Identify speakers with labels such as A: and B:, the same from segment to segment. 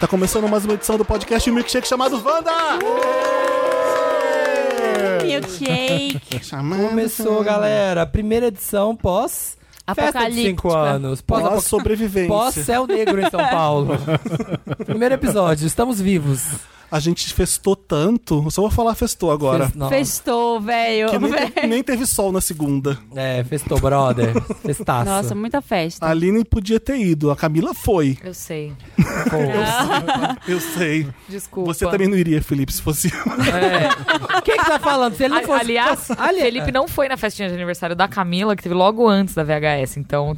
A: Tá começando mais uma edição do podcast um Milkshake chamado Wanda!
B: Milkshake.
A: Chamando
B: Uhum.
C: Começou, galera. a Primeira edição pós festa de 5
B: Apocalíptica.
C: anos. Pós,
A: Pós sobrevivência.
C: pós céu negro em São Paulo. Primeiro episódio, estamos vivos.
A: A gente festou tanto, eu só vou falar festou agora.
C: Fez- nossa.
B: Festou, velho.
A: Que nem,
B: Velho.
A: teve, nem teve sol na segunda.
C: É, festou, brother. Festaço.
B: Nossa, muita festa.
A: A Aline podia ter ido, a Camila foi.
D: Eu sei.
C: Pô.
A: Eu sei.
D: Desculpa.
A: Você também não iria, Felipe, se fosse.
C: É. Quem que tá falando? Se ele não
D: A-
C: fosse...
D: Aliás,
C: Ali-
D: Felipe não foi na festinha de aniversário da Camila, que teve logo antes da VHS, então,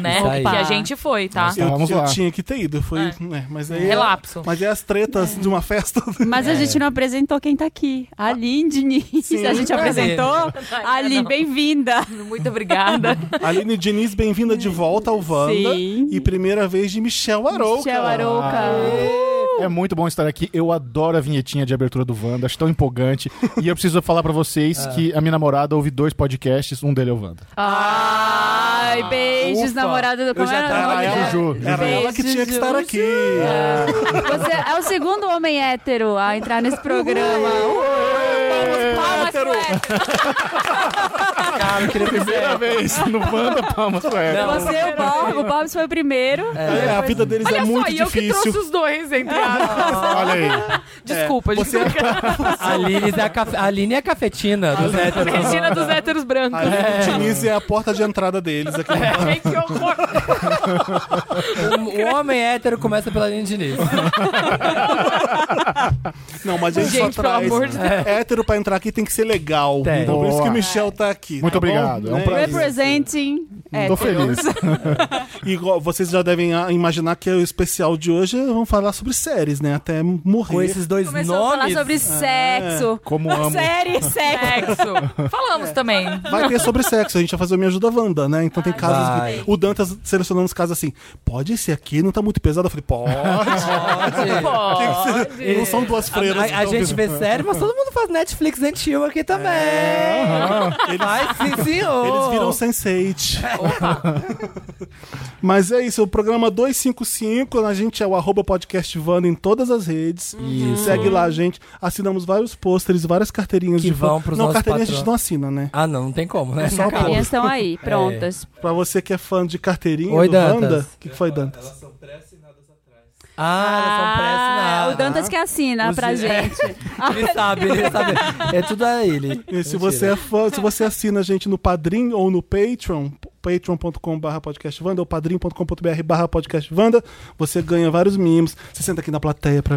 D: né?
C: Isso aí.
D: Que a gente foi, tá?
E: Tá,
A: eu
E: vamos
A: eu
E: lá.
A: tinha que ter ido. Foi,
D: É.
A: né, mas aí.
D: Relapso.
A: Mas é as tretas de uma festa.
B: Mas a gente não apresentou quem tá aqui. A Aline Diniz.
A: Sim.
B: A gente apresentou. Aline, bem-vinda.
D: Muito obrigada.
A: Aline Diniz, bem-vinda de volta ao Wanda.
B: Sim.
A: E primeira vez de Michel Arouca.
B: Michel Arouca.
E: É muito bom estar aqui. Eu adoro a vinhetinha de abertura do Wanda, acho tão empolgante. e eu preciso falar pra vocês que a minha namorada ouve dois podcasts, um dele é o Wanda.
B: Ai, beijos,
C: Ufa.
B: namorada do... é?
C: Eu já
B: era o
A: tava
B: nome
A: aí,
B: dela?
A: Juju.
E: Juju.
A: Era
B: Beijo,
A: ela que tinha que estar
B: Ju.
A: aqui.
B: Você é o segundo homem hétero a entrar nesse programa. Uh!
A: É,
D: Palmas pro Ed.
C: Cara, eu queria
E: Primeira
C: dizer...
E: vez no Wanda Palmas pra ela.
B: Você, é o Bob, o Bob foi o primeiro.
A: É, a vida deles é
D: Olha
A: muito
D: só, e eu que
A: difícil.
D: trouxe os dois,
B: então.
D: entre aspas.
E: Olha aí.
D: Desculpa, gente.
A: é
C: A Aline é a, cafe- a Aline é a cafetina dos
B: é
C: héteros.
D: Cristina dos héteros brancos.
A: A Aline Diniz é a porta de entrada deles. Aqui no Wanda.
D: Ai, que horror.
C: O homem hétero começa pela Aline Diniz.
A: Não, mas a gente,
D: Gente,
A: só
D: pelo
A: traz.
D: amor de
A: É Hétero pra entrar aqui tem que ser legal.
C: Tem.
A: Então por isso que o
E: Boa.
A: Michel tá aqui.
E: Muito
A: tá bom?
E: obrigado, é um
A: Né?
E: prazer.
B: Representing. é,
E: Tô
B: héteros.
E: feliz.
A: E igual, vocês já devem ah, imaginar que o especial de hoje vamos falar sobre séries, né? Até morrer.
C: Com esses dois
B: Começou a
C: nomes...
B: falar sobre sexo.
E: Como amo.
B: Série, sexo.
D: Sexo. Falamos também.
A: Vai ter sobre sexo, a gente vai fazer o Me Ajuda Wanda, né? Então tem casos.
C: Vai.
A: O Dantas tá selecionando os casos assim: pode esse aqui, não tá muito pesado? Eu falei: pode. É.
C: Pode.
D: Pode.
A: não são duas freiras. que
C: A, a
A: tão
C: gente
A: vindo.
C: vê série, mas todo mundo faz Netflix and chill aqui também. Mas sim, senhor.
A: É, Eles viram Sense8. Mas é isso, o programa 255, a gente é o arroba podcast Wanda em todas as redes. Segue lá a gente. Assinamos vários pôsteres, várias carteirinhas
C: Que
A: de fã.
C: vão pros
A: Não,
C: nossos
A: carteirinha a gente
C: patrões.
A: não assina, né?
C: Ah, não, não tem como, né?
A: Só
B: As minhas estão aí, prontas.
A: Pra você que é fã de carteirinha
C: Oi,
A: do
C: Dantas.
A: Wanda, o que, que foi, Dantas?
C: Ah,
B: Ah,
C: elas
B: o
C: são pré-assinadas.
B: Dantas que assina
C: Os-
B: pra
C: é.
B: gente.
C: Ele sabe, ele sabe. É tudo a ele.
A: E se
C: Mentira.
A: você é fã, se você assina a gente no Padrim ou no Patreon, patreon.com.br podcastvanda ou padrim.com.br barra podcastvanda, você ganha vários mimos. Você senta aqui na plateia pra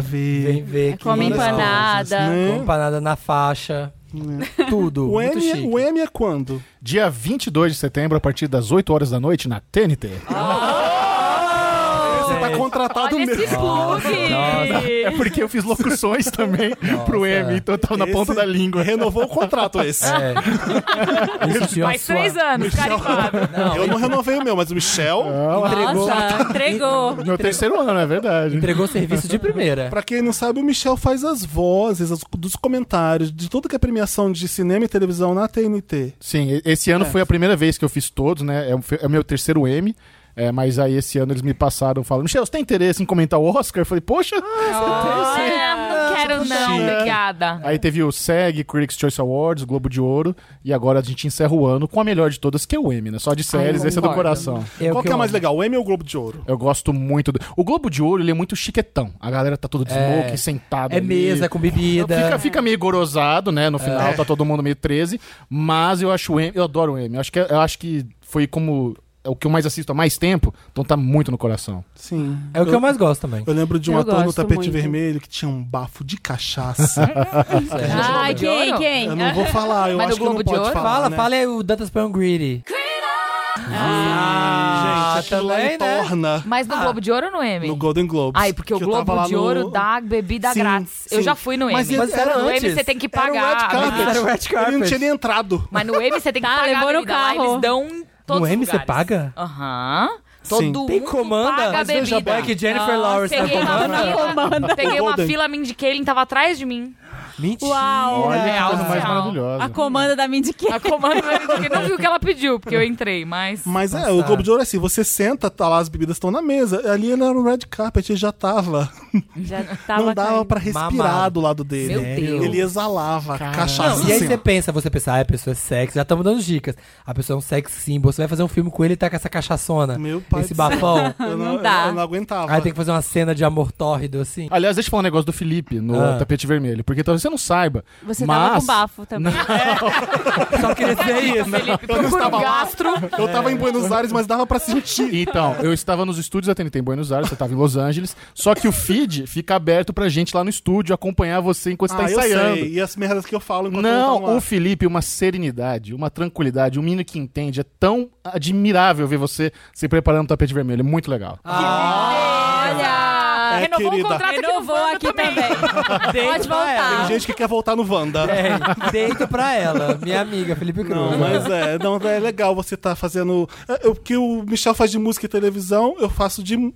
A: ver.
C: Vem ver que
B: Come
C: várias
B: É empanada.
C: coisas, né?
A: Né?
C: Come empanada na faixa.
A: É.
C: Tudo.
A: O
C: muito
A: M,
C: chique.
A: o M é quando?
E: Dia 22 de setembro, a partir das 8 horas da noite, na TNT.
A: Você tá
C: gente.
A: contratado
D: Olha esse
A: mesmo.
D: plug.
E: É Porque eu fiz locuções também pro
C: Nossa.
E: M, então eu tava na ponta
A: Esse
E: da língua.
A: Renovou o contrato esse.
C: É. Esse tio é
D: Mais
C: sua-
D: três anos, carimbado.
A: Eu não renovei o meu, mas o Michel.
C: Entregou,
B: Nossa, entregou.
E: Meu terceiro ano, é verdade.
C: entregou serviço de primeira.
A: Pra quem não sabe, o Michel faz as vozes as- dos comentários de tudo que é premiação de cinema e televisão na TNT.
E: Sim, e- esse
C: É.
E: ano foi a primeira vez que eu fiz todos, né? É o fe- É o meu terceiro M. é, mas aí esse ano eles me passaram falando, Michel, você tem interesse em comentar o Oscar? Eu falei, poxa!
D: Olha, não quero
C: Ah,
D: não,
E: chique.
D: obrigada.
E: Aí teve o SEG, Critics' Choice Awards, Globo de Ouro, e agora a gente encerra o ano com a melhor de todas, que é o M, né? Só de séries, esse é do
D: concordo.
E: coração.
C: Eu
A: Qual que é
C: eu
A: mais
C: amo.
A: legal, o M ou o Globo de Ouro?
E: Eu gosto muito do. O Globo de Ouro, ele é muito chiquetão. A galera tá toda de
C: É.
E: smoke, sentada.
C: É
E: ali.
C: mesa com bebida.
E: Fica, fica meio gorosado,
A: É.
E: né? No final, tá todo mundo meio 13. Mas eu acho o M, eu adoro o M. Eu acho que, eu acho que foi como. É o que eu mais assisto há mais tempo, então tá muito no coração.
A: Sim.
C: É o que eu mais gosto também.
A: Eu lembro de um
B: Eu
A: ator no
B: gosto
A: tapete
B: muito.
A: vermelho que tinha um bafo de cachaça.
B: um Ai,
C: Ah,
D: Globo de
B: quem,
D: Ouro?
B: quem?
A: eu não vou falar, eu
D: Mas
A: acho
D: do
A: que não
D: Globo de
A: pode
D: Ouro?
A: falar.
C: Fala,
A: né?
C: fala aí o Dantas Pão Greedy. Ah,
A: Gente, aquilo lá
C: também, né?
A: entorna
D: Mas no Globo de Ouro ou no M?
A: Ah. no Golden Globes.
D: Ai, porque o
A: que eu tava
D: Globo
A: lá
D: de
A: no-
D: Ouro dá bebida
A: Sim,
D: grátis. Eu
A: sim.
D: já fui no
A: Mas
D: M.
A: ele-
C: Mas era
D: no
C: antes.
D: um M você tem que
A: Era
D: pagar. né?
A: o red carpet.
C: Era o red
A: Ele não
C: carpet.
A: tinha nem entrado.
D: Mas no M você tem que
B: Tá,
D: pagar.
B: levou no
D: bebida. Lá
B: carro.
D: eles dão em todos
C: No
D: os
C: um M você
D: lugares.
C: paga?
D: Aham.
A: Sim.
D: Todo
C: Tem
D: mundo
C: comanda?
D: paga a
C: Mas
A: veja
D: bebida.
A: bem
C: que Jennifer
D: Ah,
C: Lawrence tá
D: peguei uma
C: comanda.
D: fila- Peguei uma
A: Golden.
D: fila, me indiquei, ele tava atrás de mim.
C: Mentira.
B: Uau.
E: Olha
D: É,
E: que coisa mais
D: oficial.
E: maravilhosa.
B: A comanda da Mindy Kay.
D: A comanda me indiquei. Não viu o que ela pediu, porque eu entrei, mas...
A: Mas é,
C: Passado.
A: o Globo de Ouro é assim, você senta, tá lá, as bebidas estão na mesa. Ali ele era um red carpet, ele já tava.
B: Já tava
A: Não dava
B: caindo.
A: pra respirar
C: Mamado.
A: do lado dele.
D: Meu
C: Sério?
D: Deus.
A: Ele exalava
E: Caralho.
A: cachaça.
C: Não, e aí
A: assim,
C: você
A: ó.
C: pensa, você pensa, ah, a pessoa é sexy, já estamos dando dicas. A pessoa é um sex symbol, você vai fazer um filme com ele e tá com essa cachaçona,
A: Meu pai
C: esse
A: do céu.
C: bafão.
A: Eu não,
B: Não
A: eu
B: dá.
A: não- eu não aguentava.
C: Aí Ah, tem que fazer uma cena de amor tórrido, assim.
E: Aliás, deixa eu falar um negócio do Felipe no
C: Ah.
E: tapete vermelho, porque talvez você não saiba.
B: Você
E: mas...
B: tava com bafo também. um
C: Só queria dizer isso.
D: Felipe, procura o gastro.
A: Eu tava em Buenos Aires, mas dava pra sentir.
E: Então, eu estava nos estúdios da TNT em Buenos Aires, você estava em Los Angeles, só que o feed fica aberto pra gente lá no estúdio acompanhar você enquanto você
A: ah, eu
E: tá ensaiando.
A: sei. E as merdas que eu falo enquanto eu não
E: Não,
A: tava
E: o
A: lá.
E: Felipe, uma serenidade, uma tranquilidade, um menino que entende. É tão admirável ver você se preparando no tapete vermelho. É muito legal.
A: Ah,
D: Olha!
A: É,
D: ah, renovou
A: querida.
D: o contrato
B: Renovou
D: aqui, no Wanda
B: aqui também. Pode
A: Tem
B: voltar.
A: gente que quer voltar no Wanda.
C: É, deito pra ela, minha amiga, Felipe Cruz.
A: Não, mas é, não, é legal você tá fazendo. é, O que o Michel faz de música e televisão, eu faço de.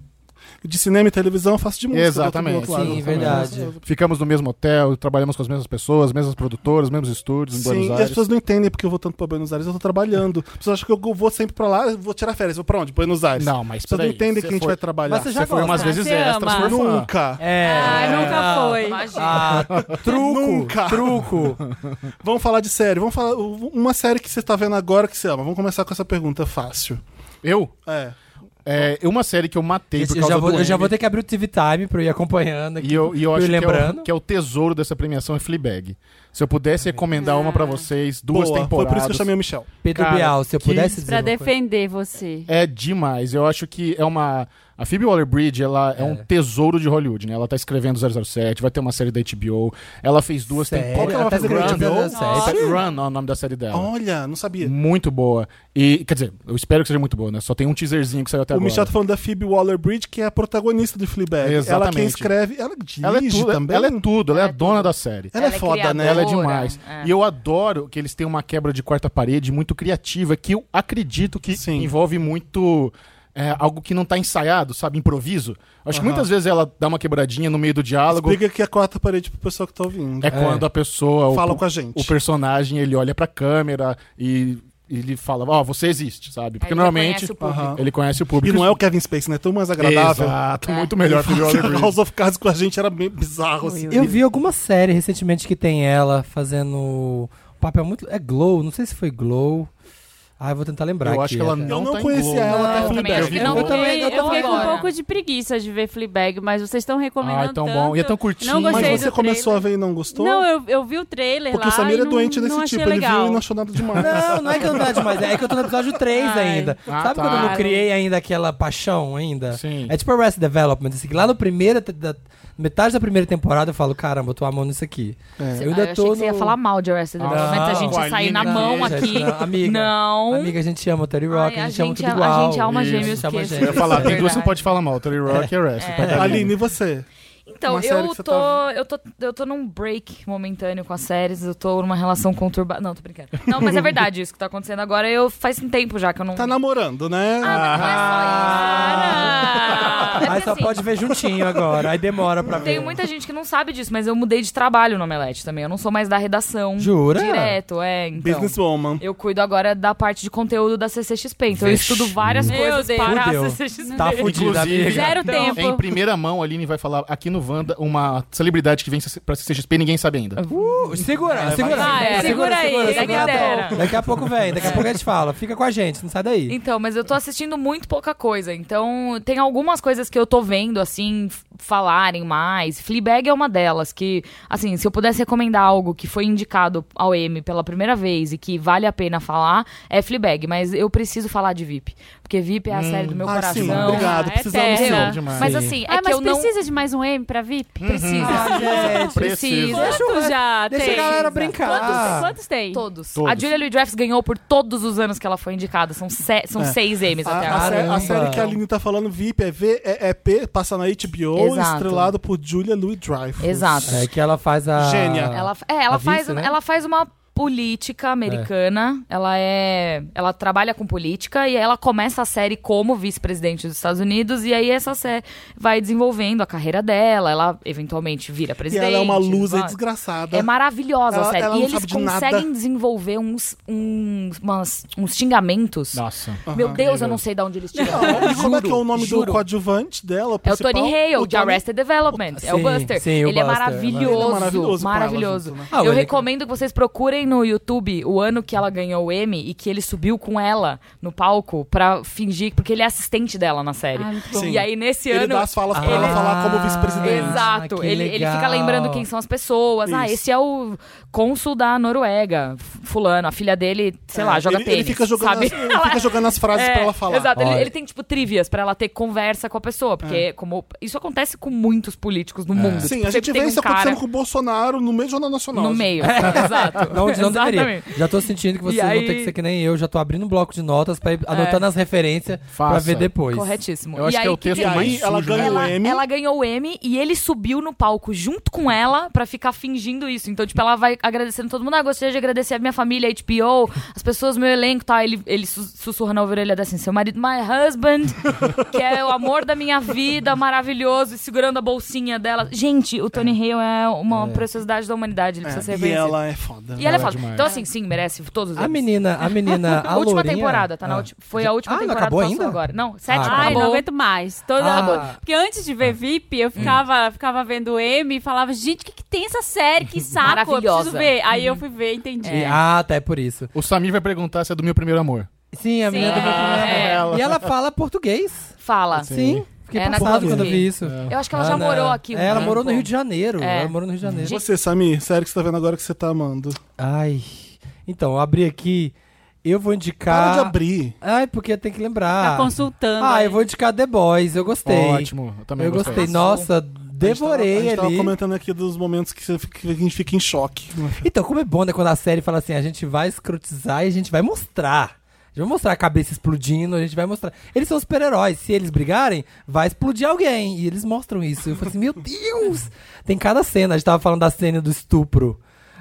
A: De cinema e televisão, eu faço de música. do outro- do
E: Exatamente.
A: outro lado.
C: Sim, verdade.
E: Ficamos no mesmo hotel, trabalhamos com as mesmas pessoas, mesmas produtoras, mesmos estúdios em
A: Sim,
E: Buenos
A: e as
E: Aires.
A: pessoas não entendem porque eu vou tanto pra Buenos Aires, eu tô trabalhando. As pessoas acham que eu vou sempre pra lá, eu vou tirar férias. Vou pra onde? Buenos Aires.
E: Não, mas
A: As pessoas não
E: peraí,
A: entendem
E: você
A: que a gente
E: foi-
A: vai trabalhar.
C: Mas você já
E: Você foi
C: gosta.
E: umas vezes
D: Você
E: extras,
D: ama.
E: foi fã.
A: Nunca.
C: É.
B: Ai, Ah, nunca foi.
D: Imagina.
C: Ah, truco,
A: Nunca.
C: truco.
A: Vamos falar de série. Vamos falar uma série que você tá vendo agora que você ama. Vamos começar com essa pergunta fácil.
E: Eu?
A: É.
E: É, uma série que eu matei por
C: Gente, eu,
E: causa
C: já vou,
E: do
C: eu já
E: M.
C: vou ter que abrir o TV Time pra eu ir acompanhando aqui.
E: E eu, e eu
C: pra
E: acho
C: ir
E: que é,
C: lembrando.
E: o, que é o tesouro dessa premiação é Fleabag. Se eu pudesse recomendar uma pra vocês, duas
A: Ah. Boa.
E: temporadas.
A: Foi por isso que eu chamei o Michel.
C: Pedro
E: Cara,
C: Bial, se eu
E: que-
C: pudesse dizer
B: Pra
C: uma coisa.
B: defender você.
E: É demais. Eu acho que é uma. A Phoebe Waller-Bridge, ela é. um tesouro de Hollywood, né? Ela tá escrevendo 007, vai ter uma série da HBO. Ela fez duas
C: Sério?
E: temporadas.
A: ela
C: Tá
A: vai fazer
C: escrevendo
A: grande,
C: todas
A: meu?
C: as séries.
E: Run é o nome da série dela.
A: Olha, não sabia.
E: Muito boa. E, quer dizer, eu espero que seja muito boa, né? Só tem um teaserzinho que saiu até
A: o
E: agora.
A: Michel tá falando da Phoebe Waller-Bridge, que é a protagonista do Fleabag. Ela
E: Exatamente.
A: quem escreve, ela dirige
E: ela é tudo,
A: também.
E: ela é tudo, ela é a dona da série.
A: Ela é foda, né?
E: Ela é
D: criadora.
E: demais.
D: É.
E: E eu adoro que eles têm uma quebra de quarta parede muito criativa, que eu acredito que
A: Sim.
E: envolve muito. é, algo que não tá ensaiado, sabe? Improviso. Acho que
A: Aham.
E: muitas vezes ela dá uma quebradinha no meio do diálogo.
A: Explica que é a quarta parede pro pessoal que tá ouvindo.
E: É quando a pessoa. o-
A: Fala
E: o,
A: com a gente.
E: o personagem, ele olha pra câmera e e ele fala: Ó, você existe, sabe? Porque
D: Ele
E: normalmente
D: reconhece o público.
A: Aham.
E: ele conhece o
A: E
E: público.
A: não é o Kevin Spacey, né? Tão mais agradável.
D: É.
E: Exato, muito melhor que o Oliver Reed.
A: House of Cards com a gente era bem bizarro, assim.
C: Eu vi alguma série recentemente que tem ela fazendo um papel muito. É Glow, não sei se foi Glow. Ah, eu vou tentar lembrar.
E: Eu
C: aqui,
E: acho que ela
C: até.
A: Eu
E: Não
A: não
E: tá em
A: conhecia
E: Globo.
A: ela até
D: Eu também acho
A: Fleabag.
D: que não.
C: Eu também- eu
B: Eu fiquei com um
D: agora.
B: pouco de preguiça de ver Fleabag, mas vocês estão recomendando
E: Ah, é tão
D: tanto.
E: bom. E é tão curtinho.
D: Não
A: Mas
D: gostei
A: você
D: do
A: começou
D: trailer.
A: a ver e não gostou?
B: Não, eu, eu vi o trailer
A: Porque
B: lá
A: o Samir
B: e
A: é
B: não-
A: doente desse
B: não achei
A: tipo. Ele
B: legal.
A: viu e não achou nada demais.
C: Não, não é que eu não tava demais, é que eu tô no episódio 3
D: Ai.
C: ainda.
E: Ah,
C: Sabe
E: tá.
C: quando eu não criei ainda aquela paixão ainda?
E: Sim.
C: É tipo Arrested Development, assim, que lá no primeiro, da, metade da primeira temporada eu falo, caramba, eu tô amando isso aqui.
E: É.
C: Eu ainda
D: Ah, eu achei
C: tô
D: que você ia
C: no-
D: falar mal de Arrested
E: Não.
D: Development. A gente ia sair na
E: Não,
D: mão
C: gente,
D: aqui.
C: não, amiga.
D: Não.
C: Amiga, a gente ama o Terry Rock,
D: Ai,
C: a, gente ama tudo
D: a-
C: igual.
D: A gente é alma
E: Isso.
D: gêmea, eu
C: Chama
D: esqueci.
C: gêmea.
E: Eu ia falar, tem duas que
D: Verdade.
E: não pode falar mal, Terry Rock e Arrested.
D: É.
E: Tá ligado?
A: Aline, e você?
D: Então,
A: Uma série
D: eu
A: que você
D: tô,
A: tá
D: eu tô. Eu tô num break momentâneo com as séries, eu tô numa relação conturbada. Não, tô brincando. Não, mas é verdade isso que tá acontecendo agora. Eu faz um tempo já que eu não.
A: Tá namorando, né? Ah.
D: Ah, mas não é só isso. Ana! É
C: Aí
D: porque,
C: só
D: assim,
C: pode ver juntinho agora, aí demora pra ver.
D: Tem muita gente que não sabe disso, mas eu mudei de trabalho no Omelete também. Eu não sou mais da redação.
C: Jura?
D: Direto, é. Então.
A: Businesswoman.
D: Eu cuido agora da parte de conteúdo da CCXP. Então
C: Vixe.
D: eu estudo várias
B: Meu
D: coisas
B: Deus.
D: para
C: Fudeu.
D: a CCXP.
C: Tá fudida,
E: Inclusive- né?
C: amiga.
D: Zero
B: Não.
D: tempo.
E: Em primeira mão, a Aline vai falar aqui no Wanda uma celebridade que vem pra CCXP e ninguém sabe ainda.
C: Uh, segura, segura,
D: vai,
C: segura,
D: vai. Segura aí,
C: segura,
D: quem
C: segura.
D: dera.
C: Daqui a pouco vem, daqui a pouco a gente fala. Fica com a gente, não sai daí.
D: Então, mas eu tô assistindo muito pouca coisa. Então, tem algumas coisas que eu tô vendo, assim, f- falarem mais. Fleabag é uma delas, que, assim, se eu pudesse recomendar algo que foi indicado ao M pela primeira vez e que vale a pena falar, é Fleabag. Mas eu preciso falar de VIP. Porque VIP é a série do meu
A: Ah,
D: coração.
A: sim, obrigado.
B: Ah, é
A: Precisamos
D: terra.
A: sim.
E: Demais.
D: Mas
C: Sim.
D: assim, é
B: Ah,
D: que
B: mas
D: eu não...
B: precisa de mais um M pra VIP?
D: Precisa.
C: Ah,
E: É,
C: gente.
E: Preciso.
D: Precisa.
C: Deixa o-
B: Quanto já
C: deixa a
B: tem?
C: galera Ah. brincar.
B: Quantos, quantos tem?
D: Todos.
E: Todos.
D: A Julia Louis-Dreyfus ganhou por todos os anos que ela foi indicada. São, se- são
A: É.
D: seis M's até
A: A, a
D: agora.
A: sé- a
C: Caramba.
A: série que a Aline tá falando, VIP, é V, é, é P, passa na HBO,
D: Exato.
A: estrelado por Julia Louis-Dreyfus.
D: Exato.
C: É que ela faz a.
A: Gênia.
D: Ela, é, ela
C: A
D: faz,
C: vice, né?
D: ela faz uma política americana. Ela é. Ela trabalha com política e ela começa a série como vice-presidente dos Estados Unidos. E aí essa série vai desenvolvendo a carreira dela. Ela eventualmente vira
A: E
D: presidente.
A: ela é uma lusa
D: vai-
A: desgraçada.
D: é maravilhosa
A: Ela-
D: a série.
A: ela
D: e
A: não
D: eles
A: sabe de
D: conseguem
A: nada.
D: desenvolver uns, uns, umas- uns xingamentos.
E: Nossa.
D: Meu
A: Aham.
D: Deus, eu não sei de onde eles tiraram.
A: E como é que é o
D: Juro,
A: nome
D: juro.
A: do coadjuvante dela?
D: É o
A: principal?
D: Tony Hale,
A: O
D: de Arrested Development. é o
C: Sim,
D: Buster.
C: sim, o
D: ele
C: Buster,
D: é
C: é
D: maravilhoso.
A: maravilhoso. Maravilhoso
D: maravilhoso.
A: pra ela junto, né?
C: Ah,
D: Eu
C: ele-
D: recomendo que vocês procurem no YouTube o ano que ela ganhou o Emmy e que ele subiu com ela no palco pra fingir, porque ele é assistente dela na série.
B: Ah, muito bom.
A: Sim.
D: E aí, nesse
A: Ele
D: ano.
A: dá as né? falas pra ela
C: Ah,
A: falar como vice-presidente.
D: Exato,
C: que
D: ele, ele
C: legal.
D: fica lembrando quem são as pessoas. Ah,
A: Isso.
D: esse é o cônsul da Noruega, f- fulano. A filha dele, sei lá,
A: É,
D: joga
A: ele,
D: tênis,
A: Ele fica jogando,
D: sabe?
A: As, ele fica jogando as frases
D: É,
A: pra ela falar.
D: Exato, ele,
C: Olha.
D: ele tem, tipo, trivias pra ela ter conversa com a pessoa. Porque
E: É.
D: como isso acontece com muitos políticos no mundo.
A: Sim,
D: tipo,
A: a
D: sempre
A: gente vê
D: tem
A: isso
D: um cara
A: acontecendo com o Bolsonaro no meio do Jornal Nacional.
D: no meio.
A: É.
D: Exato.
C: Não, onde não deveria.
D: Exatamente.
C: Já tô sentindo que vocês
D: E aí- É.
C: vão ter que ser que nem eu. Já tô abrindo um bloco de notas pra ir anotando as referências pra
E: Faça.
C: ver depois.
D: Corretíssimo.
E: Eu acho
D: e
E: que
D: aí,
E: é o
D: que
E: texto
A: E aí
E: mais
A: ela
E: sujo,
A: ganha
E: né?
A: o
D: ela,
A: M.
D: ela ganhou o M e ele subiu no palco junto com ela pra ficar fingindo isso. Então, tipo, ela vai agradecendo todo mundo. Ah, gostaria de agradecer a minha família, a HBO, as pessoas, meu elenco, tá? Ele, ele su- sussurra na orelha dela assim, seu marido, my husband, que é o amor da minha vida, maravilhoso, e segurando a bolsinha dela. Gente, o Tony Hale é uma preciosidade da humanidade, ele precisa ser
A: É, e
D: reconhecido.
A: ela é foda.
D: E ela é
E: Ela é
D: foda.
E: demais.
D: Então, assim, sim, merece todos os
C: A
D: Emmys.
C: menina, a menina, a
D: última
C: lourinha-
D: temporada, tá na
C: Ah.
D: ulti- Foi a última
C: Ah, não
D: temporada
C: acabou
D: que passou
C: ainda?
D: agora. Não, sétima
C: Ah,
B: Ai,
D: acabou.
B: não aguento mais. Toda...
C: Ah.
B: Porque antes de ver VIP, eu ficava, ficava vendo M e falava, gente, o que, que tem essa série? Que saco, eu preciso
D: Maravilhosa.
B: ver. Aí eu fui ver e entendi.
C: E- Ah, tá, é por isso.
E: O Samir vai perguntar se é do meu primeiro amor.
C: Sim, a menina do meu primeiro amor.
D: é.
E: Ela.
C: E ela fala português.
D: Fala.
C: Sim. Fiquei
D: É, na
C: passado
D: Português.
C: quando eu vi isso.
D: Eu acho que ela já
C: Ana-
D: morou aqui. um
C: É, ela
D: tempo.
C: morou no Rio de Janeiro.
D: É.
C: Ela morou no Rio de Janeiro.
A: Você, Samir, sério que você tá vendo agora que você tá amando.
C: Ai. Então, eu abri aqui. Eu vou indicar.
A: Para de abrir.
C: Ai, porque tem que lembrar.
B: Tá consultando.
C: Ah,
B: aí.
C: eu vou indicar The Boys. Eu gostei.
E: Ótimo. Eu também
C: Eu
E: gostei.
C: gostei. Nossa,
A: A gente tava-
C: devorei
A: A gente tava
C: ali.
A: comentando aqui dos momentos que, você fica- que a gente fica em choque.
C: Então, como é bom, né, quando a série fala assim, a gente vai escrotizar e a gente vai mostrar. A gente vai mostrar a cabeça explodindo, a gente vai mostrar. Eles são super-heróis, se eles brigarem, vai explodir alguém. E eles mostram isso. Eu falei assim, meu Deus! Tem cada cena, a gente tava falando da cena do estupro.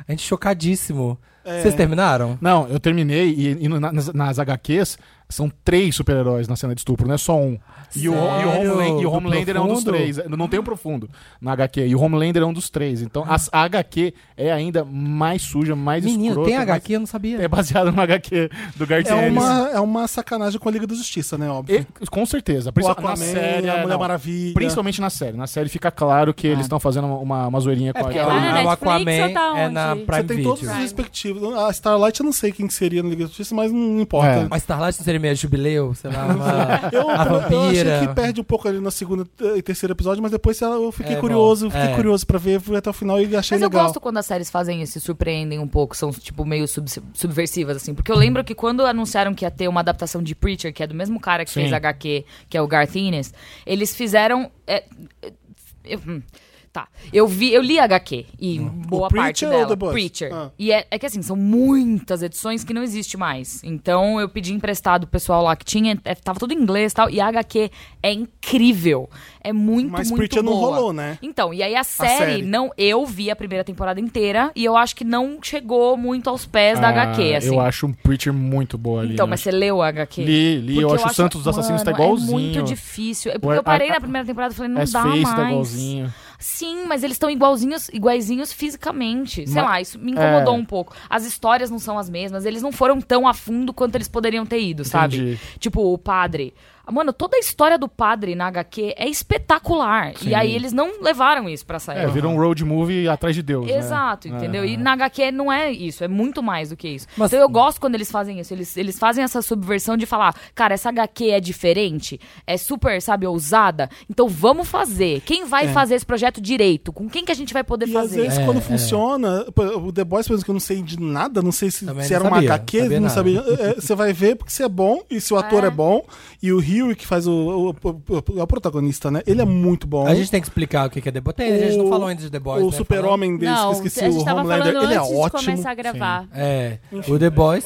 C: A gente chocadíssimo.
A: É.
C: Vocês terminaram?
E: Não, eu terminei e, e no- nas, nas HQs são três super-heróis na cena de estupro, não é só um. E o, e o
C: Sério?
E: Homeland- e o
C: Do
E: Homelander é um dos
C: profundo?
E: três. Não tem o profundo na HQ. E o Homelander é um dos três. Então as- a HQ é ainda mais suja, mais
C: Menino,
E: escrota.
C: tem
E: mais-
C: HQ? Eu não sabia.
E: É baseado no HQ do Garth
A: É
E: Ennis.
A: uma, é uma sacanagem com a Liga da Justiça, né? Óbvio.
E: E- com certeza.
A: o
E: Principalmente
A: Aquaman,
E: na série,
A: a
E: é,
A: Mulher
E: não.
A: Maravilha.
E: Principalmente na série. Na série fica claro que eles estão fazendo uma, uma, uma zoeirinha com
B: porque
C: É,
E: aquela.
B: lá Tá na
C: o
B: Netflix
C: Aquaman
B: ou tá
C: é
B: onde?
C: na
B: Você
C: Prime
A: Você tem
C: Video.
A: todos os respectivos. A Ah, Starlight eu não sei quem que seria na Liga da Justiça, mas não importa.
E: É.
C: Mas Starlight não seria meio jubileu, sei lá, uma-
A: Eu,
C: a
A: eu achei que
C: vampira.
A: perde um pouco ali no segundo e terceiro episódio, mas depois eu fiquei
C: É,
A: curioso, fiquei
C: é.
A: curioso pra ver, fui até o final e achei
D: Mas eu
A: legal.
D: gosto quando as séries fazem isso, se surpreendem um pouco, são, tipo, meio sub- subversivas, assim. Porque eu lembro que quando anunciaram que ia ter uma adaptação de Preacher, que é do mesmo cara que
E: Sim.
D: fez HQ, que é o Garth Ennis, eles fizeram... é, é, eu- hum, tá. Eu, vi, eu li HQ, e boa parte
A: Preacher ou
D: dela.
A: The Boys?
D: Preacher.
A: Ah.
D: E é, é que, assim, são muitas edições que não existe mais. Então, eu pedi emprestado o pessoal lá que tinha, é, tava tudo em inglês e tal, e a HQ é incrível. É muito,
A: Mas
D: muito
A: Preacher não
D: boa.
A: rolou, né?
D: Então, e aí a série,
A: série.
D: não, eu vi a primeira temporada inteira e eu acho que não chegou muito aos pés da
E: Ah,
D: HQ, assim.
E: Eu acho um Preacher muito boa ali.
D: Então,
E: né?
D: mas você leu a HQ?
E: Li, li.
D: Porque
E: eu acho o Santos dos Assassinos tá
D: mano,
E: igualzinho.
D: É muito difícil. É
E: O-
D: Porque
E: a-
D: eu parei
E: a-
D: na primeira temporada e falei, não
E: As
D: dá
E: Face
D: mais.
E: tá igualzinho.
D: Sim, mas eles estão igualzinhos, iguaizinhos fisicamente. Sei
E: Ma-
D: lá, isso me incomodou
E: É.
D: um pouco. As histórias não são as mesmas, eles não foram tão a fundo quanto eles poderiam ter ido, sabe?
E: Entendi.
D: Tipo, o padre. Ah, Mano, toda a história do padre na HQ é espetacular. E
E: Sim.
D: aí eles não levaram isso pra sair.
E: É, virou um road movie atrás de Deus. né?
D: Exato, entendeu? E na HQ não é isso, é muito mais do que isso.
C: Mas-
D: Então eu gosto quando eles fazem isso. Eles, eles fazem essa subversão de falar, cara, essa HQ é diferente, é super, sabe, ousada. Então vamos fazer. Quem
A: É.
D: vai fazer esse projeto direito? Com quem que a gente vai poder
A: E às
D: fazer?
A: vezes,
C: É,
A: quando
C: é.
A: funciona, pô, o The Boys, por exemplo, que eu não sei de nada, não sei se,
C: Também
A: se
C: não
A: era uma
C: sabia,
A: HQ,
C: sabia
A: não
C: nada.
A: sabia. É, é, Você vai ver porque se é bom e se o ator é,
D: É.
A: bom. E o Hugh, que faz o, o, o- o- o protagonista, né? Ele é muito bom.
C: A gente tem que explicar o que que é The Boys. Tem, A gente não falou ainda de The Boys.
A: O
C: né?
A: super-homem desse, que eu
B: Não,
A: esqueci
B: a gente
A: o é
B: tava
A: Homelander,
B: falando
A: ele é
B: antes de
A: ótimo.
B: começar a gravar.
C: É, o The Boys.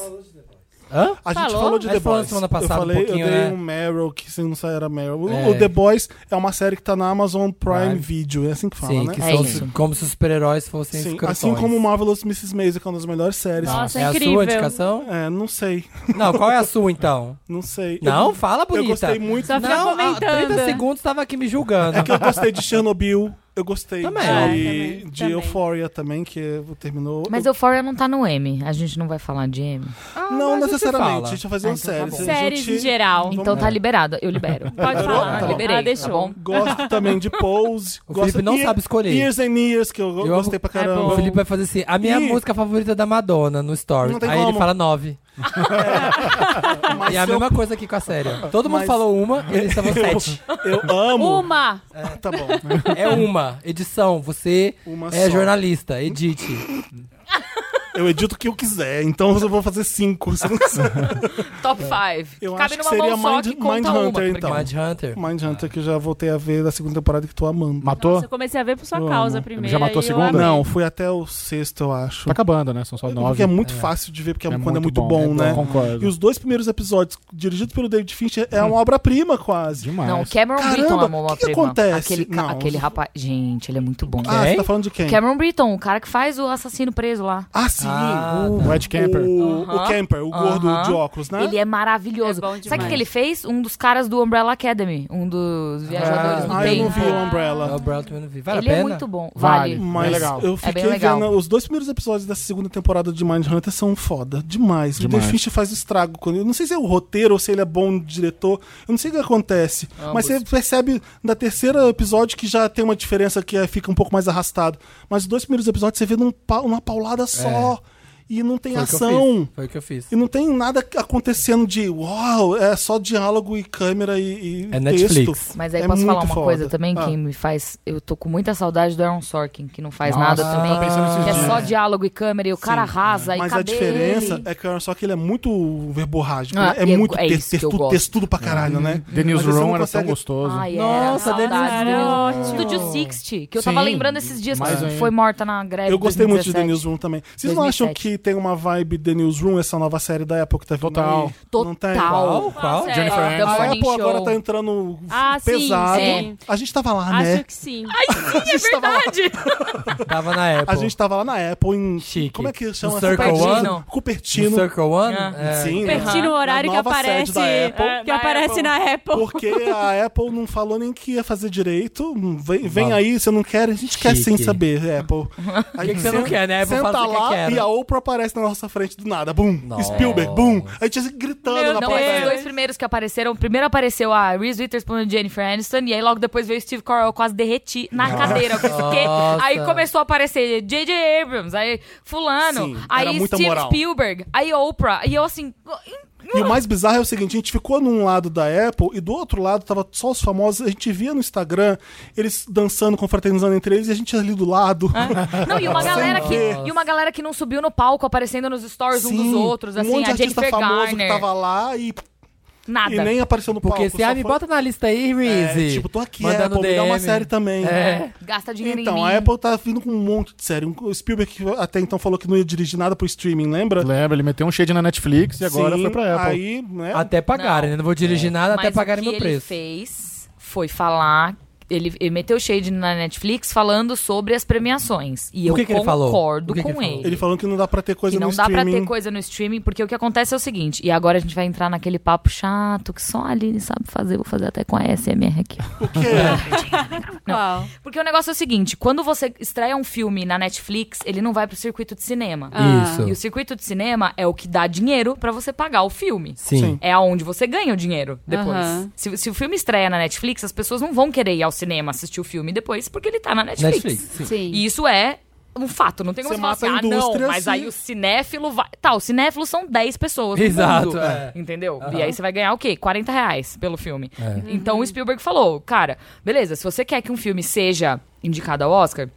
C: Hã?
A: A
B: Tá
A: gente
D: Falou?
A: falou de
C: Aí
A: The
C: falou
A: Boys.
C: semana passada
A: eu
C: um
A: falei,
C: pouquinho,
A: eu dei
C: né?
A: um Meryl, que se não sair era Meryl. O-
C: É.
A: O The Boys é uma série que tá na Amazon Prime
C: Prime.
A: Video, é assim que fala,
C: Sim,
A: né?
C: que
D: É
C: são
D: isso.
C: os- como se os super-heróis fossem
A: Sim,
C: escrotões.
A: assim como Marvelous Mrs. Maisel, que é uma das melhores séries.
B: Nossa,
C: é
B: é
C: a
B: incrível.
C: sua indicação?
A: É, não sei,
C: Não, qual é a sua então?
A: não sei.
C: Não,
A: eu,
C: fala
A: eu
C: bonita.
A: gostei muito.
B: Só fica
C: Não, há
B: comentando. né?
C: 30 segundos tava aqui me julgando.
A: É que eu gostei de Chernobyl, eu gostei
C: Também.
A: de,
C: É,
B: também,
A: de
B: também.
A: Euphoria também, que terminou.
D: Mas
A: eu,
D: Euphoria não tá no M. A gente não vai falar de M.
B: Então
A: não
C: mas você
A: necessariamente,
C: fala.
A: a gente vai fazer
D: Ah,
A: uma
D: então tá
A: série.
D: bom.
A: a
B: Ah, Séries
A: gente-
B: em geral.
D: Então tá liberado. Eu libero.
B: Pode
A: Liberou?
B: falar.
A: Tá bom.
D: liberei,
B: Ah, deixou.
D: tá bom?
A: Gosto também de Pose.
C: O
A: gosto
C: Felipe não
A: Ye-
C: sabe escolher.
A: Years and Years, que eu,
C: Eu-
A: gostei pra
B: É
A: caramba.
B: bom.
C: O Felipe vai fazer assim, a minha
A: Ih.
C: música favorita da Madonna no Story.
A: Não tem
C: Aí ele
A: como.
C: fala nove.
A: Mas
C: e é a
A: eu-
C: mesma coisa aqui com a série. ó. Todo mundo
A: Mas-
C: falou uma, ele estava sete.
A: Eu
B: Uh,
A: amo.
B: Uma!
A: Tá bom.
C: É uma. Edição, você
A: Uma
C: é
A: só.
C: jornalista, edite.
A: Eu edito o que eu quiser, então eu vou fazer cinco. se eu não quiser.
D: Top 5.
A: Eu
D: Cabe
A: acho que seria
D: numa mão só
A: Mind-
D: que conta
A: Mindhunter,
D: uma.
A: então.
C: Mindhunter.
A: Mindhunter, que eu já voltei a ver da segunda temporada que tô amando.
E: Matou?
D: Então
B: Nossa, eu comecei a ver por sua
A: Eu
B: causa
A: amo.
B: primeiro.
E: Já
B: e
E: matou a
B: eu
E: segunda?
B: amei.
A: Não, fui até o sexto, eu acho.
E: Tá acabando, né? São só nove.
A: Porque é muito fácil de ver, porque é quando é muito bom, né?
E: Concordo.
A: E os dois primeiros episódios, dirigidos pelo David Fincher, é uma obra-prima quase.
E: Demais.
D: Não, Cameron Britton
A: Caramba,
D: amou uma
A: que que
D: prima.
A: acontece?
D: Aquele, ca-
A: Não.
D: aquele rapaz. Gente, ele é muito bom.
A: Ah,
C: Quem?
A: você tá falando de quem?
D: Cameron Britton, o cara que faz o assassino preso lá.
A: Ah, sim.
C: Ah,
A: o,
E: tá. Ed Kemper.
A: O, o
D: Aham.
A: Kemper, o gordo
D: Aham.
A: de óculos, né?
D: Ele é maravilhoso.
B: É bom
D: Sabe o
B: demais.
D: que ele fez? Um dos caras do Umbrella Academy. Um dos viajadores
C: Ah,
D: do
A: Ah, eu
D: tempo.
A: não vi o
C: É o
A: Umbrella.
C: Brad Pitt, eu não vi. Vale
D: ele
C: a pena?
D: é muito bom.
E: Vale.
D: Vale.
A: Mas
E: É legal.
A: eu
D: É bem
A: fiquei
D: legal.
A: vendo. Os dois primeiros episódios da segunda temporada de Mindhunter são foda. Demais. O
E: Demais.
A: David Fincher faz estrago. quando- Eu não sei se é o roteiro ou se ele é bom diretor. Eu não sei o que acontece. Mas você percebe na terceira episódio que já tem uma diferença que é- fica um pouco mais arrastado. Mas os dois primeiros episódios você vê num pa- numa paulada só. E não tem
C: É. Foi o que eu
A: ação.
C: fiz, Foi o que eu fiz.
A: E não tem nada acontecendo de uau, é só diálogo e câmera e, e
C: É
A: texto.
C: Netflix.
D: Mas aí
A: É
D: posso falar
A: muito
D: uma
A: foda.
D: coisa também
A: Ah.
D: que me faz. Eu tô com muita saudade do Aaron Sorkin, que não faz
E: Nossa,
D: nada
E: eu tava
D: também.
E: pensando nesses
D: Que é
E: dias.
D: só diálogo e câmera e o cara arrasa e
A: tá Mas a
D: cadê
A: diferença
D: ele?
A: é que o Aaron Sorkin ele é muito verborrágico,
D: Ah,
A: né? é
D: e é-
A: muito
D: é
A: te-
D: isso que eu
A: textu-
D: gosto.
A: textudo pra caralho, né?
E: The
A: Mas você não
E: Newsroom era tão
A: consegue-
E: gostoso.
D: Ai, é,
C: Nossa,
D: era
C: Dennis
A: é
D: saudade.
B: Rodman.
D: Studio 60, que eu tava
E: Sim,
D: lembrando esses dias
E: mais
D: que
E: ainda.
D: foi morta na greve.
A: Eu gostei muito de The
D: 2017.
A: Newsroom também. Vocês não acham
D: 2007.
A: que tem uma vibe The Newsroom, essa nova série da Apple que tá vindo
E: Total.
A: aí? Não tem?
D: Total.
C: Qual? Qual?
B: Nossa, é.
E: Jennifer
D: The
E: Aniston.
A: A
D: Morning
A: Apple agora
D: Show.
A: tá entrando
B: Ah, sim,
A: pesado.
B: sim.
A: A gente tava lá,
B: Acho
A: né?
B: que sim.
D: É
A: a, gente tava lá,
C: Tava na Apple.
A: a gente tá tava lá na Apple em...
C: Chique.
A: Como é que chama?
C: No Circle
A: Cupertino.
D: One?
C: No
A: Cupertino.
C: Circle One?
D: Ah.
C: É.
A: Sim, né?
B: Perdi no horário
A: Na
B: que
A: nova sede
B: aparece.
A: da Apple.
B: é, que
D: Na
B: aparece
D: Apple.
B: na Apple.
A: Porque a Apple não falou nem que ia fazer direito. Vem, vem aí, você não quer, a gente quer
C: Chique.
A: sem saber, é, Apple. Aí
C: que que você não
A: sen-
C: quer, né? A Apple
A: Senta
C: fala que
A: lá
C: quer.
A: e a Oprah aparece na nossa frente do nada. Bum!
C: Nossa.
A: Spielberg, bum! A gente assim, gritando
B: Meu
A: na
D: Não,
B: Deus.
D: mas os
A: plateia.
D: dois primeiros que apareceram, primeiro apareceu a Reese Witherspoon e Jennifer Aniston, e aí logo depois veio o Steve Carell, eu quase derreti na cadeira. Porque
C: Nossa.
D: aí começou a aparecer J.J. Abrams, aí fulano,
A: Sim, era
D: aí
A: muita
D: Steve
A: moral.
D: Spielberg, aí Oprah, e eu assim...
A: E o mais bizarro é o seguinte: a gente ficou num lado da Apple e do outro lado tava só os famosos. A gente via no Instagram eles dançando, confraternizando entre eles e a gente ali do lado.
D: Ah. Não, e uma, galera que,
A: Nossa.
D: e uma galera que não subiu no palco, aparecendo nos stories um dos
A: Sim,
D: outros, assim,
A: um monte de
D: a
A: artista
D: Jennifer
A: famoso
D: Garner,
A: que tava lá e,
D: nada.
A: e nem apareceu no
C: Porque
A: palco.
C: se,
A: só
C: ah, me
A: foi-
C: bota na lista aí, Reese.
A: É, tipo, tô aqui,
C: Mandando
A: Apple, me dá uma
C: DM.
A: série também.
C: É.
D: Gasta dinheiro em
A: Então,
D: mim.
A: a Apple tá vindo com um monte de série. O Spielberg que até então falou que não ia dirigir nada pro streaming, lembra?
E: Lembra, ele meteu um shade na Netflix e agora
A: Sim,
E: foi pra Apple.
A: Aí, né?
C: Até pagarem, né?
D: Não.
C: Não vou dirigir nada até
D: Mas
C: pagarem
D: o que
C: meu
D: ele
C: preço.
D: fez foi falar. Ele, ele meteu shade na Netflix falando sobre as premiações. E
C: O
D: eu
C: que que ele falou?
D: concordo
C: O que que
D: com
C: ele falou?
D: ele.
A: Ele falou que não dá pra ter coisa
D: que não
A: no
D: dá pra
A: streaming.
D: ter coisa no streaming, porque o que acontece é o seguinte, e agora a gente vai entrar naquele papo chato que só a Aline sabe fazer, vou fazer até com a SMR aqui.
A: O quê?
B: Qual?
D: Porque o negócio é o seguinte, quando você estreia um filme na Netflix, ele não vai pro circuito de cinema.
B: Ah.
D: E o circuito de cinema é o que dá dinheiro pra você pagar o filme.
C: Sim.
A: Sim.
D: É aonde você ganha o dinheiro depois.
B: Aham.
D: Se, se o filme estreia na Netflix, as pessoas não vão querer ir ao cinema assistir o filme depois, porque ele tá na Netflix.
C: Netflix. sim.
B: Sim.
D: E isso é um fato, não tem como
A: Você
D: você falar
A: mata
D: assim,
A: a
D: ah, não,
A: indústria,
D: mas
A: sim.
D: aí o cinéfilo vai. Tá, o cinéfilo são 10 pessoas. no
C: Exato,
D: mundo,
C: é.
D: Entendeu?
C: Aham.
D: E aí você vai ganhar o quê? 40 reais pelo filme. Uhum.
C: É.
D: Então o Spielberg falou, cara, beleza, se você quer que um filme seja indicado ao Oscar.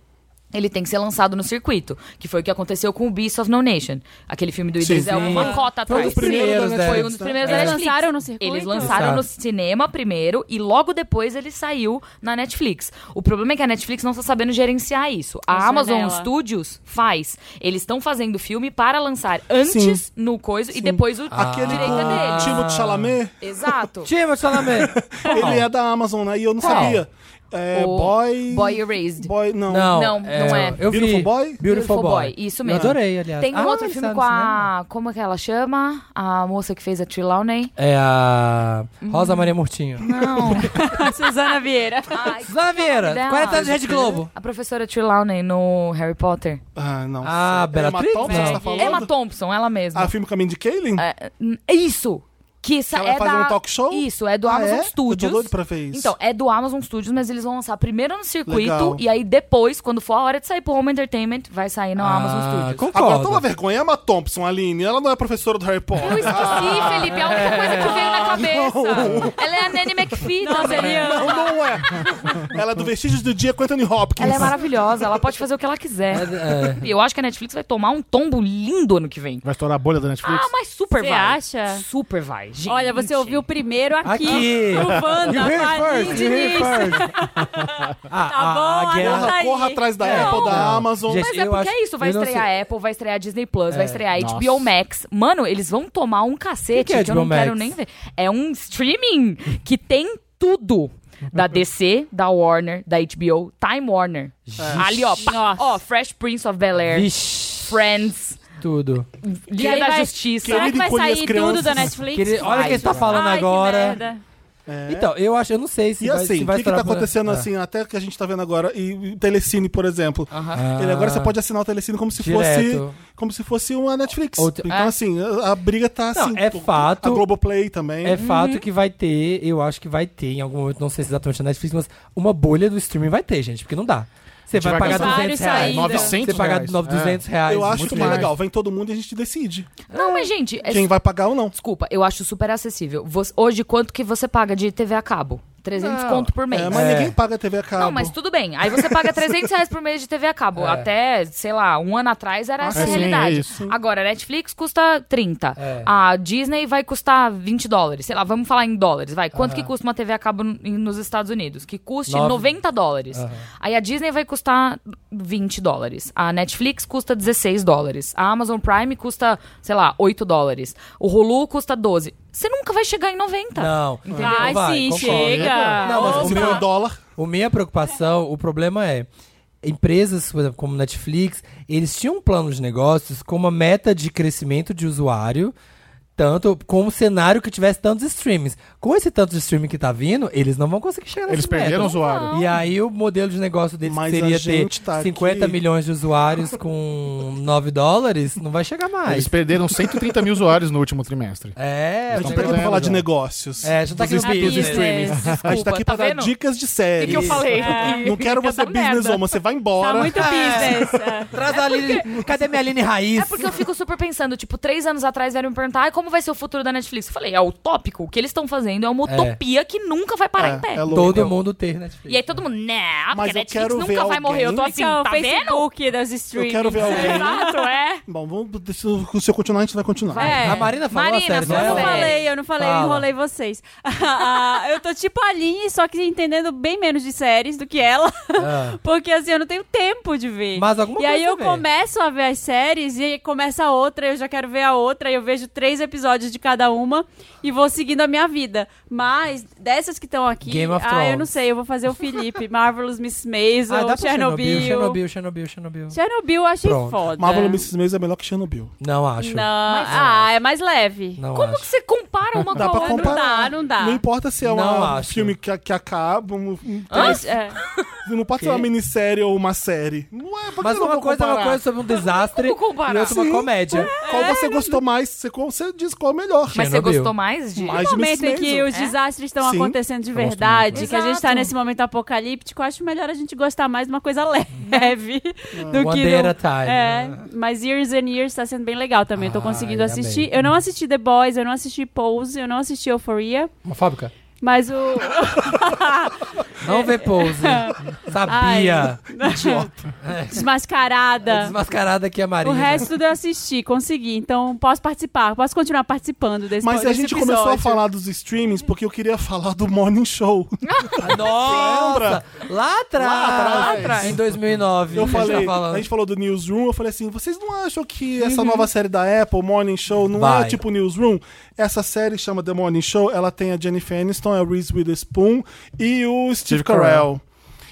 D: Ele tem que ser lançado no circuito, que foi o que aconteceu com o Beast of No Nation. Aquele filme do Idris
C: Sim.
D: Elba, uma cota
C: Foi um dos
D: atrás.
C: primeiros da
D: Foi um
C: Netflix,
D: dos primeiros
C: né?
D: da
B: Eles
D: Netflix.
B: lançaram no circuito?
D: Eles lançaram no
C: Exato.
D: cinema primeiro e logo depois ele saiu na Netflix. O problema é que a Netflix não está sabendo gerenciar isso. A
B: Nossa,
D: Amazon
B: dela.
D: Studios faz. Eles estão fazendo filme para lançar antes no coisa e depois o
C: Ah.
A: Aquele
D: direita
A: com o
D: dele.
A: Timo de Chalamet,
D: Exato.
C: Timo Chalamet.
A: ele é da Amazon, né? E eu não
D: Qual?
A: sabia. É,
D: O
A: boy...
D: Boy Erased.
A: Boy, não.
C: Não,
D: Não, não é.
C: Eu vi.
A: Beautiful Boy?
C: Beautiful Boy.
D: Isso
C: Eu
D: mesmo.
C: adorei, aliás.
D: Tem um
C: Ah,
D: outro
C: ele
D: filme
C: saiu
D: com
C: no cinema.
D: a. Como é que ela chama? A moça que fez a Trelawney?
C: É a
D: Uhum.
C: Rosa Maria Murtinho.
D: Não.
B: Suzana Vieira.
D: Ai,
C: Zaveira,
D: dela.
C: 40 anos de é Rede Globo.
D: a professora Trelawney no Harry Potter.
A: Ah, não.
C: Ah, Bellatrix,
A: Emma Thompson,
C: né?
A: você tá falando?
D: É Emma Thompson, ela mesma.
A: Ah, filme Caminho de Kaylin?
D: É, n- isso! Que essa
A: Ela
D: é
A: faz
D: da...
A: um talk show?
D: Isso, é do
A: Ah,
D: Amazon
A: é?
D: Studios.
A: Eu tô doido pra ver isso.
D: Então, é do Amazon Studios, mas eles vão lançar primeiro no circuito
A: Legal.
D: e aí depois, quando for a hora de sair pro Home Entertainment, vai sair no
C: Ah,
D: Amazon Studios.
C: Concordo.
A: Agora, toma vergonha, Emma Thompson, Aline. Ela não é professora do Harry
D: Eu
A: Potter.
D: esqueci, Felipe, é a única coisa que veio
C: Ah,
D: na cabeça. Ela é a Nanny McPhee também.
A: Não, não é. Ela é do Vestígios do Dia com Anthony Hopkins.
D: Ela é maravilhosa, ela pode fazer o que ela quiser.
C: é,
D: E eu acho que a Netflix vai tomar um tombo lindo ano que vem.
E: Vai estourar a bolha da Netflix?
D: Ah, mas super
B: Você
D: vai.
B: acha?
D: Super vai, gente.
B: Olha, você ouviu primeiro aqui.
C: Aqui.
B: No Wanda,
C: You hear it first, you hear
B: Diniz.
C: it first. Ah,
B: Tá bom,
D: é
C: a guerra-
B: anota
A: Porra,
B: aí.
A: corra atrás da
C: É.
A: Apple, da
C: Não.
A: Amazon.
C: Gente,
D: Mas é
C: Eu
D: porque
C: acho-
D: é isso, vai
C: eu não
D: estrear Apple, vai estrear Disney Plus, vai estrear
E: Nossa.
D: HBO Max. Mano, eles vão tomar um cacete
C: Que
D: que,
C: que é
D: eu não
C: HBO
D: quero
C: Max?
D: nem ver. É um streaming que tem tudo. Da DC, da Warner, da HBO, Time Warner. Ali, ó, pá, ó, Fresh Prince of Bel-Air,
C: Vixe,
D: Friends,
C: tudo.
B: E aí
D: Dia da
B: vai-
D: Justiça.
B: Será
A: Querido
B: que vai
A: encolher as
B: sair
A: crianças.
B: tudo da Netflix?
C: Querido, olha o que ele tá falando
B: Ai, que
C: agora.
B: merda.
A: É.
C: Então, eu acho, eu não sei se
A: E
C: vai,
A: assim,
C: se
A: o
C: vai
A: que, que tá
C: estourar por-
A: acontecendo
C: Ah.
A: assim, até que a gente tá vendo agora, e, e Telecine, por exemplo.
C: Ah.
A: Ele agora você pode assinar o Telecine como se
C: Direto.
A: fosse como se fosse uma Netflix.
C: Outro-
A: Então,
D: É.
A: assim, a, a briga tá
C: Não,
A: assim.
C: é
A: tu-
C: fato.
A: A Globoplay também.
C: É fato que vai ter, eu acho que vai ter em algum momento, não sei se exatamente na Netflix, mas uma bolha do streaming vai ter, gente, porque não dá. Você vai
E: vai
C: pagar
E: gastar
C: 200
B: vários
C: reais.
B: ainda.
E: 900
C: Você pagar
E: reais.
C: 900 reais.
A: É. Eu acho
C: muito
A: super
C: mais.
A: legal. Vem todo mundo e a gente decide.
D: Não, mas gente, é
A: Quem vai pagar ou não.
D: Desculpa, eu acho super acessível. Você- hoje, quanto que você paga de TV a cabo? 300
E: Não,
D: conto por mês.
A: É, mas
C: É.
A: ninguém paga TV a cabo.
D: Não, mas tudo bem. Aí você paga 300 reais por mês de TV a
A: É.
D: cabo. Até, sei lá, um ano atrás
A: Ah,
D: era essa a
E: sim,
D: realidade.
E: é isso.
D: Agora, a Netflix custa 30.
C: É.
D: A Disney vai custar 20 dólares. Sei lá, vamos falar em dólares, vai. Quanto que custa uma TV a cabo n- nos Estados Unidos? Que custe
C: Nove.
D: 90 dólares. Aí a Disney vai custar 20 dólares. A Netflix custa 16 dólares. A Amazon Prime custa, sei lá, 8 dólares. O Hulu custa 12. Você nunca vai chegar em 90.
C: Não.
B: Ai,
C: Vai,
B: sim,
C: concordo.
B: chega.
C: Não, mas assim,
B: Opa.
A: Se for em dólar.
C: O minha preocupação, o problema é empresas, por exemplo, como Netflix, eles tinham um plano de negócios com uma meta de crescimento de usuário, tanto como um cenário que tivesse tantos streams. Com esse tanto de streaming que tá vindo, eles não vão conseguir chegar nessa
E: Eles perderam o
C: meta.
E: usuário.
C: E aí o modelo de negócio deles que
A: Mas
C: seria
A: a gente
C: ter
A: tá
C: 50
A: aqui-
C: milhões de usuários com 9 dólares, não vai chegar mais.
E: Eles perderam 130 mil usuários no último trimestre.
C: É,
A: a
C: o
A: gente tá aqui
C: negócio-
A: pra falar de
E: já.
A: negócios.
C: É, a gente tá aqui no
A: Dos
B: business,
C: business.
D: Desculpa,
A: a gente tá aqui pra dar
D: vendo?
A: dicas de
D: O que,
A: séries.
D: que eu falei?
A: Não quero você
D: Essa
A: business
D: merda.
A: woman, você vai
B: Tá
A: embora.
B: É. muito business. é.
C: Traz a Aline. Cadê minha Aline Raiz?
D: É porque eu fico super pensando, tipo, três anos atrás vieram me perguntar "Ai, como vai ser o futuro da Netflix. Eu falei, é utópico. O que eles estão fazendo é uma
C: É.
D: utopia que nunca vai parar em pé.
A: é, é louco.
C: Todo mundo ter Netflix.
D: E aí todo mundo, né, porque
A: Mas
D: a
A: eu
D: Netflix
A: quero ver
D: nunca vai
A: alguém-
D: morrer. Eu tô assim,
B: Então,
D: tá vendo?
B: Facebook das streams.
A: Eu quero ver alguém.
D: Exato, é.
A: Bom, vamos, se eu- se eu continuar, a gente vai continuar.
B: É.
C: A Marina falou
D: Marina,
C: a série
D: fala
B: Eu não
D: É.
C: dela.
B: falei, eu não falei,
C: Fala.
B: eu enrolei vocês. Ah, eu tô tipo a Aline, só que entendendo bem menos de séries do que ela.
C: Ah.
B: Porque assim, eu não tenho tempo de ver.
C: Mas alguma
B: e aí
C: coisa
B: eu
C: vê.
B: começo a ver as séries e aí começa a outra, eu já quero ver a outra, e eu vejo três episódios de cada uma e vou seguindo a minha vida. Mas dessas que estão aqui,
C: Game of
B: ah,
C: Thrones.
B: eu não sei, eu vou fazer o Felipe, Marvelous Miss Maisel,
C: Ah, dá pra
B: Chernobyl.
C: Chernobyl. Chernobyl, Chernobyl, Chernobyl.
B: Chernobyl eu achei
C: Pronto.
B: foda.
A: Marvel Mrs. Maisel é melhor que Chernobyl.
C: Não acho.
B: Não, ah, é mais leve.
C: Não
D: Como que
C: acho.
D: você compara uma
A: Dá
D: com a
A: pra
D: outra?
A: comparar.
B: Não dá, não dá.
A: Não importa se é
C: Não
A: um
C: acho.
A: filme que, que acaba, um- um-
B: Mas, é.
A: não pode ser uma minissérie ou uma série. Não é, por que
C: Mas
A: eu não
C: uma
A: vou
C: coisa é uma
A: comparar?
C: coisa sobre um desastre e
D: como comparar?
C: outra uma
A: Sim.
C: comédia.
A: Qual
B: É.
A: você gostou mais? Você, qual, você diz qual é o melhor.
D: Mas você
C: Chernobyl.
D: gostou mais de...
A: Mais de
B: No
A: Miss
B: momento em que
C: É?
A: Maisel.
B: os desastres estão
A: Sim.
B: acontecendo de
C: gosto
B: verdade,
D: muito.
B: que a gente está
D: Exato.
B: nesse momento apocalíptico, eu acho melhor a gente gostar mais de uma coisa leve do
C: One
B: que
C: Day
B: do-
C: at a Time.
B: É,
C: né?
B: mas Years and Years tá sendo bem legal também. Eu tô
C: Ai,
B: conseguindo assistir.
C: amei.
B: Eu não assisti The Boys, eu não assisti Pose, eu não assisti Euphoria,
C: Homofóbica?
B: mas o
C: Não vê pose. Sabia.
B: Desmascarada.
C: Desmascarada aqui a
B: tá. O
C: Marina.
B: resto eu assisti, consegui. Então posso participar, posso continuar participando desse
A: Mas
B: desse
A: a gente
B: episódio.
A: começou a falar dos streamings porque eu queria falar do Morning Show.
C: Ah, Nossa! Lá atrás,
A: Lá
C: Em 2009.
A: Eu
C: a gente tá
A: falei,
C: falando.
A: a gente falou do Newsroom, eu falei assim, vocês não acham que essa
D: Uhum.
A: nova série da Apple, Morning Show, não é
C: Vai.
A: tipo Newsroom? Essa série chama The Morning Show, ela tem a Jennifer Aniston, a Reese Witherspoon e o Steve,
E: Steve
A: Carell.
E: Carell.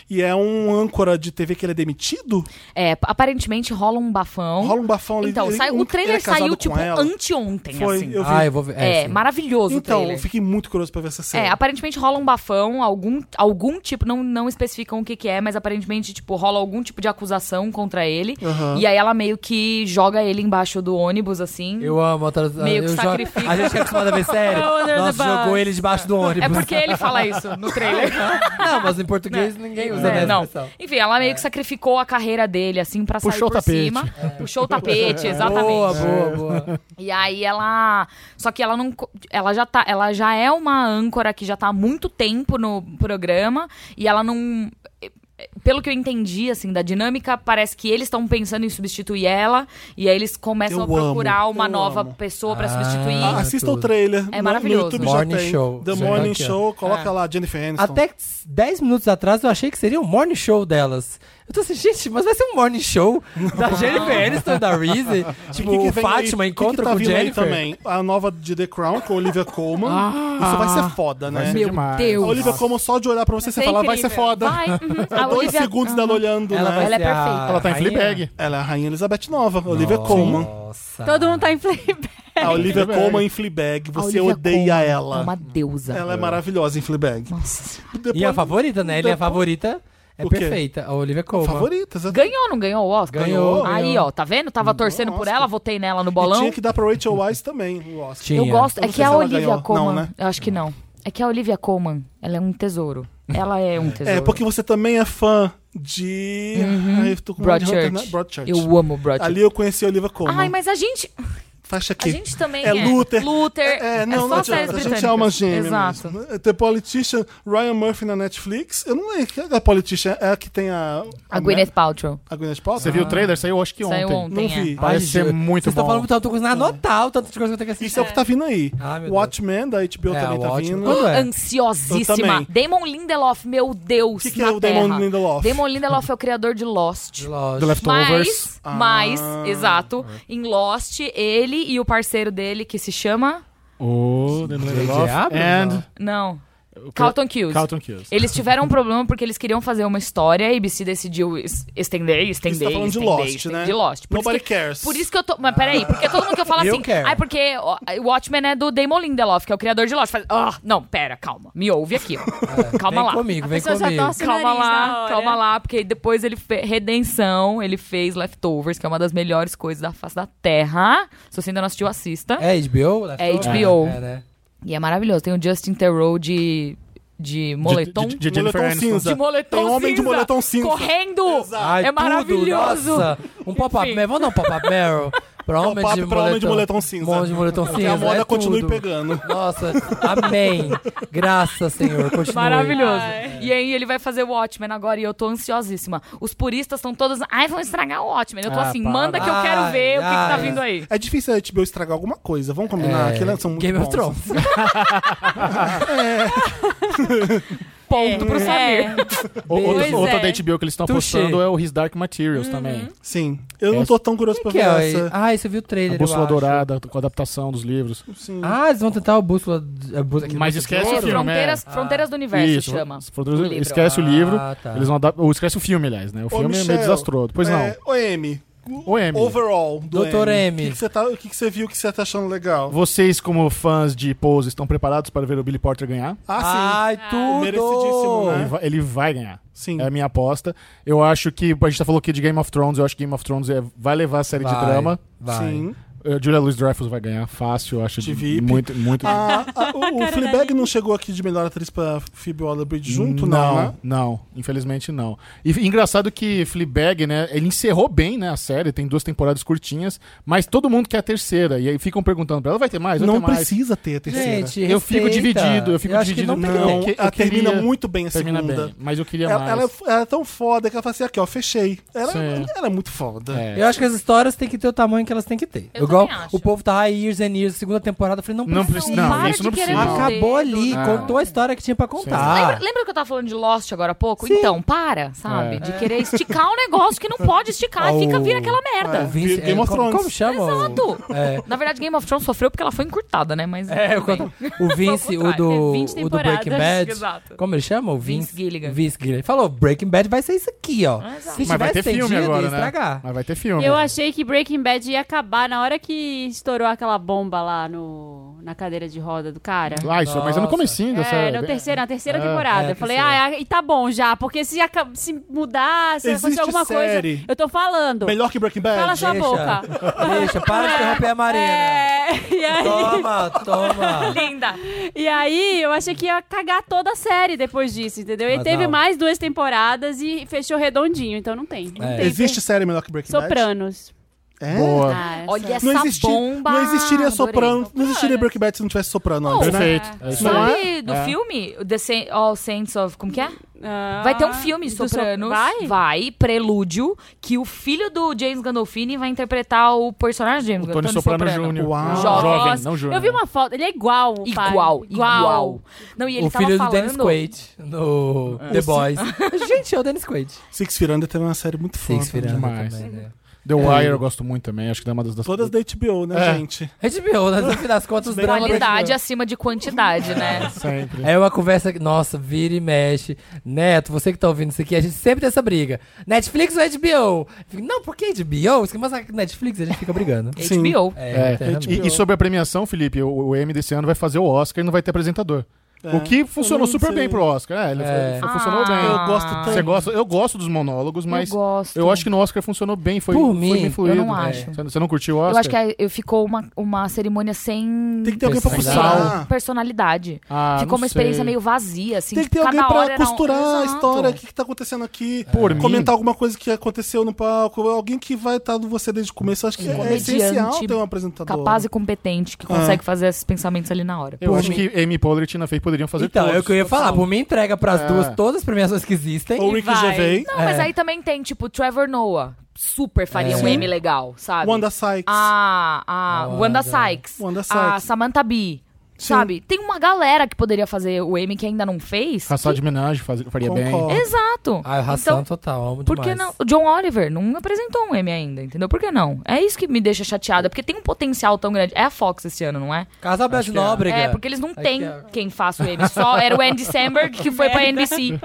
A: E é um âncora de TV que ele é demitido?
D: É, aparentemente rola um bafão.
A: Rola um bafão ali.
D: Então,
A: ele-
D: sai,
A: ele
D: o
A: é
D: trailer
A: casado
D: saiu,
A: com
D: tipo,
A: ela.
D: anteontem,
A: Foi,
D: assim.
A: eu vi.
C: Ah, eu vou ver.
D: É,
C: sim.
D: maravilhoso o
A: Então,
D: trailer.
A: eu fiquei muito curioso pra ver essa série.
D: É, aparentemente rola um bafão, algum, algum tipo, não, não especificam o que, que é, mas aparentemente, tipo, rola algum tipo de acusação contra ele. E aí ela meio que joga ele embaixo do ônibus, assim.
C: Eu amo outras.
D: Meio que
C: eu
D: sacrifica.
C: A gente que é acostumado a ver série.
B: É o Under the
C: Nossa,
B: Bus.
C: jogou ele debaixo do ônibus.
D: É porque ele fala isso no trailer.
C: Não, mas em português ninguém usa
D: É,
C: essa
D: não.
C: expressão. É.
D: Enfim, ela meio que sacrificou a carreira dele, assim, pra
E: Puxou o
D: sair por
E: tapete.
D: cima. Puxou o tapete, exatamente.
C: Boa,
A: É.
C: boa, boa.
D: E aí ela. Só que ela não. co- Ela já, tá, ela já é uma âncora que já tá há muito tempo no programa e ela não. Pelo que eu entendi, assim, da dinâmica, parece que eles estão pensando em substituir ela e aí eles começam
A: Eu
D: a procurar
A: amo,
D: uma
A: eu
D: nova
A: amo.
D: pessoa pra
C: Ah.
D: substituir.
A: Ah,
C: Isso
A: assista
C: tudo.
A: o trailer.
D: É
A: no-
D: maravilhoso. É.
A: No YouTube
C: Morning
A: já tem.
C: Show.
A: The
C: Já
A: Morning
C: aqui, ó.
A: Show, coloca lá Jennifer Aniston.
C: Até que 10 minutos atrás eu achei que seria um morning show delas. Eu tô assim, gente, mas vai ser um morning show da Jennifer Aniston e da Reese.
A: E
C: Tipo,
A: que que
C: o
A: vem
C: Fátima
A: aí? Que
C: encontra
A: que tá
C: com
A: vindo aí
C: Jennifer. Ah.
A: também. A nova de The Crown com a Olivia Colman. Isso vai ser foda, né?
D: Meu
E: demais.
A: A
D: Deus.
A: Olivia Colman só de olhar pra você, você
B: ser
A: fala, vai ser
B: incrível.
A: foda.
D: Vai, uhum.
A: É
D: A
A: dois
D: Olivia-
A: segundos dela olhando,
C: Ela,
A: né?
C: vai
D: Ela é
C: ser a
D: perfeita.
E: Ela tá em
C: rainha.
E: Fleabag.
A: Ela é a rainha Elizabeth Nova, Olivia Colman.
C: Nossa.
B: Todo mundo tá em playback.
A: A Olivia
E: Fleabag.
A: Colman em Fleabag,
D: A
A: você
D: Olivia
A: odeia
D: Colman É
A: ela.
D: uma deusa.
A: Ela é maravilhosa em Fleabag.
D: Nossa.
C: E a favorita, né? Ele é a favorita. É
A: O quê?
C: perfeita. A Olivia Colman.
A: Favorita, exato.
D: Ganhou, não ganhou o Oscar?
C: Ganhou,
D: Aí,
C: ganhou.
D: ó, tá vendo? Tava torcendo por
A: Oscar.
D: ela, votei nela no
A: E
D: bolão.
A: tinha que dar pra Rachel Wise também o Oscar.
C: Tinha.
D: Eu gosto.
A: Eu
D: É
A: não
D: que
A: sei
D: a
A: se ela
D: Olivia
A: ganhou.
D: Colman.
A: Não, né?
D: Eu acho que não. É que a Olivia Colman, ela é um tesouro. Ela é um tesouro.
A: É, porque você também é fã de...
C: Uhum.
A: Ai, eu tô com
D: Broadchurch.
A: vontade de rotar, né? Broadchurch.
D: Eu amo Broadchurch.
A: Ali eu conheci a Olivia Colman.
D: Ai, mas a gente,
A: Faixa aqui.
D: a gente também
A: É Luther.
D: Luther.
A: É, não,
D: só
A: não,
D: séries
A: a gente
D: britânicas.
A: é alma gêmea.
D: Exato.
A: mesmo. The Politician, Ryan Murphy na Netflix. Eu não lembro. Quem é a Politician? É a que tem a.
D: A Gwyneth Paltrow.
A: A Gwyneth Paltrow?
E: Você viu o trailer? Saiu acho que ontem.
D: Saiu ontem.
A: Não
D: é.
A: vi.
E: Vai ser
C: Ju,
E: muito
C: Vocês estão
E: bom.
C: falando tanto coisa na anotar, o tanto de coisa que eu tenho que assistir.
A: Tá. Isso é o que tá vindo aí.
C: Ah, meu Deus.
A: Watchmen, da HBO
C: É,
A: também tá
C: Watchmen.
A: vindo.
C: Quando é?
A: Eu
D: Ansiosíssima.
A: também.
D: Damon Lindelof, meu Deus.
A: O que, que é
D: na
A: o Damon
D: terra.
A: Lindelof?
D: Damon Lindelof é o criador de Lost.
C: Lógico.
E: The Leftovers.
D: Mas, mas,
A: Ah.
D: exato, em Lost, ele e o parceiro dele, que se chama.
E: Oh, The Love
C: Diablo,
E: and
D: Não. Carlton Hughes.
E: Carlton Kills.
D: Eles tiveram um problema porque eles queriam fazer uma história e ABC decidiu es- estender, estender,
A: Você tá falando de
D: estender,
A: Lost,
D: estender,
A: né?
D: de Lost. Por
A: Nobody
D: isso que, é
A: cares.
D: Por isso que eu tô... Mas peraí, porque todo mundo que eu falo
C: Eu
D: assim...
C: quero.
D: Ai, porque o Watchmen é do Damon Lindelof, que é o criador de Lost. Faz, ah, não, pera, calma. Me ouve aqui.
A: É,
D: ó. calma
C: vem
D: lá.
C: comigo, vem
B: pessoa já
C: comigo.
B: torce-
D: Calma
B: Nariz na
D: lá,
B: hora.
D: calma lá, porque depois ele fez Redenção, ele fez Leftovers, que é uma das melhores coisas da face da Terra. Se você ainda não assistiu, assista.
C: É HBO?
D: É HBO.
C: É, né?
D: E é maravilhoso. Tem o Justin Theroux de, de moletom.
E: De, de, de Jennifer
A: Moletom
E: Aniston.
A: cinza.
D: De moletom
A: Tem um homem de
D: cinza,
A: moletom cinza.
D: Correndo!
C: Ai,
D: é
C: tudo,
D: maravilhoso!
C: nossa. Um pop-up
D: Enfim.
C: Meryl. Vamos dar um pop-up Meryl pra homem,
A: Pop-up
C: de,
A: pra
C: moletom.
A: homem de moletom cinza.
C: Homem de moletom
A: Que
C: cinza.
A: a moda
C: é
A: continue
C: tudo.
A: pegando.
C: Nossa, amém. Graças, Senhor. Continue.
D: Maravilhoso.
B: Ai.
D: E aí ele vai fazer o Watchmen agora e eu tô ansiosíssima. Os puristas estão todos. Ai, vão estragar o Watchmen. Eu tô
E: Ah,
D: assim,
E: para.
D: manda que eu quero
C: Ai,
D: ver o que, que tá
C: ai.
D: vindo aí.
A: É difícil a HBO estragar alguma coisa, vamos combinar.
C: É,
A: Aqui elas são muito
C: Game of
A: bons.
C: Thrones.
D: Ponto pro
B: É.
D: Samir.
E: O- outra,
D: Pois
E: outra
D: é. Uhum.
E: da HBO que eles estão
C: Touché.
E: postando é o His Dark Materials também.
A: Sim. Eu não
E: Essa-
A: tô tão curioso pra
C: que
A: ver
C: é?
A: essa.
C: Ah, você viu o trailer,
E: A
C: eu
E: Bússola
C: acho.
E: Dourada, com a adaptação dos livros.
A: Sim.
C: Ah, eles vão tentar o Bússola... A bússola aqui
E: Mas
C: do-
E: esquece
D: É,
E: o filme.
D: Fronteiras,
C: é.
D: Fronteiras do Universo chama.
E: Os produtores-
D: O livro.
E: Esquece o livro.
C: Ah, tá.
E: Eles vão adap- Ou esquece o filme, aliás, né? O filme é
A: Michel,
E: meio desastroso. Pois
A: É, O M.
E: não. O M.
A: Overall. Do
C: Doutor M.
A: O que que você tá- o que que você viu que você tá achando legal?
E: Vocês, como fãs de Pose, estão preparados para ver o Billy Porter ganhar?
A: Ah, sim.
C: Ai, tudo!
A: Merecidíssimo, né?
E: Ele vai, ele vai ganhar.
A: Sim.
E: É a minha aposta. Eu acho que. A gente tá falando aqui de Game of Thrones. Eu acho que Game of Thrones é- vai levar a série de
C: Vai,
E: drama.
C: Vai.
A: Sim.
E: Eh, Julia Louis-Dreyfus vai ganhar fácil, eu acho.
A: De VIP.
E: Muito, muito.
A: A- a- Ah, o o
B: cara
A: Fleabag
B: da
A: não chegou aqui de melhor atriz pra Phoebe Waller-Bridge junto, não,
E: não,
A: né?
E: não, infelizmente não. E engraçado que Fleabag, né, ele encerrou bem, né, a série, tem duas temporadas curtinhas, mas todo mundo quer a terceira, e aí ficam perguntando pra ela, vai ter mais, vai
A: Não
E: ter mais.
A: precisa ter a terceira.
C: Gente,
E: Eu fico
C: respeita.
E: dividido, eu fico
C: acho que
E: dividido.
C: não tem
E: Não, é
C: que ter.
A: Não,
E: que-
A: ela
E: eu queria-
A: termina muito bem a
E: Termina
A: segunda.
E: bem, mas eu queria
A: Ela,
E: mais.
A: ela é, ela é tão foda que ela fala assim, aqui, ó, fechei. Ela,
E: Sim.
A: ela é muito foda.
E: É.
C: Eu acho que as histórias têm que ter o tamanho que elas têm que ter.
D: Eu
C: Igual
D: também acho.
C: o povo tá aí, Years and Years, segunda temporada, eu falei, não
E: Não
C: precisa.
E: precisa, não,
D: para
E: isso é
D: de
E: não
D: querer
E: precisa.
D: mudar.
C: Acabou ali,
E: Ah.
C: contou a história que tinha pra
D: Lembra,
C: contar.
D: lembra que eu tava falando de Lost agora há pouco?
C: Ah. Sim.
D: Então, para, sabe?
E: É.
D: De querer esticar um negócio que não pode esticar
C: Ó,
D: e fica vira aquela
A: é.
D: merda.
C: Vince- é,
A: Game of
C: como-
A: Thrones.
C: Como chama? o-
D: Exato.
C: É.
D: Na verdade, Game of Thrones sofreu porque ela foi encurtada, né? Mas.
C: É, eu
D: tudo bem.
C: conto- o Vince,
D: Ao
C: o do,
B: contrário, é 20
C: o do Breaking
B: temporadas,
C: Bad.
D: exato.
C: Como ele chama? O Vince,
D: Vince Gilligan.
C: Vince Gilligan. Ele falou: Breaking Bad vai ser isso aqui, ó.
D: Ah, exato.
C: Se
E: Mas vai
C: tivesse
E: ter filme
C: estendido,
E: agora,
C: ia
E: né?
C: estragar.
E: Mas vai ter filme.
B: Eu achei que Breaking Bad ia acabar na hora que estourou aquela bomba lá no, na cadeira de roda do cara.
E: Ah, isso, mas é no
C: Nossa.
E: comecinho dessa...
B: É, na
E: bem-
B: terceira, na terceira
E: É,
B: temporada.
C: é,
B: eu falei,
C: terceira.
B: ah, e tá bom já, porque se, aca- se mudar, se acontecer
A: Existe
B: alguma
A: série.
B: coisa. Eu tô falando.
A: Melhor que Breaking Bad.
B: Cala sua
C: Deixa.
B: boca.
C: Deixa, para de interromper a Marina.
B: É, e aí.
C: Toma, toma.
D: Linda!
B: E aí, eu achei que ia cagar toda a série depois disso, entendeu? E
C: Mas
B: teve
C: não.
B: mais duas temporadas e fechou redondinho, então não tem. Não
C: É.
B: tem
A: Existe série melhor que Breaking Bad?
B: Sopranos.
A: É?
E: Boa.
B: Ah,
D: Olha
B: essa-
D: essa
A: Não, existi-
D: bomba!
A: não existiria Soprano,
D: Adorei.
A: não existiria Breaking Bad se não tivesse Soprano
D: Oh,
A: antes, né?
E: Perfeito.
B: Não
E: É isso aí.
D: Sabe do
E: É.
D: filme? The Sen- All Saints of. Como que é?
B: Ah,
D: Vai ter um filme
B: do
D: Sopranos.
B: Sop- Vai?
D: Vai, prelúdio, que o filho do James Gandolfini vai interpretar o personagem James
E: O Tony
D: Tony
E: Soprano Jr.
A: Uau.
D: Jovem.
E: Jovem, não Júnior.
B: Eu vi uma foto, ele é igual. o pai.
D: Igual, igual. Não, e ele
C: o
D: tava
C: filho do
D: falando...
C: Dennis Quaid no The Boys. Gente, é o Dennis Quaid.
A: Six Feet Under teve uma série muito foda.
C: Six Feet Under
E: demais.
C: também, né?
E: The Wire eu gosto muito também, acho que é uma das... das-
A: Todas da HBO, né,
E: É.
A: gente?
C: HBO, né? no fim das contas, os
A: Bem
C: dramas.
D: Qualidade acima de quantidade, né?
E: Sempre.
C: É uma conversa que, nossa, vira e mexe. Neto, você que tá ouvindo isso aqui, a gente sempre tem essa briga. Netflix ou HBO? Fica, Não, por que HBO? Você mostra Netflix a gente fica brigando.
A: Sim.
D: HBO.
E: É,
C: eternamente.
E: e, e sobre a premiação, Felipe, o, o M desse ano vai fazer o Oscar e não vai ter apresentador.
A: É.
E: O que
A: Eu
E: funcionou
A: não
E: super
A: sei.
E: bem pro Oscar. É, ele
C: É.
E: fu- funcionou bem.
A: Eu gosto tanto.
E: Você gosta, eu gosto dos monólogos, mas
D: Ah, eu
E: eu,
D: gosto.
E: acho que no Oscar funcionou bem. Foi,
C: Por
E: foi
C: mim,
E: bem
C: eu
E: fluido. É.
D: não acho.
E: Você, você não curtiu o Oscar?
D: Eu acho que é, a- eu- ficou uma, uma cerimônia sem
A: Tem que ter alguém pra
E: Personalidade.
A: costurar.
D: personalidade.
E: Ah,
D: Ficou
E: não
D: uma experiência
E: sei.
D: meio vazia, assim.
A: Tem que ter
D: cada
A: alguém
D: hora
A: pra
D: era um-
A: costurar a
D: Exato.
A: história, o que, que tá acontecendo aqui.
E: É. Por mim-
A: Comentar alguma coisa que aconteceu no palco. Alguém que vai estar no você desde o começo. Eu acho que
D: Um
A: é essencial
D: comediante
A: ter um apresentador.
D: Capaz e competente,
A: É.
D: que consegue fazer esses pensamentos ali na hora.
E: Eu
A: Por
E: acho
A: mim.
E: que Amy Poehler e Tina Fey poderiam fazer
C: Então, é o
E: todos.
C: que eu ia falar. Por mim, entrega pras
E: É.
C: duas todas as premiações que existem.
A: Ou
B: E
A: Rick
B: vai.
A: Gervais.
D: Não, mas
C: É.
D: aí também tem, tipo, Trevor Noah. Super faria um
A: Sim.
D: M legal, sabe? Ah,
A: Wanda Sykes.
D: A, a
C: Wanda.
D: Wanda Sykes.
A: Wanda
D: A
A: Sykes.
D: Samantha Bee. Sabe? Tem uma galera que poderia fazer o M que ainda não fez.
E: Hassad Minaj faz- faria
A: Concordo.
E: bem.
D: Exato.
C: Ah, ração
D: Então,
C: total, amo
D: Por que
C: demais.
D: não? O John Oliver não apresentou um M ainda, entendeu? Por que não? É isso que me deixa chateada, porque tem um potencial tão grande. É a Fox esse ano, não é?
C: Casa Bela de
E: que é.
C: Nóbrega.
D: É, porque eles não
C: Aqui,
D: têm
C: ó.
D: quem faça o M. Só era o Andy Samberg que foi pra NBC.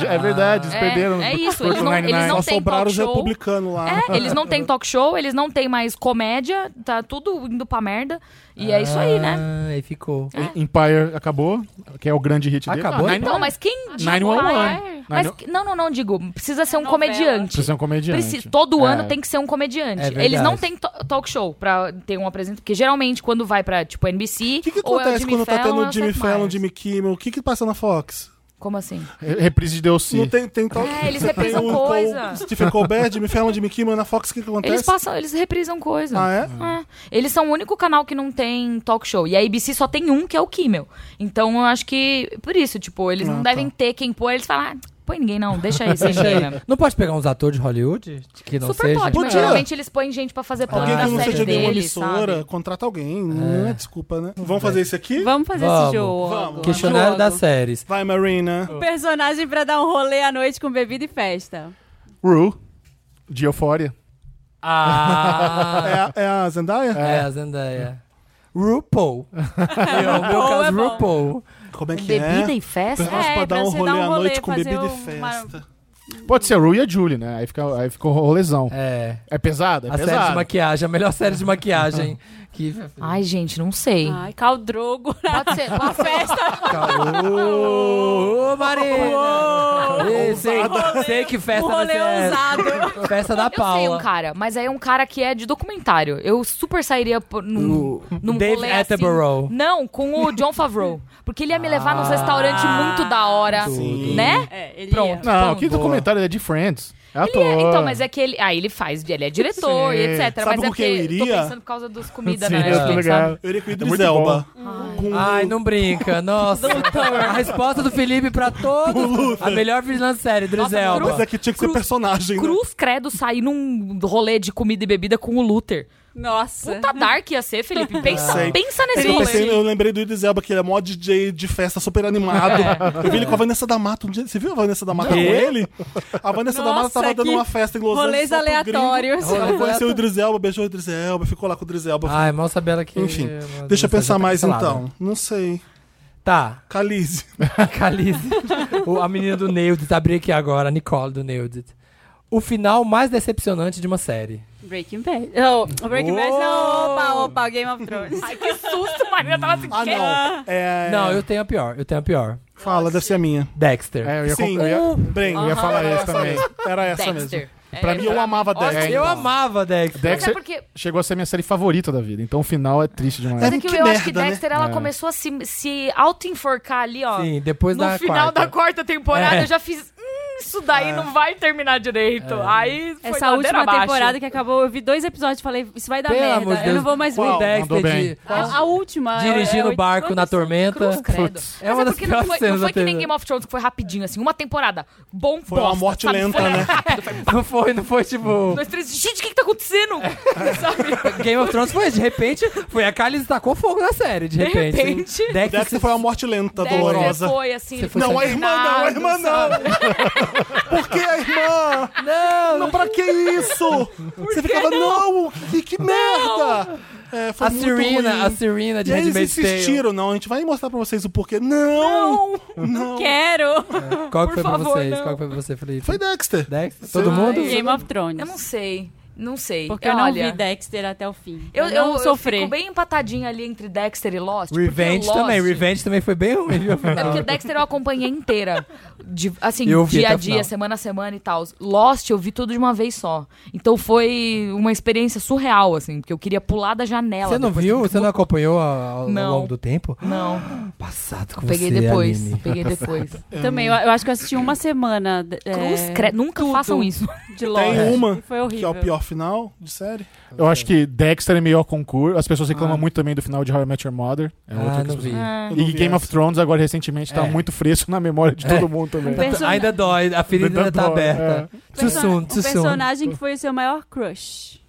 E: É verdade, eles
D: É,
E: perderam.
D: é
E: pro-
D: isso,
E: pro
D: eles não- eles
E: 99.
A: Só
D: tem
A: sobraram
D: talk
A: os
D: show.
A: republicanos lá.
D: É, eles não têm talk show, eles não têm mais comédia, tá tudo indo pra merda. E é isso aí, né?
C: Ah, aí ficou.
D: É.
E: Empire acabou, que é o grande hit dele.
C: Acabou?
E: Ah,
D: Não, Então, mas quem. digo,
E: 911.
D: ah, é. Mas, que- não, não, não, digo. Precisa ser um
B: novela.
D: comediante.
E: Precisa ser um comediante.
D: Precisa- todo ano
E: É.
D: tem que ser um comediante.
C: É verdade.
D: Eles não têm to- talk show pra ter um apresentador. Porque geralmente quando vai pra, tipo, NBC.
A: O que, que
D: ou é o
A: acontece
D: Jimmy
A: quando tá
D: Fallon, ou é
A: tendo
D: o
A: Jimmy
D: Seth
A: Fallon,
D: Meyers.
A: Jimmy Kimmel? O que que passa na Fox?
D: Como assim?
E: Reprise de Delcy.
A: Não tem, tem tal...
D: É, eles
A: você tem um
D: reprisam
A: o Paul-
D: coisa.
A: Stephen Colbert, Jimmy Fallon, Jimmy Kimmel na Fox, o que, que acontece?
D: Eles passam, eles reprisam coisa.
A: Ah, é?
D: É. Eles são o único canal que não tem talk show. E a ABC só tem um, que é o Kimmel. Então eu acho que. Por isso, tipo, eles
A: Ah,
D: não
A: tá.
D: devem ter quem pôr. Eles falam, ah, põe ninguém não, deixa aí, sem
C: Deixa aí.
D: ninguém mesmo.
C: É, Não pode pegar uns atores de Hollywood? Que não
D: Super
C: seja.
D: pode, mas
A: Podia.
D: geralmente eles põem gente pra fazer plano
A: Tá Alguém
D: da
B: Tá
A: que não
D: série
A: seja de uma
D: deles,
A: emissora,
D: sabe?
A: contrata alguém. Não é desculpa, né? Vamos fazer isso aqui?
B: Vamos fazer
C: Vamos.
B: esse jogo.
A: Vamos.
C: Questionário
B: Jogo.
C: das séries.
A: Vai, Marina.
B: Personagem pra dar um rolê à noite com bebida e festa.
E: Rue, de Euphoria.
A: É,
C: Ah!
A: a- é a Zendaya?
C: é, a Zendaya. RuPaul. Eu, no meu caso,
B: é bom.
C: RuPaul.
A: Como é que
D: Bebida
A: é?
D: e festa?
A: Personagem
B: É,
A: pra dar
B: pra
A: um
B: você
A: rolê
B: dar um
A: à
B: rolê,
A: noite com
B: fazer um
A: bebida e
B: uma-
A: festa.
E: Pode ser a Rue e a Julie, né? Aí fica, aí fica o rolezão.
C: É.
E: É pesado? É
C: A série de
E: pesado.
C: maquiagem, a melhor série de maquiagem Que...
D: Ai, gente, não sei.
C: Ah,
B: Ai, caldrogo.
D: Pode ser. Pode ser.
C: Ô, Marina! Ei, sei,
B: Rolê-
C: sei que festa
B: rolê
C: dessa é
B: ousado.
C: essa. Festa da
D: Eu sei um
C: Paula.
D: cara, mas aí é um cara que é de documentário. Eu super sairia por, num,
C: O
D: num
C: David
D: rolê assim.
C: Attenborough.
D: Não, com o John Favreau. Porque ele ia me levar num
C: Ah,
D: restaurante muito da hora.
C: tudo.
D: Né?
B: É, ele
D: Pronto.
E: Não, que
C: Tá Boa.
E: documentário ele é de Friends. É ator.
D: Ele é- então, mas é que ele. Ah, ele faz, ele é diretor
E: Sim.
D: e etc.
A: Sabe
D: mas é
A: com
D: porque
A: quem eu
D: tô
A: iria?
D: pensando por causa dos né, comidas
E: Sim,
D: na
E: eu tô
D: Netflix, sabe?
E: ligado.
A: Eu iria com o
E: É
A: Idris
E: muito
A: Elba. Com
C: Ai, não brinca, nossa. A resposta do Felipe pra todos. A melhor vilã série, Idris
D: Nossa,
A: Mas
C: Elba.
A: é que tinha que ser
D: Cruz-
A: personagem. né?
D: Cruz Credo sair num rolê de comida e bebida com o Luther.
B: Nossa.
D: Puta dark ia ser, Felipe. Pensa,
A: Sei.
D: pensa nesse
A: É Eu, pensei-
D: rolê.
A: eu lembrei do Idris Elba, que ele é mó DJ de festa, super animado.
D: É.
A: Eu vi ele com a Vanessa da Mata. Um dia, você viu a Vanessa da Mata com
C: Não.
A: ele? A Vanessa da Mata
B: Nossa,
A: tava dando
B: que
A: uma festa em Los Angeles.
B: Rolês
A: só pro gringo.
B: aleatórios.
A: Ela conheceu o
C: Rolê-
A: Idris Elba, beijou o Idris Elba, ficou lá com o Idris Elba.
C: Ai, mal saber ela que.
A: Enfim,
C: Nossa,
A: Deixa eu
C: já
A: pensar
C: tá
A: mais
C: cancelada.
A: então. Não sei.
C: Tá,
A: Calize.
C: a Khaleesi. O- a menina do Nailed, abri aqui agora, a Nicole do Nailed. O final mais decepcionante de uma série.
B: Breaking Bad. Oh, Breaking Bad não.
C: Uou!
B: Opa, opa, Game of Thrones.
D: Ai, que susto, Maria. Tava assim,
A: Ah,
D: quê?
A: não. É...
C: Não, eu tenho a pior, eu tenho a pior.
A: Fala, deve ser a minha.
C: Dexter.
E: É, eu ia,
A: Sim.
E: com- eu ia-
D: Uh,
A: Bem,
E: eu ia falar essa também.
A: Era essa mesmo.
D: Dexter. É.
E: Pra mim, eu amava
D: Ótimo.
E: Dexter.
C: eu
E: Então.
C: amava Dexter.
D: Mas é
E: Dexter
D: porque
E: chegou a ser minha série favorita da vida, então o final é triste demais.
A: É,
D: Mas é que,
A: que
D: eu acho que
A: merda, né?
D: Dexter, ela
E: É.
D: começou a se, se auto-enforcar ali, ó.
C: Sim, depois
D: no
C: da
D: final
C: quarta.
D: da quarta temporada,
C: É.
D: eu já fiz. Hum, isso daí não vai terminar direito. Aí foi
B: Essa
D: ladeira
B: última
D: abaixo.
B: temporada que acabou, eu vi dois episódios e falei, isso vai dar
C: Pelo
B: merda.
C: amor de
B: Eu
C: Deus.
B: não vou mais
A: Qual?
B: ver.
C: Dexter
E: Mandou bem.
C: de-
B: A, a última. é,
C: dirigindo o barco na tormenta.
D: é Cruz, credo.
E: Putz.
C: É uma das
D: porque não
C: piores
D: foi,
C: cenas
D: não foi
C: da
D: que nem
C: TV.
D: Game of Thrones, que foi rapidinho, assim. Uma temporada. Bom
A: Foi uma
D: bosta,
A: morte
D: sabe?
A: lenta,
D: Foi
A: né?
D: rápido, foi
C: Não foi, não foi tipo.
D: dois, três. Gente, o que que tá acontecendo?
A: É.
D: Sabe?
C: Game of Thrones foi, de repente, foi a Khaleesi tacou fogo na série, de
D: De
C: repente.
D: repente.
C: Dexter,
A: Dexter foi uma morte lenta,
D: Dexter
A: tá dolorosa.
D: foi, assim.
C: Você
D: ele
C: foi
A: Não, a
D: condenado,
A: irmã não, a irmã não.
D: sabe?
A: Por que a irmã?
C: Não,
A: Não, pra que isso? Você ficava, não, que, que merda! É, foi
C: a
A: muito
C: Serena, a
A: ruim.
C: Serena de
A: E aí eles
C: Handmaid's Tale.
A: insistiram, não, a gente vai mostrar pra vocês o porquê. Não!
D: Não.
A: Não!
B: Quero.
C: Qual que foi
D: Por
C: pra
D: favor,
C: vocês?
D: não.
C: Qual que foi pra você, Felipe?
A: Foi Dexter.
C: Dexter?
A: Sei
C: Todo
A: lá.
C: mundo?
B: Game of Thrones.
D: Eu não sei. Não sei.
B: Porque eu não vi
D: Olha,
B: Dexter até o fim.
D: Eu, eu,
B: não
D: eu
B: sofri.
D: fico bem empatadinha ali entre Dexter e Lost. porque
C: Revenge
D: Lost-
C: também, Revenge também foi bem ruim. viu,
D: É
C: afinal.
D: porque Dexter eu acompanhei inteira. De- assim,
C: Eu vi
D: dia
C: até
D: a
C: o final.
D: dia, semana a semana e tal. Lost eu vi tudo de uma vez só. Então foi uma experiência surreal, assim, porque eu queria pular da janela.
C: Você não
D: depois.
C: viu? Você não acompanhou ao, ao
D: Não.
C: longo do tempo?
D: Não,
C: Passado com
D: peguei
C: você,
D: depois.
C: Aline.
D: Peguei depois.
B: Também, eu, eu acho que eu assisti uma semana. é,
D: Cruz, credo, nunca
B: tudo
D: façam isso.
B: De Lost.
A: Tem uma,
B: E Foi horrível.
A: que é o pior final de série.
E: Eu acho que Dexter é melhor concurso. As pessoas reclamam muito também do final de How I Met Your Mother. É outro
C: Ah,
E: que
C: não
E: as pessoas-
C: vi.
A: Eu não
E: E
A: vi
E: Game of
A: essa.
E: Thrones agora recentemente tá
C: É.
E: muito fresco na memória de todo mundo também.
B: Pe- Person-
C: Ainda dói, a ferida ainda
E: Ainda
C: tá
E: dói,
C: aberta.
A: é.
C: Too
B: Persona-
C: soon,
B: o
C: too soon.
B: personagem que foi o seu maior crush.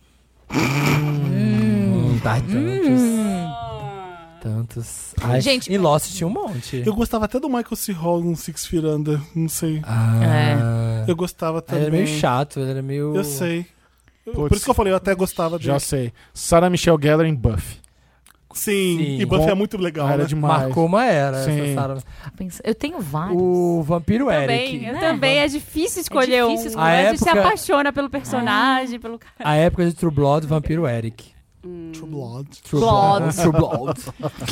C: Hum, tá, tantos.
A: Hum.
C: Ah. Tantos. Ai,
D: Gente,
C: e Lost tinha um monte.
A: Eu gostava até do Michael C. Hall no Six Feet Under, não sei.
C: Ah,
A: Eu gostava
C: Ele
A: também.
C: era meio chato, ele era meio.
A: Eu sei. Eu-
E: Putz.
A: Por isso que eu falei, eu até gostava dele.
E: Já sei. Sarah Michelle Gellar em Buffy.
A: Sim,
C: Sim.
A: e Buffy
E: Bom,
A: é muito legal,
E: Era
A: né?
E: demais.
C: Então, Marcou uma era. essa
E: Sim.
C: Sarah.
D: Pensa- Eu tenho vários.
C: O Vampiro
B: Também,
C: Eric.
B: eu
D: né?
B: também. É difícil escolher
D: É
B: um.
D: difícil
C: escolher.
B: A gente se
C: A época-
B: apaixona pelo personagem, pelo cara.
C: A época de True Blood, Vampiro Eric.
A: True Blood.
C: True
B: Blood.
C: True Blood.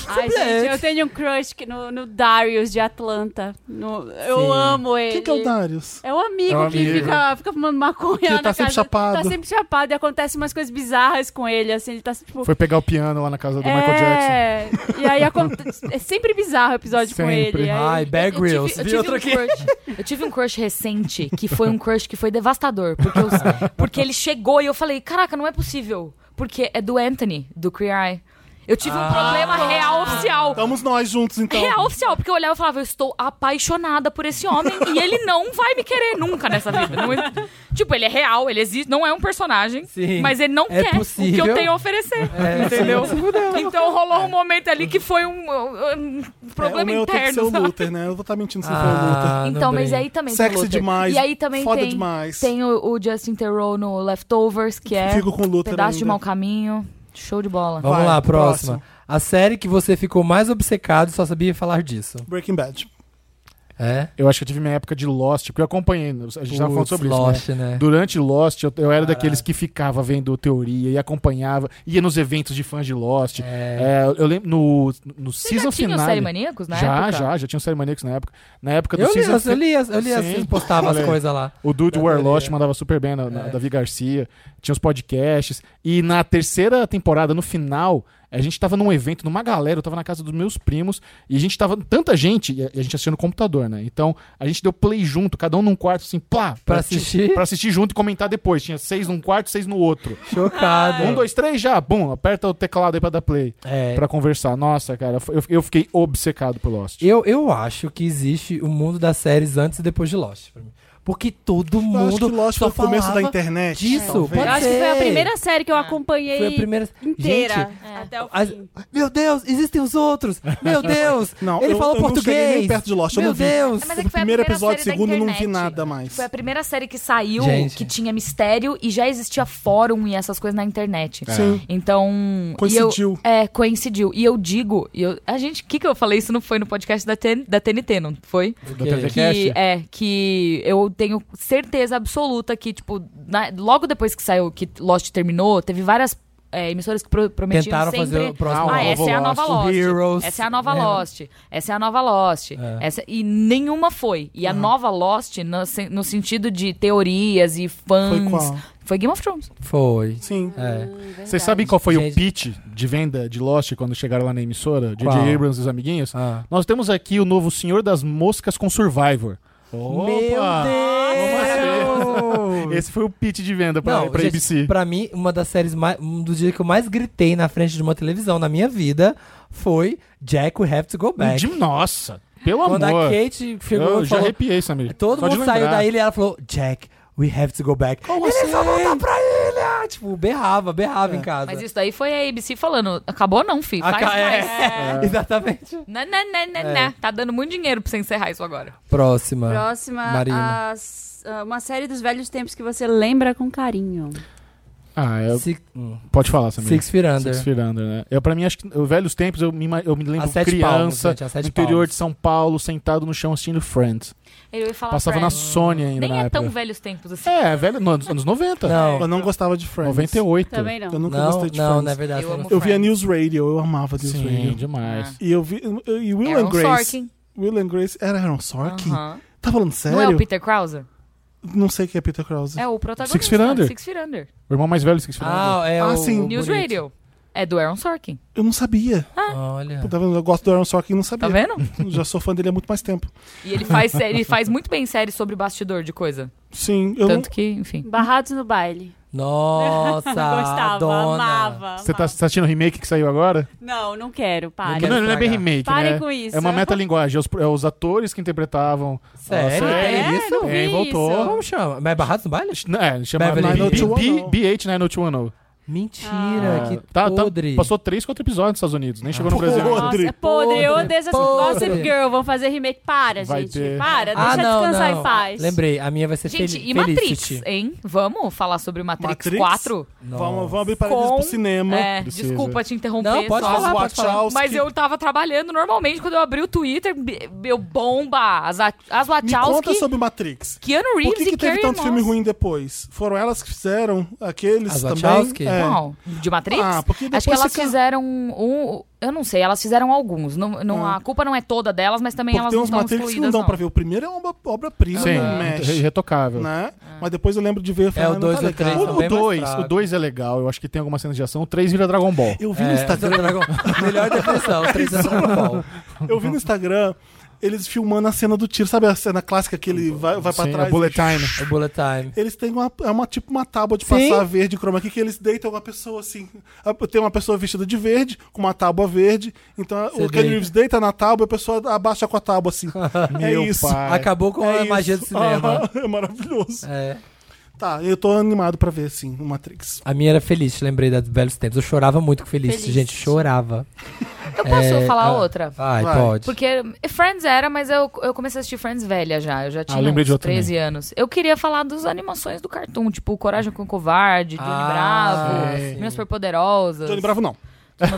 B: Ai,
C: Black.
B: gente, eu tenho um crush que- no, no Darius de Atlanta. No-
C: Sim.
B: eu amo ele.
A: Quem que é o Darius?
B: É o amigo,
E: É o
B: que
E: amigo.
B: fica, fica fumando maconha
A: Que
B: na
A: tá sempre
B: casa-
A: chapado.
B: Tá sempre chapado e acontece umas coisas bizarras com ele, assim, ele tá tipo...
E: Foi pegar o piano lá na casa do Michael Jackson.
B: é, e aí aconte- é sempre bizarro o episódio com
E: Sempre.
B: ele. aí-
C: Ai, Bear
D: Eu tive-
C: Grylls.
D: eu
C: Vi
D: tive
C: outro
D: um
C: aqui.
D: crush- Eu tive um crush recente que foi um crush que foi devastador. Porque, eu- porque ele chegou e eu falei: caraca, não é possível. Porque é do Anthony, do Queer Eye. Eu tive
C: Ah.
D: um problema real oficial.
A: Estamos nós juntos, então.
D: Real oficial, porque eu olhava e falava, eu estou apaixonada por esse homem e ele não vai me querer nunca nessa vida. Não- tipo, ele é real, ele existe, não é um personagem,
C: Sim.
D: mas ele não
C: É
D: quer o que
C: possível.
D: eu tenho a oferecer.
C: É,
D: entendeu?
C: sim, se fudeu.
D: Então rolou um momento ali que foi um, um- um
A: É, o
D: problema
A: meu tem que ser
D: interno.
A: o
D: sabe?
A: Luther, né? Eu vou estar mentindo se não
C: Ah, não
D: Então, mas
C: brinca.
D: aí também
A: Sexy
D: tem o Luther.
A: demais,
D: E aí também
A: foda
D: tem,
A: demais.
D: tem o, o Justin Theroux no Leftovers, que
A: for o
D: é
A: Luther. Fico com o Luther
D: pedaço de
A: ainda.
D: mau caminho. Show de bola.
C: Vamos
A: Vai,
C: lá, próxima.
A: próximo.
C: A série que você ficou mais obcecado e só sabia falar disso.
A: Breaking Bad.
C: É?
E: Eu acho que eu tive minha época de Lost, porque eu acompanhei. né? A gente tava falando
C: Putz,
E: sobre
C: Lost,
E: isso. Né?
C: né?
E: Durante Lost, eu, eu era daqueles que ficava vendo teoria e acompanhava, ia nos eventos de fãs de Lost. É, eu lembro no, no
D: Vocês já
E: season
D: tinham
E: final.
D: série Maníacos na
E: já,
D: época?
E: já, já tinha o Série Maníacos na época. Na época do
C: Eu li,
E: season
C: as- eu li, as- eu li, as-
E: Sim.
C: vocês postavam as
E: Olha aí.
C: coisas lá.
E: O Dude
C: Da
E: Warlost
C: teoria.
E: mandava super bem na,
C: É.
E: na- Davi Garcia, tinha os podcasts. E na terceira temporada, no final, a gente tava num evento, numa galera, eu tava na casa dos meus primos, e a gente tava. Tanta gente, e a, e a gente assistia no computador, né? Então a gente deu play junto, cada um num quarto, assim, pá!
C: Pra assistir?
E: Pra assistir junto e comentar depois. Tinha seis num quarto, seis no outro.
C: Chocado.
E: Um, dois, três, já, bum, aperta o teclado aí pra dar play.
C: Ah, É.
E: Pra conversar. Nossa, cara, eu, eu fiquei obcecado por Lost.
C: Eu, eu acho que existe o mundo das séries antes e depois de Lost. pra mim. Porque todo
A: Eu acho que
C: mundo.
A: Lost foi
C: só
A: o começo da
C: falava
A: internet.
C: disso,
A: talvez.
B: Eu
C: pode
B: acho que foi a
C: ser.
B: primeira série que eu acompanhei
C: Foi a primeira.
B: inteira. é,
C: Gente,
B: Até o
C: as-
B: fim.
C: Meu Deus, existem os outros! Meu Deus!
A: Não,
C: ele
A: eu-
C: falou
A: eu não
C: português!
A: cheguei nem perto de Lost, eu
C: Meu
A: não vi.
C: Deus!
D: É, mas é
A: O
D: que foi
A: primeiro
D: a primeira
A: episódio,
D: série da
A: segundo, não vi
D: internet.
A: nada mais.
D: Tipo, Foi a primeira série que saiu
C: Gente.
D: que tinha mistério e já existia fórum e essas coisas na internet.
A: É. Sim.
D: Então. e eu-
A: Coincidiu.
D: é, coincidiu. E eu digo, e eu, a gente, o que, que eu falei? Isso não foi no podcast da, TN da TNT, não foi?
E: Do
C: que-
E: TVCast?
D: Que, é, que eu tenho certeza absoluta que, tipo, na- logo depois que saiu, que Lost terminou, teve várias é, emissoras que pro, prometiam
C: Tentaram
D: sempre...
C: fazer o próximo
D: Ah,
E: novo
D: essa é a
E: Lost.
D: nova Lost.
C: Heroes.
D: Essa é a nova
C: Lembra?
D: Lost. Essa é a nova Lost. Essa, e nenhuma foi. E a nova Lost, no, sen- no sentido de teorias e fãs.
A: Foi qual?
D: foi Game of Thrones.
C: Tá Foi.
A: Sim.
C: É.
E: Vocês sabem qual foi
C: Gente.
E: o pitch de venda de Lost quando chegaram lá na emissora?
C: Qual?
E: J.J. Abrams e os amiguinhos?
C: Ah.
E: Nós temos aqui o novo Senhor das Moscas com Survivor.
C: Meu Deus!
E: Esse foi o pitch de venda pra,
C: Não,
E: pra
C: gente,
E: ABC.
C: pra mim, uma das séries mais. Um dos dias que eu mais gritei na frente de uma televisão na minha vida foi Jack, We Have to Go Back.
E: De- nossa, pelo
C: Quando
E: amor.
C: a Kate chegou
E: eu
C: e
E: já
C: falou.
E: arrepiei, Samir.
C: Todo
E: Só de
C: mundo saiu
E: lembrar.
C: da ilha e ela falou: Jack, we have to go back. Como Eles vão
E: assim?
C: voltar pra ilha! Tipo, berrava, berrava
E: É.
C: em casa.
D: Mas isso daí foi a ABC falando: acabou não, fi.
C: A
D: Faz
C: ca- é,
D: mais.
C: Exatamente.
D: Né, né, né, né,
C: É.
D: né. Tá dando muito dinheiro pra você encerrar isso agora.
C: Próxima.
B: Próxima,
C: Marina.
B: as- ah, uma série dos velhos tempos que você lembra com carinho.
E: Ah, eu-
C: Six, hum,
E: pode falar, Samir.
C: Six Feet Under.
E: Six Feet Under, né? Eu, pra mim, acho que eu, velhos tempos, eu me, ima- eu me lembro
C: A sete palmos,
E: criança,
C: gente, a sete
E: no interior
C: palmos.
E: de São Paulo, sentado no chão assistindo Friends.
D: Eu ia falar
E: Passava na
D: Friends.
E: Sony ainda
D: Nem
E: na
D: é
E: época.
D: tão velhos tempos assim.
E: É, velho, no- nos anos 90.
A: Eu
C: Não,
A: não gostava de Friends.
E: 98.
B: Também não.
A: Eu nunca
C: não,
A: gostei de
C: não,
A: Friends.
C: não é verdade.
D: Eu amo
A: Eu via
D: Friends.
A: News Radio, eu amava News
E: Sim,
A: Radio.
C: É.
E: demais.
A: E eu vi. eu- E Will
C: um
D: Aaron
A: and Grace.
D: Sorkin.
A: Will and Grace era Aaron Sorkin?
D: um Aham.
A: Tá falando
D: Não é o
A: sério?
D: Peter Krause?
A: Não sei quem é Peter Krause.
D: É o protagonista.
E: Six Feet Under.
D: Six Feet Under.
E: O irmão mais velho do Six Feet Under.
C: Ah, é
A: Ah,
C: o,
A: sim.
C: o
D: News
C: bonito.
D: Radio. Ah. É do Aaron Sorkin.
A: Eu não sabia.
C: Olha.
A: Eu tava- Eu gosto do Aaron Sorkin e não
D: Tá
A: sabia.
D: vendo?
A: Já sou fã dele há muito mais tempo.
D: E ele faz, ele faz muito bem série sobre bastidor de coisa.
A: Sim, eu
D: Tanto que, enfim.
B: Barrados no baile.
C: Nossa,
B: Gostava,
C: a Tá, dona.
B: amava.
E: Você tá
B: amava.
E: tá assistindo o remake que saiu agora?
C: Ah,
B: Não, não quero, para.
C: Quero
E: não, não é bem
C: estragar.
E: remake,
B: Pare
E: né?
B: com isso.
E: É uma metalinguagem. É os, é os atores que interpretavam.
C: Sério?
E: Nossa,
C: Tem
B: É,
C: isso?
B: não vi
E: Tem, voltou.
B: isso.
C: Como chama? Mas é Barrados no Baile?
E: Não, É, chamava
C: Beverly
A: Hills.
E: BH90210.
C: Mentira, Ah, que
E: tá, tá-
C: podre. Ah.
E: Passou três, quatro episódios nos Estados Unidos, nem chegou no
A: Podre.
E: Brasil. ainda.
B: Nossa, é podre. Eu
C: Podre,
B: odeio essas
C: podre.
B: Gossip Girl. Vão fazer remake. Para,
E: Vai
B: gente.
E: ter.
B: Para, deixa
C: ah, não,
B: descansar
C: não.
B: em paz.
C: Lembrei, a minha vai ser
D: Gente,
C: Fel-
D: e Matrix,
C: Felicity.
D: hein? Vamos falar sobre Matrix,
A: Matrix?
D: 4?
A: Vamos, vamos abrir parênteses
D: Com-
A: pro cinema.
D: É,
E: Precisa.
D: desculpa te interromper.
C: Não, pode
D: só.
A: As
C: falar, pode falar.
A: Wachowski.
D: Mas eu tava trabalhando normalmente quando eu abri o Twitter, b- eu bomba as, a- as
A: Me conta
D: Wachowski,
A: sobre Matrix.
D: Keanu Reeves
A: Por que, que teve
D: e Carrie é
A: tanto
D: Moss.
A: filme ruim depois? Foram elas que fizeram aqueles
C: As Wachowski?
A: também? É.
D: Qual? De Matrix?
A: Ah, porque
D: Acho que
A: depois
D: elas
A: fica-
D: fizeram um. Eu não sei, elas fizeram alguns. Não, não-
A: Ah.
D: A culpa não é toda delas, mas também
A: Porque
D: elas
A: tem
D: não
A: uns
D: estão
A: Matrix
D: excluídas.
A: que não dão
D: não.
A: pra ver. O primeiro é uma obra-prima,
E: Sim,
A: não
E: re-
A: mexe.
E: retocável.
A: Né? Mas depois eu lembro de ver falando,
C: dois
A: tá
C: e É o três
A: legal.
C: são
E: O-
C: bem
E: O
C: mais
E: 2
C: fracos.
E: o dois é legal, eu acho que tem algumas cenas de ação. O 3 vira Dragon Ball.
A: Eu vi no Instagram,
C: É, Dragon... Melhor definição, três é Dragon Ball.
A: eu vi no Instagram eles filmando a cena do tiro, sabe a cena clássica que ele vai, vai pra
E: Sim, é
A: trás?
E: a Bullet Time.
C: O Bullet Time.
A: Eles têm uma, é uma tipo uma tábua de
C: Sim.
A: passar verde chroma aqui que eles deitam uma pessoa assim. A- Tem uma pessoa vestida de verde com uma tábua verde. Então a-
C: Você
A: o Kenny
C: deita.
A: Reeves deita na tábua e a pessoa abaixa com a tábua assim. é
E: Meu
A: isso.
E: pai.
C: Acabou com
A: É
C: a
A: isso.
C: magia do cinema.
A: Aham, é maravilhoso.
C: É.
A: Tá, eu tô animado pra ver, sim, o Matrix.
C: A minha era feliz, lembrei das velhos tempos. Eu chorava muito com Felicity,
B: Felicity.
C: gente, chorava.
D: Eu posso
C: É,
D: falar
C: ah,
D: outra?
C: Vai,
A: Vai.
C: pode.
D: Porque eh, Friends era, mas eu, eu comecei a assistir Friends velha já. Eu
A: Ah,
D: já tinha
E: lembrei de
D: uns
E: outra
D: 13 anos. Eu queria falar das animações do cartoon, tipo Coragem com o Covarde, Johnny
C: Ah,
D: Bravo,
C: sim.
D: Minas Superpoderosas.
A: Johnny Bravo não.
D: turma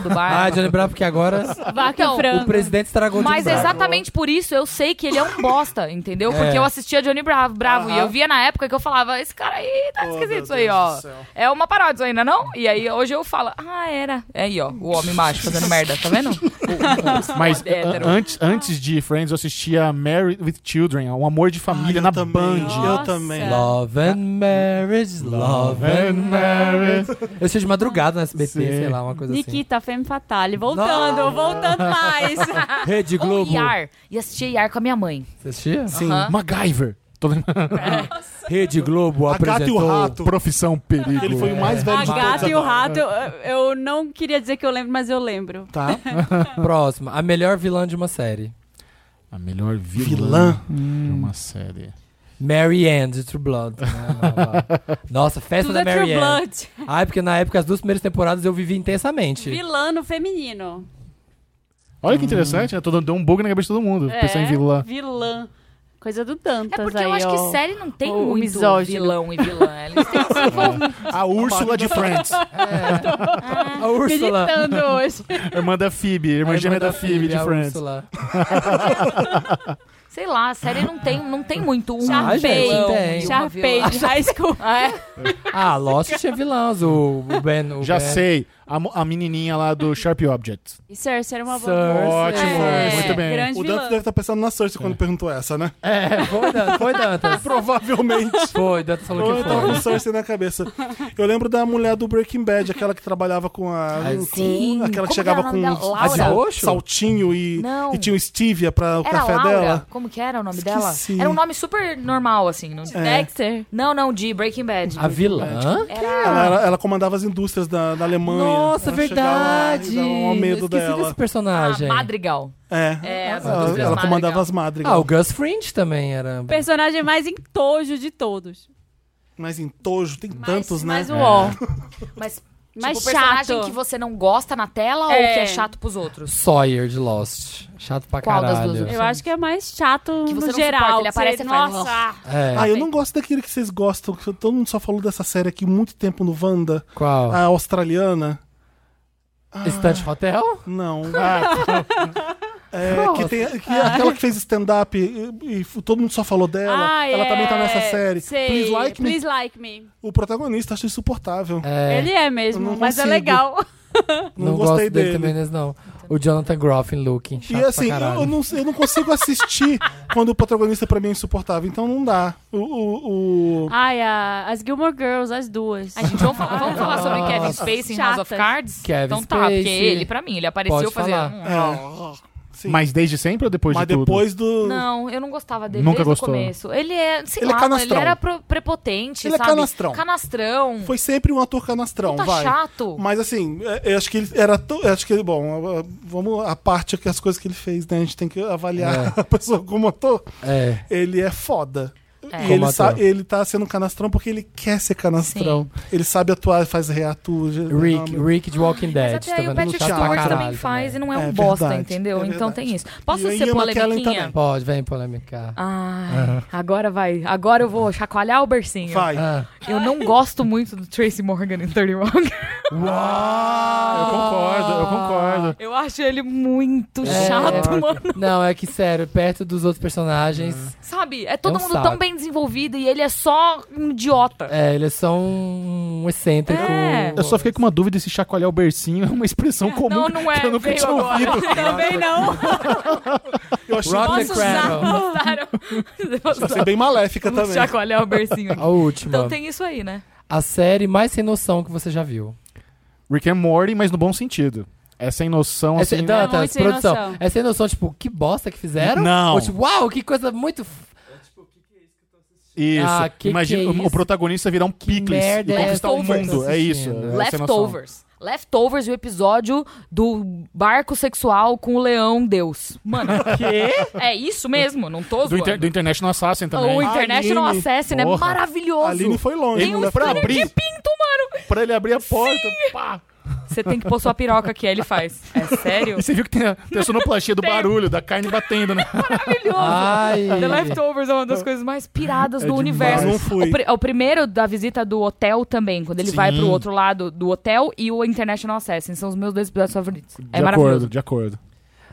D: do
C: Ah,
D: bairro.
C: Johnny Bravo, porque agora
B: Vaca
D: Então,
B: e frango.
C: o presidente estragou Johnny
D: Mas
C: Bravo.
D: exatamente por isso eu sei que ele é um bosta, entendeu?
C: É.
D: Porque eu assistia Johnny Bravo, Bravo e
C: Aham.
D: eu via na época que eu falava, esse cara aí tá
A: Oh,
D: esquisito
A: meu
D: aí,
A: Deus
D: ó.
A: do céu.
D: É uma paródia isso ainda não? E aí hoje eu falo, ah, era. É aí, ó, o homem macho fazendo merda, tá vendo?
E: Mas
D: Foda, hétero.
E: an- antes, antes de Friends, eu assistia Married with Children, um amor de família
A: Ah, eu
E: na
A: também,
E: Band.
A: Eu
B: Nossa.
A: também.
C: É. Love and marriage, love and
A: Uhum.
C: marriage. Eu assisti de madrugada no SBT,
E: Sim.
C: sei lá, uma coisa assim.
B: Nikita, Femme Fatale. Voltando,
C: Não.
B: voltando mais.
C: assim. Rede
D: Ou
C: Globo.
D: IAR. E assistia IAR com a minha mãe.
C: Você assistia?
A: Sim.
D: Aham.
E: Uhum. MacGyver. Tô lembrando.
C: Rede Globo
A: A Gata e o
C: apresentou...
A: Rato.
E: Profissão Perigo. É.
A: Ele foi o mais velho
B: A
A: de todos.
B: gata e o
A: agora.
B: rato, eu, eu não queria dizer que eu lembro, mas eu lembro.
A: Tá.
C: Próxima. A melhor vilã de uma série.
E: A melhor vilã,
A: Vilã.
E: de uma série.
C: Mary Ann, de True Blood. Né? Não, não, não. Nossa, festa
B: Tudo
C: da
B: é True
C: Mary Ann.
B: Blood.
C: Ai, porque na época, as duas primeiras temporadas eu vivi intensamente.
B: Vilano feminino.
E: Olha que interessante, né? Tô dando deu um bug na cabeça de todo mundo.
B: É,
E: Pensar em vilã.
B: Vilã. Coisa do
D: É
B: Dantas
D: porque
B: Então tá aí,
D: eu acho que
B: ó.
D: série não tem
B: o
D: muito
B: misógino.
D: vilão e vilã. né? Eles têm que se envolver.
E: A Úrsula de Friends.
C: É. A
D: tá
C: Úrsula.
B: Meditando hoje.
E: Irmã da Phoebe, irmã
C: A
E: gêmea da Phoebe de
C: a
E: Friends.
C: Úrsula.
D: Sei lá, a série não tem, não tem muito um
C: Ah, gente,
D: vilão
C: tem.
D: e uma vilã.
B: Sharpay de high school.
D: É.
C: Ah, Lost tinha vilãs. O, o Ben... O
E: Já
A: É.
C: ben.
E: sei, a, mo- a menininha lá do Sharp Objects.
B: E Cersei era uma
C: Cersei.
B: boa.
E: Ótimo,
B: É,
E: muito bem.
B: Grande
A: O
B: vilã.
A: Dantas deve estar pensando na Cersei quando perguntou essa, né?
C: É, foi, Dan- foi Dantas.
A: Provavelmente.
C: Foi, Dantas falou
A: Ou
C: que
A: eu tava com
C: foi.
A: Cersei na cabeça. Eu lembro da mulher do Breaking Bad, aquela que trabalhava com a.
C: Ai,
A: com-
D: sim.
A: Aquela
D: Como
A: que chegava
D: que era o
A: com
D: nome dela?
A: um
D: Laura?
A: sal-
C: De roxo?
A: saltinho e,
D: Não.
A: e tinha o Stevia pra o
D: Era
A: café
D: Laura?
A: dela.
D: Como que era o nome
A: Esqueci. É.
D: dela? Era um nome super normal, assim. Não,
B: Dexter.
D: não, não, de Breaking Bad.
C: A vilã?
A: Ela,
D: Era...
A: era- ela comandava as indústrias da, da Alemanha.
C: Nossa,
A: Ela chegava lá e
C: verdade.
A: dava um medo
C: Esqueci
A: dela.
C: desse personagem.
D: Ah, Madrigal.
A: É.
D: É, as
A: ela,
D: indústrias
A: ela comandava
D: Madrigal.
A: as madrigas.
C: Ah, o Gus Fringe também era.
B: Personagem mais entojo de todos.
A: Mas em Tojo tem tantos, né?
B: Mais o ó.
D: Mas,
B: Mais
D: tipo, personagem
B: chato.
D: que você não gosta na tela ou
B: É.
D: que é chato pros outros?
C: Sawyer de Lost. Chato pra
D: Qual das
C: caralho.
D: duas?
B: Eu acho que é mais chato
D: Que você
B: no
D: não
B: geral.
D: suporta, ele
B: Você-
D: aparece e fala,
B: Nossa.
C: É.
A: Ah, eu não gosto daquele que vocês gostam. que Todo mundo só falou dessa série aqui muito tempo no Wanda.
C: Qual?
A: A australiana. Ah.
C: Estante Hotel?
A: Não.
E: Ah,
A: É,
C: Qual?
A: que tem, que é
B: Ah.
A: aquela que fez stand-up e, e f- todo mundo só falou dela.
B: Ah,
A: ela
B: é,
A: também tá nessa série.
B: Sei.
A: Please Like Me.
B: Please Like Me.
A: O protagonista acho insuportável.
C: É.
B: Ele é mesmo,
A: Eu não
B: mas é
A: consigo.
B: legal.
A: Não, gostei
C: não gosto dele,
A: dele.
C: também, nesse não. O Jonathan Groff em Looking.
A: E
C: Chato
A: assim,
C: pra
A: eu,
C: caralho.
A: eu não, eu não consigo assistir quando o protagonista pra mim é insuportável. Então não dá. O, o, o-
B: Ai, a- as Gilmore Girls, as duas.
D: A gente vamos falar, vamos falar sobre
C: Nossa.
D: Kevin Spacey em House of
B: Chata.
D: Cards?
C: Kevin
D: então tá, porque
C: Spacey.
D: ele, pra mim, ele apareceu
C: Pode
D: fazendo.
C: falar.
D: hum,
C: Ah.
A: É. Sim.
E: mas desde sempre ou depois
A: Mas
E: de tudo?
A: depois do...
D: Não, eu não gostava dele
E: Nunca
D: desde
E: gostou.
D: o começo. Ele é, sei
A: Ele é
D: lá, mano, ele
A: canastrão.
D: era pro- prepotente,
A: Ele é
D: sabe?
A: canastrão.
D: Canastrão.
A: Foi sempre um ator
B: tá
A: canastrão,
D: Puta
A: vai.
D: chato.
A: Mas assim, é- eu acho que ele era. tão- eu acho que ele. Bom, a- a- vamos. A parte que as coisas que ele fez, né? A gente tem que avaliar a pessoa como ator.
C: É.
A: Ele é foda.
D: É.
A: E
C: Como
A: ele, sa-
C: ator.
A: ele tá sendo canastrão porque ele quer ser canastrão. Ele sabe atuar, faz reato. já-
C: Rick,
A: não,
C: Rick de Walking Dead.
D: Mas até
C: tá
D: aí o
C: vendo?
D: Patrick
C: Chato pra
D: Stewart
C: caralho né?
D: também faz e não é um
A: É
D: bosta,
A: verdade,
D: entendeu?
A: é
D: então
A: verdade.
D: tem isso. Posso
A: E a
D: ser
A: Ian McKellen
D: polemiquinha?
A: também.
C: Pode, vem polêmica.
D: Ai, agora vai. Agora eu vou chacoalhar o bercinho.
A: Vai.
C: Ah.
D: Eu não gosto muito do Tracy Morgan em 30 Rock.
E: Eu concordo, eu concordo.
D: Eu acho ele muito
C: É,
D: chato,
C: é.
D: mano.
C: Não, é que sério, perto dos outros personagens,
D: Sabe? É todo
C: É um
D: mundo
C: saco.
D: tão bem desenvolvido e ele é só um idiota.
C: é, eles são um excêntrico.
D: É.
E: Eu só fiquei com uma dúvida se chacoalhar o bercinho é uma expressão comum.
D: Não, não é.
E: que eu nunca
D: veio
E: tinha
D: agora.
E: ouvido.
B: Também não.
A: Eu achei,
C: Rock
D: Posso
C: the
D: usar?
C: Cradle.
D: Gostaram?
A: achei bem maléfica
D: Vamos
A: também.
D: chacoalhar o bercinho aqui.
C: A última.
D: Então tem isso aí, né?
C: A série mais sem noção que você já viu.
E: Rick and Morty, mas no bom sentido. É sem noção,
C: É sem,
E: assim...
C: Dantas,
B: muito sem
C: produção.
B: noção.
C: É sem noção, tipo, que bosta que fizeram?
E: Não.
C: Ou, tipo, uau, que coisa muito. f-
E: Isso.
C: Ah, que
E: Imagina
C: que é
E: o- o
C: isso?
E: protagonista virar um picles
C: merda
E: e
C: é
E: conquistar o
D: essa?
E: mundo. É isso.
C: Assistindo.
E: é sem noção.
D: Leftovers. Leftovers, o episódio do barco sexual com o leão Deus. Mano,
C: Que?
D: é isso mesmo, não tô
E: Do,
D: zoando.
E: inter, do International Assassin também.
D: O International
A: Aline,
D: Assassin é
E: porra.
A: A
D: maravilhoso.
A: Aline foi longe.
D: Tem
A: não
D: um
A: dá pra
D: spoiler
A: abrir,
D: de pinto, mano.
E: pra ele abrir a porta, pá.
D: Você tem que pôr sua piroca aqui. Aí ele faz. É sério?
E: E você viu que tem a, tem a sonoplastia do
D: Tem. É
E: barulho, da carne batendo, né?
D: Maravilhoso!
C: Ai.
D: The Leftovers é uma das coisas mais piradas
E: É
D: do
E: demais.
D: universo.
A: Não fui.
D: O, pri- o primeiro da visita do hotel também, quando ele vai pro outro lado do hotel e o International Assassin. São os meus dois episódios favoritos.
E: De
D: é
E: acordo,
D: maravilhoso.
E: de acordo.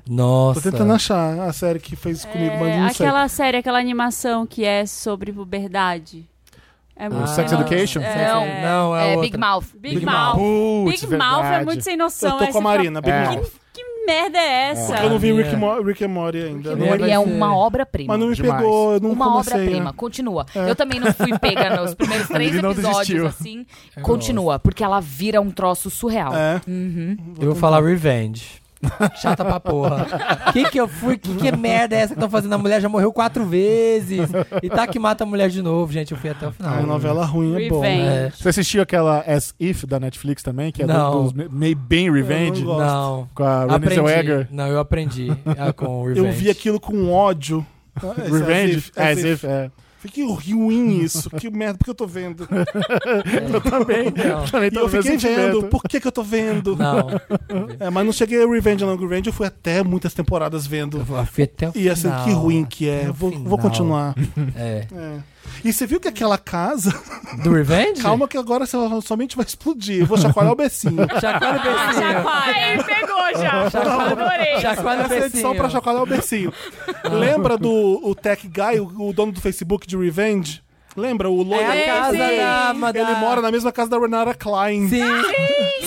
A: Tô
C: Nossa.
A: tentando achar a série que fez isso comigo, mas não sei.
B: É, aquela série, aquela animação que é sobre puberdade.
A: Ah,
B: É
E: O Sex Education?
B: É,
C: Ah. Não, não, é,
D: É,
C: outra.
D: Big Mouth.
B: Big,
C: Big
B: Mouth.
E: Putz,
B: Big Mouth é
E: verdade.
B: muito sem
A: Eu
B: noção.
A: tô
B: Aí
A: com a
B: você
A: Marina, Big
E: É.
A: Mouth.
B: fala, que merda é essa?
A: Porque eu não vi Rick,
C: É.
A: Mo- Rick and Morty ainda. Não,
C: Morty.
D: Ele
C: vai
D: é
C: ser-
D: uma obra-prima.
A: mas não me
E: Demais.
A: pegou, eu não
D: uma
A: comecei.
D: obra-prima,
A: né?
D: continua. Eu também não fui pega nos primeiros três
E: Lili não
D: episódios,
E: desistiu.
D: assim. Continua, porque ela vira um troço surreal. Uhum.
A: É.
C: Eu vou falar Revenge. Chata pra porra. Que que eu fui? Que, que merda é essa que estão fazendo? A mulher já morreu quatro vezes. E tá que mata a mulher de novo, gente. Eu fui até o final.
A: Ah, novela ruim é bom.
B: Revenge.
A: né?
C: É,
E: Você assistiu aquela As If da Netflix também, que é
C: Não.
E: dos, dos meio bem revenge?
A: Eu não gosto.
C: não.
E: Com a Renée Zellweger.
C: Aprendi. Não, eu aprendi ah, com o Revenge.
A: Eu vi aquilo com ódio.
E: Revenge?
A: É,
E: As If, é.
A: Fiquei ruim isso. Que merda, por que eu tô vendo?
C: É.
E: Eu também.
C: Não.
E: também
A: E
E: tô
A: Então eu
E: no mesmo
A: fiquei vendo,
E: sentimento.
A: por que, que eu tô vendo?
C: Não.
A: É, mas não cheguei a Revenge não. Revenge eu fui até muitas temporadas
C: Eu
A: vendo.
C: fui até o
A: E assim,
C: final.
A: que ruim que é.
C: até o
A: Vou, vou
C: final.
A: continuar.
C: É.
A: É. E você viu que aquela casa.
C: Do Revenge?
A: Calma que agora você somente vai explodir. Eu vou chacoalhar o becinho.
C: Chacoalha o
B: Ah,
C: pecinho.
B: chacoalha.
D: Aí pegou já. Adorei.
C: Chacoalha o
A: Essa é edição
C: pecinho.
A: pra chacoalhar o bercinho. Lembra do o Tech Guy, o, o dono do Facebook de Revenge? Lembra? O loiro.
C: É a casa
B: Sim.
C: da... ma-
A: Ele
C: da-
A: mora na mesma casa da Renata Klein.
C: Sim.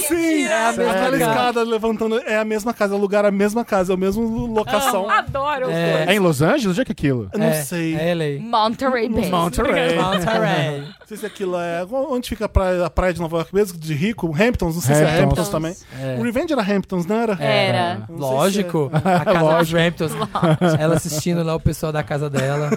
A: Sim.
C: É a mesma
A: Aquela
C: casa.
A: escada levantando. É a mesma casa, é o lugar, é a mesma casa, é a mesma locação.
D: Adoro.
C: É.
E: É em Los Angeles? Onde é que é aquilo?
A: Eu não
C: É,
A: sei. É.
C: É ele.
D: Monterey Bay.
E: Monterey.
C: Monterey.
A: Não sei se aquilo é. Onde fica a praia, a praia de Nova York mesmo? De rico? Hamptons? Não sei se é
B: Então,
A: Hamptons
E: Hamptons.
A: também.
C: É.
A: O Revenge era Hamptons, não era?
D: Era.
A: Não sei
C: Lógico. A casa dos Ramptons. Ela assistindo lá o pessoal da casa dela.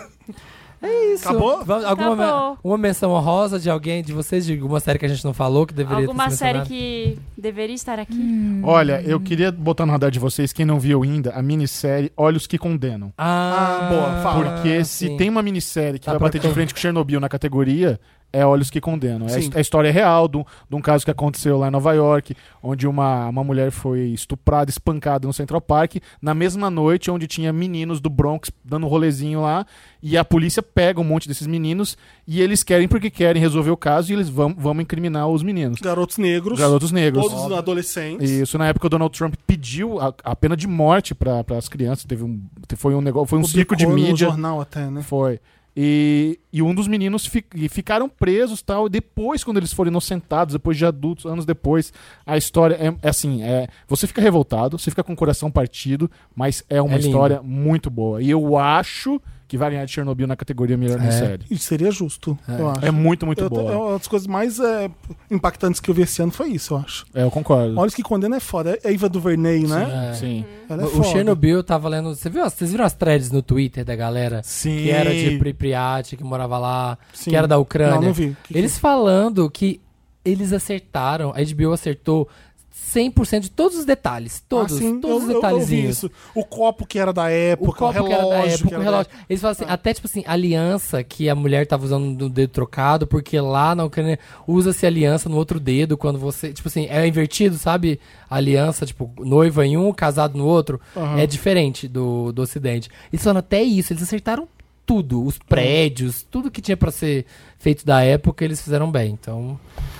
C: É isso.
A: Acabou?
C: Vamos- alguma me-
B: Acabou.
C: uma menção honrosa de alguém, de vocês, de alguma série que a gente não falou, que deveria
B: Alguma
C: ter sido
B: série
C: mencionada?
B: que deveria estar aqui?
A: Hum.
E: Olha, eu queria botar no radar de vocês, quem não viu ainda, a minissérie Olhos que Condenam.
C: Ah,
A: Ah, boa, fala. é
E: Porque se
C: sim.
E: tem uma minissérie que
C: Tá
E: vai
C: pra
E: bater de
C: con-
E: frente com Chernobyl na categoria, é Olhos que Condenam. É a
A: Sim.
E: his- a história é real de um, de um caso que aconteceu lá em Nova York, onde uma, uma mulher foi estuprada, espancada no Central Park, na mesma noite onde tinha meninos do Bronx dando um rolezinho lá, e a polícia pega um monte desses meninos, e eles querem porque querem resolver o caso, e eles vão, vão incriminar os meninos.
A: se é. Garotos negros.
E: Garotos negros.
A: Todos adolescentes.
E: Isso, na época o Donald Trump pediu a, a pena de morte para as crianças. Teve um, foi um negócio, foi um circo de
A: Publicou no
E: mídia.
A: jornal até, né?
E: Foi. E, e um dos meninos fi- e ficaram presos tal. E depois, quando eles foram inocentados, depois de adultos, anos depois, a história é, é assim: é, você fica revoltado, você fica com o coração partido, mas é uma
C: É lindo.
E: história muito boa. E eu acho que vai ganhar de Chernobyl na categoria melhor
C: É.
E: minissérie.
A: Isso seria justo, eu acho.
E: É muito, muito
A: Eu-
E: boa.
A: é uma das coisas mais é, impactantes que eu vi esse ano foi isso, eu acho.
E: É, eu concordo.
A: Olha os que condena é foda. É a Iva Duvernay, né?
C: É.
E: Sim.
A: Ela é
C: O
A: foda.
C: Chernobyl tava lendo. Você viu, as- vocês viram as threads no Twitter da galera?
E: Sim.
C: Que era de Pripyat, que morava lá,
A: Sim.
C: que era da Ucrânia.
A: Não, não vi. Que que-
C: Eles falando que eles acertaram, a HBO acertou 100% de todos os detalhes. Todos,
A: Ah, sim, eu-
C: todos os
A: eu- eu vi
C: detalhezinhos.
A: isso. O copo que era da época,
C: O
A: o,
C: copo
A: relógio.
C: que era da época,
A: que
C: o
A: era
C: relógio. Eles falam assim, até tipo assim, aliança que a mulher tava usando do dedo trocado, porque lá na Ucrânia usa-se aliança no outro dedo quando você. Tipo assim, é invertido, sabe? Aliança, tipo, noiva em um, casado no outro. É diferente do, do Ocidente. Eles falam até isso, eles acertaram tudo, os prédios, tudo que tinha pra ser feito da época, eles fizeram bem. Então.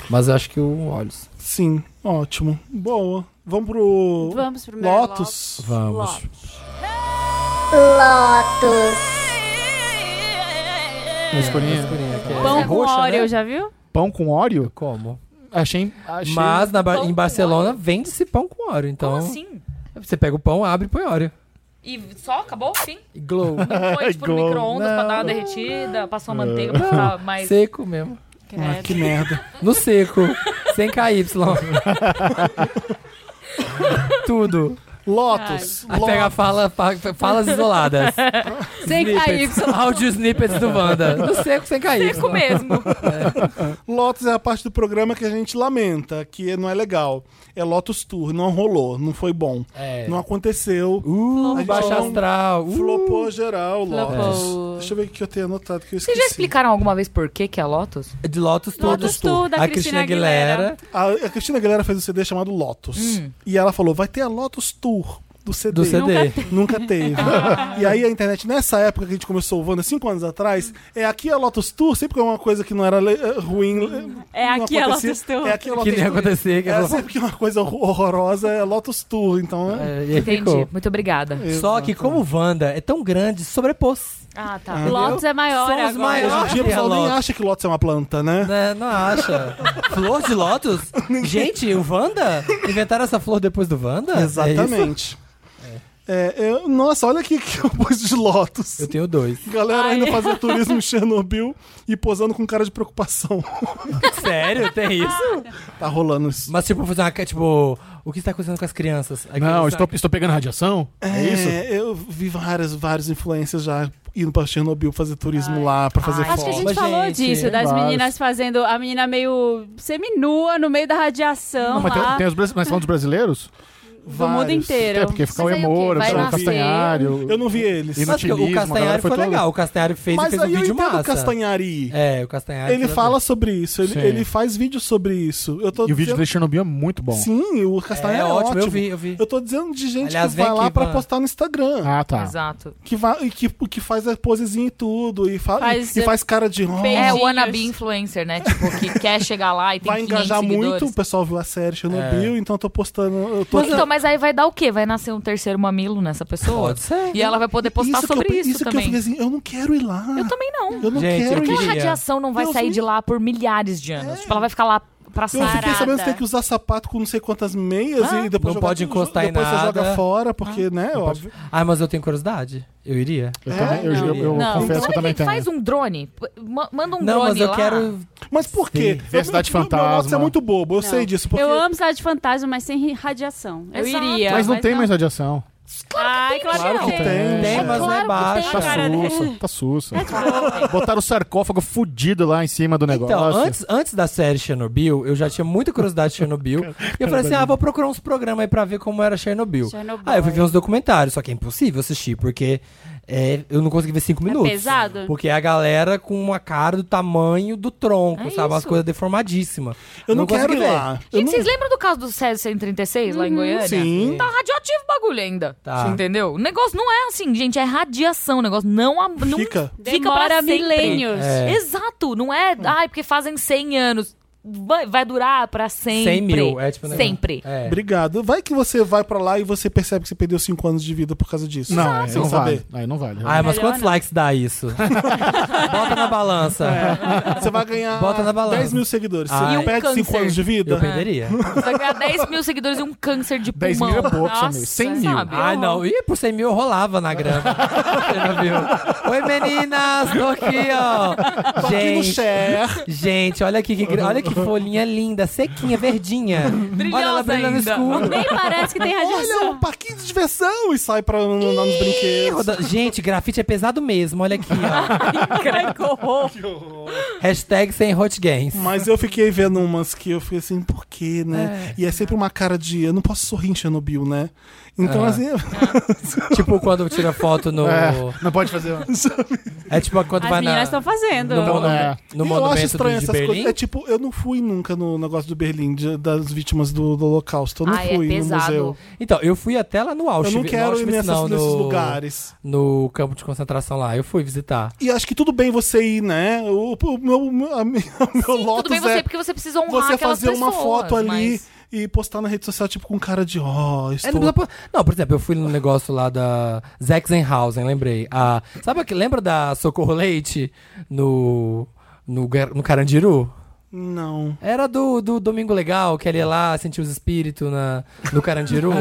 C: Mas eu acho que o Olhos.
A: Sim, ótimo. Boa. Vamos pro...
B: Vamos pro meu
A: Lotus.
C: Vamos.
F: Lotus,
E: Uma escurinha.
B: Pão
C: É
B: com
C: roxa,
B: Oreo,
C: né?
B: já viu?
E: Pão com óleo?
C: Como?
E: Achei.
C: Ah,
E: achei...
C: Mas na Bar-
D: Pão
C: em
D: com
C: Barcelona vende-se pão com óleo, então.
D: Como assim?
C: Você pega o pão, abre e põe óleo.
D: E só? Acabou? Fim?
C: E glow.
D: Foi tipo no
E: Igual.
D: micro-ondas pra dar uma
C: Não.
D: derretida, passou uma manteiga pra ficar mais...
C: Seco mesmo.
A: Ah, que merda.
C: No seco. sem KY. Tudo.
A: Lotus.
C: Aí pega fala, fa- falas isoladas.
D: Sem
C: Snippets. Áudio snippets do Wanda. No seco, sem KY.
D: Seco mesmo.
A: Lo- Lotus é a parte do programa que a gente lamenta, que não é legal. É Lotus Tour, não rolou, não foi bom.
C: É.
A: Não aconteceu.
C: Uh,
A: A gente
C: baixa
A: não-
C: astral. Uh.
A: Flopou geral, Lotus.
B: Flopou.
A: Deixa eu ver o que eu tenho anotado que eu esqueci.
D: Vocês já explicaram alguma vez por que que é Lotus?
C: De Lotus Tour.
B: Lotus Tour, da
C: a
B: Cristina
C: Cristina Aguilera.
A: A, a Cristina Aguilera fez um CD chamado Lotus.
B: Hum.
A: E ela falou: vai ter a Lotus Tour do CD.
C: Do CD.
A: Nunca teve.
B: Ah.
A: e aí a internet, nessa época que a gente começou o Wanda, cinco anos atrás, é aqui a Lotus Tour, sempre que é uma coisa que não era le- eh, ruim. eh,
B: É
A: não
B: aqui
A: acontecia,
B: a Lotus Tour.
A: É aqui a
C: Que
A: Lotus
C: nem ia
A: Tour.
C: acontecer. Que
A: É
C: ela-
A: sempre que uma coisa hor- horrorosa é Lotus Tour, então é.
C: É, e aí
D: Entendi.
C: ficou.
D: Muito obrigada.
C: Só que como Wanda é tão grande, sobrepôs.
D: Ah, tá.
B: Lotus é maior
C: São os
B: agora.
C: maiores.
A: Hoje em dia o
C: que é
A: pessoal nem
C: Lotus.
A: acha que Lotus é uma planta, né?
C: Né? Não acha? flor de Lotus? Gente, o Wanda? Inventaram essa flor depois do Wanda? É isso?
A: Exatamente. É, eu- nossa, olha aqui que eu pus de Lotus.
C: eu tenho dois.
A: Galera ainda
B: Ai.
A: fazendo turismo em Chernobyl e posando com cara de preocupação.
C: Sério? Tem isso?
A: Tá rolando isso.
C: Mas tipo, fazer uma. ca- Tipo, o que está acontecendo com as crianças? Aí
E: Não,
C: criança-
E: estou, estou pegando radiação? É, isso?
A: eu vi várias, várias influências já indo pra Chernobyl fazer turismo lá, pra fazer
D: Ai.
B: Acho que a
A: foto.
B: gente
C: Mas,
B: falou
C: gente,
B: disso, das
E: vários.
B: meninas fazendo. A menina meio seminua no meio da radiação
E: Não, mas, tem, um
B: lá
E: tem os, brasi- mas são dos brasileiros?
B: do mundo inteiro.
E: É, porque fica o
D: Mas aí o quê?
E: Emora,
D: Vai
E: o
D: nascer?
E: Castanhário.
A: Eu não vi eles.
E: E no
C: Mas tipo,
E: Tilismo,
C: o
E: a galera
C: Castanhari
E: foi
C: foi,
E: toda-
C: legal. O Castanhari fez,
A: Mas
C: fez um
A: aí eu
C: vídeo
A: entendo
C: massa.
A: o Castanhari.
C: É, o Castanhari.
A: ele
C: foi
A: fala
C: legal.
A: sobre isso, ele,
E: Sim.
A: ele faz vídeo sobre isso. Eu tô
E: E o vídeo
A: dizendo...
E: de Chernobyl é muito bom.
A: Sim, o Castanhari
C: É
A: é,
C: ótimo, eu vi, eu vi.
A: Eu tô dizendo de gente
C: Aliás,
A: que vai
C: vem
A: lá
C: aqui,
A: pra
C: Van.
A: postar no Instagram.
E: Ah, tá.
D: Exato.
A: Que, vai, e que, que faz a posezinha e tudo, e, fa-
B: Faz,
A: e, e
B: eh,
A: faz cara de... "Oh,
B: bem-
D: É
B: Beijinhos.
D: o wannabe influencer, né? Tipo, que quer chegar lá e tem
A: vai
D: 500
A: engajar muito,
D: seguidores.
A: o pessoal viu a série Chernobyl, então eu tô postando... Eu tô
D: Mas então, mas aí vai dar o quê? Vai nascer um terceiro mamilo nessa pessoa?
C: Pode ser.
D: E ela vai poder postar
A: que eu
D: sobre
A: pe-
D: isso,
A: que eu
D: também.
A: fiquei assim, eu não quero ir lá.
D: Eu também não.
A: Eu não
C: Gente, eu
A: quero ir
C: queria-
D: Aquela
A: lá.
C: queria.
D: radiação não vai
A: Eu
D: sair
A: vi.
D: de lá por milhares de anos. Tipo, ela vai ficar lá pra
A: Eu
D: sarar.
A: fiquei sabendo que tem
B: Sarada.
A: que usar sapato com não sei quantas meias e depois
C: Não
A: jogar-
C: pode encostar em
A: depois você
C: nada.
A: joga fora, porque, né, óbvio.
C: Ah, mas eu tenho curiosidade. Eu iria.
E: Eu,
A: É?
E: também, eu, eu- eu
B: Não.
E: confesso
D: Sabe
E: que eu também
D: quem
E: tenho.
D: faz um drone? P- ma- Manda um
C: Não,
D: drone
C: mas eu
D: lá.
C: quero.
A: Mas por quê?
E: Vê a Cidade
A: meu- meu
E: Fantasma.
A: Lotus é muito bobo, eu sei disso. Porque
B: Eu amo Cidade Fantasma, mas sem ri- radiação. Eu
D: Exato.
B: iria.
E: Mas não tem mais radiação.
B: Ai, claro
D: Claro
B: que
D: que
B: tem.
A: tem.
C: Tem, mas
D: Claro
C: não
D: que
C: é
D: tem,
C: baixo.
E: Tá
B: cara, né?
E: sussa, tá sussa. Botaram o sarcófago fudido lá em cima do negócio.
C: Então, antes, antes da série Chernobyl, eu já tinha muita curiosidade de Chernobyl. e eu falei assim: ah, vou procurar uns programas aí pra ver como era Chernobyl.
B: Chernobyl.
C: Aí eu fui ver uns documentários, só que é impossível assistir, porque é, eu não consegui ver cinco minutos.
B: pesado?
C: Porque é a galera com uma cara do tamanho do tronco,
D: É
C: sabe? Umas
D: isso.
C: coisas deformadíssimas.
A: eu não, quero ir
C: consegui ver.
A: lá. Eu
D: Gente,
A: não-
D: vocês lembram do caso do Césio 136 lá em Goiânia?
A: Sim.
D: Tá radioativo o bagulho ainda.
C: Tá.
D: Você entendeu? O negócio não é assim, gente. É radiação. O negócio não... a- não
A: Fica.
D: Fica
B: Demora
D: pra sempre.
B: milênios.
C: É.
D: Exato. Não é... Ai, porque fazem 100 anos. Vai, vai durar pra sempre.
C: 100 mil. É tipo, né?
D: Sempre.
C: É.
A: Obrigado. Vai que você vai pra lá e você percebe que você perdeu 5 anos de vida por causa disso.
E: Não, é,
A: sem
E: não
A: saber.
E: vale. Aí não vale.
C: Ah, mas
B: Melhor
C: quantos
B: não.
C: likes dá isso? Bota na balança.
A: Você vai ganhar
C: Bota na balança.
A: 10 mil seguidores. Você
C: Ah,
A: não
C: é.
A: perde
D: E um
A: 5
D: câncer.
A: anos de vida?
C: Eu perderia.
D: Vai ganhar 10 mil seguidores e um câncer de
E: 10
D: pulmão.
E: mil é pouco,
D: Nossa,
E: Samir. 100 mil.
D: sabe?
C: Ai, não. Ih, por 100 mil eu rolava na grama. Você não viu? Oi, meninas! Tô aqui, ó.
A: Tô aqui no
C: Gente,
A: share.
C: gente, olha aqui, que, gra- olha que folhinha linda, sequinha, verdinha. olha ela
D: Brilhosa
C: brilhando no
D: ainda.
C: escuro.
B: Nem parece que tem
A: Olha,
B: radiação.
A: um parquinho de diversão e sai pra andar nos
C: Ih,
A: brinquedos.
C: roda- Gente, grafite é pesado mesmo, olha aqui, ó.
B: Ai, que horror.
C: Hashtag sem hot games.
A: Mas eu fiquei vendo umas que eu fiquei assim, por quê, né? E é sempre uma cara de, eu não posso sorrir em Chernobyl, né? Então,
C: Ah.
A: assim,
C: Tipo quando tira foto no.
E: É,
C: É,
E: não pode fazer.
C: tipo quando
B: As
C: vai na.
B: meninas estão fazendo.
C: No, monu-
E: É.
C: no
A: eu acho
C: monumento
A: estranho
C: do, de
A: essas coisas.
C: Berlim.
A: É tipo, eu não fui nunca no negócio do Berlim, de- das vítimas do, do Holocausto. Eu
C: Ah,
A: não
D: Ai, é
A: fui no
D: pesado.
A: museu.
C: Então, eu fui até lá no
A: Eu
C: Auschwitz.
A: não quero
C: no
A: ir
C: Auschwitz,
A: nessas-
C: não,
A: nesses
C: no-
A: lugares.
C: No campo de concentração lá. Eu fui visitar.
A: E acho que tudo bem você ir, né? O, o meu, a minha- o meu
D: Tudo bem
A: Lotus
D: você,
A: é
D: porque você precisa honrar
A: você
D: aquelas
A: fazer uma
D: pessoas,
A: foto ali
D: mas-
A: e postar na rede social, tipo, com cara de, ó,
C: É,
A: estou...
C: não, precisa pôr- não, por exemplo, eu fui no negócio lá da Sachsenhausen, lembrei. A, sabe aquele, lembra da Socorro Leite no, no, gar- no Carandiru?
A: Não.
C: Era do, do Domingo Legal, que ele ia lá, sentia os espíritos na, no Carandiru.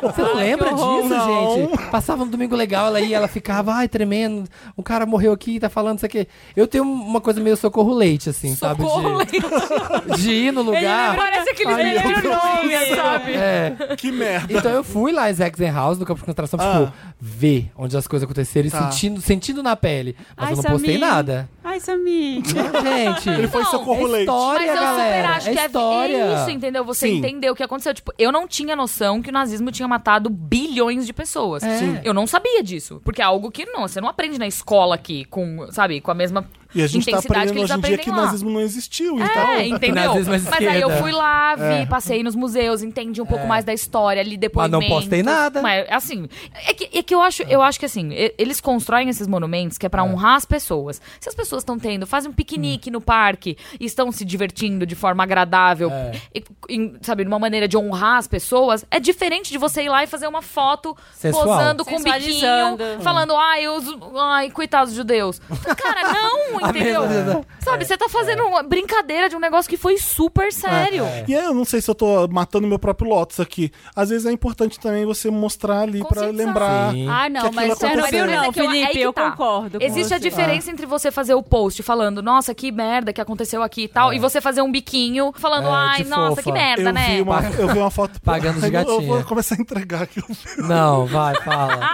C: Você não lembra
A: horror,
C: disso,
A: não.
C: gente? Passava no Domingo Legal, ela ia, ela ficava, ai, tremendo, um cara morreu aqui, tá falando isso aqui. Eu tenho uma coisa meio Socorro Leite, assim,
D: Socorro,
C: sabe? De, de ir no
A: Ah,
C: lugar...
D: Parece aquele
C: Ai,
D: menino
C: meu
D: nome, sabe?
C: É.
A: Que merda.
C: Então eu fui lá em Sachsenhausen, no campo de concentração, pra,
A: Ah.
C: tipo, ver onde as coisas aconteceram e
A: Tá.
C: sentindo, sentindo na pele. Mas
B: Ai,
C: eu não postei
B: Samir.
C: nada.
B: Ai, Samir.
C: Gente,
A: Ele um foi
D: Não,
A: socorro
C: é
A: leite.
C: história,
D: Mas eu
C: galera.
D: super acho
C: é
D: que é-
C: história.
D: é isso, entendeu? Você
A: Sim.
D: entendeu o que aconteceu. Tipo, eu não tinha noção que o nazismo tinha matado bilhões de pessoas.
C: Sim.
D: Eu não sabia disso. Porque é algo que não, você não aprende na escola aqui, com, sabe, com a mesma
A: E a gente tá
D: intensidade que
A: aprendendo
D: eles
A: hoje em dia
D: aprendem
A: que
D: lá.
A: nazismo não existiu.
C: tá
D: É,
A: Então,
D: entendeu?
C: Nazismo à
D: Mas aí eu
C: esquerda.
D: fui lá, vi, passei nos museus, entendi um pouco mais da história, li
C: É. Mas
D: depoimentos.
C: não postei nada.
D: Mas, assim, é que, é que eu, acho, eu acho que, assim, e- eles constroem esses monumentos que é pra honrar as pessoas. Se as pessoas estão tendo, fazem um
C: Hum.
D: piquenique no parque e estão se divertindo de forma agradável,
C: É.
D: e- em- sabe, de uma maneira de honrar as pessoas, é diferente de você ir lá e fazer uma foto
C: Sensual.
D: posando com um biquinho,
B: Sensualizando.
D: falando, ai, os, ai, coitados judeus. Cara, não,
C: A
D: entendeu?
C: mesma-
D: Sabe, você tá fazendo uma brincadeira de um negócio que foi
C: É,
D: super sério.
A: E aí, eu não sei se eu tô matando meu próprio Lotus aqui. Às vezes é importante também você mostrar ali pra
D: Conscientizar.
A: lembrar.
C: Sim.
B: Ah, não,
A: Que aquilo
B: mas Chernobyl
A: aconteceu.
B: não,
D: Mas é que eu- aí
B: Felipe,
D: que
B: eu
D: tá.
B: concordo. com
D: Existe a
B: você. É.
D: diferença entre você fazer o post falando, nossa, que merda que aconteceu aqui e tal, e você fazer um biquinho falando,
C: É,
D: ai,
C: de
D: nossa,
C: fofa.
D: que merda,
A: Eu
D: né?
A: vi, uma, eu vi uma foto.
C: Pagando de
A: Eu- Eu vou
C: gatinha.
A: começar a entregar aqui.
C: Não, vai, fala.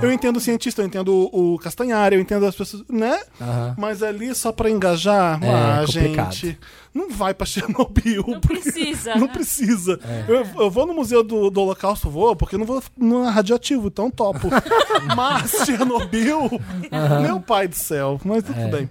A: Eu entendo o cientista, eu entendo o, o Castanhari, eu entendo as pessoas, né?
C: Aham.
A: Mas ali só pra engajar,
C: É,
A: ah,
C: complicado.
A: gente, não vai pra Chernobyl.
B: Não
A: porque-
B: precisa. né?
A: Não precisa.
C: É.
A: Eu, eu vou no Museu do, do Holocausto, vou, porque eu não vou não é radioativo, então topo. Mas Chernobyl, meu pai do céu. Mas tudo
C: É.
A: bem.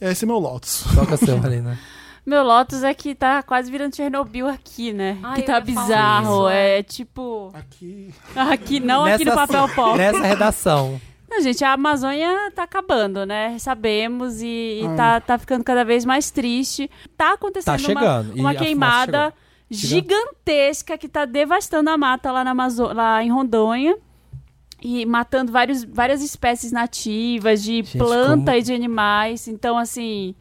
A: Esse é meu Lotus.
C: Toca o seu, Marina.
B: Meu Lotus é que tá quase virando Chernobyl aqui, né?
D: Ai,
B: que
D: Ah, eu
B: tá
D: ia falar
B: bizarro.
D: isso, é.
B: É tipo.
A: Aqui.
B: Aqui não, aqui no papel pop.
C: Nessa redação.
B: Não, gente, a Amazônia tá acabando, né? Sabemos e, e tá, tá ficando cada vez mais triste. Tá acontecendo
C: Tá chegando, e
B: uma, uma
C: a fumaça
B: queimada gigantesca que tá devastando a mata lá, na Amazo lá em Rondônia. E matando vários, várias espécies nativas de
C: Gente,
B: planta
C: como-
B: e de animais. Então, assim,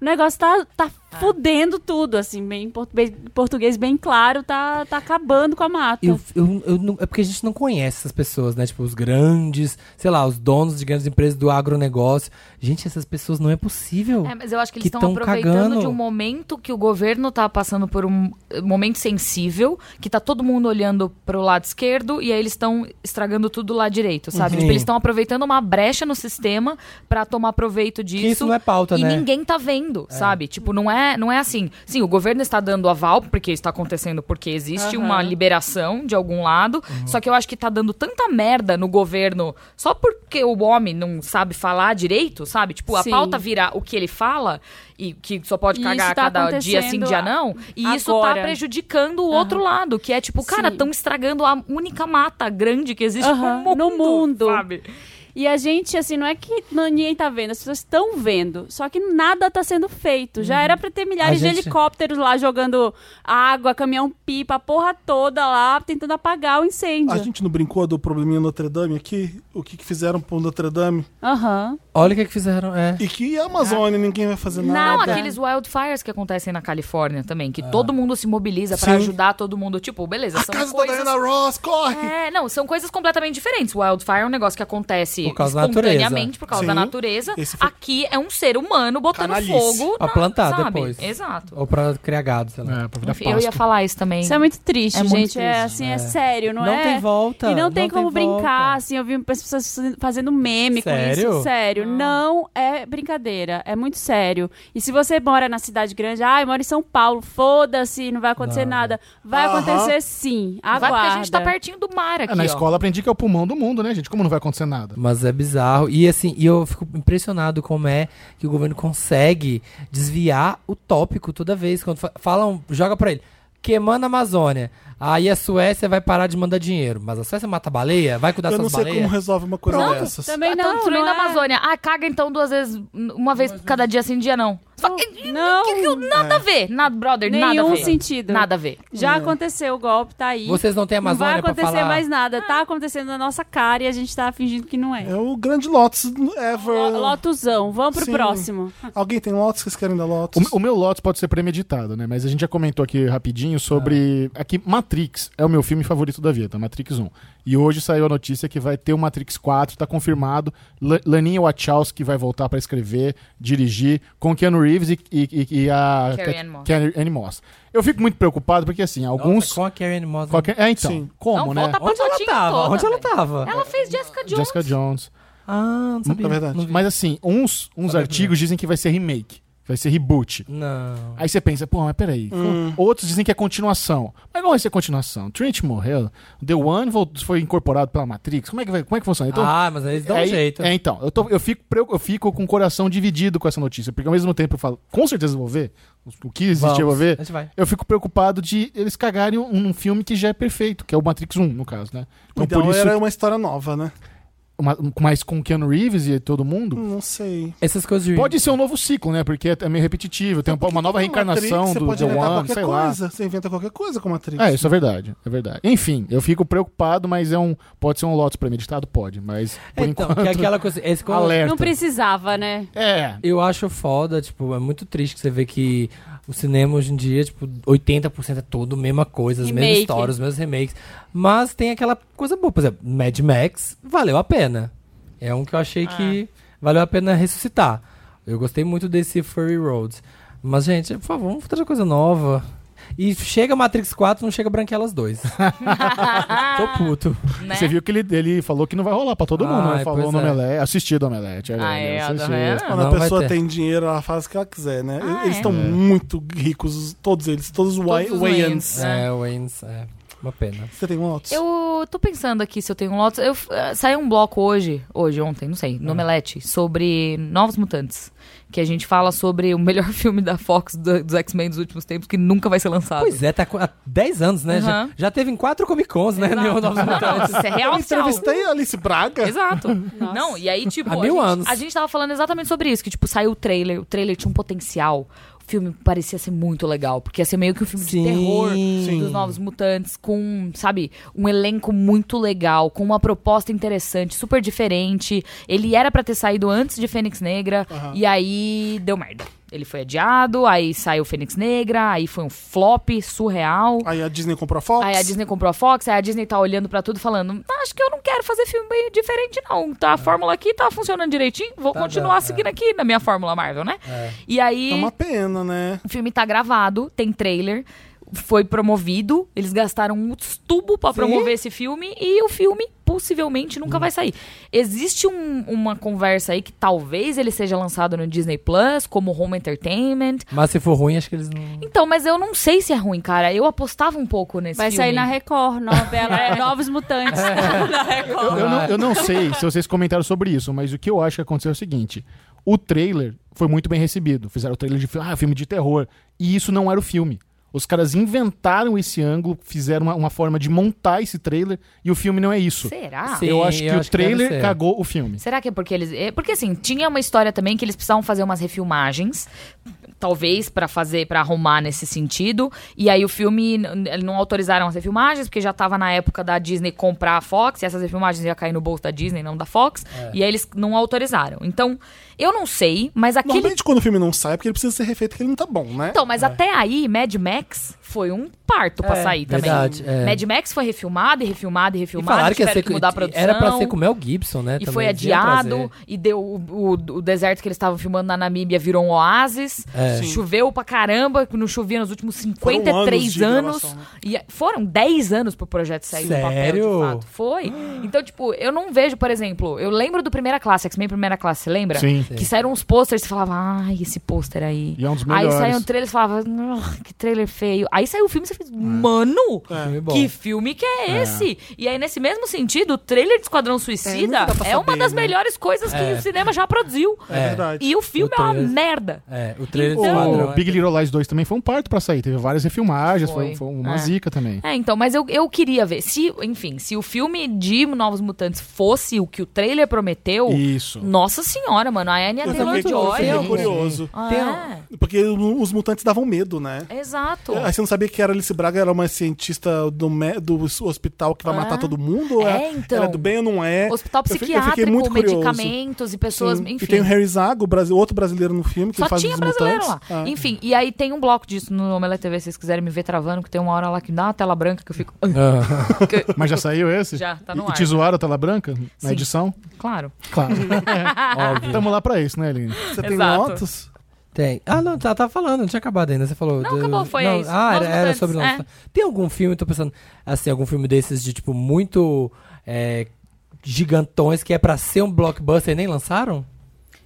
B: o negócio tá, tá fudendo tudo, assim, bem, em portu- bem- em português bem claro, tá, tá acabando com a mata.
C: Eu, eu, eu não- é porque a gente não conhece essas pessoas, né? Tipo, os grandes, sei lá, os donos de grandes empresas do agronegócio. Gente, essas pessoas não é possível.
D: É, mas eu acho que eles
C: Que
D: estão
C: tão
D: aproveitando
C: cagando.
D: de um momento que o governo tá passando por um eh, momento sensível, que tá todo mundo olhando pro lado esquerdo e aí eles estão estragando tudo do lado direito, sabe?
C: Uhum.
D: Tipo, eles estão aproveitando uma brecha no sistema pra tomar proveito disso.
C: que isso não é pauta,
D: e
C: né?
D: ninguém tá vendo, sabe? Tipo, não é, não é assim. Sim, o governo está dando aval porque está acontecendo porque existe uma liberação de algum lado. Só que eu acho que tá dando tanta merda no governo só porque o homem não sabe falar direito, sabe? Tipo, a
B: Sim.
D: pauta virar o que ele fala e que só pode
B: E
D: cagar
B: isso tá
D: cada dia sim, dia
B: acontecendo
D: não. E isso tá
B: agora.
D: prejudicando o outro lado, que é tipo, cara,
B: Sim.
D: estão estragando a única mata grande que existe
B: Aham,
D: no mundo,
B: no mundo.
D: sabe?
B: E a gente, assim, não é que não- ninguém tá vendo, as pessoas estão vendo. Só que nada tá sendo feito. Já era pra ter milhares
C: gente-
B: de helicópteros lá jogando água, caminhão-pipa, a porra toda lá, tentando apagar o
A: A
B: incêndio.
A: gente não brincou do probleminha Notre Dame aqui? O que, que fizeram pro Notre Dame?
B: Aham.
C: Olha o que, que fizeram. É.
A: E que a Amazônia, ninguém vai fazer
D: Não,
A: nada.
D: aqueles wildfires que acontecem na Califórnia também, que todo mundo se mobiliza pra
A: Sim.
D: ajudar todo mundo. Tipo, beleza, são
A: Casa da
D: coisas.
A: Diana Ross, corre!
D: É, não, são coisas completamente diferentes. Wildfire é um negócio que acontece
C: Por causa da
D: espontaneamente
C: natureza.
D: por causa
A: Sim.
D: da natureza.
A: Esse foi-
D: Aqui é um ser humano botando
A: Canalice.
D: fogo.
C: Pra
D: na-
C: plantar
D: sabe?
C: depois.
D: Exato.
C: Ou pra criar gado, sei lá.
E: É, pra virar
D: Enfim, eu ia
E: pasto.
D: falar isso também.
B: Isso é muito triste,
D: É
B: gente.
D: muito
B: é
D: triste.
B: assim, é, sério, não, é?
C: tem volta.
B: E não tem como
C: volta.
B: brincar, assim, eu vi as pessoas fazendo meme com
C: Sério?
B: isso.
D: Ah.
B: Sério, não é brincadeira, é muito sério. E se você mora na cidade grande, ah, eu moro em São Paulo, foda-se, não vai acontecer
C: Não.
B: nada. Vai
A: Aham.
B: acontecer sim,
D: Vai
B: aguarda.
D: porque a gente tá pertinho do mar aqui.
E: É, na
D: ó.
E: escola eu aprendi que é o pulmão do mundo, né, gente? Como não vai acontecer nada?
C: Mas é bizarro. E assim, e eu fico impressionado como é que o governo consegue desviar o tópico toda vez. Quando fa- falam, joga pra ele. Queimando a Amazônia. Aí a Suécia vai parar de mandar dinheiro. Mas a Suécia mata baleia? Vai cuidar
A: Eu não
C: suas
A: sei como
C: baleias?
A: resolve uma coisa
B: Pronto,
A: dessas.
B: também
D: Tá
B: não,
D: destruindo
B: não
D: a
B: é.
D: Amazônia. Ah, caga então duas vezes, uma vez cada dia sem dia, não. Só que-
B: Não.
D: que- que- nada a ver. Nada, brother, nada a
B: Nenhum
D: ver.
B: sentido.
D: Nada a ver.
B: Já aconteceu o golpe, tá aí.
C: Vocês não têm
B: não vai
C: É. Amazônia pra
B: acontecer
C: falar?
B: mais nada.
D: Ah.
B: Tá acontecendo na nossa cara e a gente tá fingindo que não é.
A: É o grande Lotus ever.
B: Lo- Lotuzão, vamos pro
A: Sim.
B: próximo.
A: Alguém tem Lotus? Vocês querem dar Lotus?
E: O, o meu Lotus pode ser premeditado, né? Mas a gente já comentou aqui rapidinho sobre. Aqui, Matrix é o meu filme favorito da vida, Matrix 1. E hoje saiu a notícia que vai ter o Matrix 4, tá confirmado. L Laninha Wachowski vai voltar pra escrever, dirigir, com Keanu Reeves e, e, e- e a.
D: Carrie Ann Moss.
E: Carrie Ann Moss. Eu fico muito preocupado porque, assim,
C: Nossa,
E: alguns.
C: com a Karen Moss.
E: qualquer- É, então.
A: Sim.
E: Como,
D: não
E: né?
B: Tá
D: volta pra
C: Onde ela
D: Totinho
C: tava?
D: toda,
C: Onde ela
D: velho.
C: tava?
D: Ela fez Jessica Jones.
E: Jessica Jones.
C: Ah, não sabia.
A: É verdade.
C: Não vi.
E: Mas assim, uns, uns
C: Sabe
E: artigos dizem que vai ser remake, vai ser reboot.
C: Não.
E: Aí você pensa, pô, mas peraí.
A: Hum.
E: Outros dizem que é continuação. Mas não vai ser continuação. Trent morreu, The One vol- foi incorporado pela Matrix. Como é que, vai, como é que funciona? Então,
C: ah, mas aí eles dão um
E: aí-
C: jeito.
E: É, então. Eu, tô- eu, fico, preu- eu fico com o coração dividido com essa notícia. Porque ao mesmo tempo eu falo, com certeza eu vou ver. O que existe eu vou
C: Vamos.
E: ver.
C: A gente vai.
E: Eu fico preocupado de eles cagarem um, um filme que já é perfeito, que é o Matrix 1, no caso, né?
A: O
E: Então,
A: ideal
E: por isso,
A: era um- uma história nova, né?
E: uma- mas com Keanu Reeves e todo mundo,
A: Não sei.
C: Essas coisas de.
E: pode ser um novo ciclo, né? Porque é, é meio repetitivo,
A: Então,
E: tem uma, uma nova reencarnação
A: Matrix,
E: do
A: Você pode
E: The
A: inventar
E: One,
A: qualquer
E: sei lá.
A: coisa. Você inventa qualquer coisa com Matrix.
E: É, isso é verdade, é verdade. Enfim, eu fico preocupado, mas é um pode ser um lote premeditado, pode, mas
C: É,
E: por
C: então,
E: enquanto
C: que é aquela coisa. Esse,
E: alerta.
B: Não precisava, né?
E: É.
C: Eu acho foda, tipo, é muito triste que você vê que o cinema hoje em dia, tipo, 80% é tudo mesma coisa, as mesmas
B: Remake.
C: histórias, os mesmos remakes. Mas tem aquela coisa boa, por exemplo, Mad Max valeu a pena. É um que eu achei que valeu a pena ressuscitar. Eu gostei muito desse Furry Roads. Mas, gente, por favor, vamos fazer coisa nova. E chega Matrix 4, não chega Branquelas 2. Tô puto.
D: Né?
E: Você viu que ele, ele falou que não vai rolar pra todo mundo,
C: Ai,
E: né? Falou
C: pois
E: no
C: é.
E: Omelete, assisti do Omelete. olha,
D: Ah, é,
E: eu
D: a
E: assisti.
D: do Omelete.
A: Quando
C: Não
A: a
C: vai
A: pessoa
C: ter.
A: tem dinheiro, ela faz o que ela quiser, né?
D: Ah,
A: eles
D: é?
A: estão
E: É.
A: muito ricos, todos eles, todos os
D: Todos
A: Wayans.
D: os Wayans.
C: É, Wayne's, é uma pena.
A: Você tem motos?
D: Eu tô pensando aqui se eu tenho um Lotus. Eu, eh, saiu um bloco hoje, hoje, ontem, não
C: Ah.
D: sei, no Melete, sobre Novos Mutantes. Que a gente fala sobre o melhor filme da Fox do- dos X-Men dos últimos tempos, que nunca vai ser lançado.
C: Pois é, tá co- há 10 anos, né? Já,
D: Uhum.
C: já teve em 4 Comic Cons, né?
D: Exato.
C: Neo Novos
D: Não, não,
C: Mutantes.
D: isso é real
A: Eu
D: oficial.
A: entrevistei a Alice Braga.
D: Exato. Não, e aí, tipo,
C: Há
D: a,
C: mil
D: gente,
C: anos.
D: a gente tava falando exatamente sobre isso, que, tipo, saiu o trailer, o trailer tinha um potencial. O filme parecia ser muito legal, porque ia ser meio que um filme
C: Sim.
D: de terror
C: Sim.
D: dos novos mutantes, com, sabe, um elenco muito legal, com uma proposta interessante, super diferente. Ele era pra ter saído antes de Fênix Negra, e aí deu merda. Ele foi adiado, aí saiu Fênix Negra, aí foi um flop surreal.
A: Aí a Disney comprou a Fox.
D: Aí a Disney comprou a Fox, aí a Disney tá olhando pra tudo e falando: "Ah, acho que eu não quero fazer filme bem diferente, não. Tá, a fórmula aqui tá funcionando direitinho, vou
C: É. Tá
D: continuar
C: dando, Tá
D: seguindo aqui na minha fórmula Marvel, né? E aí
A: É uma pena, né?
D: o filme tá gravado, tem trailer, foi promovido, eles gastaram um tubo pra
C: Sim. Hum.
D: promover esse filme e o filme possivelmente nunca vai sair. Existe um- uma conversa aí que talvez ele seja lançado no Disney Plus como Home Entertainment.
C: Mas se for ruim, acho que eles não.
D: Então, mas eu não sei se é ruim, cara. Eu apostava um pouco nesse
B: Vai
D: filme.
B: sair na Record, novela Novos Mutantes.
C: É.
B: na Record.
E: Eu, eu não, eu não sei se vocês comentaram sobre isso, mas o que eu acho que aconteceu é o seguinte: o trailer foi muito bem recebido. Fizeram o trailer de fi- ah, filme de terror. E isso não era o filme. Os caras inventaram esse ângulo, fizeram uma, uma forma de montar esse trailer e o filme não é isso.
D: Será?
C: Sim,
E: eu acho que
C: eu
E: o
C: acho que deve
E: trailer
C: ser.
E: cagou o filme.
D: Será que é porque eles. é, Porque assim, tinha uma história também que eles precisavam fazer umas refilmagens, talvez pra fazer, para arrumar nesse sentido. E aí o filme n- n- não autorizaram as refilmagens, porque já tava na época da Disney comprar a Fox, e essas refilmagens iam cair no bolso da Disney, não da Fox.
C: É.
D: E aí eles não autorizaram. Então, eu não sei, mas aquele.
A: Normalmente quando o filme não sai é porque ele precisa ser refeito, porque ele não tá bom, né?
D: Então, mas até aí, Mad Max foi um parto pra
C: É,
D: sair também.
C: verdade, é.
D: Mad Max foi refilmado e refilmado e
C: E
D: refilmado.
C: falaram que, ia
D: tiveram
C: ser,
D: que mudar a produção.
C: era pra ser com o Mel Gibson, né?
D: E
C: também,
D: foi
C: eles iam
D: adiado,
C: trazer.
D: e deu o, o- o deserto que eles estavam filmando na Namíbia virou um oásis.
C: É.
A: Sim.
D: Choveu pra caramba, não chovia nos últimos
A: Foram
D: 53
A: de
D: anos.
A: gravação, né?
D: E é, foram 10 anos pro projeto sair do papel,
C: Sério?
D: de fato. Foi. Então, tipo, eu não vejo, por exemplo, eu lembro do Primeira Classe, X-Men Primeira Classe, você lembra?
E: Sim.
D: Que saíram uns posters e falava, ai, esse pôster aí.
E: E é um dos
D: aí
E: melhores.
D: saiu um trailer e falava, "Ugh, que trailer feio. Aí saiu o filme e você fez, mano,
C: Filme bom.
D: que filme que é esse? E aí, nesse mesmo sentido, o trailer de Esquadrão Suicida
A: nunca dá pra
D: é uma
A: saber,
D: das
A: né?
D: melhores coisas que
C: É.
D: o cinema já produziu.
A: É,
C: É.
A: verdade.
D: E o filme
C: O
D: é uma
C: trailer-
D: merda.
C: É, o trailer
D: Então-
C: do quadrão.
E: O
C: é.
E: Big Little Lies 2 também foi um parto pra sair. Teve várias refilmagens, foi, um,
D: Foi.
E: foi uma
D: É.
E: zica também.
D: É, então, mas eu, eu queria ver. Se, enfim, se o filme de Novos Mutantes fosse o que o trailer prometeu,
E: Isso.
D: nossa senhora, mano, a Anya
A: Eu também
D: Taylor-Joy.
A: fiquei
C: Taylor-Joy.
A: curioso. um-
D: Ah,
A: Porque os mutantes davam medo, né?
D: é. Exato.
A: Aí você não sabia que era Alice Braga, era uma cientista do, me- do hospital que vai
D: Ah.
A: matar todo mundo? ou
D: É,
A: ela-
D: então.
A: Ela é do bem ou não é?
D: Hospital
A: Eu fi- eu fiquei
D: psiquiátrico,
A: muito curioso.
D: medicamentos e pessoas,
A: Sim.
D: enfim.
A: E tem o Harry Zago, brasi- outro brasileiro no filme, que
D: Só
A: faz
D: tinha
A: os
D: brasileiro
A: mutantes.
D: lá.
A: Ah.
D: Enfim, e aí tem um bloco disso no Omelete TV, se vocês quiserem me ver travando, que tem uma hora lá que dá uma tela branca que eu fico.
C: Ah,
E: Mas já saiu esse?
D: Já, tá no
E: e,
D: ar.
E: E te zoaram a tela branca na
D: Sim.
E: edição?
D: Claro.
E: Claro.
C: óbvio.
E: Estamos lá pra isso, né, Eline?
A: Você tem
D: Exato.
A: motos?
C: Tem. Ah, não, tá, tá falando, não tinha acabado ainda. Você falou.
D: Não, acabou, foi
C: não,
D: isso.
C: Ah, era,
D: Novos
C: era
D: Mutantes,
C: sobre.
D: é.
C: Tem algum filme, tô pensando, assim, algum filme desses de, tipo, muito. é, gigantões que é pra ser um blockbuster e nem lançaram?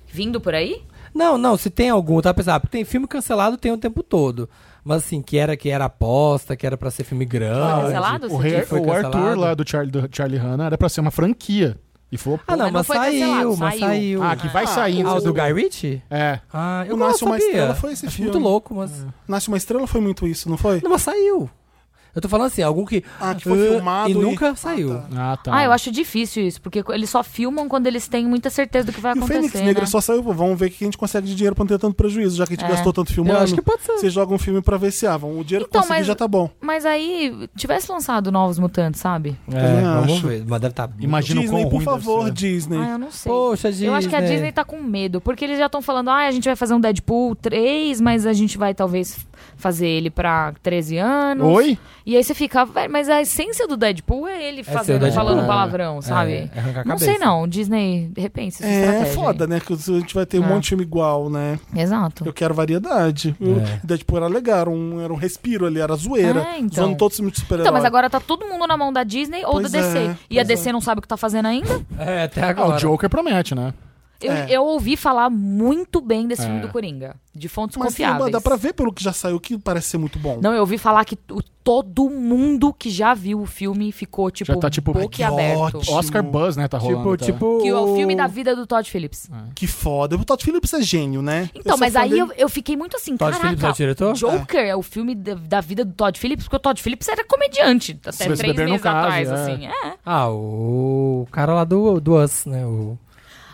D: Vindo por aí?
C: Não, não, se tem algum, tá pensando, ah, porque tem filme cancelado tem o tempo todo. Mas assim, que era que era aposta, que era pra ser filme grande.
D: cancelado?
E: O, rei-
C: que Ah, foi
E: o Arthur
C: cancelado.
E: lá do Charlie, do Charlie Hanna era pra ser uma franquia. E falou.
C: Ah, não,
D: Mas
C: mas,
D: não foi
C: saiu,
D: cancelado,
C: mas
D: saiu.
C: saiu.
E: Ah, que vai sair.
C: Ah, o
E: não sei
C: do
E: se-
C: Guy Ritchie?
E: É.
C: Ah, eu
A: O
C: não
A: Nasce Uma
C: sabia.
A: Estrela foi esse
C: Acho
A: filme. É.
C: muito louco, mas...
A: Nasce uma estrela foi muito isso, não foi?
C: Não, mas saiu. Eu tô falando assim, algum que...
A: Ah, que foi
C: Ah,
A: filmado
C: E
A: e-
C: nunca
A: Ah,
C: saiu.
A: tá.
E: Ah, tá.
D: Ah, eu acho difícil isso, porque eles só filmam quando eles têm muita certeza do que vai
A: E o
D: acontecer.
A: Fênix Negra
D: né?
A: só saiu, pô, vamos ver o que a gente consegue de dinheiro pra não ter tanto prejuízo, já que a gente
D: É.
A: gastou tanto
C: Eu
A: filmando.
C: acho que pode ser.
A: Você joga um filme pra ver se, ah, vamos, o dinheiro que
D: Então,
A: conseguir
D: mas-
A: já tá bom.
D: Mas aí, tivesse lançado Novos Mutantes, sabe?
A: também
C: É, vamos
A: acho.
C: ver. Mas deve estar... Tá
E: Imagina o
A: Disney,
E: quão
A: por
E: ruim deve
A: favor,
E: ser.
A: Disney.
D: Ah, eu não sei.
C: Poxa, Disney.
D: Eu acho que a Disney tá com medo, porque eles já estão falando, ah, a gente vai fazer um Deadpool 3, mas a gente vai talvez fazer ele pra 13 anos.
E: Oi?
D: E aí você fica, "Velho, mas a essência do Deadpool é ele
C: ser
D: fazendo,
C: o Deadpool,
D: falando
E: é.
D: palavrão, sabe?
C: É, arrancar a
D: Não
C: cabeça.
D: sei não, Disney, repense sua
A: É
D: estratégia.
A: foda, né? Que a gente vai ter um
D: É.
A: monte de filme igual, né?
D: aí. Exato.
A: Eu quero variedade. Eu,
C: É.
A: daí, tipo, era legal, era um, era um respiro ali, era zoeira.
D: É, então.
A: Zoando todos os filmes de super-herói.
D: Então, mas agora tá todo mundo na mão da Disney ou
A: Pois
D: da DC.
A: é,
D: e a
A: pois
D: DC não sabe o que tá fazendo ainda.
C: É, até
E: Ah,
C: agora.
E: o Joker promete, né?
D: Eu,
A: É.
D: eu ouvi falar muito bem desse
E: É.
D: filme do Coringa, de fontes
A: Mas,
D: confiáveis.
A: dá pra ver pelo que já saiu que parece ser muito bom.
D: Não, eu ouvi falar que o- todo mundo que já viu o filme ficou, tipo,
E: Já tá, tipo,
D: boquiaberto.
A: ótimo.
E: Oscar Buzz, né? Tá rolando.
C: Tipo,
E: tá?
C: tipo...
D: Que é o filme da vida do Todd Phillips.
A: Que foda. O Todd Phillips é gênio, né? Eu
D: Então,
A: sou
D: mas
A: fã
D: aí
A: dele.
D: eu, eu fiquei muito assim,
C: Todd Phillips é o
D: caraca,
C: diretor?
D: Joker é. o filme da, da vida do Todd Phillips, porque o Todd Phillips era comediante
E: Se
D: até
E: você
D: três
E: beber, não
D: meses
E: case,
D: atrás,
E: é.
D: assim. É.
C: Ah, o cara lá do, do Us, né? O...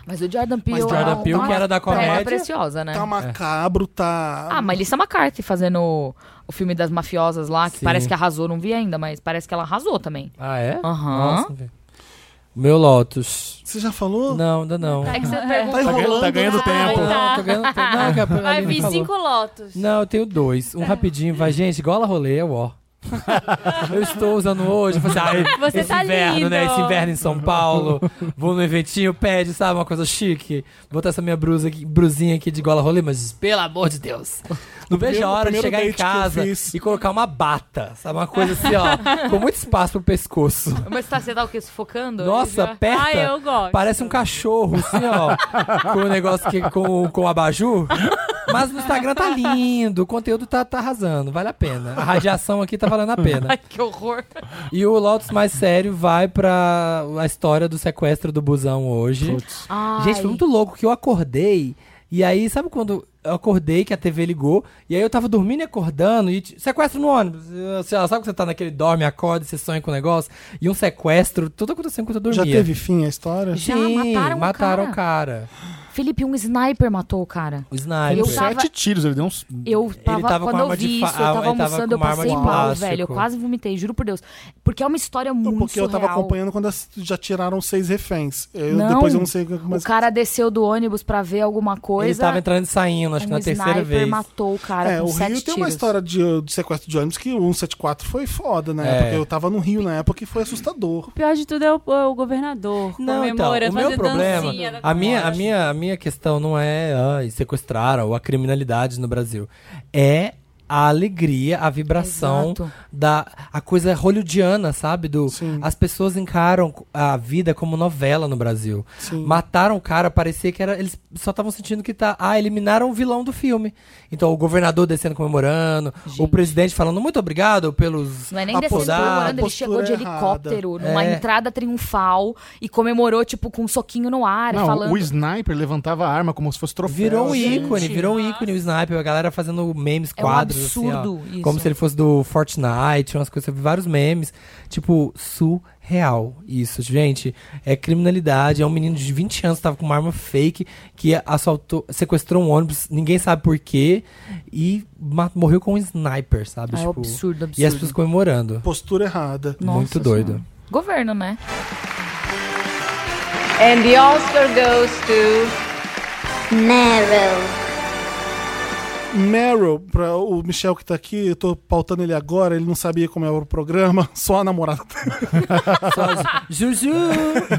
D: Mas o Jordan Peele...
A: Mas
D: é
A: Jordan
D: uma-
A: Peele, que
C: era da
D: pérola
C: comédia.
D: preciosa, né?
A: Tá macabro, tá.
D: Ah, Melissa McCarthy fazendo o, o filme das mafiosas lá, que
C: Sim.
D: parece que arrasou, não vi ainda, mas parece que ela arrasou também.
C: Ah, é?
D: Aham.
C: Nossa, velho. Meu Lotus.
A: Você já falou?
C: Não, ainda não.
D: É que você
A: Tá
D: perguntou.
A: enrolando.
E: tá ganhando
A: né?
E: tempo.
C: Não,
B: Tá.
C: tô ganhando tempo. Não, que a
B: Vai
C: Aline
B: vir
C: falou.
B: cinco lotos.
C: Não, eu tenho dois. Um rapidinho, vai, gente, igual a rolê, é o ó. Eu estou usando hoje, eu falei assim, ah,
B: Você
C: esse
B: tá
C: inverno,
B: lindo.
C: né? Esse inverno em São Paulo. Vou no eventinho, pede, sabe, uma coisa chique. Vou botar essa minha brusa aqui, brusinha aqui de gola rolê, mas pelo amor de Deus. Não vejo
A: primeiro-
C: a hora de
A: primeiro
C: chegar em
A: date que eu
C: casa
A: fiz.
C: e colocar uma bata, sabe? Uma coisa assim, ó, com muito espaço pro pescoço.
D: Mas tá, você tá o quê? Sufocando?
C: Nossa,
D: Já-
C: aperta.
B: Ah, eu gosto.
C: Parece um cachorro, assim, ó. com o negócio que com, com o abajur. Mas no Instagram tá lindo, o conteúdo tá, tá arrasando, vale a pena. A radiação aqui tá valendo a pena.
D: Ai, que horror.
C: E o Lotus mais sério vai pra a história do sequestro do busão hoje.
E: Putz.
C: Gente, foi muito louco que eu acordei. E aí, sabe quando eu acordei que a TV ligou? E aí eu tava dormindo e acordando e t- sequestro no ônibus. Eu- Sei lá, sabe que você tá naquele dorme, acorda, você sonha com o negócio? E um sequestro, tudo acontecendo quando eu dormia.
A: Já teve fim a história?
D: Já
C: Sim,
D: mataram um o
C: o cara.
D: Felipe, um sniper matou o cara.
C: O sniper.
D: Eu
E: tá? Sete
D: tava-
E: tiros, ele deu uns.
D: Eu tava,
C: tava com
D: quando
C: arma
D: eu
C: de
D: vi
C: fa- ah,
D: isso, eu tava
C: ele tava
D: almoçando,
C: com
D: eu
C: uma arma
D: passei
C: de
D: mal,
C: plástico.
D: velho. Eu quase vomitei, juro por Deus. Porque é uma história muito
A: Porque eu tava
D: surreal.
A: acompanhando quando as- já tiraram seis reféns. Eu-
D: Não.
A: Depois eu não sei mais.
D: O cara desceu do ônibus pra ver alguma coisa.
C: Ele tava entrando e saindo, acho que
D: um
C: na terceira
D: sniper
C: vez.
D: matou o cara
A: É,
D: com
A: o
D: sete
A: Rio tem uma
D: tiros.
A: história de, de sequestro de ônibus que um o 174 foi foda na
C: É.
A: época. Eu tava no Rio na época e foi assustador.
B: O pior de tudo é o, é o governador
C: Não, então,
B: comemorando,
C: o meu
B: fazendo
C: problema,
B: dancinha na
C: a minha, a,
B: comemora.
C: minha, a minha questão não é ah, sequestraram ou a criminalidade no Brasil. É a alegria, a vibração
D: Exato.
C: da a coisa hollywoodiana, sabe? Do
A: Sim.
C: as pessoas encaram a vida como novela no Brasil.
A: Sim.
C: Mataram o cara, parecia que era eles só estavam sentindo que tá, ah, eliminaram o vilão do filme. Então o governador descendo comemorando, o
D: Gente.
C: presidente falando muito obrigado pelos
D: Não é nem
A: A
D: descendo
A: postura-
D: comemorando,
A: a
D: ele
A: postura
D: chegou de
A: errada.
D: helicóptero numa
C: É.
D: entrada triunfal e comemorou, tipo, com um soquinho no ar,
E: Não,
D: falando.
E: o sniper levantava a arma como se fosse troféu.
C: Virou um
E: assim.
C: ícone, virou um ícone o Sniper, a galera fazendo memes,
D: É um
C: quadros,
D: absurdo
C: assim, ó,
D: isso.
C: como se ele fosse do Fortnite, umas coisas, eu vi vários memes, tipo, surreal isso, gente, é criminalidade, é um menino de 20 anos, tava com uma arma fake, que assaltou, sequestrou um ônibus, ninguém sabe por quê, e ma- morreu com um Sniper, sabe,
D: Ah, é um
C: tipo,
D: absurdo, absurdo.
C: e as pessoas comemorando,
A: Postura errada.
D: Nossa
C: muito doido.
D: Senhora. Governo, né?
F: And the Oscar goes to
G: Meryl.
A: Meryl, pra o Michel que tá aqui, eu tô pautando ele agora, ele não sabia como era o programa, só a namorada. tá
C: Só- Juju!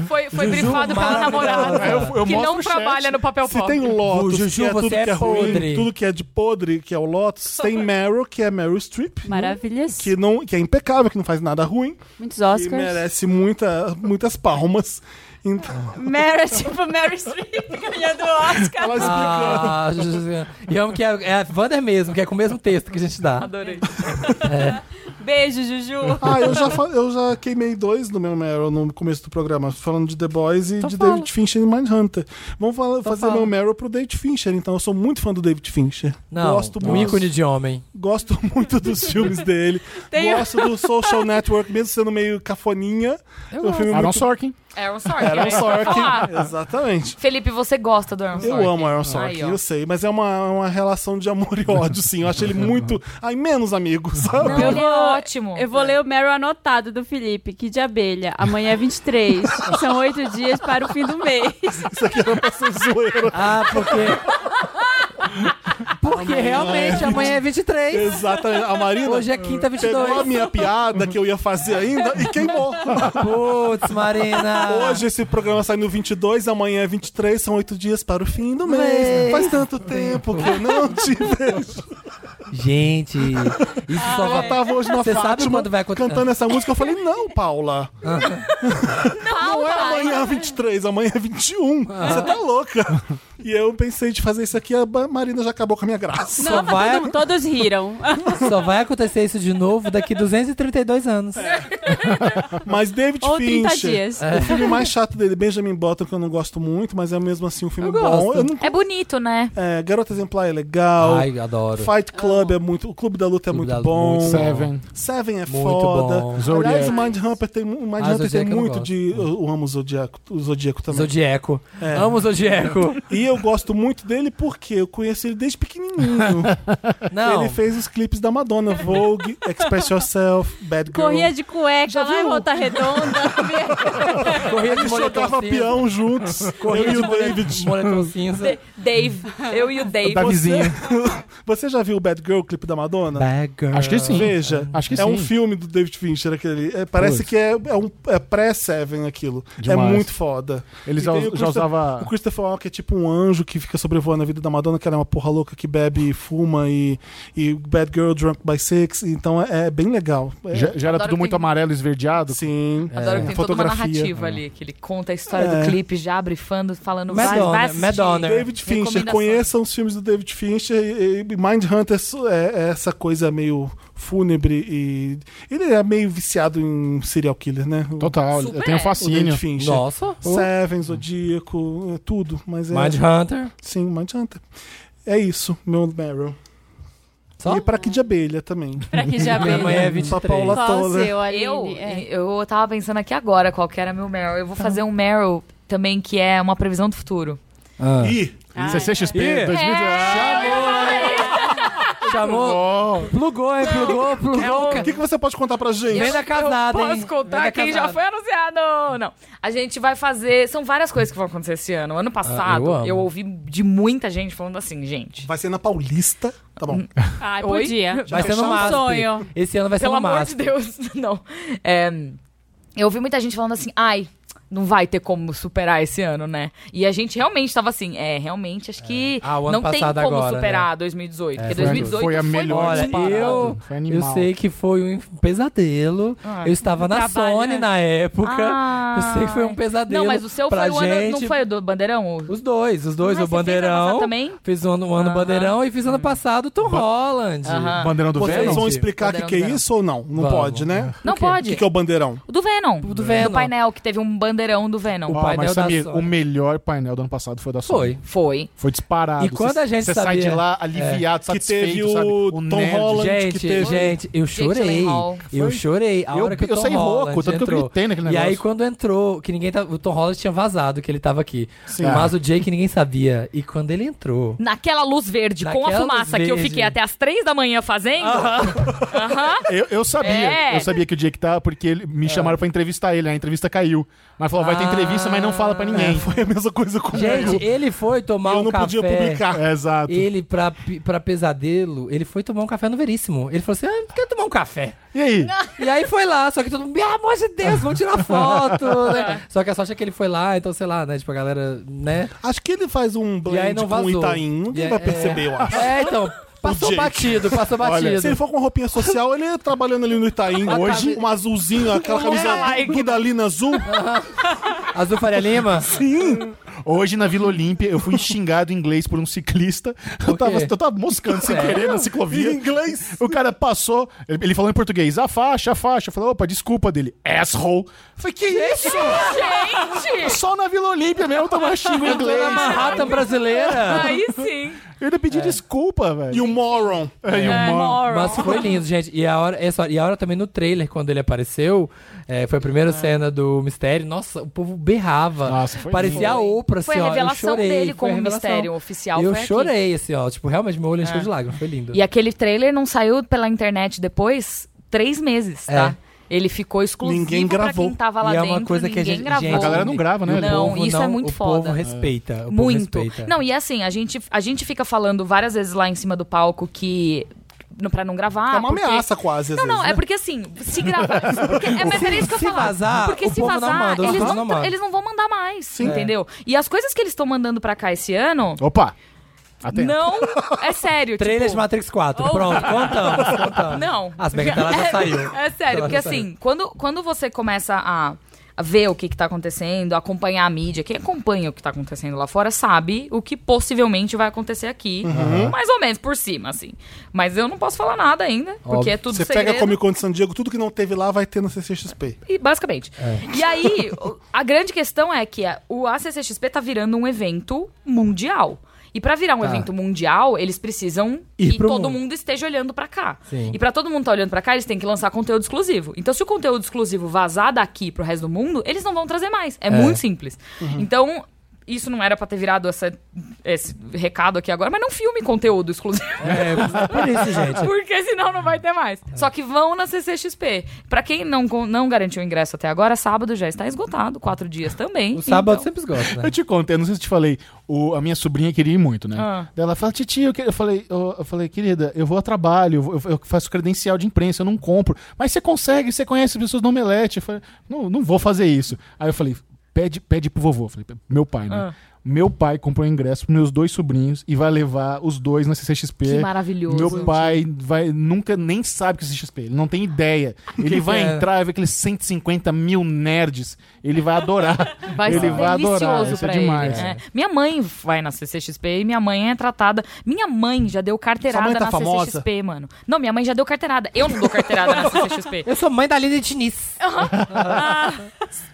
D: Foi,
C: Juju, brifado pela maravilhosa. namorada,
E: Eu- eu que mostro não o chat. trabalha
D: no papel
A: Se tem Lotus,
C: O Tá Juju,
A: que é tudo
C: você é
A: que é ruim,
C: podre.
A: tudo que é de podre, que é o Lotus, tem Meryl, que é Meryl Streep,
B: Maravilhas.
A: que, não, que é impecável, que não faz nada ruim,
B: Muitos
A: que
B: Oscars.
A: merece muita, muitas palmas. Então,
B: Mary, tipo Mary Streep ganhando o Oscar.
A: ela explicou.
C: Ah, e eu amo que é, é a Wander mesmo, que é com o mesmo texto que a gente dá.
B: Adorei. Beijo, Juju.
A: Ah, eu já, fa- eu já queimei dois do meu Meryl no começo do programa, falando de The Boys e de David Fincher e Mindhunter. Vamos fala- fazer
C: Então fala.
A: meu Meryl pro David Fincher, então. Eu sou muito fã do David Fincher.
C: Não,
A: Gosto
C: um
A: muito.
C: ícone de homem.
A: Gosto muito dos filmes dele.
B: Tem-
A: Gosto do Social Network, mesmo sendo meio cafoninha. Eu um filme
E: Aaron
A: muito...
E: Sorkin.
D: Aaron Sorkin. é
A: Aaron
D: isso que eu ia falar.
A: Sorkin. Exatamente.
D: Felipe, você gosta do Aaron
A: Eu
D: Sorkin?
A: amo Aaron Sorkin,
D: Aí, ó.
A: eu sei, mas é uma, uma relação de amor e ódio, sim. Eu acho ele muito. Ai, menos amigo, sabe?
D: Não, ele é
B: Eu vou-
D: ótimo.
B: Eu vou ler o Meryl anotado do Felipe, que de abelha. Amanhã é 23. São oito dias para o fim do mês.
A: Isso aqui é era pra ser zoeira.
C: Ah, porque. Porque realmente amanhã é 23.
A: Exatamente. A Marina.
C: Hoje é quinta
A: Pegou a
C: 22.
A: minha piada que eu ia fazer ainda e queimou.
D: Ah.
C: Putz, Marina.
A: Hoje esse programa sai no 22, amanhã é 23, são oito dias para o fim do mês.
C: Mês.
A: Faz tanto tempo que eu não te vejo.
C: Gente, isso só
A: Ela
C: vai.
A: tava hoje na
C: Você
A: Fátima
C: sabe quando vai acontecer? Ah.
A: cantando essa música. Eu falei, não, Paula. não é amanhã 23, amanhã é 21.
C: Ah.
A: Você tá louca. E eu pensei de fazer isso aqui, a Ba- Marina já acabou com a minha graça.
C: Só
B: Não, mas
C: vai-
B: todo- todos riram.
C: Só vai acontecer isso de novo daqui 232 anos.
A: É, Mas David
B: Ou 30
A: Fincher.
B: dias.
C: É.
A: O filme mais chato dele, Benjamin Button, que eu não gosto muito, mas é mesmo assim um filme
C: Eu
A: bom.
C: gosto.
A: Eu não
D: É bonito, né?
A: É, Garota Exemplar é legal.
C: Ai, adoro.
A: Fight Club é muito. O Clube da Luta é
C: Clube da
A: muito
C: Luta,
A: bom.
C: muito bom.
E: Seven.
A: Seven é
C: Muito
A: foda.
C: bom.
A: Aliás,
E: Zodiac.
A: o Mind Hunter tem, mu- o Mind
C: Ah,
A: Hunter tem
C: Zodiac eu não
A: muito
C: gosto.
A: de. Eu, eu amo o Zodíaco, o Zodíaco também. É.
C: Zodieco. Amo Zodieaco.
A: E eu gosto muito dele porque eu conheço ele desde pequenininho.
C: Não.
A: Ele fez os clipes da Madonna, Vogue, Express Yourself, Bad Girl.
B: Corria de cueca
A: Já
B: lá em
A: viu?
B: Volta Redonda.
C: Corria de
A: Eles
C: moletom
A: jogavam
C: cinza.
A: peão juntos.
C: Corria
A: eu e
C: de
A: o
C: mole-
A: David.
C: moletom cinza.
D: Dave. Eu e o Dave.
C: Tá
E: Da vizinha.
A: Você já viu o Bad Girl, o clipe da Madonna?
C: Bad girl.
E: Acho que Ah, sim.
A: Veja,
E: Acho que
A: é um
E: sim.
A: filme do David Fincher aquele. É, parece
E: Putz.
A: que é, é um é pré-Seven aquilo.
E: Demais.
A: É muito foda.
E: Ele
A: E
E: já,
A: tem o
E: já
A: Christopher-
D: Ah.
E: usava.
A: O Christopher Walken é tipo um anjo que fica sobrevoando a vida da Madonna, que ela é uma porra louca que bebe e fuma e, e Bad Girl Drunk by Six. Então é, é bem legal. É,
E: Já, já era
D: Adoro
E: tudo muito
D: que-
E: amarelo e esverdeado.
A: Sim.
D: É. Adoro que tem toda uma
A: Fotografia.
D: narrativa ali, que ele conta a história
A: É.
D: do clipe, já abre fando, falando
C: Madonna,
D: vai, vai assistir.
C: Madonna.
A: David Fincher,
D: Recomendações.
A: conheçam os filmes do David Fincher e, e Mindhunter é, é essa coisa meio fúnebre e. Ele é meio viciado em serial killer, né? O-
E: Total.
D: Super
E: eu tenho um
D: é.
A: o David
E: fascínio.
A: Fincher.
C: Nossa.
A: Seven, Zodíaco, é tudo. Mas é.
C: Mindhunter.
A: Sim, Mindhunter. É isso, meu Meryl.
C: Só?
A: E pra que de abelha também.
B: pra que de abelha.
C: Amanhã é
A: Pra
C: 23.
A: Paula
B: Qual o
A: Toller.
B: seu, Aline?
D: Eu,
B: É.
D: eu tava pensando aqui agora qual que era meu Meryl. Eu vou fazer um Meryl também que é uma previsão do futuro.
C: Ah.
A: Ih,
E: CCXP
C: Ih.
E: 2019.
C: Chamou.
E: Oh,
C: Plugou, hein? Plugou,
D: um
C: plugou.
A: o que, que você pode contar pra gente?
C: Vem da casada,
D: eu
C: hein?
D: posso contar
C: Vem da
D: quem já
C: casada.
D: foi anunciado? Não. A gente vai fazer... São várias coisas que vão acontecer esse ano. Ano passado,
C: Ah, eu amo.
D: eu ouvi de muita gente falando assim, gente...
A: Vai ser na Paulista. Tá
C: Hum,
A: bom.
B: Ai,
D: Oi?
B: podia.
C: Vai ser no
B: um
C: MASP.
B: sonho.
C: Esse ano vai ser
D: Pelo
C: no
D: amor
C: MASP.
D: de Deus, não. É, eu ouvi muita gente falando assim, ai, não vai ter como superar esse ano, né? E a gente realmente tava assim, é, realmente, acho que
C: Ah, o ano
D: não tem
C: passado
D: como
C: agora, É,
D: superar 2018. porque
C: foi-
D: 2018
E: foi a melhor
D: muito
C: Olha,
D: disparado.
C: eu,
E: Foi animal.
C: eu sei que foi um pesadelo.
D: Ah.
C: eu estava na
B: Trabalho,
C: Sony
B: né?
C: na época.
D: Ah.
C: Eu sei que foi um pesadelo.
D: Não, mas o seu
C: pra
D: foi o ano, não
C: gente.
D: foi o do Bandeirão? O...
C: Os dois, os dois,
D: Ah,
C: o
D: você fez ano passado
C: Bandeirão.
D: também?
C: Fiz um, um ano
D: Aham.
C: Bandeirão e fiz ano passado o Tom Holland.
D: Aham.
E: Bandeirão do
A: Vocês
E: Venom.
A: vão explicar o que,
D: Poderão,
A: que é
D: poderão.
A: isso ou não? Não
C: Vamos.
A: pode, né?
D: Não
C: O quê?
A: O
D: pode.
A: que, que é o bandeirão?
D: O do Venom.
C: Do Venom.
D: Do painel, que teve um Bandeirão do Venom.
C: é O
E: Ó,
C: painel
E: mas
C: da
E: Samir,
C: Sony.
E: o melhor painel do ano passado foi o da Sony.
C: Foi.
D: Foi.
E: Foi disparado.
C: E quando a gente
E: Você sai
C: sabia- É.
E: de lá aliviado,
A: Que
E: satisfeito,
A: teve o
E: sabe?
A: Tom
E: nerd.
A: Holland.
C: Gente,
A: que teve-
C: gente, eu
D: Jake
C: chorei.
D: Gyllenhaal.
C: Eu
E: Foi.
C: chorei. A
E: Eu-
C: hora que o
E: eu
C: Tom
E: saí rouco,
C: Holland
E: tanto que eu
C: entrou.
E: gritei naquele
C: E aí
E: negócio.
C: quando entrou, que ninguém tava, o Tom Holland tinha vazado, que ele tava aqui.
A: Sim. Ah.
C: Mas o Jake ninguém sabia. E quando ele entrou,
D: Naquela luz verde, com a
C: Naquela luz
D: fumaça que eu
C: verde.
D: fiquei até as três da manhã fazendo.
E: Eu, eu sabia,
D: É.
E: eu sabia que o Jake tava, porque ele- me
A: É.
E: chamaram pra entrevistar ele, né? a entrevista caiu. Mas falou, vai ter
C: Ah.
E: entrevista, mas não fala pra ninguém.
A: É, Foi a mesma coisa comigo.
C: gente, ele foi tomar
A: eu
C: um
A: não
C: café.
A: podia publicar.
E: É, exato. E...
C: Ele, pra, pi- pra pesadelo, ele foi tomar um café no Veríssimo. Ele falou assim: ah, quero tomar um café.
E: aí?
C: E aí foi lá, só que todo mundo, pelo amor de Deus, vamos tirar foto, né? Só que a sorte é que ele foi lá, então sei lá, né? Tipo, a galera, né?
A: Acho que ele faz um
C: E
A: blend
C: aí
A: com
C: não
A: o
C: vazou.
A: Itaim. Ninguém
C: E
A: vai
C: é-
A: perceber, eu acho.
C: É, então, Passou
A: Jake.
C: batido, passou
A: Olha,
C: batido.
A: se ele for com roupinha social, ele é trabalhando ali no Itaim
C: tá
A: hoje, um azulzinho, aquela camisa tudo ali na azul.
C: Azul Faria Lima?
E: Hoje na Vila Olímpia eu fui xingado em inglês por um ciclista. Eu
C: Por
E: tava,
C: quê?
E: eu tava moscando sem querer na ciclovia.
A: Em inglês?
E: O cara passou, ele, ele falou em português, a faixa, a faixa. Eu falei, opa, desculpa dele, asshole. Eu falei, que isso?
D: Gente!
E: Só na Vila Olímpia mesmo eu tava xingando em
C: Tô na
E: inglês.
C: Manhattan brasileira.
D: Aí sim.
E: Eu ainda
A: É.
E: pedi desculpa,
A: E
E: velho.
A: o moron.
E: É, e o
D: É,
E: mano-
D: moral.
C: Mas foi lindo, gente. E a hora, essa hora- e a hora também no trailer, quando ele apareceu, é, foi a
D: Ah.
C: primeira cena do mistério. Nossa, o povo berrava.
E: Nossa, foi
C: Parecia
E: lindo.
C: a Oprah, assim,
D: Foi a
C: ó. Eu
D: revelação
C: chorei,
D: dele
C: foi
D: como
C: a revelação.
D: mistério oficial.
C: Eu
D: foi aqui. Ah.
C: chorei, assim, ó. Tipo, realmente, meu olho encheu de lágrimas. Foi lindo.
D: E aquele trailer não saiu pela internet depois três meses, tá? Ele ficou exclusivo
A: Ninguém
D: pra
A: gravou.
D: quem tava lá
C: É. E é
D: dentro,
C: uma coisa que
D: ninguém
C: a gente...
D: gravou.
C: gente,
E: A galera não grava, né?
C: e o
D: Não,
C: povo
D: isso é muito
C: o povo
D: foda.
C: respeita. o povo
D: Muito.
C: respeita.
D: Não, e assim, a gente, a gente fica falando várias vezes lá em cima do palco que. no- pra não gravar.
A: é uma
D: Ah, porque-
A: ameaça quase, às
D: Não,
A: vezes,
D: não,
A: né?
D: é porque assim, se gravar. Porque, é, mas era isso que eu
C: Se
D: falava.
C: vazar,
D: porque
C: o
D: se
C: povo não
D: vazar,
C: manda, É. os
D: eles,
C: fãs
D: não,
C: não mandam.
D: eles não vão mandar mais, entendeu? E as coisas que eles estão mandando pra cá esse ano.
E: Opa! Atento.
D: Não, é sério.
C: Trailer de
D: tipo,
C: Matrix 4.
D: ou-
C: Pronto, contamos, contamos.
D: Não.
C: As Megan Tela já
D: É-
C: saiu.
D: É
C: Ela
D: sério, porque
C: já saiu.
D: assim, quando, quando você começa a, a ver o que, que tá acontecendo, acompanhar a mídia, quem acompanha o que tá acontecendo lá fora sabe o que possivelmente vai acontecer aqui.
C: Uhum.
D: Mais ou menos por cima, assim. Mas eu não posso falar nada ainda, porque
C: Óbvio.
D: é tudo
A: Você
D: segredo.
A: pega a Comic Con de San Diego, tudo que não teve lá vai ter na CCXP.
D: E basicamente.
C: É.
D: E aí, o- a grande questão é que a- o ACCXP tá virando um evento mundial. E pra virar um evento mundial, eles precisam
C: Tá. Ir
D: que
C: pro
D: todo
C: mundo.
D: mundo esteja olhando pra cá.
C: Sim.
D: E pra todo mundo estar olhando pra cá, eles têm que lançar conteúdo exclusivo. Então, se o conteúdo exclusivo vazar daqui pro resto do mundo, eles não vão trazer mais. É, muito simples.
C: Uhum.
D: Então, isso não era pra ter virado essa- esse recado aqui agora, mas não filme conteúdo exclusivo.
C: É, por isso, gente.
D: Porque senão não vai ter mais. Só que vão na CCXP. Pra quem não, con- não garantiu o ingresso até agora, sábado já está esgotado. Quatro dias também.
C: O sábado
D: Então,
C: sempre gosta, né?
E: Eu te contei, não sei se te falei. O, a minha sobrinha queria ir muito, né?
D: Ah.
E: Daí Ela fala, titia, eu, que-" eu falei, eu, eu falei, querida, eu vou a trabalho, eu, vou- eu faço credencial de imprensa, eu não compro. Mas você consegue, você conhece pessoas no Omelete. Eu falei, não, não vou fazer isso. Aí eu falei, pede, pede pro vovô. Eu falei, meu pai, né?
D: Ah.
E: Meu pai comprou ingresso pros meus dois sobrinhos e vai levar os dois na CCXP.
D: Que maravilhoso.
E: Meu pai vai, nunca nem sabe o que é CXP, ele não tem ideia. Ele vai
C: que é?
E: entrar e ver aqueles 150 mil nerds, ele vai adorar.
D: Vai
E: ele
D: ser
E: vai
D: delicioso
E: adorar, isso
D: pra
E: é demais.
D: ele.
E: né?
D: É. Minha mãe vai na CCXP e minha mãe é tratada. Minha mãe já deu
A: Sua
D: carteirada
A: mãe tá
D: na
A: famosa?
D: CCXP, mano. Não, minha mãe já deu carteirada. Eu não dou carteirada na CCXP.
C: Eu sou mãe da Lili Diniz.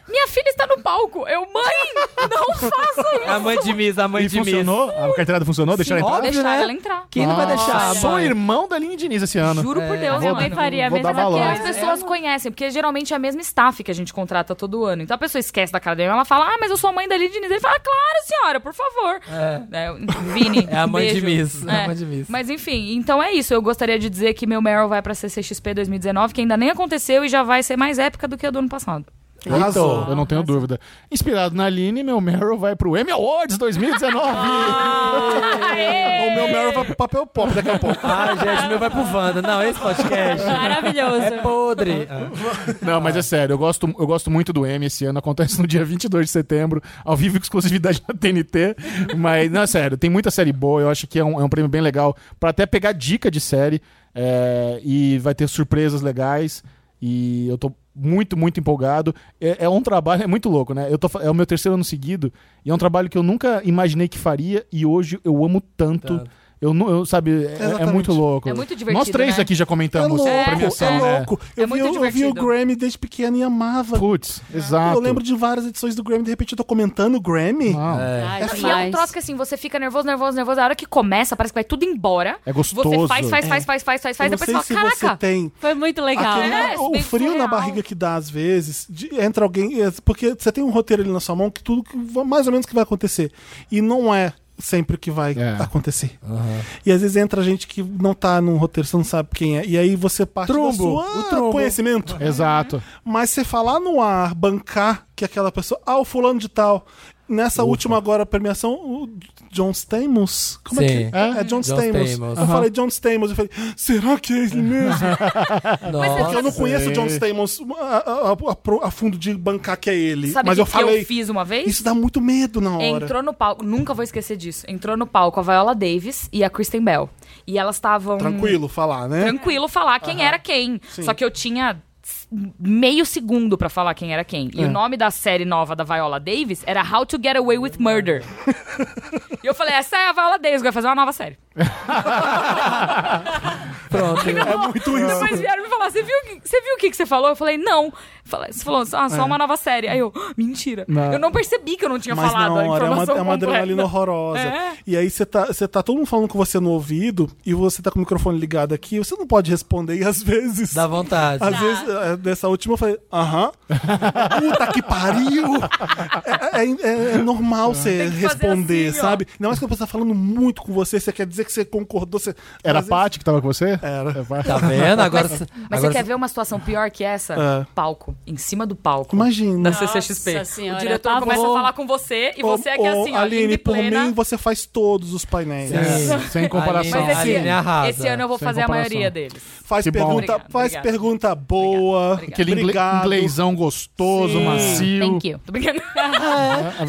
D: Minha filha está no palco. Eu, mãe, não faço isso.
C: A mãe de Miss, a mãe
E: E
C: de Miss.
E: funcionou? A carteirada funcionou? Deixaram
C: Sim,
E: entrar?
C: óbvio,
D: Deixaram
C: né?
D: ela entrar.
C: Quem não vai deixar?
E: Sou
C: mãe?
E: irmão da Aline Diniz esse ano.
D: Juro por Deus,
B: Minha
D: mãe.
B: mãe faria a
E: vou
D: Mas
E: dar
B: mesma
D: é porque
E: balão.
D: as pessoas conhecem, porque geralmente é a mesma staff que a gente contrata todo ano. Então a pessoa esquece da cara dela, ela fala, ah, mas eu sou a mãe da Lidia Diniz. Ele fala, claro, senhora, por favor. É, Vini,
C: É a mãe
D: beijo.
C: de Miss. É
D: É.
C: a mãe de Miss.
D: Mas enfim, então é isso. Eu gostaria de dizer que meu Meryl vai pra CCXP 2019, que ainda nem aconteceu e já vai ser mais épica do que a do ano passado.
E: Então, eu não tenho dúvida. Inspirado na Aline, meu Meryl vai pro Emmy Awards 2019.
A: Então, O meu Meryl vai pro papel pop daqui a pouco.
D: é
C: Ah, gente, meu vai pro Wanda. Não, esse podcast é
B: Maravilhoso.
C: podre. Ah.
E: não, mas é sério, eu gosto, eu gosto muito do Emmy esse ano. Acontece no dia 22 de setembro, ao vivo e com exclusividade na TNT. Mas, não, é sério, tem muita série boa. Eu acho que é um, é um prêmio bem legal pra até pegar dica de série. é, e vai ter surpresas legais. E eu tô muito, muito empolgado. É, é um trabalho, é muito louco, né? Eu tô, fa- é o meu terceiro ano seguido. E é um trabalho que eu nunca imaginei que faria. E hoje eu amo tanto.
C: Tanto.
E: Eu, não, eu, sabe, é- é,
A: Exatamente.
E: muito louco.
D: É muito divertido,
E: Nós três
D: né?
E: aqui já
A: É
E: comentamos
A: louco,
E: a
A: é,
E: premiação. né?
A: louco.
D: É
A: Eu, vi,
D: muito
A: eu, eu vi o
D: divertido.
A: Grammy desde pequeno e amava.
E: Putz, exato.
A: Eu lembro de várias edições do Grammy, de repente eu tô comentando o Grammy.
E: Não, é.
B: Ai,
A: É
D: E é um
B: demais.
D: troço que assim, você fica nervoso, nervoso, nervoso. A hora que começa, parece que vai tudo embora.
E: é gostoso.
D: Você faz, faz, faz, faz, faz, faz,
A: eu
D: faz.
A: não
D: Depois
A: sei se
D: você fala,
A: você
D: caraca.
A: tem.
B: Foi muito legal.
C: né?
A: Aquele-
D: É,
A: o
D: bem
A: frio na
D: surreal.
A: barriga que dá às vezes, de- entra alguém. é, Porque você tem um roteiro ali na sua mão que tudo que, va- mais ou menos que vai acontecer. E não é sempre que vai
E: É.
A: acontecer. E às vezes entra gente que não tá num roteiro, você não sabe quem é. E aí você parte do
C: Trumbo,
A: sua
C: o trumbo.
E: É,
A: conhecimento.
E: Exato.
A: Mas você falar no ar, bancar que aquela pessoa. Ah, o fulano de tal. Nessa última agora premiação, o John Stamos. Como é
C: Sim.
A: que é? É John, Stamos.
C: Stamos.
A: Eu
C: Aham.
A: falei John Stamos. Eu falei, será que é ele mesmo? Porque eu não
C: Nossa.
A: conheço o John
E: Sim.
A: Stamos a, a- a- a fundo de bancar que é ele.
D: Sabe
A: mas
D: o
A: eu
D: que, que
A: falei.
D: eu fiz uma vez?
A: Isso dá muito medo na hora.
D: Entrou no palco, nunca vou esquecer disso. Entrou no palco a Viola Davis e a Kristen Bell. E elas estavam.
A: Tranquilo falar, né?
D: tranquilo falar quem era quem. Só que eu tinha s- meio segundo pra falar quem era quem.
A: É.
D: E o nome da série nova da Viola Davis era How to Get Away with Murder. e eu falei, essa é a Viola Davis, vai fazer uma nova série.
C: Pronto.
D: É
A: muito isso.
D: Depois vieram me falar, você viu, o que- você viu o que que você falou? Eu falei, não. Fala- Você falou, ah,
A: É.
D: só uma nova série. Aí eu, "Ah, mentira.
E: Não.
D: Eu não percebi que eu não tinha
A: Mas
D: falado
A: na hora
D: a
A: é uma,
D: informação
A: é uma
D: completa.
A: adrenalina horrorosa.
D: É.
A: E aí você tá, você tá todo mundo falando com você no ouvido e você tá com o microfone ligado aqui, você não pode responder e às vezes.
C: Dá vontade.
A: Às vezes, eh, nessa última eu falei, aham. Puta que pariu! É, é- é- é normal você
D: Tem que fazer
A: responder,
D: assim, ó.
A: sabe? Ainda mais quando a pessoa tá falando muito com você, você quer dizer que você concordou. Você...
E: Era a
A: Às vezes-
E: Paty que tava com você?
A: Era.
E: É, Paty.
C: Tá vendo? Agora.
D: Mas
C: agora
D: você quer ver uma situação pior que essa?
A: É.
D: Palco. Em cima do palco.
A: Imagina.
D: da CCXP.
B: Nossa senhora,
D: o diretor
B: pavor.
D: começa a falar com você e você é que
A: Ô,
D: assim, ó,
A: Aline,
D: linda e
A: por
D: plena.
A: mim você faz todos os painéis.
C: Sim.
E: É, sem comparação.
C: Mas
D: Mas assim,
C: esse-
D: esse,
C: Aline arrasa.
D: esse ano eu vou
E: Sem
D: fazer
E: comparação.
D: a maioria deles.
A: Faz
E: Que bom.
A: pergunta,
D: Obrigada,
A: faz
D: obrigada.
A: pergunta boa.
E: Aquele ingle-
A: Obrigado.
E: inglesão gostoso,
A: Sim.
E: macio. É,
D: Thank you. Tô brincando.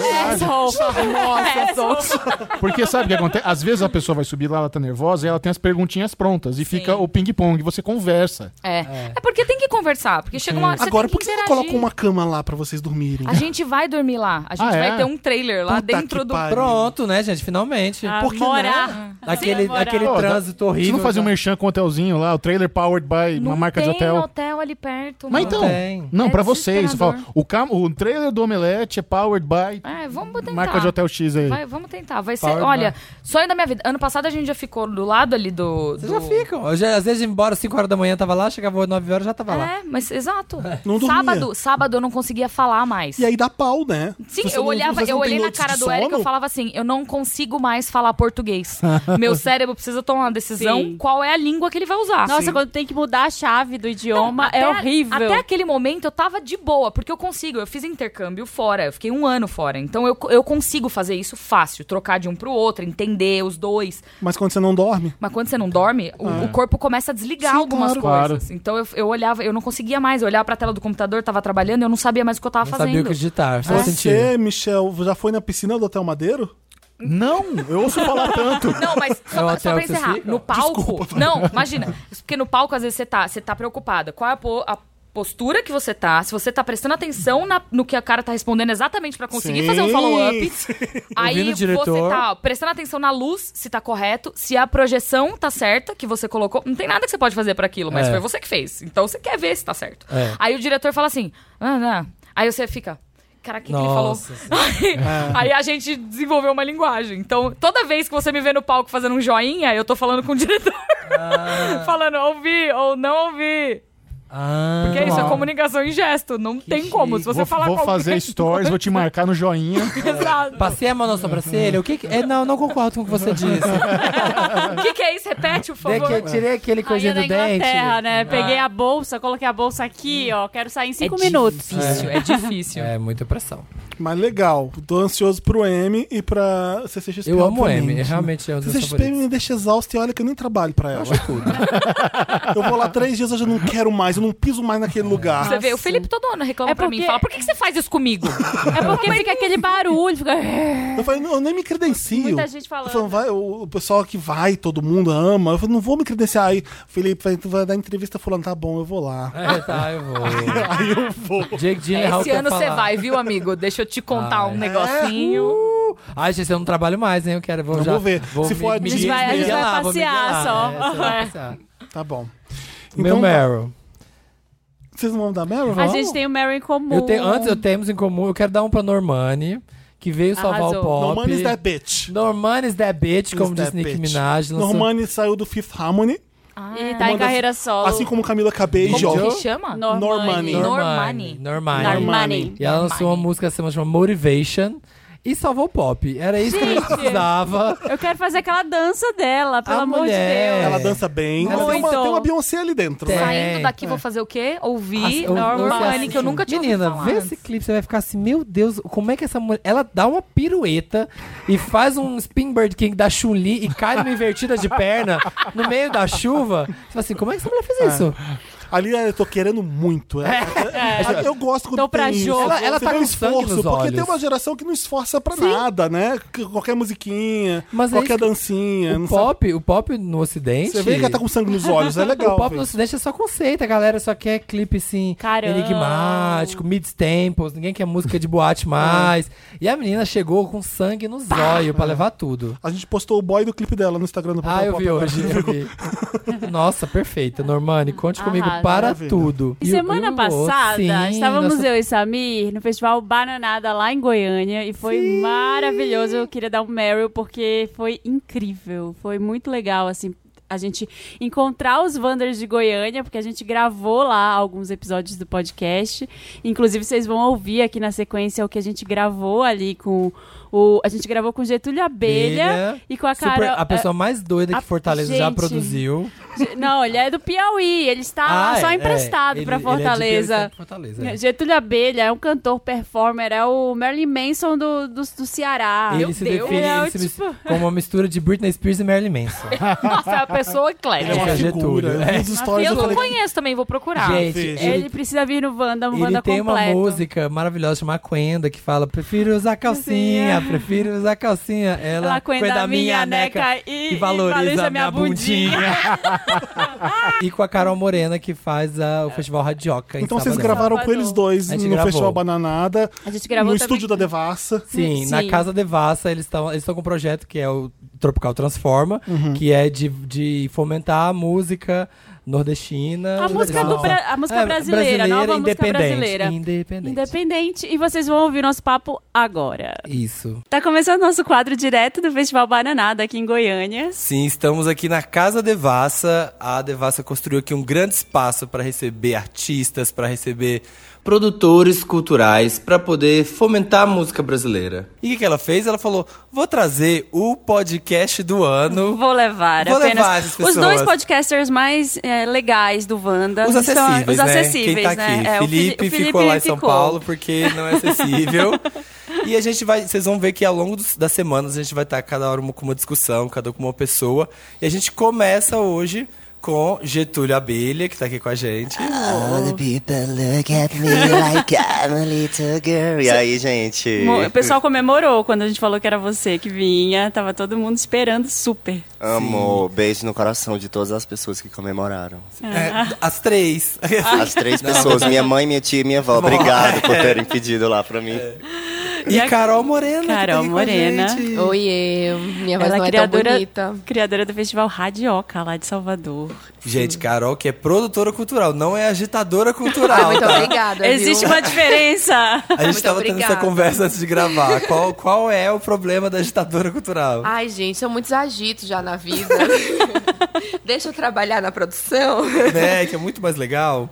D: é um
E: Porque sabe o que acontece? Às vezes a pessoa vai subir lá, ela tá nervosa e ela tem as perguntinhas prontas e fica o ping-pong, você conversa.
D: É. é porque tem que conversar, porque chega uma hora que você
A: Agora,
D: tem
A: por
D: que
A: que você não
D: interagir.
A: colocou uma cama lá pra vocês dormirem?
D: A gente vai dormir lá. A gente
E: Ah, é?
D: vai ter um trailer lá
A: Puta
D: dentro
A: que
D: do...
A: pariu.
C: Pronto, né, gente? Finalmente.
B: Ah,
A: Por que
B: morar.
C: aquele
B: moral.
C: aquele
E: Pô, dá-
C: trânsito
E: Se
C: horrível. tá? né?
E: não fazer um merchan com um hotelzinho lá, o trailer powered by uma marca de hotel.
D: ali perto,
E: Mas
D: mano.
E: então,
C: tem.
E: não,
D: É
E: pra vocês.
D: desesperador.
E: fala, o, cam- o trailer do Omelete é powered by
D: É, vamos tentar.
E: marca de hotel X aí.
D: Vai, vamos tentar. Vai ser...
C: Powered by-
D: Olha, sonho da minha vida. Ano passado a gente já ficou do lado ali do...
C: Vocês já
D: do-
C: ficam. Eu já, às vezes, ia embora 5 horas da manhã, tava lá, chegava 9 horas, já tava lá.
D: É, mas exato.
A: Não dormia.
D: sábado, sábado eu não conseguia falar mais.
A: E aí dá pau, né? Se
D: Sim,
A: você
D: eu
A: não-
D: olhava,
A: você não
D: eu
A: tem
D: olhei na
A: noites
D: cara
A: de
D: do Eric e
A: sono,
D: eu falava assim: eu não consigo mais falar português. Meu cérebro precisa tomar uma decisão
B: Sim.
D: qual é a língua que ele vai
C: Assim.
D: usar.
B: Nossa, quando tem que mudar a chave do idioma, é
D: Até-
B: horrível.
D: Até aquele momento eu tava de boa, porque eu consigo. Eu fiz intercâmbio fora, eu fiquei um ano fora. Então eu, eu consigo fazer isso fácil, trocar de um pro outro, entender os dois.
A: Mas quando você não dorme,
D: Mas quando você não dorme, o,
C: Ah.
D: o corpo começa a desligar
A: Sim,
D: algumas
E: claro.
D: coisas. Então eu, eu olhava, eu não conseguia mais. Eu olhava pra tela do computador, tava trabalhando, eu não sabia mais o que eu tava
C: Não
D: fazendo.
C: sabia o que digitar. Só sentia.
A: você, Michel, já foi na piscina do Hotel Madeiro?
E: Não, eu ouço falar tanto.
D: Não, mas
C: É o
D: só,
C: hotel
D: só pra
C: que vocês
D: encerrar,
C: ficam?
D: no palco. não, imagina. Porque no palco, às vezes, você tá, você tá preocupada. Qual é a, po- a postura que você tá? Se você tá prestando atenção na- no que a cara tá respondendo exatamente pra conseguir
A: Sim,
D: fazer um follow-up.
A: sim.
D: Aí
C: Ouvindo o diretor.
D: você tá ó, prestando atenção na luz, se tá correto, se a projeção tá certa, que você colocou. Não tem nada que você pode fazer pra aquilo, mas
C: É.
D: foi você que fez. Então você quer ver se tá certo.
C: É.
D: Aí o diretor fala assim. Ah, não. Aí você fica. Cara, o que, que ele falou?
C: Nossa
D: Aí, aí a gente desenvolveu uma linguagem. Então, toda vez que você me vê no palco fazendo um joinha, eu tô falando com o diretor. falando, ouvi ou não ouvi.
C: Ah,
D: Porque é isso, é comunicação em gesto. Não tem como. Se você
E: vou
D: falar
E: vou
D: com
E: fazer
D: alguém-
E: stories, vou te marcar no joinha.
D: Exato.
C: Passei a mão na sobrancelha? O que que... É, não, não concordo com o que você disse.
D: O que, que é isso? Repete, por
C: É
D: favor.
C: que eu tirei aquele
B: Aí
C: coisinha
B: é da
C: do dente. Ah.
B: Inglaterra, né? Peguei a bolsa, coloquei a bolsa aqui, ó. Quero sair em cinco minutos.
D: Difícil, é difícil.
C: É, muita pressão.
A: um Mas legal, tô ansioso pro M e pra CCXP.
C: Eu amo o
A: obviamente,
C: M,
A: né?
C: realmente é um dos meus
A: CCXP
C: favoritos.
A: me deixa exausto e olha que eu nem trabalho pra ela. Eu vou lá três dias, eu já não quero mais, eu não piso mais
C: É.
A: naquele lugar.
D: Você vê, o Felipe todo ano reclama
B: É
D: pra mim.
B: porque-
D: Fala, por que, que você faz isso comigo?
B: É porque fica aquele barulho, fica.
A: Eu falei, não, eu nem me credencio.
B: Muita gente falando.
A: Eu falei, vai, o, o pessoal que vai, todo mundo ama. Eu falei, não vou me credenciar. Aí, Felipe, vai- tu vai dar entrevista fulano, tá bom, eu vou lá.
C: É, tá, eu vou. Aí eu vou. Jake Gyllenhaal
D: Esse
C: quer
D: ano você
C: falar.
D: vai, viu, amigo? Deixa eu te contar
C: Ah,
D: um
C: é.
D: negocinho.
C: Uh! Ai, gente, eu não trabalho mais, hein? Eu quero. Vou,
A: Eu
C: já,
A: vou ver. Se for a
C: me-
A: Disney-
C: me
A: A gente vai
C: guiar, vou me
B: passear
C: guiar.
B: só.
C: É, você vai
B: É.
C: passear.
A: Tá bom.
C: Meu
A: tá.
C: Meryl.
A: Vocês não vão dar Meryl?
B: A
A: Vamos?
B: gente tem o Mary em comum.
C: Eu tenho, antes eu temos em comum, eu quero dar um pra Normani, que veio salvar
B: Arrasou.
C: o pop.
A: Normani is that bitch.
C: Normani is that bitch, como
A: Is
C: disse
A: that
C: Nick
A: bitch.
C: Minaj. lançou-
A: Normani saiu do Fifth Harmony,
B: E tá
A: É. Uma
B: em
A: das-
B: carreira solo.
A: assim como Camila Cabello.
D: Como que chama?
A: Normani.
B: Normani.
C: Normani.
D: Normani.
C: Normani.
A: Normani.
B: Normani.
C: E ela lançou uma música essa semana chamada Motivation. E salvou o pop. Era isso que a gente
B: Gente.
C: precisava.
B: Eu quero fazer aquela dança dela, pelo amor de
C: mulher.
B: Deus.
A: Ela dança bem. Ela tem, uma,
B: Muito.
A: tem uma Beyoncé ali dentro, né?
C: Tem.
D: Saindo daqui, vou fazer o quê? Ouvir
C: Ass- ou-
D: Norman
C: não se
D: Bunny, é que eu
C: assiste.
D: nunca tinha
C: é assim, Menina,
D: ouvido falar.
C: vê esse clipe, você vai ficar assim, meu Deus, como é que essa mulher... Ela dá uma pirueta e faz um spin bird king da Chun-Li e cai numa invertida de perna no meio da chuva. Você fala assim, como é que essa mulher fez isso?
A: Ali ah, eu tô querendo muito. É, é, Eu gosto quando
B: Tô pra
A: tem isso.
B: jogo.
C: Então, Ela- ela
A: Você
C: tá
A: vê
C: com
A: o
C: sangue
A: esforço,
C: nos
A: porque tem
C: olhos.
A: uma geração que não esforça pra nada, né? Que- Qualquer musiquinha,
C: Mas é
A: qualquer
C: isso que-
A: dancinha.
C: o,
A: não sabe-
C: pop, o pop no ocidente...
A: Você vê que ela tá com sangue nos olhos, é legal.
C: o pop
A: ver
C: no
A: isso.
C: ocidente é só conceito, a galera só quer clipe assim,
B: Caramba.
C: enigmático, mid-tempos, ninguém quer música de
A: É.
C: boate mais. E a menina chegou com sangue no zóio pra levar tudo.
A: A gente postou o boy do clipe dela no Instagram do
C: Ah,
A: Papel
C: eu
A: Pop
C: vi
A: agora.
C: hoje. Eu vi. Nossa, perfeita. Normani, conte comigo
D: Arrasa.
C: para
A: Maravilha.
C: tudo.
B: E semana
C: o- o-
B: passada,
C: oh, sim,
B: estávamos
C: nossa-
B: eu e Samir no festival Bananada lá em Goiânia e foi maravilhoso. Eu queria dar um Meryl porque foi incrível, foi muito legal assim a gente encontrar os Wanders de Goiânia, porque a gente gravou lá alguns episódios do podcast. Inclusive vocês vão ouvir aqui na sequência o que a gente gravou ali com o a gente gravou com Getúlio Abelha,
C: Abelha,
B: e com a
C: Super-
B: Carol
C: a pessoa mais doida que
B: a-
C: Fortaleza já
B: gente.
C: produziu.
B: Não, ele é do Piauí, ele está lá
C: Ah,
B: só
C: é,
B: emprestado
C: é,
B: pra
C: ele- ele é de
B: Fortaleza.
C: Piauí, sempre Fortaleza, é.
B: Getúlio Abelha é um cantor, performer, é o Marilyn Manson do, do, do Ceará.
C: Ele
B: Meu
C: se
B: Deus.
C: define
B: É,
C: ele
B: o
C: se
B: tipo-
C: mis- como uma mistura de Britney Spears e Marilyn Manson.
D: Nossa, é uma pessoa
A: Ele é
D: eclética.
A: uma
C: É, Getúlio,
A: figura. Eu vi
C: é.
A: as
D: E
A: histórias,
D: eu
A: eu
D: não
A: falei,
D: conheço também, vou procurar.
C: Gente,
A: fiz.
C: ele,
B: Ah, tipo, Ele é precisa vir no Wanda, no
C: ele
B: Wanda
C: tem uma
B: completo.
C: música maravilhosa chamada Coenda que fala: prefiro usar calcinha,
B: Calcinha.
C: prefiro usar calcinha. Ela,
B: Ela coenda a minha neca e,
C: e valoriza, a minha bundinha. e com a Carol Morena, que faz a- o Festival Radioca. em
A: Então vocês
C: Salvador.
A: gravaram com
B: Salvador.
A: eles dois
C: A gente
A: no
C: gravou.
A: Festival Bananada,
B: A gente
A: no
B: gravou também-
A: estúdio da Devassa.
C: Sim, na
B: Sim.
C: Casa Devassa eles estão eles estão com um projeto que é o Tropical Transforma,
A: Uhum.
C: que é de, de fomentar a música nordestina.
B: A música, do,
C: Não.
B: Bra- a música
C: É,
B: brasileira, a nova música
C: independente,
B: brasileira.
C: Independente.
B: Independente. E vocês vão ouvir nosso papo agora.
C: Isso.
B: Tá começando nosso quadro direto do Festival Bananada aqui em Goiânia.
H: Sim, estamos aqui na Casa Devassa. A Devassa construiu aqui um grande espaço para receber artistas, para receber produtores culturais, para poder fomentar a música brasileira. E o que que ela fez? Ela falou: vou trazer o podcast do ano.
B: Vou levar
H: Vou
B: apenas
H: levar essas
B: os
H: pessoas.
B: dois podcasters mais é, legais do Wanda.
H: Os
B: estão-
H: acessíveis,
B: Uhum. os
H: né?
B: acessíveis,
H: Quem tá aqui?
B: né? É, o
H: Felipe,
B: Fili- o
H: ficou lá em São
B: ficou.
H: Paulo porque não é acessível. e a gente vai, vocês vão ver que ao longo dos- das semanas a gente vai estar cada hora uma- com uma discussão, cada um com uma pessoa. E a gente começa hoje com Getúlio Abelha, que tá aqui com a gente.
B: Ah.
I: All the people look at me like I'm a little girl. E aí, gente?
B: Mo- O pessoal comemorou quando a gente falou que era você que vinha. Tava todo mundo esperando super.
I: Amo, beijo no coração de todas as pessoas que comemoraram.
H: É, as três.
B: Ah,
I: As três pessoas, minha mãe, minha tia e minha avó. Obrigado
B: É.
I: por terem pedido lá pra mim.
H: E a Carol Morena. que tá
B: Carol
H: aqui com a
B: Morena.
H: gente.
J: Oiê, minha voz
B: Ela
J: não
B: é
J: é tão
B: criadora,
J: bonita.
B: criadora do Festival Radioca, lá de Salvador.
H: Gente, Carol, que é produtora cultural, não é agitadora cultural.
J: Muito
H: tá?
J: obrigada. viu?
B: Existe uma diferença.
H: A gente
J: Muito
H: tava tendo essa
J: obrigada.
H: conversa antes de gravar. Qual, qual é o problema da agitadora cultural?
J: Ai, gente, são muitos agitos já na vida. Deixa eu trabalhar na produção.
H: né? Que é muito mais legal.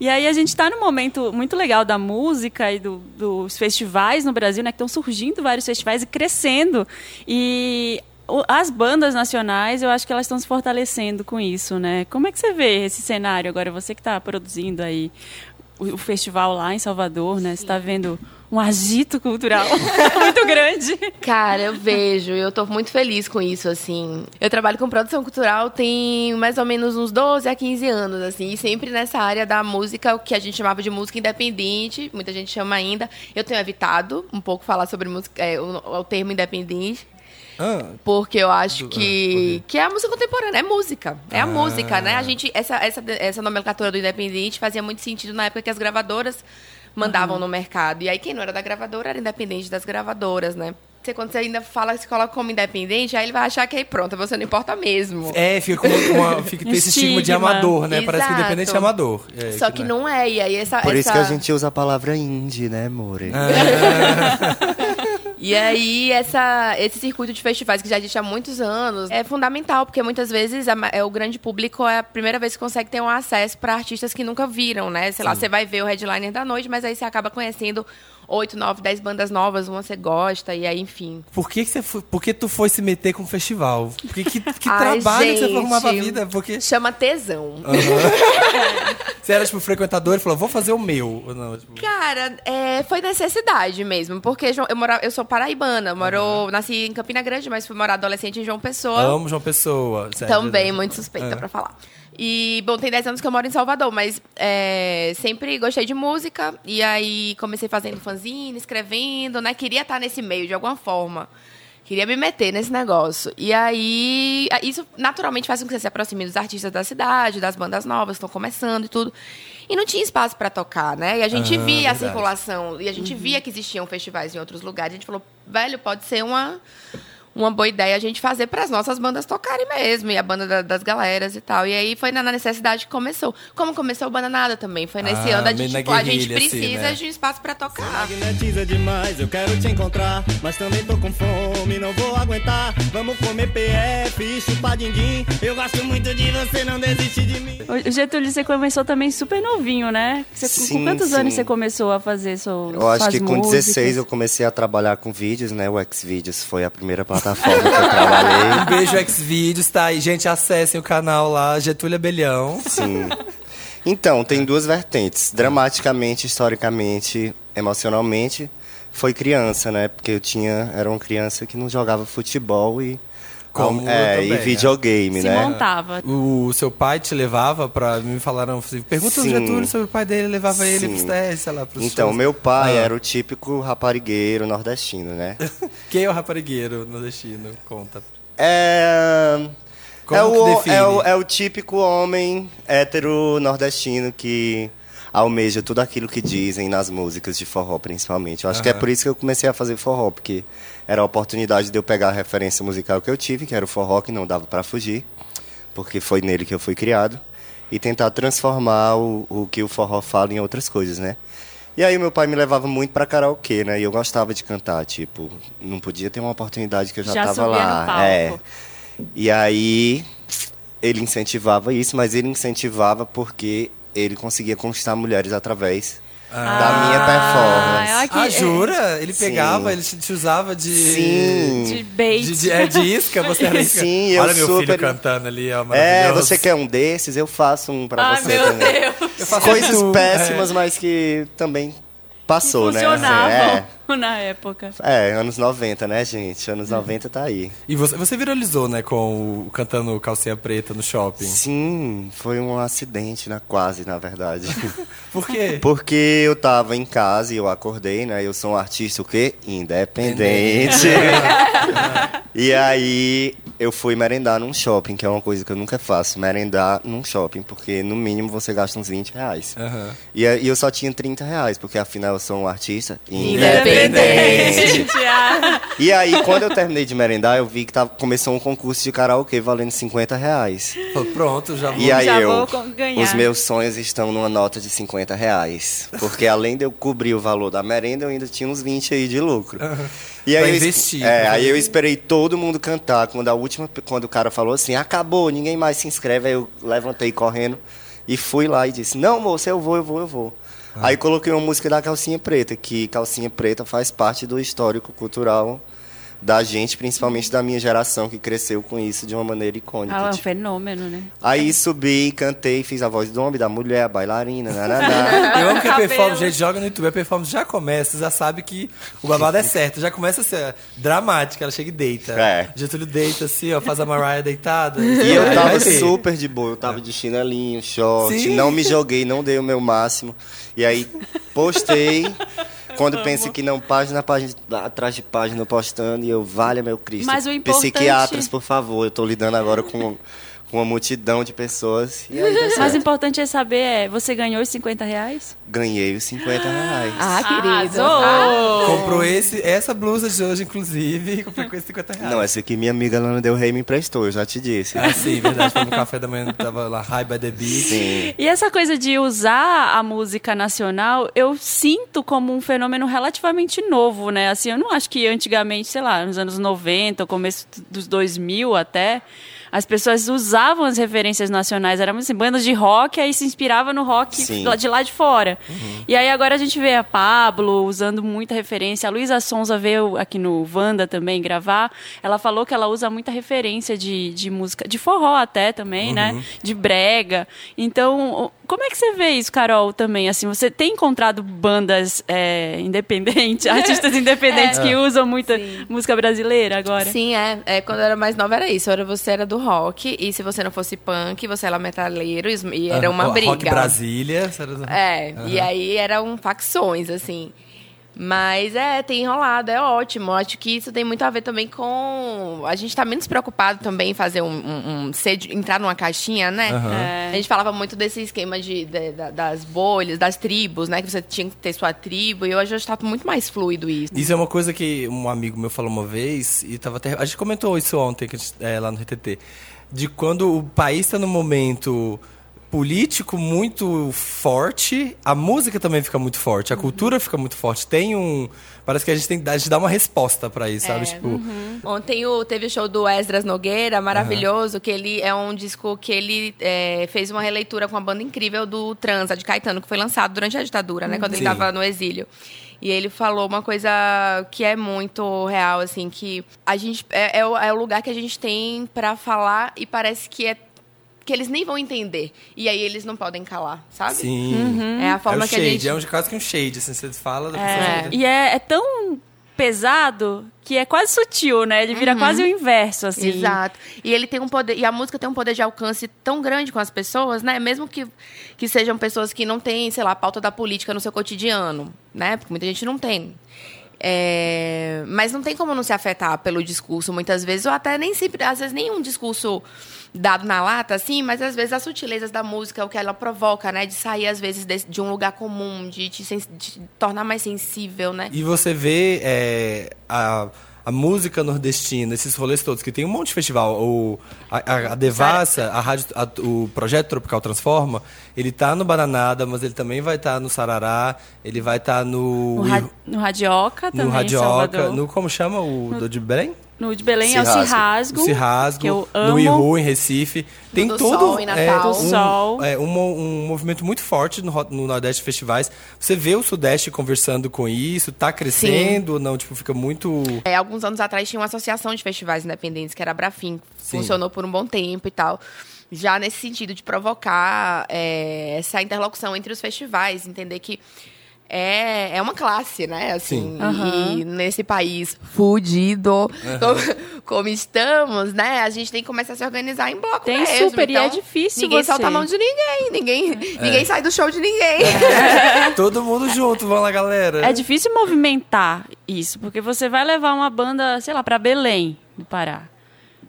B: E aí a gente tá num momento muito legal da música e do- dos festivais no Brasil, né? Que estão surgindo vários festivais e crescendo. E o- as bandas nacionais, eu acho que elas estão se fortalecendo com isso, né? Como é que você vê esse cenário agora? Você que tá produzindo aí o, o festival lá em Salvador, né? Você tá vendo um agito cultural muito grande.
J: Cara, eu vejo, eu tô muito feliz com isso, assim. Eu trabalho com produção cultural tem mais ou menos uns 12 a 15 anos, assim, e sempre nessa área da música, o que a gente chamava de música independente, muita gente chama ainda. Eu tenho evitado um pouco falar sobre música, é, o, o termo independente.
H: Ah,
J: Porque eu acho
H: Do-
J: que, que é a música contemporânea, é música. É
I: Ah.
J: a música, né? A gente, essa, essa, essa nomenclatura do independente fazia muito sentido na época que as gravadoras
I: Uhum.
J: mandavam no mercado. E aí quem não era da gravadora era independente das gravadoras, né? Você, quando você ainda fala, se coloca como independente, aí ele vai achar que aí pronto, você não importa mesmo.
H: é, fica com uma, fica, tem esse estigma de
B: Estigma.
H: amador, né? Parece que
J: Exato.
H: independente é amador. É,
J: Só que não é. E aí essa.
I: né? Por isso que
J: essa-
I: a gente usa a palavra indie, né, More?
B: É.
J: E aí, essa, esse circuito de festivais que já existe há muitos anos é fundamental, porque muitas vezes a ma- é, o grande público é a primeira vez que consegue ter um acesso para artistas que nunca viram, né? Sei lá, você vai ver o headliner da noite, mas aí você acaba conhecendo 8, 9, 10 bandas novas, uma você gosta, e aí, enfim.
C: Por que, que você foi, por que tu foi se meter com o festival? Porque que, que
J: Ai,
C: trabalho que você foi
J: gente.
C: arrumar pra vida? Porque
J: Chama tesão.
C: você era, tipo, frequentador e falou, vou fazer o meu. Ou Não, tipo,
J: Cara, é, foi necessidade mesmo, porque João- eu, morava, eu sou paraibana, moro, nasci em Campina Grande, mas fui morar adolescente em João Pessoa.
C: amo João Pessoa. sério.
J: Também, muito suspeita
C: É.
J: pra falar. E, bom, tem 10 anos que eu moro em Salvador, mas é, sempre gostei de música. E aí comecei fazendo fanzine, escrevendo, né? Queria estar nesse meio de alguma forma. Queria me meter nesse negócio. E aí, a- isso naturalmente faz com que você se aproxime dos artistas da cidade, das bandas novas que estão começando e tudo. E não tinha espaço pra tocar, né? E a gente
C: Ah,
J: via a
C: verdade.
J: circulação, e a gente
C: Uhum.
J: via que existiam festivais em outros lugares. A gente falou, velho, pode ser uma, uma boa ideia a gente fazer para as nossas bandas tocarem mesmo, e a banda da- das galeras e tal. E aí foi na na necessidade que começou. Como começou o Bananada também, foi nesse
C: Ah,
J: ano, a
C: meio
J: gente,
C: na
J: tipo, a gente
C: guerrilha, assim,
J: precisa
C: né? Ah,
J: de um espaço para tocar.
A: Magnetiza demais, eu quero te encontrar, mas também tô com fome, não vou aguentar. Vamos comer PF e chupar dindim. Eu gosto muito de você, não desiste de mim.
B: O Getúlio, você começou também super novinho, né? Você- com
I: Sim,
B: quantos anos
I: sim.
B: você começou a fazer suas
I: Eu acho
B: suas
I: que com
B: músicas?
I: 16 eu comecei a trabalhar com vídeos, né? O Xvideos foi a primeira plataforma que eu trabalhei.
C: Um beijo, Xvideos, tá aí. Gente, acessem o canal lá, Getúlio Abelhão.
I: Sim. Então, tem duas vertentes. Dramaticamente, historicamente, emocionalmente, foi criança, né? Porque eu tinha. Era uma criança que não jogava futebol e.
C: Como eu
I: é,
C: também,
I: e
C: né?
I: videogame,
B: Se
I: né?
B: montava.
C: O seu pai te levava pra... Me falaram, assim, pergunta ao
I: Sim.
C: Getúlio sobre o pai dele, levava ele
I: Sim.
C: pros testes, sei lá, pros
I: Então,
C: shows.
I: meu pai
C: Ah.
I: era o típico raparigueiro nordestino, né?
C: Quem é o raparigueiro no destino? Conta.
I: É.
C: Como
I: é, o,
C: que define?
I: é, o, é o típico homem hétero nordestino que almeja tudo aquilo que dizem nas músicas de forró, principalmente. Eu acho que é
C: Aham.
I: por isso que eu comecei a fazer forró, porque era a oportunidade de eu pegar a referência musical que eu tive, que era o forró, que não dava pra fugir, porque foi nele que eu fui criado, e tentar transformar o, o que o forró fala em outras coisas, né? E aí meu pai me levava muito pra karaokê, né? E eu gostava de cantar, tipo, não podia ter uma oportunidade que eu já,
B: Já
I: tava
B: subia no
I: lá.
B: palco.
I: É. E aí ele incentivava isso, mas ele incentivava porque ele conseguia conquistar mulheres através da minha performance.
B: Ah, olha que-
C: ah, jura? Ele
I: Sim.
C: pegava, ele te te usava de...
B: De
I: Sim.
B: bait.
C: De, de- é de isca? Você era isca?
I: Sim, eu
C: Olha meu filho
I: super-
C: cantando ali, ó,
I: É,
C: maravilhoso.
I: você quer um desses? Eu faço um pra
B: Ai,
I: você
B: Ah, meu
I: também.
B: Deus.
C: Eu faço
I: Coisas
C: tudo.
I: péssimas,
C: É.
I: mas que também passou, né? Assim,
B: Funcionavam na época.
I: é. é, anos 90, né, gente? Anos 90 tá aí.
C: E você, você viralizou, né, com o cantando calcinha preta no shopping.
I: Sim, foi um acidente, na quase, na verdade.
C: Por quê?
I: Porque eu tava em casa e eu acordei, né? Eu sou um artista o quê? Independente. e aí eu fui merendar num shopping, que é uma coisa que eu nunca faço, merendar num shopping, porque no mínimo você gasta uns 20 reais.
C: Aham.
I: E, aí eu só tinha 30 reais, porque afinal eu sou um artista
B: Independente. Ah,
I: e aí, quando eu terminei de merendar, eu vi que tava, começou um concurso de karaokê valendo 50 reais.
C: Falou, Pronto, já vou.
I: E aí
B: Já
I: eu,
B: vou co- ganhar.
I: os meus sonhos estão numa nota de 50 reais. Porque além de eu cobrir o valor da merenda, eu ainda tinha uns 20 aí de lucro. E
C: Pra
I: eu es-
C: investir,
I: É,
C: né?
I: aí eu esperei todo mundo cantar. Quando a última, quando o cara falou assim, acabou, ninguém mais se inscreve, aí eu levantei correndo e fui lá e disse, não, moça, eu vou, eu vou, eu vou.
C: Ah.
I: Aí coloquei uma música da Calcinha Preta, que Calcinha Preta faz parte do histórico cultural da gente, principalmente da minha geração, que cresceu com isso de uma maneira icônica.
B: é um
I: tipo.
B: fenômeno, né?
I: Aí subi, cantei, fiz a voz do homem, da mulher, a bailarina, nananá.
C: Eu amo que a
B: Cabelo.
C: performance, gente, joga no YouTube, a performance já começa, você já sabe que o babado é certo, já começa a ser dramática, ela chega e deita.
I: É.
C: Getúlio deita assim, ó, faz a Mariah deitada.
I: E eu
C: Aí
I: tava
C: vai ver.
I: super de boa, eu tava de chinelinho, short,
C: Sim.
I: não me joguei, não dei o meu máximo. E aí postei, quando pensa que não, página, página, atrás de página postando, e eu, valha meu Cristo.
B: Mas o importante-
I: Psiquiatras, por favor, eu tô lidando agora com, com uma multidão de pessoas. E aí deu
B: Mas o
I: certo.
B: importante é saber, é, você ganhou os 50 reais?
I: ganhei os 50 reais.
J: Ah, querido.
B: Arrasou!
C: Comprou esse, essa blusa de hoje, inclusive, comprei com esse 50 reais.
I: Não, é- essa aqui minha amiga Lana Del Rey me emprestou, eu já te disse.
C: Ah, sim, verdade, foi no café da manhã, tava lá, High by the Beach.
I: Sim.
B: E essa coisa de usar a música nacional, eu sinto como um fenômeno relativamente novo, né? Assim, eu não acho que antigamente, sei lá, nos anos 90, ou começo dos 2000 até, As pessoas usavam as referências nacionais, eram assim, bandas de rock, aí se inspirava no rock
K: Sim.
B: lá de lá de fora.
K: Uhum.
B: E aí agora a gente vê a Pablo usando muita referência. A Luísa Sonza veio aqui no Wanda também gravar. Ela falou que ela usa muita referência de, de música, de forró até também,
K: Uhum.
B: né? De brega. Então, o- como é que você vê isso, Carol, também? Assim, você tem encontrado bandas é, independentes, artistas independentes
J: É.
B: que
J: É.
B: usam muita música brasileira agora?
J: Sim, é. é. Quando eu era mais nova era isso. Era, você era do rock, e se você não fosse punk, você era metaleiro, e e era uma
C: Ah,
J: briga. né?
C: Rock Brasília.
J: É, e
C: né? Aham.
J: aí eram facções, assim. Mas é, tem enrolado, é ótimo. Acho que isso tem muito a ver também com. A gente tá menos preocupado também em fazer um. um, um- ser de- entrar numa caixinha, né?
K: Aham.
J: A gente falava muito desse esquema de, de- da- das bolhas, das tribos, né? Que você tinha que ter sua tribo, e hoje está muito mais fluido isso.
C: Isso é uma coisa que um amigo meu falou uma vez, e tava até. A gente comentou isso ontem que a gente- é, lá no RTT. De quando o país está num momento político muito forte, a música também fica muito forte,
J: Uhum.
C: a cultura fica muito forte. Tem um. Parece que a gente tem que dar- a gente dá uma resposta pra isso,
J: É,
C: sabe? Tipo.
J: uhum. Ontem o- teve o show do Esdras Nogueira, maravilhoso, que ele é um disco que ele é, fez uma releitura com uma banda incrível do Transa, de Caetano, que foi lançado durante a ditadura, né?
C: Hum,
K: Uhum.
J: Quando ele
K: Sim.
J: estava no exílio. E ele falou uma coisa que é muito real, assim, que a gente é, é o, é o lugar que a gente tem pra falar e parece que é que eles nem vão entender. E aí eles não podem calar, sabe?
C: Sim.
J: É a forma
C: um
J: que
C: shade,
J: a gente...
C: É um, quase que um shade, assim, você fala da
B: É, E é, é tão pesado que é quase sutil, né? Ele vira
J: Uhum.
B: quase o inverso, assim.
J: Exato. E ele tem um poder, e a música tem um poder de alcance tão grande com as pessoas, né? Mesmo que, que sejam pessoas que não têm, sei lá, a pauta da política no seu cotidiano, né? Porque muita gente não tem. É, mas não tem como não se afetar pelo discurso muitas vezes, ou até nem sempre, às vezes nenhum discurso dado na lata, assim, mas às vezes as sutilezas da música, o que ela provoca, né? De sair, às vezes, desse- de, um lugar comum, de te, sen- de te tornar mais sensível, né?
C: E você vê é, a, a música nordestina, esses rolês todos, que tem um monte de festival. O, a, a- a Devassa, a rádio, a- o Projeto Tropical Transforma, ele tá no Bananada, mas ele também vai estar no Sarará, ele vai estar no.
B: No, ra- no Radioca também,
C: no
B: em
C: Radioca,
B: Salvador.
C: no como chama o do de Belém?
B: No de Belém é o
C: Cirrasgo.
B: Cirrasgo.
C: O Cirrasgo,
B: que eu amo.
C: no Ihu, em Recife. Tem
B: do
C: todo
B: Sol em Natal.
C: um,
B: Do Sol.
C: é, um, mo- um movimento muito forte no, ro- no Nordeste Festivais. Você vê o Sudeste conversando com isso, tá crescendo ou não? Tipo, fica muito...
J: É, alguns anos atrás tinha uma associação de festivais independentes, que era a Brafim.
C: Sim.
J: Funcionou por um bom tempo e tal. Já nesse sentido de provocar é, essa interlocução entre os festivais, entender que é, é uma classe, né? Assim,
K: Sim. Aham.
J: E nesse país fudido
K: Aham.
J: como, como estamos, né? A gente tem que começar a se organizar em bloco
B: Tem
J: mesmo.
B: super, e é
J: Então,
B: difícil
J: Ninguém
B: você-
J: solta a mão de ninguém. Ninguém,
C: É.
J: ninguém sai do show de ninguém.
C: todo mundo junto, vamos lá, galera.
B: É difícil movimentar isso, porque você vai levar uma banda, sei lá, pra Belém, no Pará.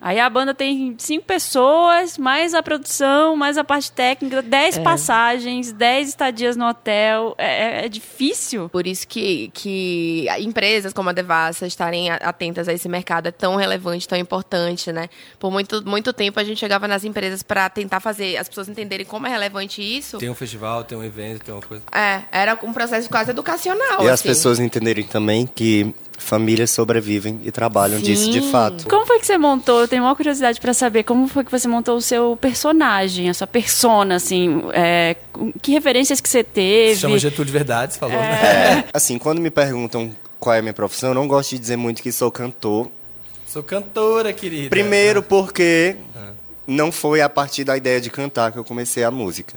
B: Aí a banda tem cinco pessoas, mais a produção, mais a parte técnica, dez
J: É.
B: passagens, dez estadias no hotel. É, é- é difícil.
J: Por isso que, que empresas como a Devassa estarem a- atentas a esse mercado é tão relevante, tão importante, né? Por muito, muito tempo a gente chegava nas empresas para tentar fazer as pessoas entenderem como é relevante isso.
C: Tem um festival, tem um evento, tem uma coisa...
J: É, era um processo quase educacional.
I: E as
J: assim.
I: pessoas entenderem também que famílias sobrevivem e trabalham disso de
B: Sim.
I: fato.
B: Como foi que você montou? Eu tenho uma curiosidade pra saber como foi que você montou o seu personagem, a sua persona, assim, é, com- que referências que você teve?
C: Se chama Getúlio Verdades, falou, né?
I: É, assim, quando me perguntam qual é a minha profissão, eu não gosto de dizer muito que sou cantor.
C: Sou cantora, querida.
I: Primeiro porque não foi a partir da ideia de cantar que eu comecei a música.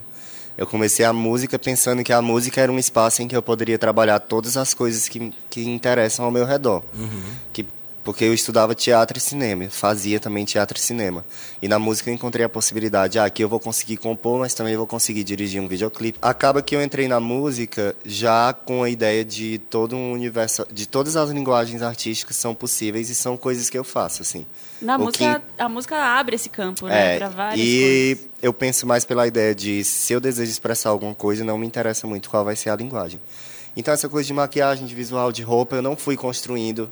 I: Eu comecei a música pensando que a música era um espaço em que eu poderia trabalhar todas as coisas que, que interessam ao meu redor. Que, porque eu estudava teatro e cinema, eu fazia também teatro e cinema. E na música eu encontrei a possibilidade, ah, aqui eu vou conseguir compor, mas também vou conseguir dirigir um videoclipe. Acaba que eu entrei na música já com a ideia de todo um universo, de todas as linguagens artísticas são possíveis e são coisas que eu faço, assim.
B: Na
I: O que
B: música, a música abre esse campo, né?
I: é,
B: pra várias
I: e eu penso mais pela ideia de se eu desejo expressar alguma coisa, não me interessa muito qual vai ser a linguagem. Então essa coisa de maquiagem, de visual, de roupa, eu não fui construindo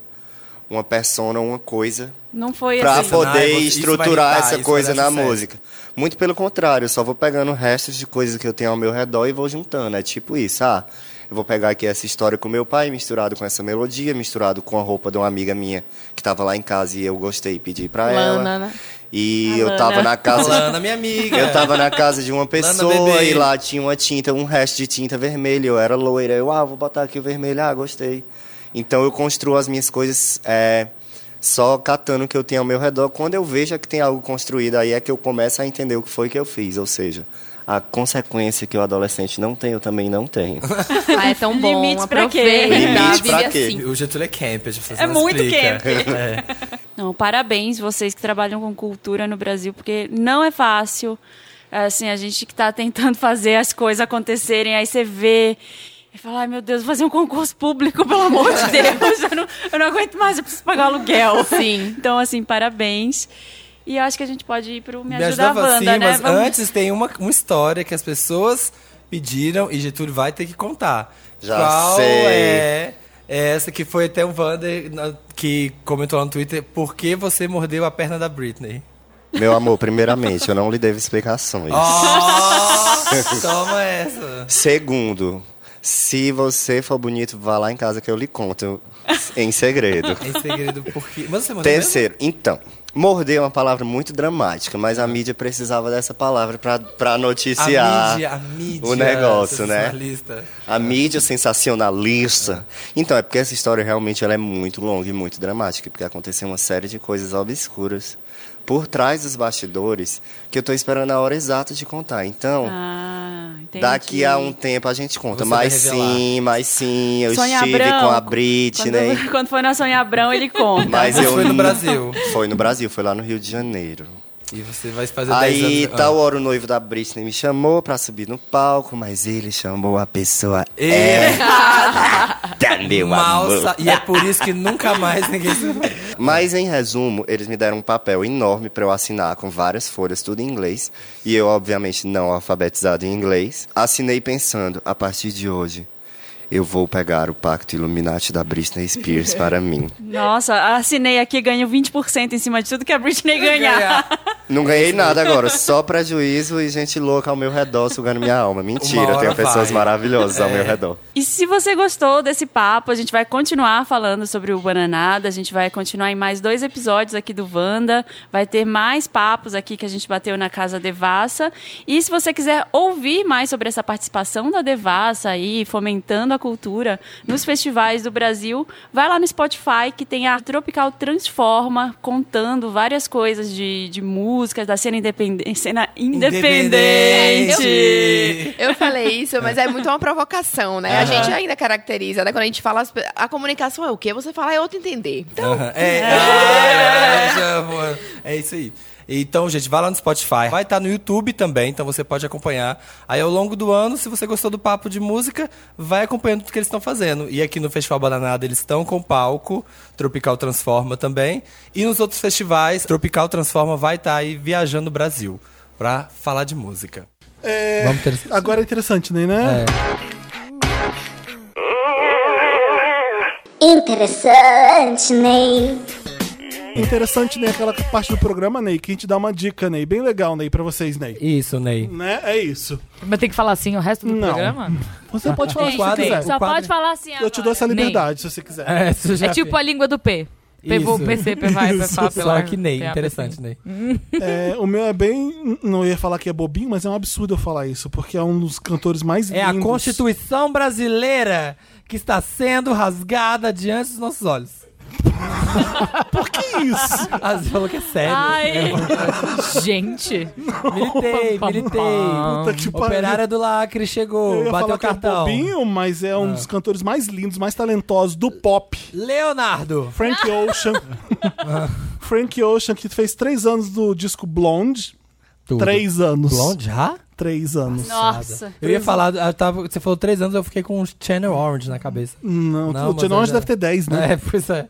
I: uma persona, uma coisa
B: Não foi
I: para
B: assim.
I: poder
C: Isso vai
I: estruturar
C: irritar, isso
I: essa
C: vai
I: coisa
C: dar
I: na
C: sucesso.
I: música. Muito pelo contrário, eu só vou pegando restos de coisas que eu tenho ao meu redor e vou juntando. É tipo isso, ah, Eu vou pegar aqui essa história com meu pai, misturado com essa melodia, misturado com a roupa de uma amiga minha que estava lá em casa e eu gostei e pedi pra
B: Lana,
I: ela.
B: né?
I: E
B: A
I: eu
B: Lana.
I: tava na casa.
B: Lana, minha amiga.
I: Eu tava na casa de uma pessoa
H: bebê.
I: e lá tinha uma tinta, um resto de tinta vermelha. Eu era loira. Eu, ah, vou botar aqui o vermelho. Ah, gostei. Então eu construo as minhas coisas é, só catando o que eu tenho ao meu redor. Quando eu vejo que tem algo construído, aí é que eu começo a entender o que foi que eu fiz. Ou seja, a consequência que o adolescente não tem, eu também não tenho.
J: Ah, é tão bom.
B: Limite pra quê?
J: aproveita,
I: Limite
J: vive
I: pra quê?
J: assim.
H: O Getúlio é camp, a gente
B: É muito camp.
C: É.
B: Não, parabéns vocês que trabalham com cultura no Brasil, porque não é fácil. Assim, a gente que está tentando fazer as coisas acontecerem, aí você vê e fala, ai meu Deus, vou fazer um concurso público, pelo amor de Deus, eu não, eu não aguento mais, eu preciso pagar aluguel.
J: Sim.
B: Então, assim, parabéns. E eu acho que a gente pode ir pro Me,
H: Me
B: Ajuda,
H: ajudava
B: Wanda,
H: assim,
B: né?
H: mas
B: Vamos-
H: antes tem uma, uma história que as pessoas pediram e Getúlio vai ter que contar.
I: Já
H: Qual
I: sei.
H: é essa que foi até um Wander na- que comentou lá no Twitter, por que você mordeu a perna da Britney?
I: Meu amor, primeiramente, eu não lhe devo explicações.
C: Ah.
H: Oh, toma essa.
I: Segundo, se você for bonito, vá lá em casa que eu lhe conto em segredo.
H: Em segredo, porque... Mas você mordeu mesmo?
I: Terceiro, então. Morder é uma palavra muito dramática, mas
H: Ah.
I: a mídia precisava dessa palavra pra- pra noticiar
H: A mídia, a mídia.
I: o negócio, né?
H: sensacionalista.
I: A mídia sensacionalista. Então, é porque essa história realmente ela é muito longa e muito dramática, porque aconteceu uma série de coisas obscuras por trás dos bastidores que eu tô esperando a hora exata de contar. Então,
B: Ah, entendi.
I: Daqui a um tempo a gente conta.
H: Você
I: mas
H: vai revelar.
I: sim, mas sim, eu
B: Sônia
I: estive
B: Abrão,
I: com a Britney.
B: Quando, quando for na Sônia Abrão, ele conta.
I: Mas
H: Mas
I: eu
H: foi no
I: nu-
H: Brasil.
I: Foi no Brasil, foi lá no Rio de Janeiro.
H: E você vai fazer 10 anos...
I: Aí,
H: Ah.
I: tal hora, o noivo da Britney me chamou pra subir no palco, mas ele chamou a pessoa.
H: E-
I: Da É, meu
H: Mal
I: amor.
H: sa- É, E é por isso que nunca mais ninguém se...
I: Mas em resumo, eles me deram um papel enorme pra eu assinar com várias folhas, tudo em inglês. E eu, obviamente, não alfabetizado em inglês. Assinei pensando, a partir de hoje, eu vou pegar o pacto Illuminati da Britney Spears para mim.
B: Nossa, assinei aqui, ganho 20% em cima de tudo que a Britney ganhar.
I: Não ganhei nada agora, só prejuízo e gente louca ao meu redor sugando minha alma.
H: Uma
I: Mentira, eu
H: hora
I: tenho pessoas
H: vai. É.
I: maravilhosas ao meu redor.
B: E se você gostou desse papo, a gente vai continuar falando sobre o Bananada, a gente vai continuar em mais dois episódios aqui do Wanda, vai ter mais papos aqui que a gente bateu na Casa Devassa. E se você quiser ouvir mais sobre essa participação da Devassa aí, fomentando a cultura nos festivais do Brasil, vai lá no Spotify que tem a Tropical Transforma contando várias coisas de, de músicas, da cena independente. Cena independente.
J: Eu falei isso, mas é muito uma provocação, né? A
H: Aham.
J: gente ainda caracteriza, né? Quando a gente fala, as pe- a comunicação é o que você fala, é outro entender. Então,
H: Aham. É, ah, já, mano. é isso aí. Então, gente, vai lá no Spotify. Vai estar no YouTube também, então você pode acompanhar. Aí, ao longo do ano, se você gostou do papo de música, vai acompanhando tudo que eles estão fazendo. E aqui no Festival Bananada, eles estão com palco. Tropical Transforma também. E nos outros festivais, Tropical Transforma vai estar aí viajando o Brasil pra falar de música.
C: Vamos ter É, esse-
A: Agora é interessante, né? né?
G: Interessante, Ney.
C: É.
A: Interessante, Ney, aquela parte do programa, Ney, que a gente dá uma dica, Ney, bem legal, Ney, pra vocês, Ney.
C: Isso, Ney.
A: Né? É isso.
D: Mas tem que falar assim o resto do
A: Não.
D: programa?
A: Você pode
D: É
A: falar
H: Gente,
A: se você
H: Ney,
A: quiser.
B: Só
C: quadro-
B: pode falar assim agora.
A: Eu te dou essa
D: Ney.
A: liberdade, se você quiser.
C: É, isso já
D: É tipo
C: fez.
D: a língua do P. P,
C: Isso.
D: PC, P, vai, P,
C: Isso,
D: fá, P,
C: Só
D: lá,
C: que Ney,
D: P, A, P,
C: interessante, Ney.
A: É, o meu é bem. Não ia falar que é bobinho, mas é um absurdo eu falar isso, porque é um dos cantores mais
C: É a
A: lindos.
C: Constituição brasileira que está sendo rasgada diante dos nossos olhos.
A: Por que isso?
C: Ah, você falou que é sério.
B: Ai.
D: Gente,
C: Militei, militei.
A: Puta que pariu.
C: Operária do Lacre
A: Eu
C: chegou,
A: ia
C: bateu
A: falar
C: o
A: que é
C: cartão.
A: bobinho, mas é um dos cantores mais lindos, mais talentosos do pop.
C: Leonardo.
A: Frank Ocean. Frank Ocean, que fez três anos do disco Blonde.
C: Tudo.
A: Três anos.
C: Blonde já?
A: Três anos.
B: Nossa.
C: Eu ia falar, eu tava- você falou três anos, eu fiquei com um Channel Orange na cabeça.
A: Não,
C: Não,
A: o
C: mas
A: Tion Orange
C: ainda-
A: deve ter dez, né?
C: É, pois é.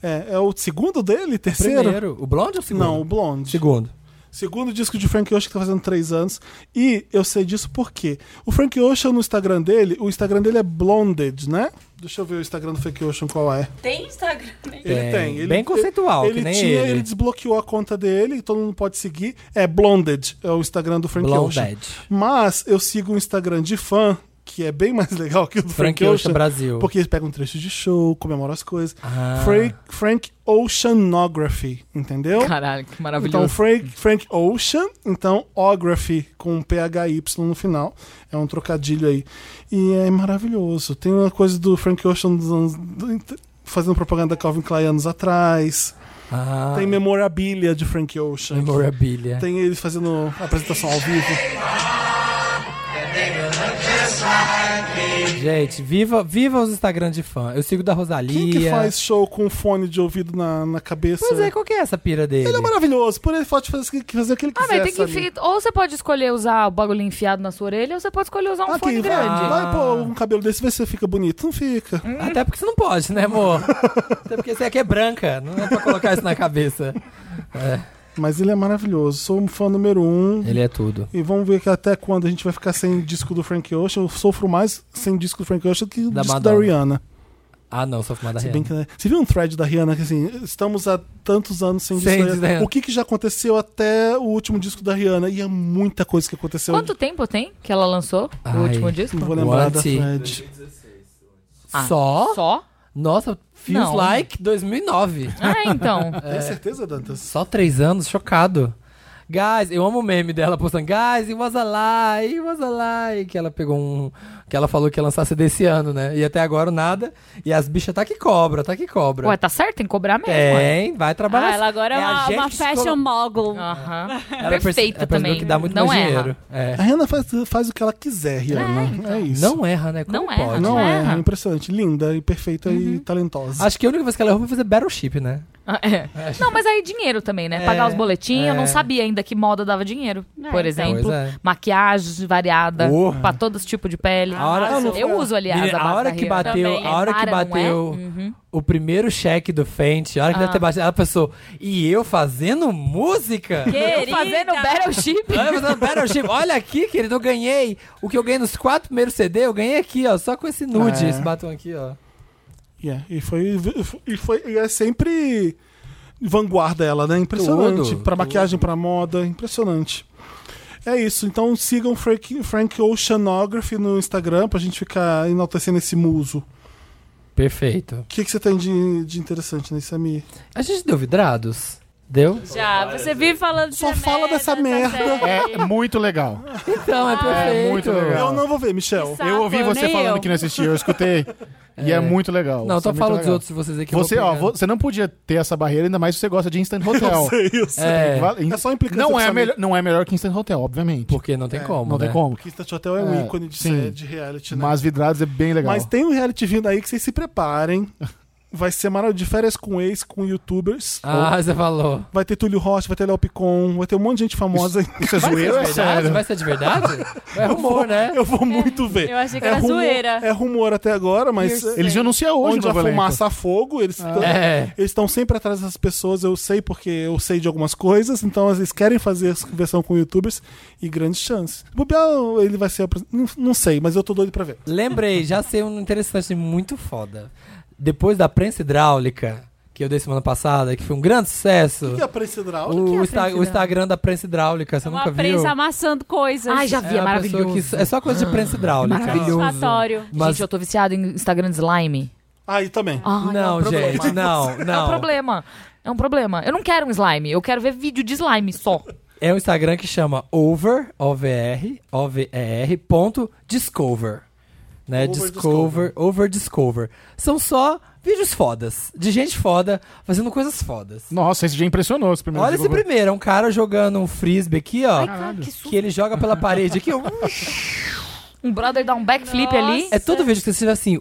A: É, é o segundo dele? Terceiro?
C: Primeiro, o Blonde ou o segundo?
A: Não, o Blonde.
C: Segundo.
A: Segundo disco de Frank Ocean que tá fazendo três anos. E eu sei disso porque o Frank Ocean no Instagram dele, o Instagram dele é Blonded, né? Deixa eu ver o Instagram do Frank Ocean qual é.
B: Tem Instagram. né?
A: Ele
C: Tem.
A: tem. Ele,
C: Bem conceitual,
A: ele,
C: que nem
A: tinha,
C: ele.
A: ele desbloqueou a conta dele, todo mundo pode seguir. É Blonded, é o Instagram do Frank Ocean.
C: Blonded.
A: Mas eu sigo um Instagram de fã que é bem mais legal que o do Frank,
C: Frank Ocean é
A: Ocean
C: Brasil.
A: Porque eles pegam um trecho de show, comemoram as coisas.
C: Ah.
A: Frank, Frank Oceanography, entendeu?
D: Caralho, que maravilhoso.
A: Então, Frank, Frank Ocean, então, Ography, com um PHY no final. É um trocadilho aí. E é maravilhoso. Tem uma coisa do Frank Ocean dos anos, do- fazendo propaganda da Calvin Klein anos atrás.
C: Ah.
A: Tem memorabilia de Frank Ocean.
C: Memorabilia.
A: Tem ele fazendo apresentação ao vivo.
C: Gente, viva, viva os Instagram de fã. Eu sigo da Rosalia.
A: Quem que faz show com fone de ouvido na, na cabeça?
C: Pois é, qual que é essa pira dele?
A: Ele é maravilhoso, por ele pode fazer, o que- fazer o que ele
D: Ah,
A: quiser.
D: mas tem que
A: sabe?
D: enfi- Ou você pode escolher usar o bagulho enfiado na sua orelha, ou você pode escolher usar um
A: Ah,
D: fone
A: quem vai,
D: grande.
A: vai pôr um cabelo desse, vê se fica bonito. Não fica.
C: Hum? Até porque você não pode, né, amor? Até porque você aqui é branca, não é pra colocar isso na cabeça.
A: Mas ele é maravilhoso. Sou um fã número um.
C: Ele é tudo.
A: E vamos ver que até quando a gente vai ficar sem disco do Frank Ocean. Eu sofro mais sem disco do Frank Ocean do que o
C: Da
A: disco
C: Madonna.
A: da Rihanna.
C: Ah, não, sou fumada
A: Se
C: real.
A: bem que, né, Você viu um thread da Rihanna que assim, estamos há tantos anos sem,
C: Sem
A: disco
C: disco da
A: da Rihanna.
C: Rihanna.
A: O que, que já aconteceu até o último disco da Rihanna? E é muita coisa que aconteceu.
D: Quanto tempo tem que ela lançou
C: Ai,
D: o último disco?
A: Não vou lembrar da
C: What?
A: thread.
D: Ah,
C: Só?
D: Só?
C: Nossa, feels
D: Não.
C: like 2009.
D: Ah, então.
C: É.
A: Tem certeza, Dantas?
C: Só três anos, chocado. Guys, eu amo o meme dela postando Guys, it was a lie, it was a lie Que ela pegou um... Que ela falou que ia lançar CD esse ano, né? E até agora nada. E as bichas tá que cobra, tá que cobra.
D: Ué, tá certo? Tem que cobrar mesmo. ué.
C: Tem, vai trabalhar.
B: Ah, ela agora é,
C: a
B: uma,
C: gente
B: uma
C: que se
B: fashion
C: colo-
B: mogul.
D: Aham.
C: Ela é perce-
D: Perfeita
C: ela percebeu
D: também.
C: que dá muito
D: não
C: mais
D: erra.
C: dinheiro. É.
A: A Rihanna faz, faz o que ela quiser, Rihanna. É, isso.
C: Não erra, né? Como
D: Não erra,
C: pode?
A: Não,
D: não
A: é, Uhum.
D: erra.
A: é impressionante. Linda e perfeita e talentosa.
C: Acho que a única vez que ela errou foi fazer Battleship, né?
D: Ah, é. Não, mas aí dinheiro também, né? Pagar os boletins, eu
C: é.
D: não sabia ainda que moda dava dinheiro.
B: É,
D: por
B: então.
D: exemplo,
C: Pois é.
D: maquiagem variada
C: Oh.
D: pra todos os tipos de pele.
C: A hora- Ah, não
D: eu
C: foi-
D: uso, aliás,
C: Menina,
D: a, base
C: hora
D: da
C: que
D: Rihanna.
C: bateu,
B: Também,
C: a hora
D: é
C: que
D: para, não
C: bateu
D: é? Uhum.
C: o primeiro cheque do Fenty, a hora que deve ter batido, ela pensou, e eu fazendo música?
B: Querida.
D: Fazendo Battleship.
C: Aí eu fazendo Battleship, olha aqui, querido, eu ganhei. O que eu ganhei nos quatro primeiros CD, eu ganhei aqui, ó, só com esse nude,
A: É.
C: esse batom aqui, ó.
A: Yeah, E foi e foi e é sempre vanguarda ela, né? Impressionante.
C: Tudo,
A: Pra
C: tudo.
A: maquiagem, pra moda, impressionante. É isso, então sigam Frank, Frank Oceanography no Instagram pra gente ficar enaltecendo esse muso.
C: Perfeito.
A: O que, que você tem de, de interessante nesse Samir?
C: A gente deu vidrados? Deu?
B: Já, você vive falando
A: Só
B: dessa
A: fala dessa merda.
B: série.
E: É muito legal.
C: Então, é perfeito.
E: muito legal.
A: Eu não vou ver, Michel.
D: Tá,
B: Saco,
E: Eu ouvi você
B: nem
E: falando
B: eu.
E: que não assistiu, eu escutei. E é muito legal.
C: Não,
E: Isso é
C: tô
E: muito
C: falando dos
E: legal.
C: outros de vocês aqui. eu
E: Você,
C: vou
E: ó,
C: pegando.
E: vo- você não podia ter essa barreira, ainda mais se você gosta de Instant Hotel.
A: É isso. É,
C: É,
E: Vale-
A: só implicância.
E: Não
A: com
E: é, a
A: Samir.
E: melhor, não é melhor que Instant Hotel, obviamente.
C: porque não tem como,
E: É, não
C: né?
E: tem como.
A: Porque Stat Hotel é um
E: É,
A: ícone de,
E: sim.
A: sé- de reality, né?
E: Mas Vidrados é bem legal.
A: Mas tem um reality vindo aí que vocês se preparem. Vai ser maravilhoso. De férias com ex, com youtubers.
C: Ah, você falou.
A: Vai ter Túlio Rocha, vai ter Léo Picon, vai ter um monte de gente famosa.
E: Isso é zoeiro ou é
C: Verdade?
E: sério?
C: Vai ser de verdade? É rumor, né?
A: Eu vou muito ver.
B: eu achei que era
A: rumor,
B: zoeira.
A: É rumor até agora, mas
B: Isso.
E: Eles iam anunciar É hoje Ah.
A: onde
E: o
A: a
E: novo elenco.
A: fumaça a fogo, eles tão-
C: É.
A: eles estão sempre atrás dessas pessoas. Eu sei porque eu sei de algumas coisas, então eles querem fazer essa versão com youtubers e grandes chances. O Biel, ele vai ser. apres- Não, não sei, mas eu tô doido pra ver.
C: Lembrei, já sei um interessante muito foda. Depois da prensa hidráulica, que eu dei semana passada, que foi um grande sucesso.
A: O que é a prensa hidráulica?
C: o,
D: é a
C: Insta-
D: prensa
C: o Instagram da prensa hidráulica,
D: É
C: você
B: É Uma
C: nunca
B: prensa
C: viu? É
B: amassando coisas.
D: Ai, já vi, é,
C: uma pessoa
D: maravilhoso.
C: que s- é só coisa de prensa hidráulica.
B: Satisfatório.
C: Mas-
D: Gente, eu tô viciado em Instagram de slime.
A: Ah, e também.
D: Ai, é
C: não,
D: um problema.
C: gente, não,
D: É um
C: não.
D: problema. É um problema. Eu não quero um slime. Eu quero ver vídeo de slime só.
C: É um Instagram que chama over, O-V-R, O-V-E-R, ponto, discover. Né?
A: Over
C: Discover,
A: Discover.
C: over discover. São só vídeos fodas, de gente foda, fazendo coisas fodas.
E: Nossa, esse já impressionou esse primeiro
C: Olha esse
E: jogo.
C: primeiro, é um cara jogando um frisbee aqui, ó.
D: Caralho. Que
C: que ele joga pela parede aqui. ó.
D: Um brother dá um backflip ali.
C: é todo vídeo que você vê assim,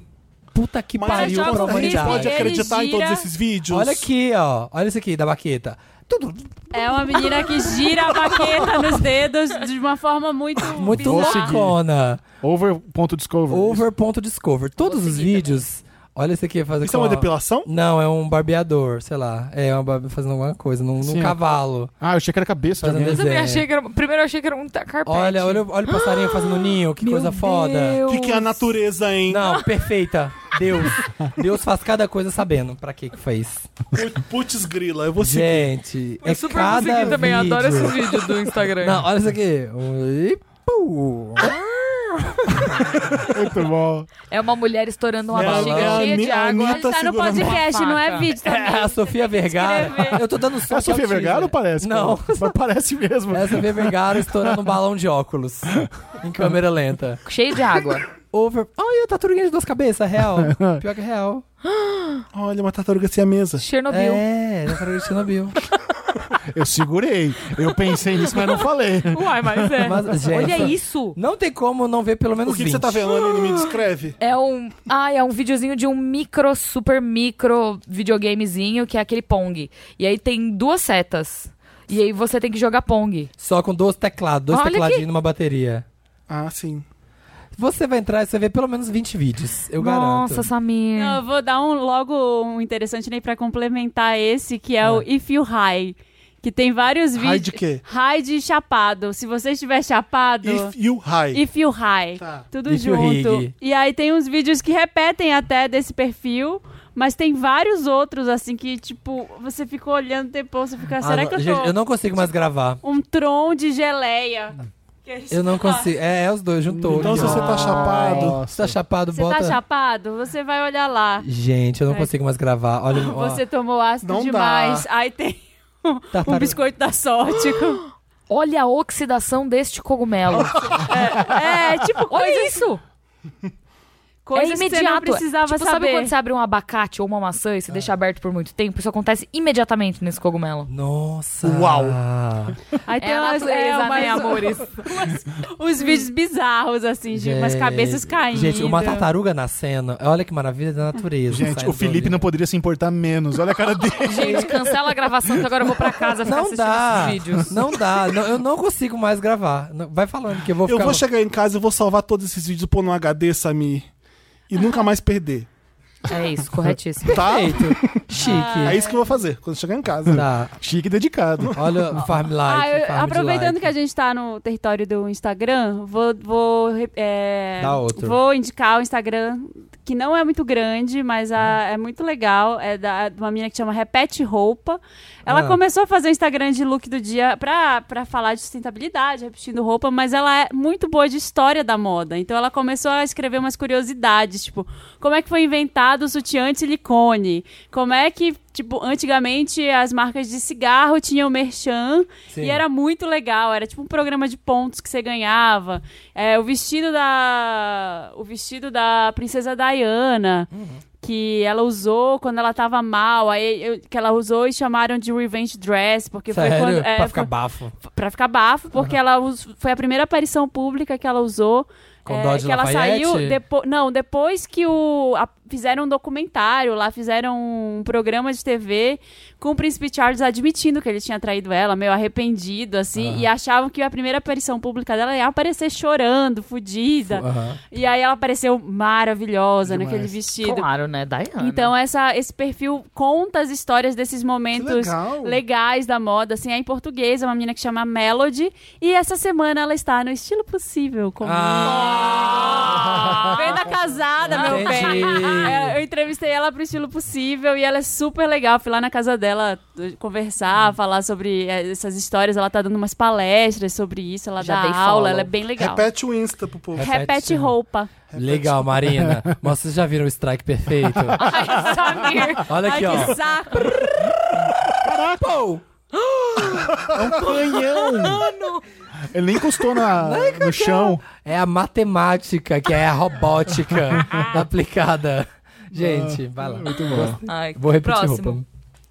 C: puta que
A: Mas
C: pariu
B: joga
C: pra
B: um
A: a gente
B: frisbee,
A: pode
C: humanidade.
B: ele
A: acreditar em
B: gira.
A: todos esses vídeos.
C: Olha aqui, ó. Olha isso aqui da baqueta. Tudo
B: É uma menina que gira a baqueta nos dedos de uma forma muito.
C: muito
E: Vou
B: bizarra.
E: seguir.
C: loucona.
E: Over.discover.
C: Over.discover. Todos os vídeos. Olha isso aqui, fazendo.
A: Isso é uma depilação?
C: Não, é um barbeador, sei lá. É uma barbe... fazendo alguma coisa, num, num
A: é um
E: Sim.
C: cavalo.
E: Ah, eu achei que era a cabeça. de
C: Fazendo
E: alguém.
D: Eu também
C: desenho.
D: achei que era, primeiro eu achei que era um ta- carpete.
C: Olha, olha, o- olha o passarinho fazendo ninho, que
D: Meu
C: coisa foda.
A: O que, que é a natureza, hein?
C: Não, perfeita. Deus. Deus faz cada coisa sabendo pra que que fez.
A: Put- Putz grila, eu vou seguir.
C: Gente, é
D: Eu super
C: cada
D: consegui
C: vídeo.
D: também, eu adoro esses vídeos do Instagram.
C: Não, olha isso aqui. Um- e- pu.
E: Muito bom.
D: É uma mulher estourando uma
C: É,
D: bexiga
C: é a
D: cheia
C: Ani-
D: de
C: a
D: água. tá
C: Anitta Está no segurando uma podcast, não é faca. vídeo também. É, a Sofia Vergara. Eu tô dando
E: É a Sofia Vergara ou parece?
C: Não.
E: Mas parece mesmo.
C: É a Sofia Vergara estourando um balão de óculos. em câmera lenta.
D: Cheio de água.
C: Over... Olha, a tartaruguinha de duas cabeças, real. Pior que é real.
A: Olha, uma tartaruga sem a mesa.
D: Chernobyl.
C: É, tartaruga de Chernobyl.
E: Eu segurei. Eu pensei nisso, mas não falei.
D: Uai, mas é.
C: Mas, gente,
D: Olha isso.
C: Não tem como não ver pelo menos
A: O que, que você tá
C: 20.
A: vendo, Aline? Me descreve.
D: É um. Ah, é um videozinho de um micro, super micro videogamezinho, que é aquele Pong. E aí tem duas setas. E aí você tem que jogar Pong.
C: Só com dois teclados, dois
D: Olha
C: tecladinhos
D: aqui.
C: numa bateria.
A: Ah, sim.
C: Você vai entrar e você vê pelo menos 20 vídeos, eu
D: Nossa,
C: garanto.
D: Samir.
B: Não, eu vou dar um logo um interessante né, para complementar esse, que é, o If You High. Que tem vários vídeos.
A: High de quê?
B: High de chapado. Se você estiver chapado.
A: If you high.
B: If you high.
A: Tá.
B: Tudo
C: If you
B: junto.
C: rig.
B: E aí tem uns vídeos que repetem até desse perfil, mas tem vários outros, assim, que, tipo, você ficou olhando depois, você fica,
C: Ah,
B: será
C: não-
B: que eu tô...
C: gente, eu não consigo mais gravar.
B: Um tron de geleia. Que eles-
C: Eu não consigo. É, é os dois, juntou.
A: Então, se você tá chapado,
C: Você tá chapado,
B: Você
C: bota.
B: tá chapado? Você vai olhar lá.
C: Gente, eu não consigo mais gravar. Olha, ó,
B: Você tomou ácido
A: Não dá.
B: demais. Aí tem um,
C: Tartaruga.
B: biscoito da sorte.
D: Olha a oxidação deste cogumelo.
B: é, tipo,
D: Olha
B: coisas,
D: isso.
B: coisas
D: é
B: que você não
D: imediato.
B: precisava
D: tipo,
B: saber.
D: sabe quando você abre um abacate ou uma maçã e se deixa aberto por muito tempo? Isso acontece imediatamente nesse cogumelo.
C: Nossa.
E: Uau.
B: Aí tem
D: É a
B: umas-
D: natureza,
B: umas-
D: né, amores?
B: Os vídeos bizarros, assim, de umas
C: Gente,
B: cabeças caindo.
C: Gente, uma tartaruga nascendo. Olha que maravilha da natureza.
E: Gente,
C: saindo
E: o Felipe
C: ali.
E: não poderia se importar menos. Olha a cara dele.
D: Gente, cancela a gravação que agora eu vou pra casa ficar
C: Não
D: assistindo
C: dá.
D: esses vídeos.
C: Não dá. Não- eu não consigo mais gravar. Não- Vai falando que eu vou
A: Eu
C: ficar.
A: vou chegar em casa e vou salvar todos esses vídeos e pôr no HD, Samir. E nunca mais perder.
D: É isso, corretíssimo.
A: Tá?
B: Ah.
C: Perfeito.
A: É
C: Chique.
A: isso que eu vou fazer quando chegar em casa.
C: Tá.
E: Chique e dedicado.
C: Olha o Farm
B: Ah, eu-
C: Life.
B: aproveitando que a gente tá no território do Instagram, vou vou re- é,
C: Dá outro.
B: vou indicar o Instagram que não é muito grande, mas a-
C: Uhum.
B: é muito legal, é da de uma menina que chama Repete Roupa. Ela
C: Ah.
B: começou a fazer o Instagram de look do dia pra pra falar de sustentabilidade, repetindo roupa, mas ela é muito boa de história da moda. Então ela começou a escrever umas curiosidades, tipo, como é que foi inventado o sutiã de silicone? Como é que Tipo, antigamente as marcas de cigarro tinham merchan
C: Sim.
B: e era muito legal. Era tipo um programa de pontos que você ganhava. É, o vestido da. O vestido da princesa Diana.
C: Uhum.
B: Que ela usou quando ela tava mal, aí eu- que ela usou e chamaram de revenge dress, porque foi
C: Sério?
B: quando. é,
C: pra ficar
B: foi-
C: bafo.
B: pra ficar bafo, porque ela us- foi a primeira aparição pública que ela usou. é,
C: Com Dodge
B: que ela
C: Lafayette?
B: saiu depo não depois que o a- fizeram um documentário lá fizeram um programa de TV com o príncipe Charles admitindo que ele tinha traído ela meio arrependido assim
C: Aham.
B: e achavam que a primeira aparição pública dela ia aparecer chorando fudida
C: Aham.
B: e aí ela apareceu maravilhosa naquele vestido
D: Claro, né, Diana?
B: então, essa, esse perfil conta as histórias desses
A: Que
B: momentos
A: legal.
B: legais da moda. Assim, é em português, é uma menina que chama Melody. E essa semana ela está no estilo possível. Como...
C: Ah.
B: Venda casada, meu
C: Entendi.
B: bem. É, Eu entrevistei ela pro estilo possível e ela é super legal. Fui lá na casa dela eh, conversar, falar sobre eh, essas histórias. Ela tá dando umas palestras sobre isso. Ela
D: Já
B: dá
D: dei
B: aula,
D: follow.
B: ela é bem legal.
A: Repete o Insta pro povo.
C: Repete,
B: Repete
C: sim.
B: roupa.
C: Legal, Marina. Mas vocês já viram o strike perfeito?
B: Ai, Samir.
C: Olha aqui,
B: Ai,
C: ó.
B: que saco.
C: Pô!
E: É
C: Tá
E: um canhão. Ele nem encostou na, no chão.
C: É a matemática, que é a robótica aplicada. Gente, vai lá. Muito bom.
D: Ai,
C: Vou repetir
D: próximo.
C: roupa.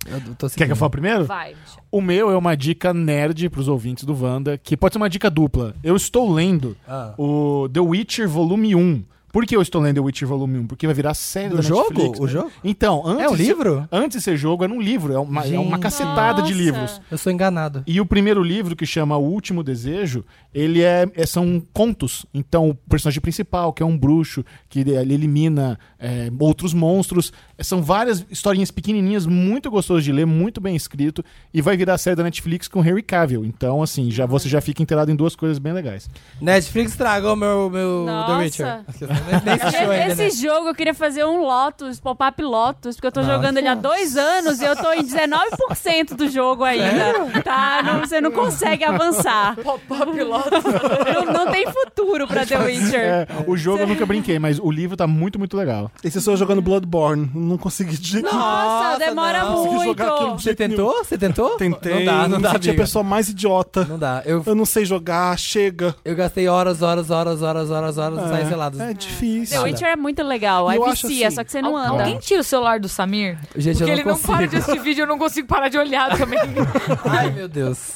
C: Eu tô
E: Quer que eu
C: seguindo.
E: fale primeiro?
D: Vai.
E: O meu é uma dica nerd pros ouvintes do Wanda, que pode ser uma dica dupla. Eu estou lendo
C: Ah.
E: o The Witcher Volume 1. Por que eu estou lendo The Witcher Volume 1? Porque vai virar série
C: É Do
E: da
C: jogo?
E: Netflix,
C: O
E: né?
C: jogo?
E: Então, antes
C: É um
E: de-
C: livro?
E: antes de ser jogo, era um livro. É uma, é uma
C: Gente.
E: cacetada de
B: Nossa.
E: livros.
C: Eu sou enganado.
E: E o primeiro livro, que chama O Último Desejo, ele é, é- são contos. Então, o personagem principal, que é um bruxo, que ele ele elimina é, outros monstros. É, São várias historinhas pequenininhas, muito gostosas de ler, muito bem escrito. E vai virar a série da Netflix com Harry Cavill. Então, assim, já, você já fica inteirado em duas coisas bem legais.
C: Netflix estragou meu, meu The
B: Nossa.
C: Witcher. tá nem assistiu ainda,
B: Esse
C: né?
B: jogo eu queria fazer um Lotus, pop-up Lotus, porque eu tô
C: Nossa.
B: jogando ele há dois anos e eu tô em 19% do jogo ainda. Tá? Não- você não consegue avançar. Pop-up Lotus. Não, não tem futuro pra The Witcher.
E: É, o jogo eu nunca brinquei, mas o livro tá muito, muito legal.
A: Esse sou eu jogando Bloodborne, não consegui de
B: Nossa, demora muito.
A: Você
C: tentou? Você tentou?
A: Tentei.
C: Não dá, não dá,
A: Me senti a
C: amiga.
A: pessoa mais idiota.
C: Não dá. Eu,
A: eu não sei jogar, chega.
C: Eu gastei horas, horas, horas, horas, horas, horas,
A: É,
C: é, saí seladas.
D: Ah,
A: É difícil.
B: The Witcher é muito legal. Aí
A: Eu acho
B: vicia,
A: assim,
B: só que você não
A: al-
B: anda.
A: alguém
D: Tira o celular do Samir.
C: Gente,
D: porque
C: eu não consigo.
D: ele não Então. para de assistir vídeo, eu não consigo parar de olhar também.
C: Ai, meu Deus.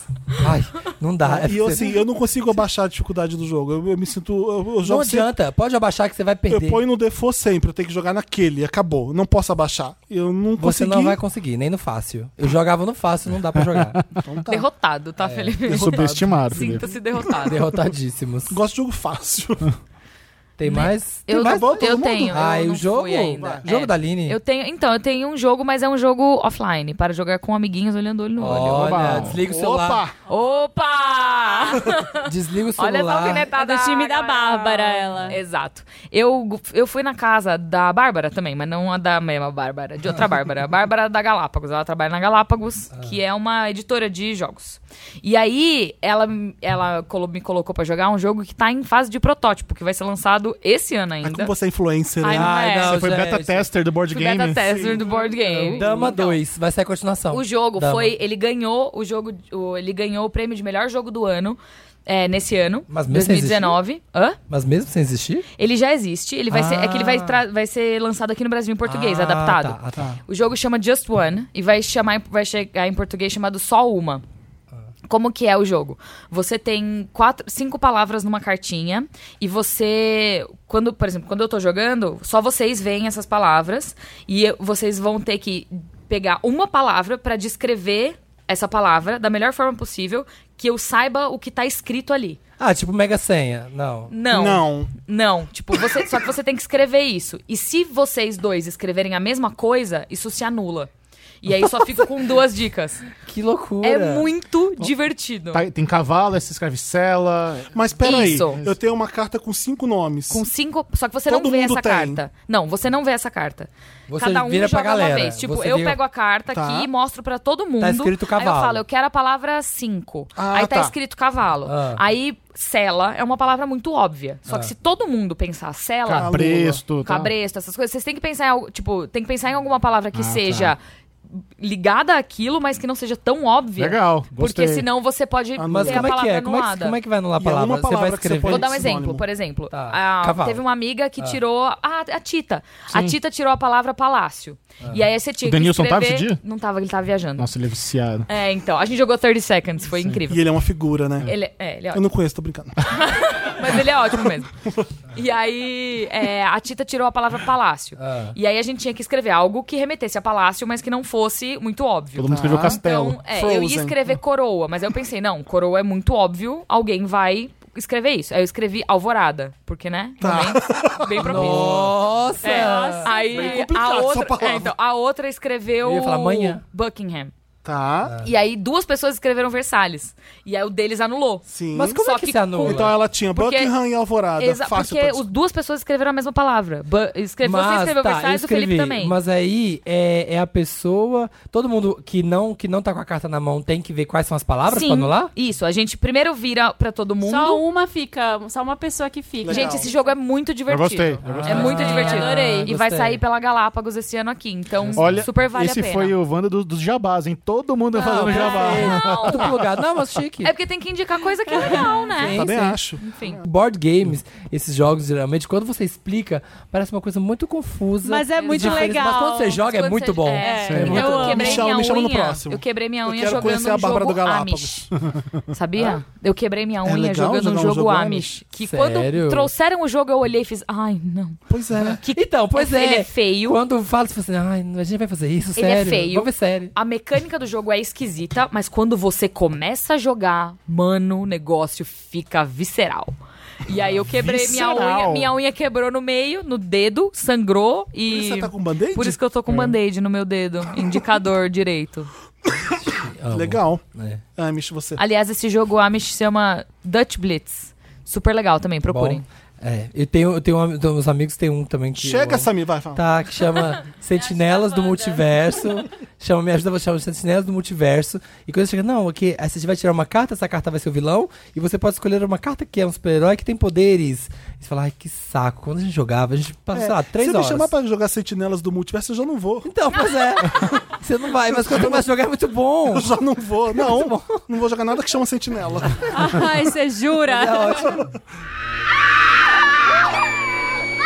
C: Ai, não dá.
A: E eu, assim, eu não consigo abaixar a dificuldade do jogo. Eu, eu me sinto. Eu, eu jogo
C: Não adianta, pode abaixar que você vai perder.
A: Eu ponho no default sempre, eu tenho que jogar naquele, acabou. Não posso abaixar. Eu não
C: Você
A: consegui.
C: não vai conseguir, nem no fácil. Eu jogava no fácil, não dá pra jogar.
A: Então
D: Derrotado, tá, Felipe?
E: Eu subestimado, Felipe.
D: Sinta-se derrotado.
C: Derrotadíssimos.
A: Gosto de jogo fácil.
C: Tem mais?
D: Eu,
C: Tem mais?
D: eu
C: Todo mundo?
D: tenho.
C: Ah,
D: Né? eu
C: e o
D: não
C: jogo?
D: fui ainda.
C: Jogo
D: É.
C: da Aline.
D: Eu tenho, então, eu tenho um jogo, mas é um jogo offline, para jogar com amiguinhos olhando olho no olho.
C: Olha, desliga o celular.
D: Opa!
C: Desliga o
D: Olha
C: celular.
D: essa alfinetada
B: É do time da
D: galera.
B: Bárbara, ela.
D: Exato. Eu, eu fui na casa da Bárbara também, mas não a da mesma Bárbara, de outra Bárbara. A Bárbara da Galápagos. Ela trabalha na
C: Ah.
D: Galápagos, que é uma editora de jogos. E aí, ela, ela colo- me colocou pra jogar um jogo que tá em fase de protótipo, que vai ser lançado esse ano
C: Tá
A: Ah,
D: ainda.
A: como você é influencer,
D: Ai,
A: né?
D: não é.
E: Você foi
C: gente.
E: beta tester do board
D: Fui
E: game.
D: beta tester do board game.
C: Dama 2, vai sair a continuação.
D: Então, O jogo
C: Dama.
D: foi. Ele ganhou o jogo. o- ele ganhou o prêmio de melhor jogo do ano é, nesse ano.
C: Mas mesmo assim? sem existir?
D: 2019. Hã?
C: Mas mesmo sem existir?
D: Ele já existe. Ele vai ser. É que ele vai,
C: Ah.
D: tra- vai ser lançado aqui no Brasil em português,
C: Ah,
D: adaptado.
C: tá, ah, tá.
D: O jogo chama Just One e vai chamar, em- vai chegar em português chamado Só Uma.
C: Ah.
D: Como que é o jogo? Você tem quatro, cinco palavras numa cartinha e você, quando, por exemplo, quando eu tô jogando, só vocês veem essas palavras e eu- vocês vão ter que pegar uma palavra pra descrever essa palavra da melhor forma possível, que eu saiba o que tá escrito ali.
C: Ah, tipo Mega Senha. Não.
D: Não.
A: Não.
D: Não, tipo, você, só que você tem que escrever isso. E se vocês dois escreverem a mesma coisa, isso se anula. E aí só fico com duas dicas.
C: Que loucura.
D: É muito divertido.
E: Tá- tem cavalo, essa escravicela.
A: Mas peraí,
D: Isso.
A: eu tenho uma carta com cinco nomes.
D: Com cinco. Só que você não
A: Todo
D: vê
A: mundo
D: essa
A: tem.
D: carta. Não, você não vê essa carta.
C: Você
D: Cada um
C: vira pra
D: joga
C: galera.
D: uma vez. Tipo,
C: Você
D: eu
C: vira-
D: pego a carta
C: Tá.
D: aqui e mostro pra todo mundo.
C: escrito
D: Aí
C: cavalo.
D: eu falo, eu quero a palavra cinco.
A: Ah,
D: aí tá,
A: tá.
D: escrito cavalo.
C: Ah.
D: Aí cela é uma palavra muito óbvia. Só
C: Ah.
D: que se todo mundo pensar cela,
E: Cabresto. tá?
D: cabresto, essas coisas. Vocês têm que pensar em algo, tipo, tem que pensar em alguma palavra
E: Ah, tá.
D: que seja ligada àquilo, mas que não seja tão óbvia.
E: Legal, gostei.
D: Porque senão você pode
C: Mas
D: ter a
C: como é que
D: palavra
C: é? Como é que,
D: anulada.
C: como é que vai anular a
A: Ah, E é uma
C: palavra? você vai
A: palavra que você
C: escrever.
A: pode-
D: Vou dar um
A: Sinônimo.
D: exemplo, por exemplo.
C: Tá,
D: Ah,
C: cavalo.
D: teve uma amiga que
C: Ah.
D: tirou. Ah, a Tita.
E: Sim. Ah.
D: A Tita tirou a palavra palácio. E aí você tinha
E: O
D: que
E: Denilson tava esse
D: escrever-
E: dia?
D: Não tava, ele tava viajando.
E: Nossa, ele é viciado.
D: É, então. A gente jogou 30 Seconds, foi incrível.
A: E ele é uma figura, né?
D: Ele, é, ele é
A: Eu não conheço, tô brincando.
D: Mas ele é ótimo mesmo. E aí, é, a Tita tirou a palavra palácio.
C: Ah.
D: E aí a gente tinha que escrever algo que remetesse a palácio, mas que não fosse muito óbvio.
E: Todo mundo escreveu castelo.
D: Então, é, eu
A: Frozen.
D: ia escrever coroa, mas eu pensei, não, coroa é muito óbvio, alguém vai escrever isso. Aí eu escrevi alvorada, porque, né? Também, bem propício.
C: Nossa!
D: É,
A: Bem
D: aí
A: complicado
D: a
A: essa
D: outra,
A: palavra.
D: é, então, a outra
C: Eu
D: escreveu
C: ia falar amanhã.
D: Buckingham.
A: Tá.
D: E aí duas pessoas escreveram Versalhes. E aí o deles anulou.
A: Sim.
C: Mas como
D: Só
C: é que,
D: que
C: se anula?
A: Então ela tinha
D: Porque-
A: Buckingham e Alvorada.
D: Exa-
A: Fácil
D: porque
A: pra
D: os- duas pessoas escreveram a mesma palavra. Bu- escreve, você escreveu
C: tá,
D: Versailles,
C: eu
D: o Felipe
C: escrevi,
D: também.
C: Mas aí é, é a pessoa. Todo mundo que não, que não tá com a carta na mão tem que ver quais são as palavras pra anular?
D: Isso, a gente primeiro vira pra todo mundo.
B: Só um. uma fica, só uma pessoa que fica.
D: Gente, esse jogo é muito
E: Eu
D: divertido.
E: gostei. eu gostei.
D: É muito
C: Ah,
D: divertido.
B: adorei.
D: E vai
C: Gostei.
D: sair pela Galápagos esse ano aqui. Então,
E: Olha,
D: super vale
E: esse
D: a pena. Ah,
E: foi o Wanda do- dos jabás, hein? Todo mundo é fazendo jabá.
C: Não, Tá Tudo plugado. Não, mas chique.
D: É porque tem que indicar coisa que é legal, né?
A: Também acho.
D: Enfim.
C: Board games, esses jogos, geralmente, quando você explica, parece uma coisa muito confusa.
B: Mas é muito
C: diferente, Mas
B: legal.
C: quando você joga, é
D: Quando
C: muito
D: você-
C: bom.
D: É,
B: Sim.
D: eu,
B: Eu amo.
D: quebrei
A: Me chama-
D: minha
A: me chama no
D: unha.
A: próximo.
D: Eu quebrei minha
A: Eu
D: unha
A: quero
D: jogando
A: conhecer a
D: um
A: Bárbara
D: jogo
A: do Galápagos.
D: Amish. Ah. Sabia? Eu quebrei minha unha
A: legal
D: jogando
A: jogar
D: um
A: um
D: jogo,
A: jogo
D: Amish.
A: Amish?
D: Que
C: Sério?
D: quando trouxeram o jogo, eu olhei e fiz. Ai, não.
A: Pois é.
D: Que
C: Então, pois é.
D: Ele é feio.
C: Quando fala, você fala assim, ai, a gente vai fazer isso,
D: Ele é
C: sério.
D: feio.
C: Vamos ver sério.
D: A mecânica do jogo é esquisita, mas quando você começa a jogar, mano, o negócio fica visceral. E aí eu quebrei minha
E: Visceral.
D: unha, minha unha quebrou no meio, no dedo, sangrou
A: Por isso
D: e
A: você tá com band-aid?
D: por isso que eu tô com band-aid no meu dedo, indicador direito.
C: Amo.
A: Legal.
C: É.
A: Amish, você.
D: Aliás, esse jogo Amish se chama Dutch Blitz. Super legal também, procurem.
C: Bom, É, eu tenho, eu tenho um, dos meus amigos tem um também que.
A: Chega,
C: eu,
A: Samir, vai, fala.
C: Tá, que chama Sentinelas do Multiverso. Chama, me ajuda, chama Sentinelas do Multiverso. E quando chega, não, aqui, aí você vai tirar uma carta, essa carta vai ser o vilão. E você pode escolher uma carta que é um super-herói que tem poderes. E você fala, ai, que saco. Quando a gente jogava, a gente
D: tá,
C: passava, sei lá, três
A: Se
C: horas.
A: É. me chamar pra jogar Sentinelas do Multiverso, eu já não vou.
C: Então, pois é. Você não vai, mas quando começa a jogar é muito bom.
A: Eu já não vou, não. Não vou jogar nada que chama Sentinela.
B: Ai, você jura?
C: É ótimo.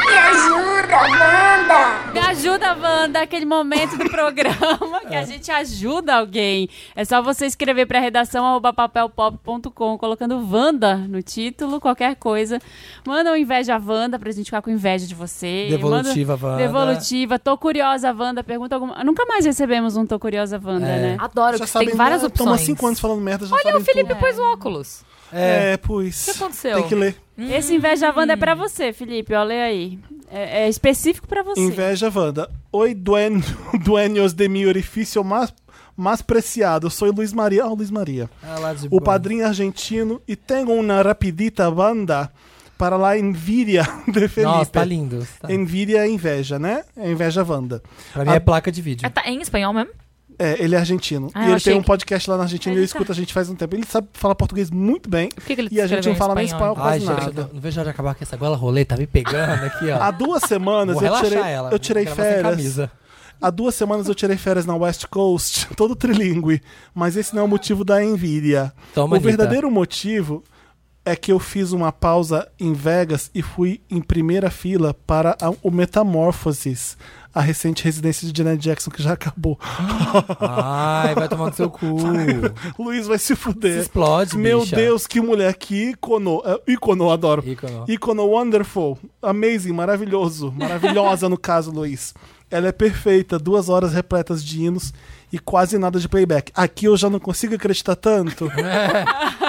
G: Me ajuda, Wanda!
B: Me ajuda, Wanda, aquele momento do programa que
A: É.
B: a gente ajuda alguém. É só você escrever para redação arroba papelpop.com, colocando Wanda no título, qualquer coisa. Manda um inveja Wanda pra gente ficar com inveja de você.
C: Devolutiva,
B: Manda-
C: Wanda.
B: Devolutiva. Tô curiosa, Wanda. Pergunta alguma. Nunca mais recebemos um Tô curiosa, Wanda,
C: É.
B: né?
D: Adoro,
A: Já
D: que tem
A: sabem,
D: várias
A: né?
D: opções.
A: Toma cinco anos falando merda, já
D: Olha,
A: sabem
D: o Felipe
A: tudo.
D: pôs um óculos.
C: É.
A: É, pois.
D: O que aconteceu?
A: Tem que ler.
B: Esse inveja Wanda é pra você, Felipe. Olha aí. É, é específico pra
D: Assim.
B: você.
A: Inveja, Wanda. Oi, duen- dueños de mi orifício mais, mais preciado. Sou Luiz Maria. Ah, o Luiz Maria.
C: Ah, lá de
A: o
C: boa.
A: padrinho argentino e tenho uma rapidita Wanda para lá envidia de Felipe.
C: Nossa, tá lindo. Tá.
A: Envidia é inveja, né? É inveja Wanda.
C: Pra mim é placa de vídeo.
D: É, tá em espanhol mesmo?
A: É, ele é argentino.
D: Ah,
A: e
D: eu
A: ele
D: achei
A: tem um
D: que-
A: podcast lá na Argentina e
B: Ele
A: ele
B: tá-
A: escuta a gente faz um tempo. Ele sabe falar português muito bem.
D: Por que, que ele
A: E a gente
D: escreveu
A: não fala
D: em
A: nem
D: espanhol?
A: espanhol.
C: Ai,
A: quase
C: gente,
A: nada.
C: eu não- não vejo a hora de acabar com essa goela rolê, tá me pegando aqui, ó.
A: Há duas semanas eu
C: Vou relaxar
A: tirei,
C: ela.
A: eu tirei
C: quero ela sem
A: férias.
C: camisa.
A: Há duas semanas eu tirei férias na West Coast, todo trilingue, mas esse não é o motivo da envidia.
C: Toma,
A: o
C: Anitta.
A: verdadeiro motivo é que eu fiz uma pausa em Vegas e fui em primeira fila para a- o Metamorphosis, a recente residência de Janet Jackson que já acabou.
C: Ai, vai tomar no seu cu.
A: Luiz vai se
C: Se
A: fuder.
C: explode,
A: Meu
C: bicha.
A: Deus, que mulher, que icono. é, Icono, adoro.
C: Ícono.
A: Icono wonderful, amazing, maravilhoso, maravilhosa no caso, Luiz. Ela é perfeita, duas horas repletas de hinos e quase nada de playback. Aqui eu já não consigo acreditar tanto.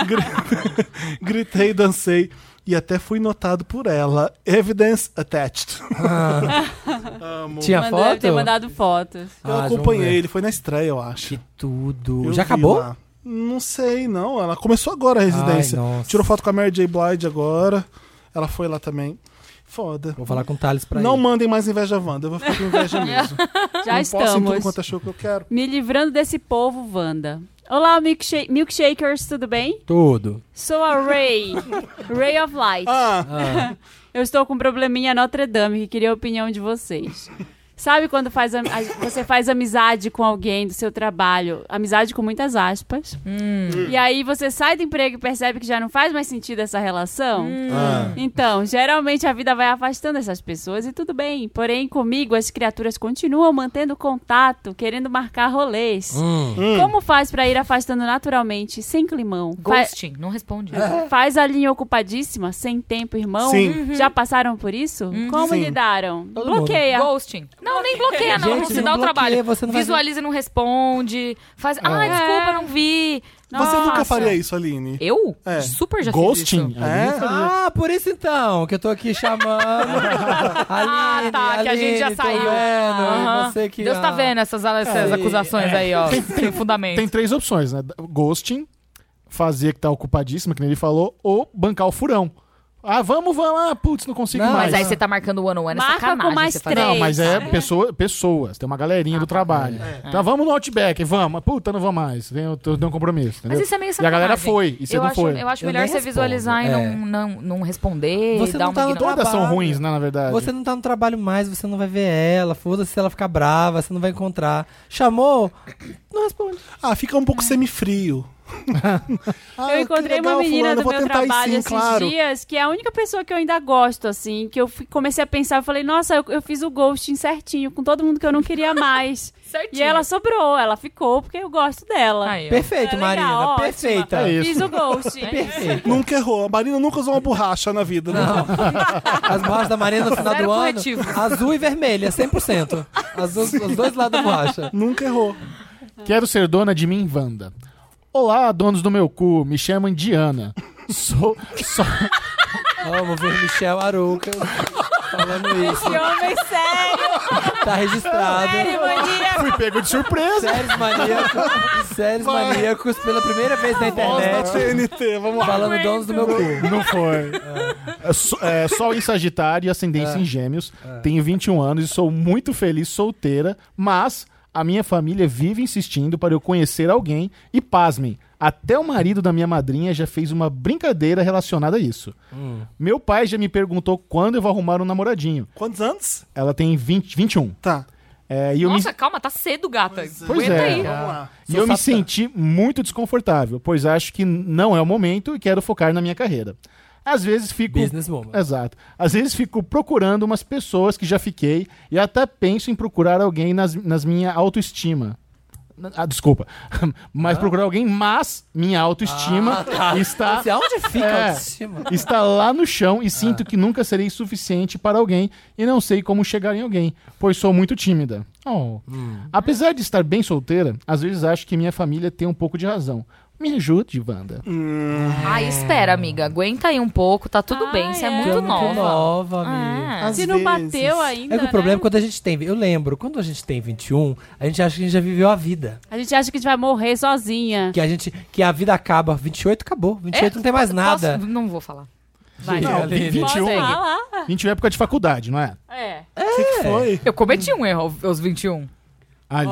A: Gri- Gritei, dancei e até fui notado por ela. Evidence attached.
C: Tinha
B: Mandou-
C: foto?
B: Deve ter mandado fotos.
A: eu
C: Ah, vamos
A: acompanhei,
C: ver.
A: ele foi na estreia, eu acho.
C: Que tudo.
A: Eu
C: Já
A: vi
C: acabou?
A: lá. Não sei, não. Ela começou agora a residência.
C: Ai, nossa.
A: Tirou foto com a Mary J. Blige agora. Ela foi lá também. Foda.
C: Vou falar com o Thales pra
A: não
C: ele.
A: mandem mais inveja Wanda, eu vou ficar com inveja mesmo.
B: Já
A: não posso em tudo
B: estamos.
A: quanto é show que eu quero.
B: Me livrando desse povo, Wanda. Olá, milksha- milkshakers, tudo bem?
C: Tudo.
B: Sou a Ray, Ray of Light.
A: Ah,
B: Eu estou com um probleminha Notre Dame que queria a opinião de vocês. Sabe quando faz am- a- você faz amizade com alguém do seu trabalho? Amizade com muitas aspas. E aí você sai do emprego e percebe que já não faz mais sentido essa relação? Então, geralmente a vida vai afastando essas pessoas e tudo bem. Porém, comigo as criaturas continuam mantendo contato, querendo marcar rolês.
A: Hum.
C: Hum.
B: Como faz pra ir afastando naturalmente, sem climão? Fa-
D: Ghosting, não responde.
A: É,
B: Faz a linha ocupadíssima, sem tempo, irmão. Uhum.
A: Sim.
B: Já passaram por isso? Como
A: Sim.
B: lidaram?
C: Todo
B: Bloqueia.
D: Ghosting. Não, nem bloqueia, não.
C: Gente,
D: não se
C: não
D: dá o
C: bloqueia,
D: trabalho.
C: você não vai-
D: Visualiza e não responde. Faz. Ah,
C: É.
D: desculpa, não vi.
A: você nunca
B: Nossa.
A: faria isso, Aline.
D: Eu?
A: É.
D: Super já
E: Ghosting?
D: fiz isso.
A: É?
C: Ah, por isso então, que eu tô aqui chamando. Aline,
D: tá, que a gente já
C: Aline, tô
D: saiu.
C: vendo,
D: Aham.
C: e você que,
D: Deus tá
C: ah,
D: vendo essas, essas
C: É.
D: acusações aí, ó. Sem fundamento.
E: Tem três opções, né? Ghosting, fazer que tá ocupadíssima, que nem ele falou, ou bancar o furão. Ah, vamos, vamos. Ah, putz, não consigo
C: Não,
E: mais.
D: Mas aí você tá marcando o one on one, é
B: Marca
D: sacanagem.
B: com mais
D: você
B: três.
E: Não, mas é pessoa, pessoas. Tem uma
D: Ah,
E: galerinha do trabalho.
D: é,
E: Então vamos no Outback, vamos. Puta, não vou mais. Tem, eu tô- tem um compromisso, entendeu?
D: Mas isso é meio
E: E a
D: sacanagem.
E: galera foi, e você
D: eu
E: não
D: acho,
E: foi.
D: Eu acho
C: Eu
D: melhor
C: nem
D: você
C: respondo,
D: visualizar e
C: é.
D: não, não, não responder
C: Você
D: e dar
C: não
D: uma
C: tá no
D: ignorada.
E: Todas são
C: trabalho.
E: ruins, né, na verdade.
C: Você não tá no trabalho mais, você não vai ver ela. Foda-se se ela ficar brava, você não vai encontrar. Chamou? Não responde.
A: Ah, fica um pouco semifrio. Ah,
B: É. Eu
A: que
B: encontrei
A: legal,
B: uma menina
A: fulano, eu
B: do
A: vou
B: meu
A: tentar ir
B: trabalho
A: sim,
B: esses
A: claro.
B: dias, que é a única pessoa que eu ainda gosto, assim, que eu fui- comecei a pensar, eu falei, nossa, eu, eu fiz o ghosting certinho, com todo mundo que eu não queria mais.
D: Certinho.
B: e ela assim, sobrou, ela ficou, porque eu gosto dela.
D: Aí, ó.
B: É
C: Perfeito,
B: legal,
C: Marina.
B: ótima.
C: Perfeita.
E: É isso.
B: Fiz o ghosting.
C: Perfeito.
A: Nunca errou. A Marina nunca usou uma borracha na vida. né? Não.
C: As borrachas da Marina no final
D: Zero
C: do ano,
D: corretivo.
C: azul e vermelha, 100%. Azul, os dois lados da borracha.
A: Nunca errou.
E: Quero ser dona de mim, Wanda. Olá, donos do meu cu. Me chamam Diana. Sou. sou-
C: Amo ver Michel Arouca falando isso.
B: Esse homem sério.
C: Tá registrado.
B: Sério, maníaco.
E: Fui pego de surpresa.
C: Sérios maníacos. Sérios
E: Vai.
C: maníacos pela primeira vez na
B: É.
C: internet.
E: Voz da TNT, vamos lá.
C: Falando donos do meu cu.
E: Não foi. É. so- é, Sol em Sagitário e ascendência
C: É.
E: em Gêmeos. Tenho 21 anos e sou muito feliz solteira, mas a minha família vive insistindo para eu conhecer alguém e pasmem. Até o marido da minha madrinha já fez uma brincadeira relacionada a isso.
C: Hum.
E: Meu pai já me perguntou quando eu vou arrumar um namoradinho.
A: Quantos anos?
E: Ela tem 20, 21.
A: Tá.
E: É, e eu me-
D: Nossa, calma, tá cedo, gata.
E: Pois
D: Aguenta
E: é.
D: aí.
E: Vamos
A: lá.
E: E eu me senti muito desconfortável, pois acho que não é o momento e quero focar na minha carreira. Às vezes fico.
C: Businesswoman.
E: Exato. Às vezes fico procurando umas pessoas que já fiquei e até penso em procurar alguém nas, nas minha autoestima. Ah, desculpa. Mas procurar alguém, mas minha autoestima está.
C: Assim, aonde fica
E: É.
C: a autoestima?
E: Está lá no chão e sinto que nunca serei suficiente para alguém e não sei como chegar em alguém, pois sou muito tímida. Oh. Apesar de estar bem solteira, às vezes acho que minha família tem um pouco de razão. Me ajude, Wanda.
D: Ai, espera, amiga. Aguenta aí um pouco, tá tudo bem. Você é,
B: é.
D: muito
C: muito
D: nova.
C: nova,
D: É.
A: Às
B: Se não
A: vezes.
B: bateu
C: É
B: ainda,
C: que o
B: né?
C: problema é quando a gente tem. Eu lembro, quando a gente tem 21, a gente acha que a gente já viveu a vida.
B: né? A gente acha que a gente vai morrer sozinha.
C: Que a gente. Que a vida acaba. 28 acabou. 28 não tem mais
D: Posso-
C: nada.
D: Não vou falar.
B: Vai.
E: Não,
C: Aline.
E: vi- 21.
B: Pode
E: A
B: falar.
E: gente é época de faculdade, não é?
B: É.
A: O que, que foi?
D: Eu cometi um erro aos 21.
E: Ali.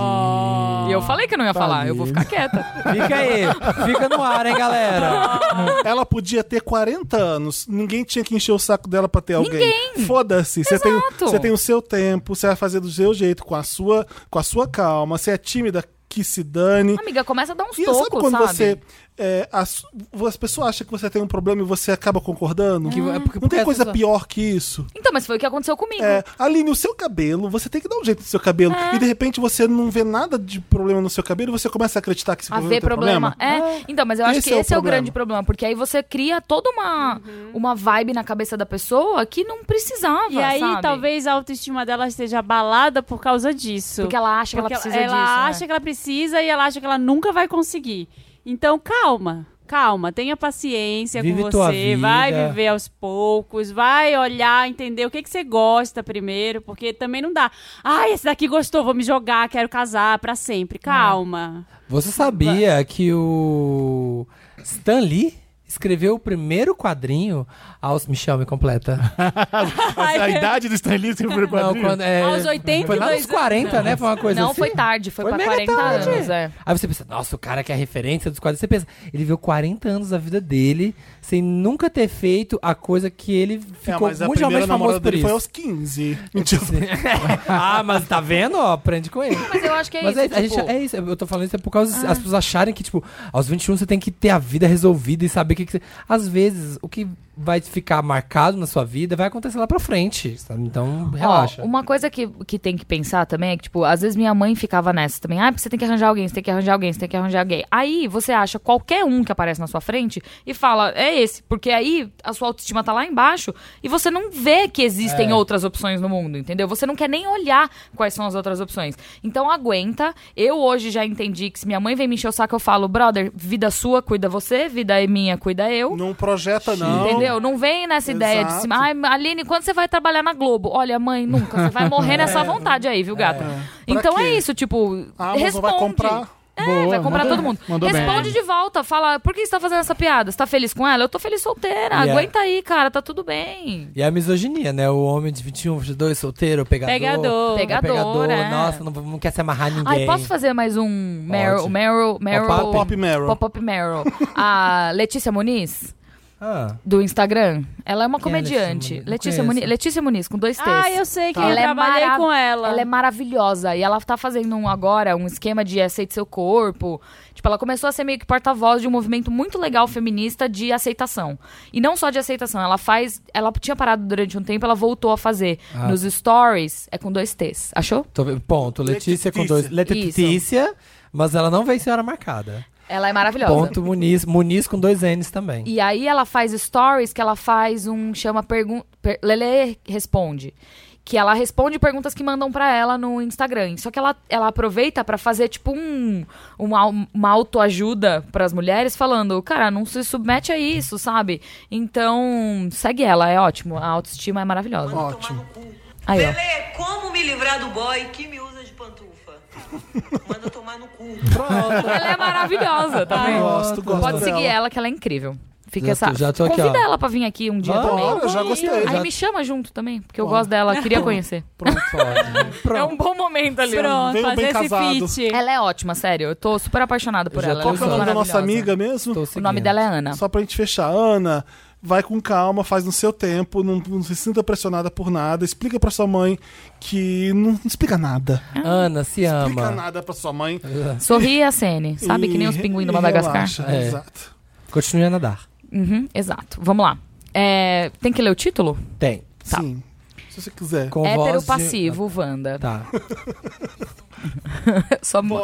D: e eu falei que não ia falar. Eu vou ficar quieta.
C: Fica aí. Fica no ar, hein, galera.
A: Ela podia ter 40 anos. Ninguém tinha que encher o saco dela pra ter alguém. Foda-se. Você tem,
D: Exato.
A: você tem o seu tempo, você vai fazer do seu jeito, com a sua, com a sua calma. Você é tímida, que se dane.
D: Amiga, começa a dar uns
A: E
D: tocos,
A: sabe quando
D: sabe?
A: você. é, as, as pessoas acham que você tem um problema e você acaba concordando?
C: Que-
D: Hum.
C: é porque-
A: Não
C: porque
A: tem coisa
C: essa-
A: pior que isso.
D: Então, mas foi o que aconteceu comigo.
A: É, Aline, o seu cabelo, você tem que dar um jeito no seu cabelo.
D: É.
A: E de repente você não vê nada de problema no seu cabelo e você começa a acreditar que esse
D: a
A: cabelo
D: ver
A: tem
D: problema.
A: problema.
D: É. Então, mas eu acho
A: Esse
D: que
A: é o
D: esse é o
A: problema.
D: grande problema, porque aí você cria toda uma, uma vibe na cabeça da pessoa que não precisava.
B: E aí,
D: sabe?
B: talvez a autoestima dela esteja abalada por causa disso.
D: Porque ela acha que ela
B: Porque
D: precisa
B: ela
D: disso. né?
B: acha que ela precisa e ela acha que ela nunca vai conseguir. Então, calma. Calma, tenha paciência
C: Vive
B: com
C: tua
B: você, vai
C: vida.
B: viver aos poucos, vai olhar, entender o que, que você gosta primeiro, porque também não dá. Ah, esse daqui gostou, vou me jogar, quero casar pra sempre. Calma.
C: Você sabia que o Stan Lee escreveu o primeiro quadrinho aos Michel me completa.
D: É.
E: A idade do Stanley no primeiro
C: Não,
E: quadrinho.
C: quando, é,
B: Aos 82
C: Foi lá nos 40, né? Foi uma coisa
D: Não,
C: assim.
D: foi tarde, foi, pra
C: mega
D: 40
C: tarde.
D: anos. É.
C: Aí você pensa, nossa, o cara que é a referência dos quadrinhos. Você pensa, ele viveu 40 anos da vida dele sem nunca ter feito a coisa que ele
A: É,
C: ficou
A: mas a primeira
C: mundialmente
A: namorada
C: famoso por
A: dele foi
C: isso.
A: aos 15. Mentira.
C: ah, mas tá vendo? Ó, aprende com ele.
D: Mas eu acho que é
C: Mas
D: isso.
C: é, a
D: tipo, Ah.
C: gente, é isso, eu tô falando isso é por causa as pessoas acharem que, tipo, aos 21 você tem que ter a vida resolvida e saber o que, que você. Às vezes, o que vai ficar marcado na sua vida vai acontecer lá pra frente, sabe? Então,
D: ó, um
C: relaxa.
D: uma coisa que, que tem que pensar também é que, tipo, às vezes minha mãe ficava nessa também. Ah, porque você tem que arranjar alguém, você tem que arranjar alguém, você tem que arranjar alguém. Aí você acha qualquer um que aparece na sua frente e fala, é esse. Porque aí a sua autoestima tá lá embaixo e você não vê que existem outras opções no mundo, entendeu? Você não quer nem olhar quais são as outras opções. Então aguenta. Eu hoje já entendi que se minha mãe vem me encher o saco, eu falo, brother, vida sua, cuida você, vida é minha, cuida eu.
A: Não projeta, não.
D: Entendeu? Não vem nessa ideia de
A: Exato.
D: cima. Ai, Aline, quando você vai trabalhar na Globo? Olha, mãe, nunca. Você vai morrer nessa vontade aí, viu, gata? Então
A: Pra
D: é
A: quê?
D: isso, tipo,
A: A Amazon
D: responde.
A: vai comprar.
D: É,
E: Boa,
D: vai comprar
E: mandou-
D: todo mundo.
E: mandou bem.
D: Responde de volta, fala, por que você tá fazendo essa piada? Você tá feliz com ela? Eu tô feliz solteira.
C: Yeah.
D: Aguenta aí, cara, tá tudo bem.
C: E a misoginia, né? O homem de 21, 22, solteiro, pegador.
B: Pegador.
D: Pegador, é.
C: Nossa, não, não quer se amarrar ninguém.
D: Ai, posso fazer mais um Meryl,
C: Pode.
D: Meryl, Meryl,
C: Pop-up.
A: Pop Meryl.
D: Pop-up Meryl. A Letícia Muniz,
C: Ah,
D: do Instagram, ela é uma
C: Quem é a Letícia
D: comediante.
C: Muniz? Não
D: Letícia
C: conheço.
D: Muniz, Letícia Muniz, com dois T's.
B: Ah, eu sei que
D: Tá.
B: eu
D: Ela é
B: trabalhei
D: marav-
B: com ela.
D: Ela é maravilhosa. E ela tá fazendo um, agora um esquema de aceite seu corpo. Tipo, ela começou a ser meio que porta-voz de um movimento muito legal feminista de aceitação. E não só de aceitação, ela faz. Ela tinha parado durante um tempo, ela voltou a fazer.
C: Ah.
D: Nos stories, é com dois T's. Achou?
C: tô vendo. ponto. Letícia com dois. Letícia, mas ela não vem senhora marcada.
D: Ela é maravilhosa.
C: Ponto Muniz. Muniz com dois N's também.
D: E aí ela faz stories que ela faz um chama pergunta. Per, Lele responde. que ela responde perguntas que mandam pra ela no Instagram. Só que ela, ela aproveita pra fazer tipo um uma, uma autoajuda pras mulheres falando, cara, não se submete a isso, sabe? Então, segue ela, é ótimo. A autoestima é maravilhosa.
A: Ótimo.
D: Aí, ó.
L: Lelê, como me livrar do boy que me usa de pantufa? Manda tomar no cu.
D: Pronto. Ela é maravilhosa, tá vendo?
A: Ah, Gosto, gosto
D: Pode seguir
A: dela.
D: ela, que ela é incrível. Fica
C: Já
D: essa.
C: tô- já tô aqui,
D: Convida
C: ó.
D: ela pra vir aqui um dia
C: Bora,
D: também.
C: eu já gostei,
D: Aí
C: já-
D: me chama junto também, porque eu
C: Bora.
D: gosto dela, queria conhecer.
C: Pronto,
D: É um bom momento ali.
B: Pronto, Veio fazer bem esse casado. feat.
D: Ela é ótima, sério. Eu tô super apaixonada por
A: Já
D: ela.
A: Qual
D: ela
A: que é o nome da nossa amiga mesmo?
D: O nome dela é Ana.
A: Só pra gente fechar. Ana, vai com calma, faz no seu tempo, não, não se sinta pressionada por nada. Explica pra sua mãe que não, não explica nada.
C: Ana, se ama.
A: Explica nada pra sua mãe.
D: Sorri e acene. Sabe que nem os
A: E-
D: pinguins do
A: e
D: Madagascar.
A: relaxa,
C: É.
A: Exato.
C: Continue a nadar.
D: Uhum, exato. Vamos lá. É, tem que ler o título?
C: Tem.
D: Tá.
A: Sim. Se você quiser.
C: Com voz
D: Hétero
C: de-
D: passivo, Wanda.
C: Tá.
D: Só mo-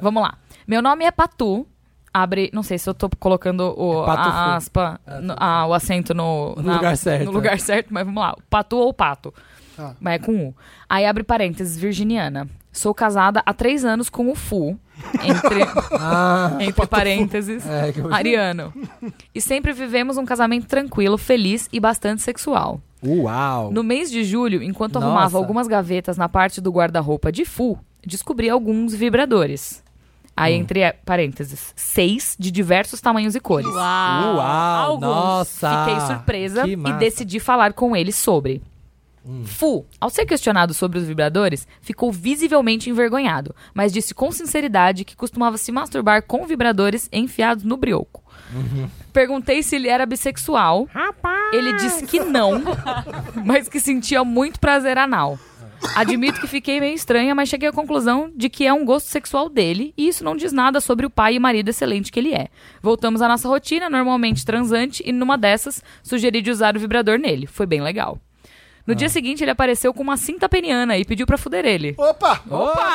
D: Vamos lá. Meu nome é Patu. Abre, não sei se eu tô colocando o,
C: É Patufu.
D: a aspa, no- ah, o acento no,
C: tá No lugar certo. é.
D: no lugar certo, mas vamos lá. Patu ou pato.
A: Tá.
D: Mas é com U. Aí abre parênteses, virginiana. Sou casada há três anos com o Fu. Entre,
C: Ah,
D: entre parênteses,
C: É, que eu-
D: ariano. E sempre vivemos um casamento tranquilo, feliz e bastante sexual.
C: Uau.
D: No mês de julho, enquanto
C: Nossa.
D: arrumava algumas gavetas na parte do guarda-roupa de Fu, descobri alguns vibradores.
C: Hum.
D: Aí, entre é, parênteses, seis de diversos tamanhos e cores.
B: Uau!
C: Uau,
D: Alguns.
C: nossa.
D: Fiquei surpresa
C: Que
D: e
C: massa. Hum.
D: decidi falar com ele sobre. Fu, ao ser questionado sobre os vibradores, ficou visivelmente envergonhado, mas disse com sinceridade que costumava se masturbar com vibradores enfiados no brioco.
C: Uhum.
D: Perguntei se ele era bissexual. Ele disse que não, mas que sentia muito prazer anal. Admito que fiquei meio estranha, mas cheguei à conclusão de que é um gosto sexual dele e isso não diz nada sobre o pai e marido excelente que ele é. Voltamos à nossa rotina, normalmente transante, e numa dessas sugeri de usar o vibrador nele. Foi bem legal. No
C: Ah.
D: dia seguinte, ele apareceu com uma cinta peniana e pediu pra fuder ele.
A: Opa!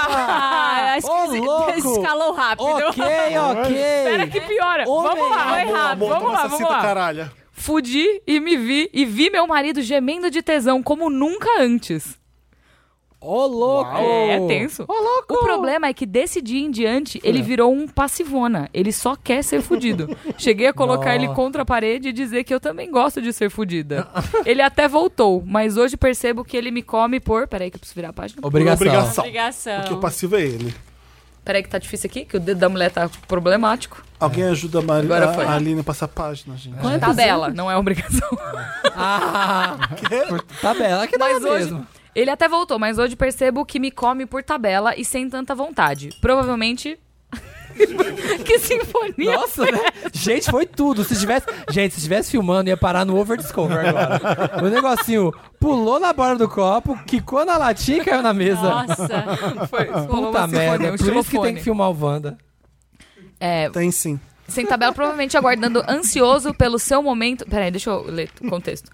B: Ah, acho
C: Ô,
B: que se-
C: louco!
B: escalou rápido.
C: Ok, ok.
D: Espera que piora.
C: Homem,
D: vamos lá, foi
C: amor, tá-
D: errado.
A: Amor,
D: Vamos
A: toma
D: lá,
A: essa
D: vamos
A: cinta,
D: lá.
A: caralha.
D: Fudi e me vi e vi meu marido gemendo de tesão como nunca antes.
C: Ô, louco.
D: É tenso.
C: louco. É.
D: O problema é que desse dia em diante ele virou um passivona. Ele só quer ser fudido. Cheguei a colocar ele
C: Nossa.
D: contra a parede e dizer que eu também gosto de ser fudida. ele até voltou, mas hoje percebo que ele me come por. Peraí, que eu preciso virar a página.
C: Obrigação.
A: Obrigação.
B: Obrigação.
A: Porque o passivo é ele.
D: Peraí, que tá difícil aqui, que o dedo da mulher tá problemático.
A: Alguém
C: É.
A: ajuda a, Mari-
D: Agora
A: a-
D: foi.
A: a Aline a passar a página, gente.
D: tá dela, não é obrigação.
C: Ah, tabela que dá
D: Mas hoje-
C: mesmo.
D: Ele até voltou, mas hoje percebo que me come por tabela e sem tanta vontade. Provavelmente. que sinfonia!
C: Nossa, né? Gente, foi tudo. Se tivesse, gente, se estivesse filmando, ia parar no Over Discover agora. O negocinho pulou na borda do copo, quicou na latinha e caiu na mesa.
B: Nossa.
D: Foi, rolou
C: Puta
D: uma sinfonia,
C: merda. é Por
D: um
C: isso que tem
D: xilofone.
C: que filmar o Wanda.
D: É,
A: Tem sim.
D: sem tabela, provavelmente aguardando ansioso pelo seu momento. Peraí, deixa eu ler o contexto.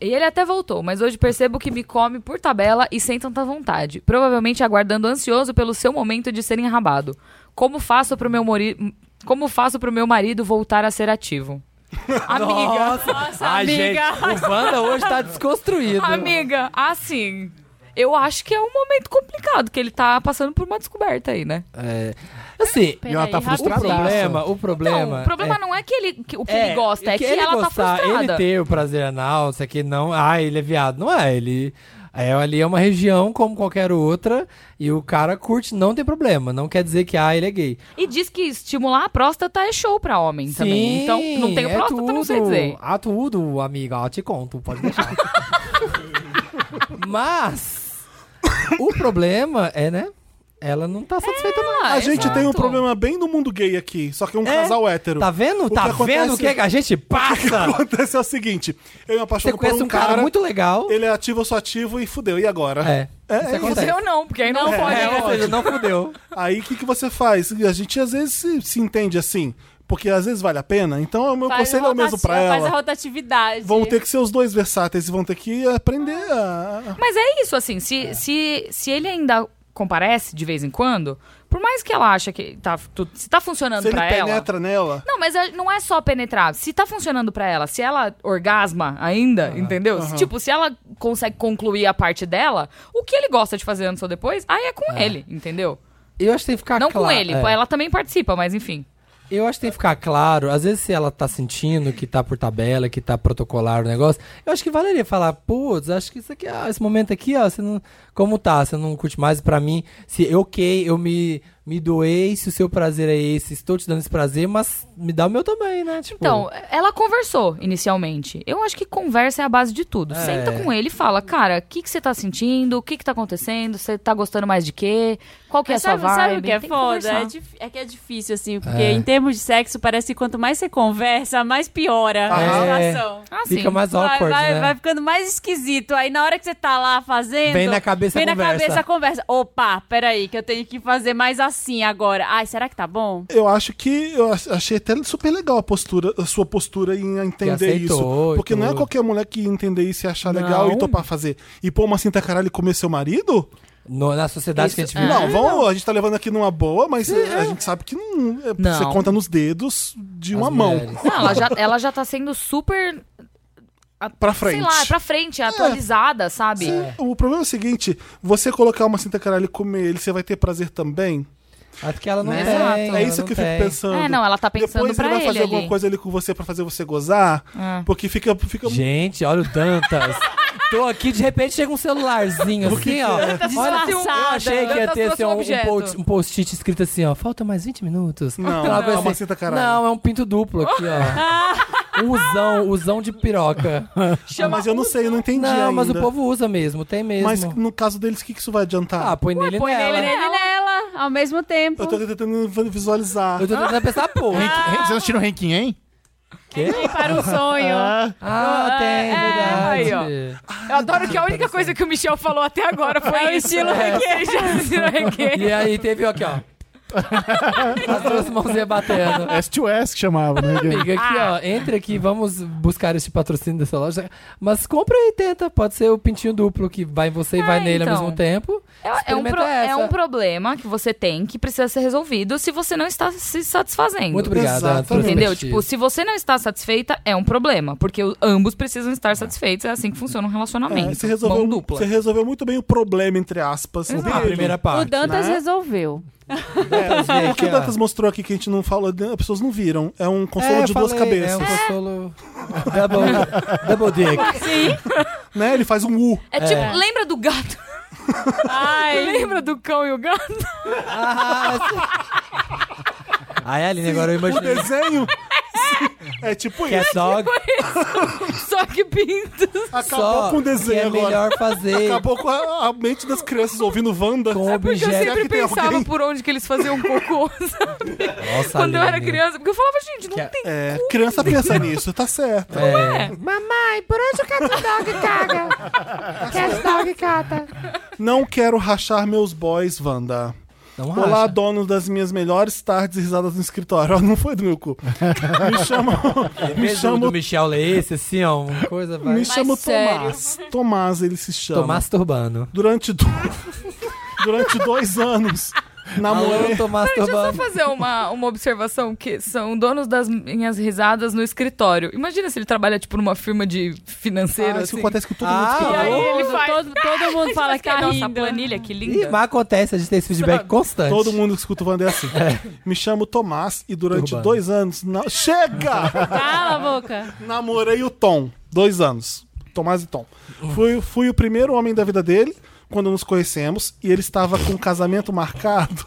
D: E ele até voltou, mas hoje percebo que me come por tabela e sem tanta vontade. Provavelmente aguardando ansioso pelo seu momento de ser enrabado. Como faço pro meu mori... Como faço pro meu marido voltar a ser ativo? Amiga,
B: Nossa,
C: Ai,
B: amiga.
C: gente, o Wanda hoje tá desconstruído.
D: amiga, assim. Eu acho que é um momento complicado, que ele tá passando por uma descoberta aí, né?
C: É, assim,
A: E ela tá
B: Peraí,
C: o
A: frustrada.
C: problema, o problema...
D: Não, o problema
C: é-
D: não é que ele que, o que ele gosta, é que,
C: ele
D: ela
C: gostar,
D: tá frustrada.
C: Ele ter o prazer anal, não sei o que, não. Ah, ele é viado. Não é, ele. É, ali é uma região como qualquer outra e o cara curte, não tem problema. Não quer dizer que, ah, ele é gay.
D: E diz que estimular a próstata é show pra homem também. Então, não tem
C: é
D: próstata, não sei
C: tudo.
D: dizer.
C: Ah, tudo, amiga. Ah, te conto, pode deixar. Mas o problema é, né? Ela não tá satisfeita não.
A: A
D: Ah,
A: gente tem um
D: exato.
A: problema bem no mundo gay aqui, só que é um
C: É,
A: casal hétero.
C: Tá vendo?
A: O que
C: tá
A: acontece-
C: vendo o que a gente
A: O que
C: passa?
A: acontece é o seguinte: eu me
C: Você
A: apaixono por
C: conhece
A: um,
C: um cara, muito legal.
A: ele é ativo, eu sou ativo e fudeu. E agora?
C: É.
A: É,
C: isso
A: é
C: acontece.
D: Você ou não, porque aí não, pode.
C: É,
D: né?
C: ou seja, não fudeu.
A: Aí o que, que você faz? A gente às vezes se, se entende assim, porque às vezes vale a pena. Então o meu
B: Faz
A: conselho é o mesmo
B: rotati-
A: pra
B: Faz a
A: ela.
B: rotatividade.
A: Vão ter que ser os dois versáteis e vão ter que aprender a. É.
D: Mas é isso, assim, se, se, se ele ainda comparece de vez em quando, por mais que ela acha que tá, tu- se tá funcionando
A: Se ele
D: pra ela.
A: penetra nela.
D: Não, mas é- não é só penetrar. Se tá funcionando pra ela, se ela orgasma ainda, entendeu? Se,
A: aham.
D: Tipo, se ela consegue concluir a parte dela, o que ele gosta de fazer antes ou depois, aí é com ele, entendeu?
C: Eu acho que tem que
A: Ah,
C: ficar
D: Não com
C: cla-
D: ele,
C: é.
D: ela também participa, mas enfim.
C: Eu acho que tem que ficar claro. Às vezes, se ela tá sentindo que tá por tabela, que tá protocolar o negócio, eu acho que valeria falar, putz, acho que isso aqui, ah, esse momento aqui, ó, você não. Como tá? Você não curte mais pra mim. Se ok, eu me, me doei, se o seu prazer é esse, estou te dando esse prazer, mas me dá o meu também, né? Tipo,
D: Então, ela conversou inicialmente. Eu acho que conversa é a base de tudo.
C: É.
D: Senta com ele e fala, cara, o que, que você tá sentindo? O que, que tá acontecendo? Você tá gostando mais de quê? Qual que é a
B: Mas
D: sua
B: sabe, sabe
D: vibe?
B: o que é
D: Tem
B: foda?
D: conversar.
B: é, dif- é que é difícil, assim, porque
C: É.
B: em termos de sexo, parece que quanto mais você conversa, mais piora a
C: É.
B: situação.
C: Ah,
D: assim,
C: Fica sim. mais
B: Vai-
C: awkward,
B: vai,
C: né?
B: vai ficando mais esquisito. Aí na hora que você tá lá fazendo.
C: Vem na cabeça a
B: Vem na
C: conversa.
B: cabeça a conversa. Opa, peraí, que eu tenho que fazer mais assim agora. Ai, será que tá bom?
A: Eu acho que eu ach- achei até super legal a postura, a sua postura em entender
C: Que aceitou
A: isso.
C: e
A: Porque não é
C: tudo.
A: qualquer mulher que entender isso e achar legal
C: Não.
A: e topar fazer. E pôr uma cinta caralho e comer seu marido?
C: No- na sociedade que a gente
D: É.
C: vive. né?
A: Não, vamos, a gente tá levando aqui numa boa, mas eh, a gente sabe que não, é-
C: Não.
A: Você conta nos dedos de uma mão.
D: Não, ela já, ela já tá sendo super. a-
A: Pra frente. É.
D: Sei lá, pra frente, atualizada, sabe?
A: Sim, O problema é o seguinte: você colocar uma cinta caralho e comer ele, você vai ter prazer também?
C: Acho que ela não
A: Né?
C: tem, ela
A: É isso
C: não
A: que eu
C: tem.
A: fico pensando.
D: É, não, ela tá pensando
A: Depois
D: pra
A: ele vai fazer
D: ele
A: alguma
D: ali.
A: coisa ali com você pra fazer você gozar.
D: Ah.
A: Porque fica, fica
C: Gente, olha o Dantas. Tô aqui, de repente chega um celularzinho assim, ó.
A: Dantas
C: Olha,
A: trouxe um-
C: eu achei que ia
A: Dantas
C: ter assim,
A: trouxe um
C: ó, um,
A: objeto.
C: post- um post-it escrito assim, ó. Falta mais 20 minutos.
A: Não,
C: Aquela
A: não,
C: coisa
A: é uma cinta caralho.
C: Não, é um pinto duplo aqui, ó. Um Usão, usão de piroca.
A: Ah, mas eu não sei, eu não entendi
C: Não, mas o
A: ainda.
C: povo usa mesmo, tem mesmo.
A: Mas no caso deles, o que, que isso vai adiantar?
C: Ah, põe nele e
B: Põe
C: nela.
B: nele nele e nela, ao mesmo tempo.
A: Eu tô tentando visualizar.
C: Eu tô tentando pensar, pô.
E: Vocês assistiram Rankin, hein?
C: Quê?
D: Para um sonho.
E: Ah.
C: Ah,
D: É,
C: tem,
D: aí, ó.
C: verdade.
D: Eu adoro que a única coisa que o Michel falou até agora foi
B: É o
D: isso.
B: estilo
D: É.
B: requeijão.
D: Estilo requeijão.
C: E aí teve aqui, ó. As duas mãozinhas batendo.
E: S2S que chamava, né?
C: Amiga, aqui, ó, entre aqui, vamos buscar este patrocínio dessa loja. Mas compra e tenta. Pode ser o pintinho duplo que vai em você e vai nele ao
D: então.
C: mesmo tempo.
D: É, é um
C: Experimenta
D: pro- é
C: essa.
D: um problema que você tem que precisa ser resolvido se você não está se satisfazendo.
C: Muito obrigado, Ana, por
D: Entendeu?
C: assistir.
D: Tipo, se você não está satisfeita, é um problema. Porque o- ambos precisam estar satisfeitos. É assim que funciona um relacionamento.
A: É, você,
D: Mão
A: resolveu,
D: dupla.
A: você resolveu muito bem o problema, entre aspas. né?
D: Exato.
A: dele.
D: A primeira
C: parte.
B: O Dantas
A: Né?
B: resolveu.
A: É, o que o Dantas mostrou aqui que a gente não falou, as pessoas não viram. É um consolo
C: É,
A: de duas
C: falei,
A: cabeças.
C: É um consolo. Double, double dick.
A: Né? Ele faz um U.
D: É tipo, lembra do gato?
B: Ai.
D: lembra do cão e o gato?
C: Ah, Aí, Aline, agora eu
A: O
C: imaginei
A: desenho é tipo
C: que é
A: isso.
C: só,
D: Só que pintos.
A: Acabou
C: só
A: com o
C: que
A: desenho
C: é
A: agora.
C: melhor fazer
A: Acabou com a, a mente das crianças ouvindo Wanda.
C: com
D: Porque eu
C: objeto.
A: Será
D: sempre
A: é que tem
D: pensava
A: alguém?
D: por onde que eles faziam cocô, sabe?
C: Nossa,
D: Quando eu era
C: Aline.
D: criança. Porque eu falava, gente, não
C: Que-
D: tem.
A: né? É, criança pensa nisso, tá certo.
C: É.
G: Mamãe, por onde o cat dog caga? Cat dog cata.
A: Não quero rachar meus boys, Wanda.
C: Não
A: Olá,
C: racha.
A: dono das minhas melhores tardes e risadas no escritório. Ó, Não foi do meu cu. Me chama, me
C: Mesmo
A: chama,
C: do Michel ler esse, assim, ó, uma coisa vai.
A: me chama
D: sério?
A: Tomás. Tomás, ele se
C: Tô
A: chama.
C: masturbando.
A: Durante, do- Durante dois anos,
C: Alô,
A: namorei. um
C: tô
D: Deixa eu só
C: masturbando.
D: fazer uma, uma observação que são donos das minhas risadas no escritório. Imagina se ele trabalha, tipo, numa firma de financeira,
A: Ah, isso
D: assim.
A: acontece com todo
C: Ah,
A: mundo.
B: E
A: que trabalha.
B: aí ele
D: Todo-
B: faz- todo, todo mundo fala que tá
D: Nossa,
B: rindo.
D: a planilha, que linda.
C: Ih, mas acontece, a gente tem esse feedback constante.
A: Todo mundo que escuta o Wander é assim. Me chamo Tomás e durante
C: Turbano.
A: dois anos. na- Chega!
B: Cala a boca.
A: Namorei o Tom. Dois anos. Tomás e Tom. Fui, fui o primeiro homem da vida dele quando nos conhecemos e ele estava com um casamento marcado.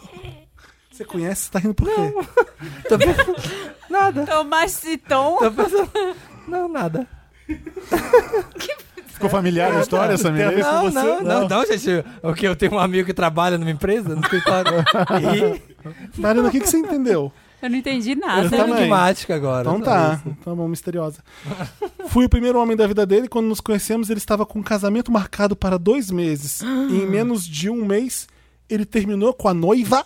A: Você conhece? Você tá rindo por quê?
C: Tô pensando... Nada.
B: Tomás Citon.
A: tá
C: Tô pensando... Não, nada.
E: Ficou familiar a história, Samir?
A: Tem a ver
C: Não,
A: é você?
C: não, não, não, gente. O que? Eu tenho um amigo que trabalha numa empresa, no escritório. é. Ih, é
A: Marina, Tá o que, que você entendeu?
B: Eu não entendi nada.
A: Eu também.
C: enigmática agora.
A: Então
C: só
A: tá.
C: isso.
A: Tá bom, misteriosa. Fui o primeiro homem da vida dele quando nos conhecemos ele estava com um casamento marcado para dois meses. e em menos de um mês ele terminou com a noiva.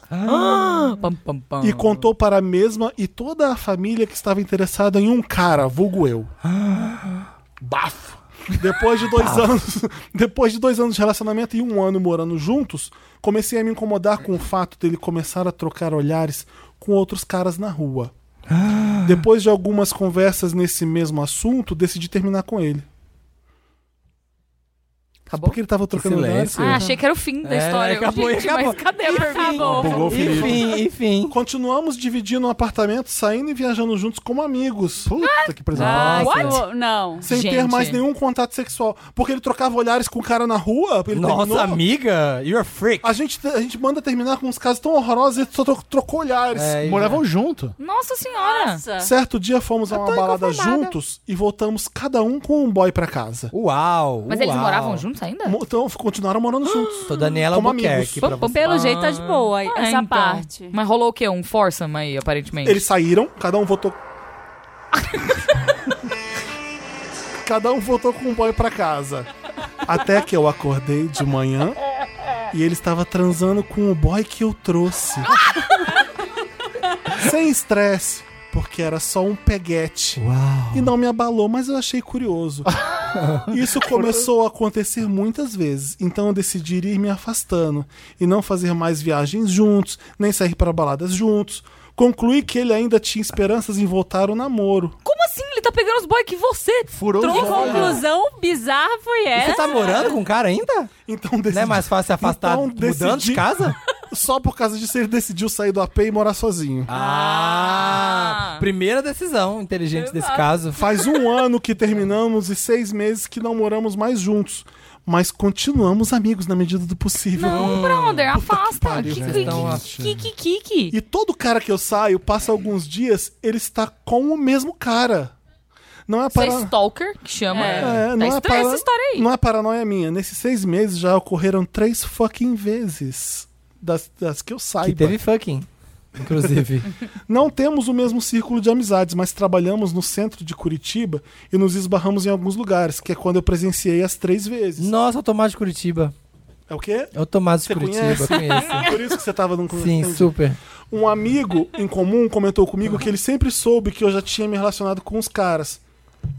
D: Pam, pam, pam.
A: E contou para a mesma e toda a família que estava interessada em um cara, vulgo eu. Bafo. Depois de dois anos, depois de dois anos de relacionamento e um ano morando juntos, comecei a me incomodar com o fato dele começar a trocar olhares com outros caras na rua. Depois de algumas conversas nesse mesmo assunto, decidi terminar com ele. Acabou? Porque ele tava trocando olhares.
D: Ah, achei que era o fim da
A: É,
D: história.
A: acabou,
D: gente,
A: acabou.
D: mas cadê a
A: Tá
D: pergunta?
A: enfim. Continuamos dividindo um apartamento, saindo e viajando juntos como amigos. Puta que presente.
B: Ah, que o- não.
A: Sem ter
B: Gente.
A: mais nenhum contato sexual. Porque ele trocava olhares com o cara na rua. Ele
C: Nossa,
A: amiga, you're freak. A gente, a gente manda terminar com uns casos tão horrorosos ele só tro- trocou olhares.
E: É, Moravam
A: junto.
D: Nossa senhora.
A: Certo dia fomos a uma balada juntos e voltamos cada um com um boy pra casa. Uau!
D: Mas eles moravam juntos ainda?
A: Então, continuaram morando juntos.
C: Tô Daniela
A: Como amigos.
C: Albuquerque pra você.
B: Pelo jeito tá de boa
D: Ah,
B: essa
D: então.
B: parte.
D: Mas rolou o quê? Um foursome aí, aparentemente.
A: Eles saíram, cada um votou. cada um voltou com um boy pra casa. Até que eu acordei de manhã e ele estava transando com o boy que eu trouxe. Sem estresse, porque era só um peguete. E não me abalou, mas eu achei curioso. Isso começou a acontecer muitas vezes, então eu decidi ir me afastando e não fazer mais viagens juntos, nem sair para baladas juntos. Concluí que ele ainda tinha esperanças em voltar o namoro.
D: Como assim? Ele tá pegando os boy que você
A: Furou
D: trouxe?
A: os olhos.
B: bizarra foi
C: E
B: essa.
C: você tá morando com o cara ainda?
A: Então decidi.
C: Não é mais fácil se afastar
A: É. Então,
C: mudando de
A: decidi-
C: casa?
A: Só por causa disso ele decidiu sair do AP e morar sozinho.
C: Ah! Primeira decisão inteligente desse caso.
A: Faz um ano que terminamos e seis meses que não moramos mais juntos. Mas continuamos amigos na medida do possível.
D: Não, brother, afasta.
A: um pariu,
D: Que,
A: velho.
D: que,
A: Então,
D: que, que, que, que,
A: E todo cara que eu saio, passa alguns dias, ele está com o mesmo cara. Não é
D: Você é
A: para...
D: stalker, que chama.
A: É,
D: tá
A: não, é
D: estranha
A: para-
D: essa história aí.
A: não é paranoia minha. Nesses seis meses já ocorreram três fucking vezes. Das, das que eu saiba.
C: Que teve fucking, inclusive.
A: Não temos o mesmo círculo de amizades, mas trabalhamos no centro de Curitiba e nos esbarramos em alguns lugares, que é quando eu presenciei as três vezes.
C: Nossa, o Tomás de Curitiba.
A: É o quê?
C: É o Tomás de
A: Você
C: Curitiba,
A: conhece?
C: conheço.
A: Por isso que você tava num
C: Sim,
A: entendi.
C: super.
A: Um amigo em comum comentou comigo que ele sempre soube que eu já tinha me relacionado com os caras.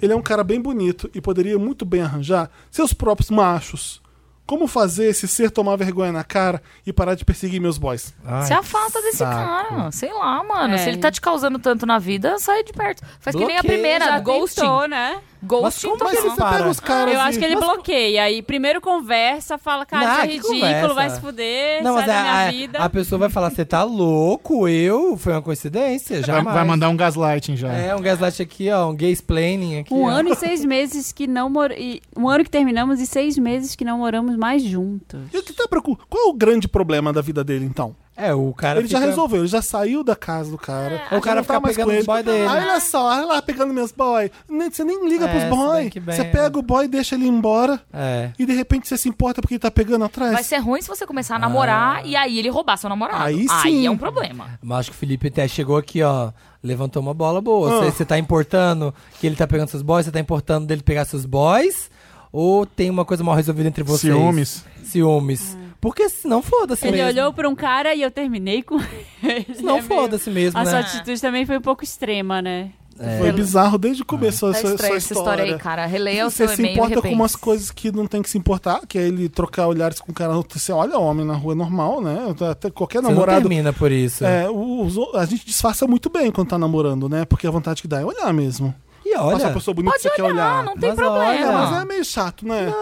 A: Ele é um cara bem bonito e poderia muito bem arranjar seus próprios machos. Como fazer esse ser tomar vergonha na cara e parar de perseguir meus boys?
D: Se afasta desse cara. Sei lá, mano.
B: É.
D: Se ele tá te causando tanto na vida, sai de perto. Faz que nem a
B: Bloqueia,
D: primeira,
B: já
D: é ghosting.
B: tentou, né?
D: Ghosting
C: é
A: é
B: Mas como
D: total.
B: que você
A: pega os caras
B: eu
A: e-
B: acho que ele
A: assim, Mas-
B: bloqueia. Aí primeiro conversa, fala, cara,
C: Ah,
B: isso é
C: que
B: ridículo,
C: conversa.
B: vai se fuder,
C: Não,
B: sai
C: mas
B: da minha
C: a,
B: vida.
C: a, a pessoa vai falar, você tá louco, eu? Foi uma coincidência,
E: Vai,
C: jamais.
E: vai mandar um gaslighting já.
C: É, um gaslight aqui, ó, um gay explaining aqui.
B: Um
C: ó.
B: ano e seis meses que não mor... e- Um ano que terminamos e seis meses que não moramos mais juntos.
A: E o que tá preocup... Qual é o grande problema da vida dele, então?
C: É, o cara
A: ele já
C: fica-
A: resolveu, ele já saiu da casa do cara. tá
C: o cara fica pegando os boy dele.
A: Aí, olha só, olha lá pegando meus boy. Nem- Você nem liga
C: É,
A: pros
C: se
A: boy.
C: bem que bem,
A: Você
C: é.
A: pega o boy, deixa ele ir embora.
C: É.
A: E de repente você se importa porque ele tá pegando atrás.
D: Vai ser ruim se você começar a
A: Ah.
D: namorar e aí ele roubar seu namorado.
C: Aí
D: Aí
C: sim.
D: é um problema.
C: Mas acho que o Felipe até chegou aqui, ó. Levantou uma bola boa.
A: Ah.
C: Você tá importando que ele tá pegando seus boys? Você tá importando dele pegar seus boys? Ou tem uma coisa mal resolvida entre vocês?
E: Ciúmes.
C: Ciúmes. Porque senão foda-se
B: Ele
C: mesmo.
B: olhou pra um cara e eu terminei com ele.
C: Senão
B: É meio-
C: foda-se mesmo,
B: A
C: né?
B: sua atitude também foi um pouco extrema, né?
C: É.
A: Foi bizarro desde o começo a
B: Tá
A: sua,
B: estranha
A: sua
B: essa
A: história.
B: história aí, cara.
D: Releia o
A: Você
D: seu
A: se
D: e-mail e
A: importa com
D: repense.
A: umas coisas que não tem que se importar, que é ele trocar olhares com o cara. Você olha homem na rua, é normal, né? Até qualquer
C: Você
A: namorado.
C: não termina por isso.
A: É, os- a gente disfarça muito bem quando tá namorando, né? Porque a vontade que dá é olhar mesmo.
C: E olha.
A: Passa uma pessoa bonita,
C: Pode
A: você quer
C: olhar,
D: Ah,
A: olhar.
C: não tem Mas problema. olha.
A: Mas é meio chato, né?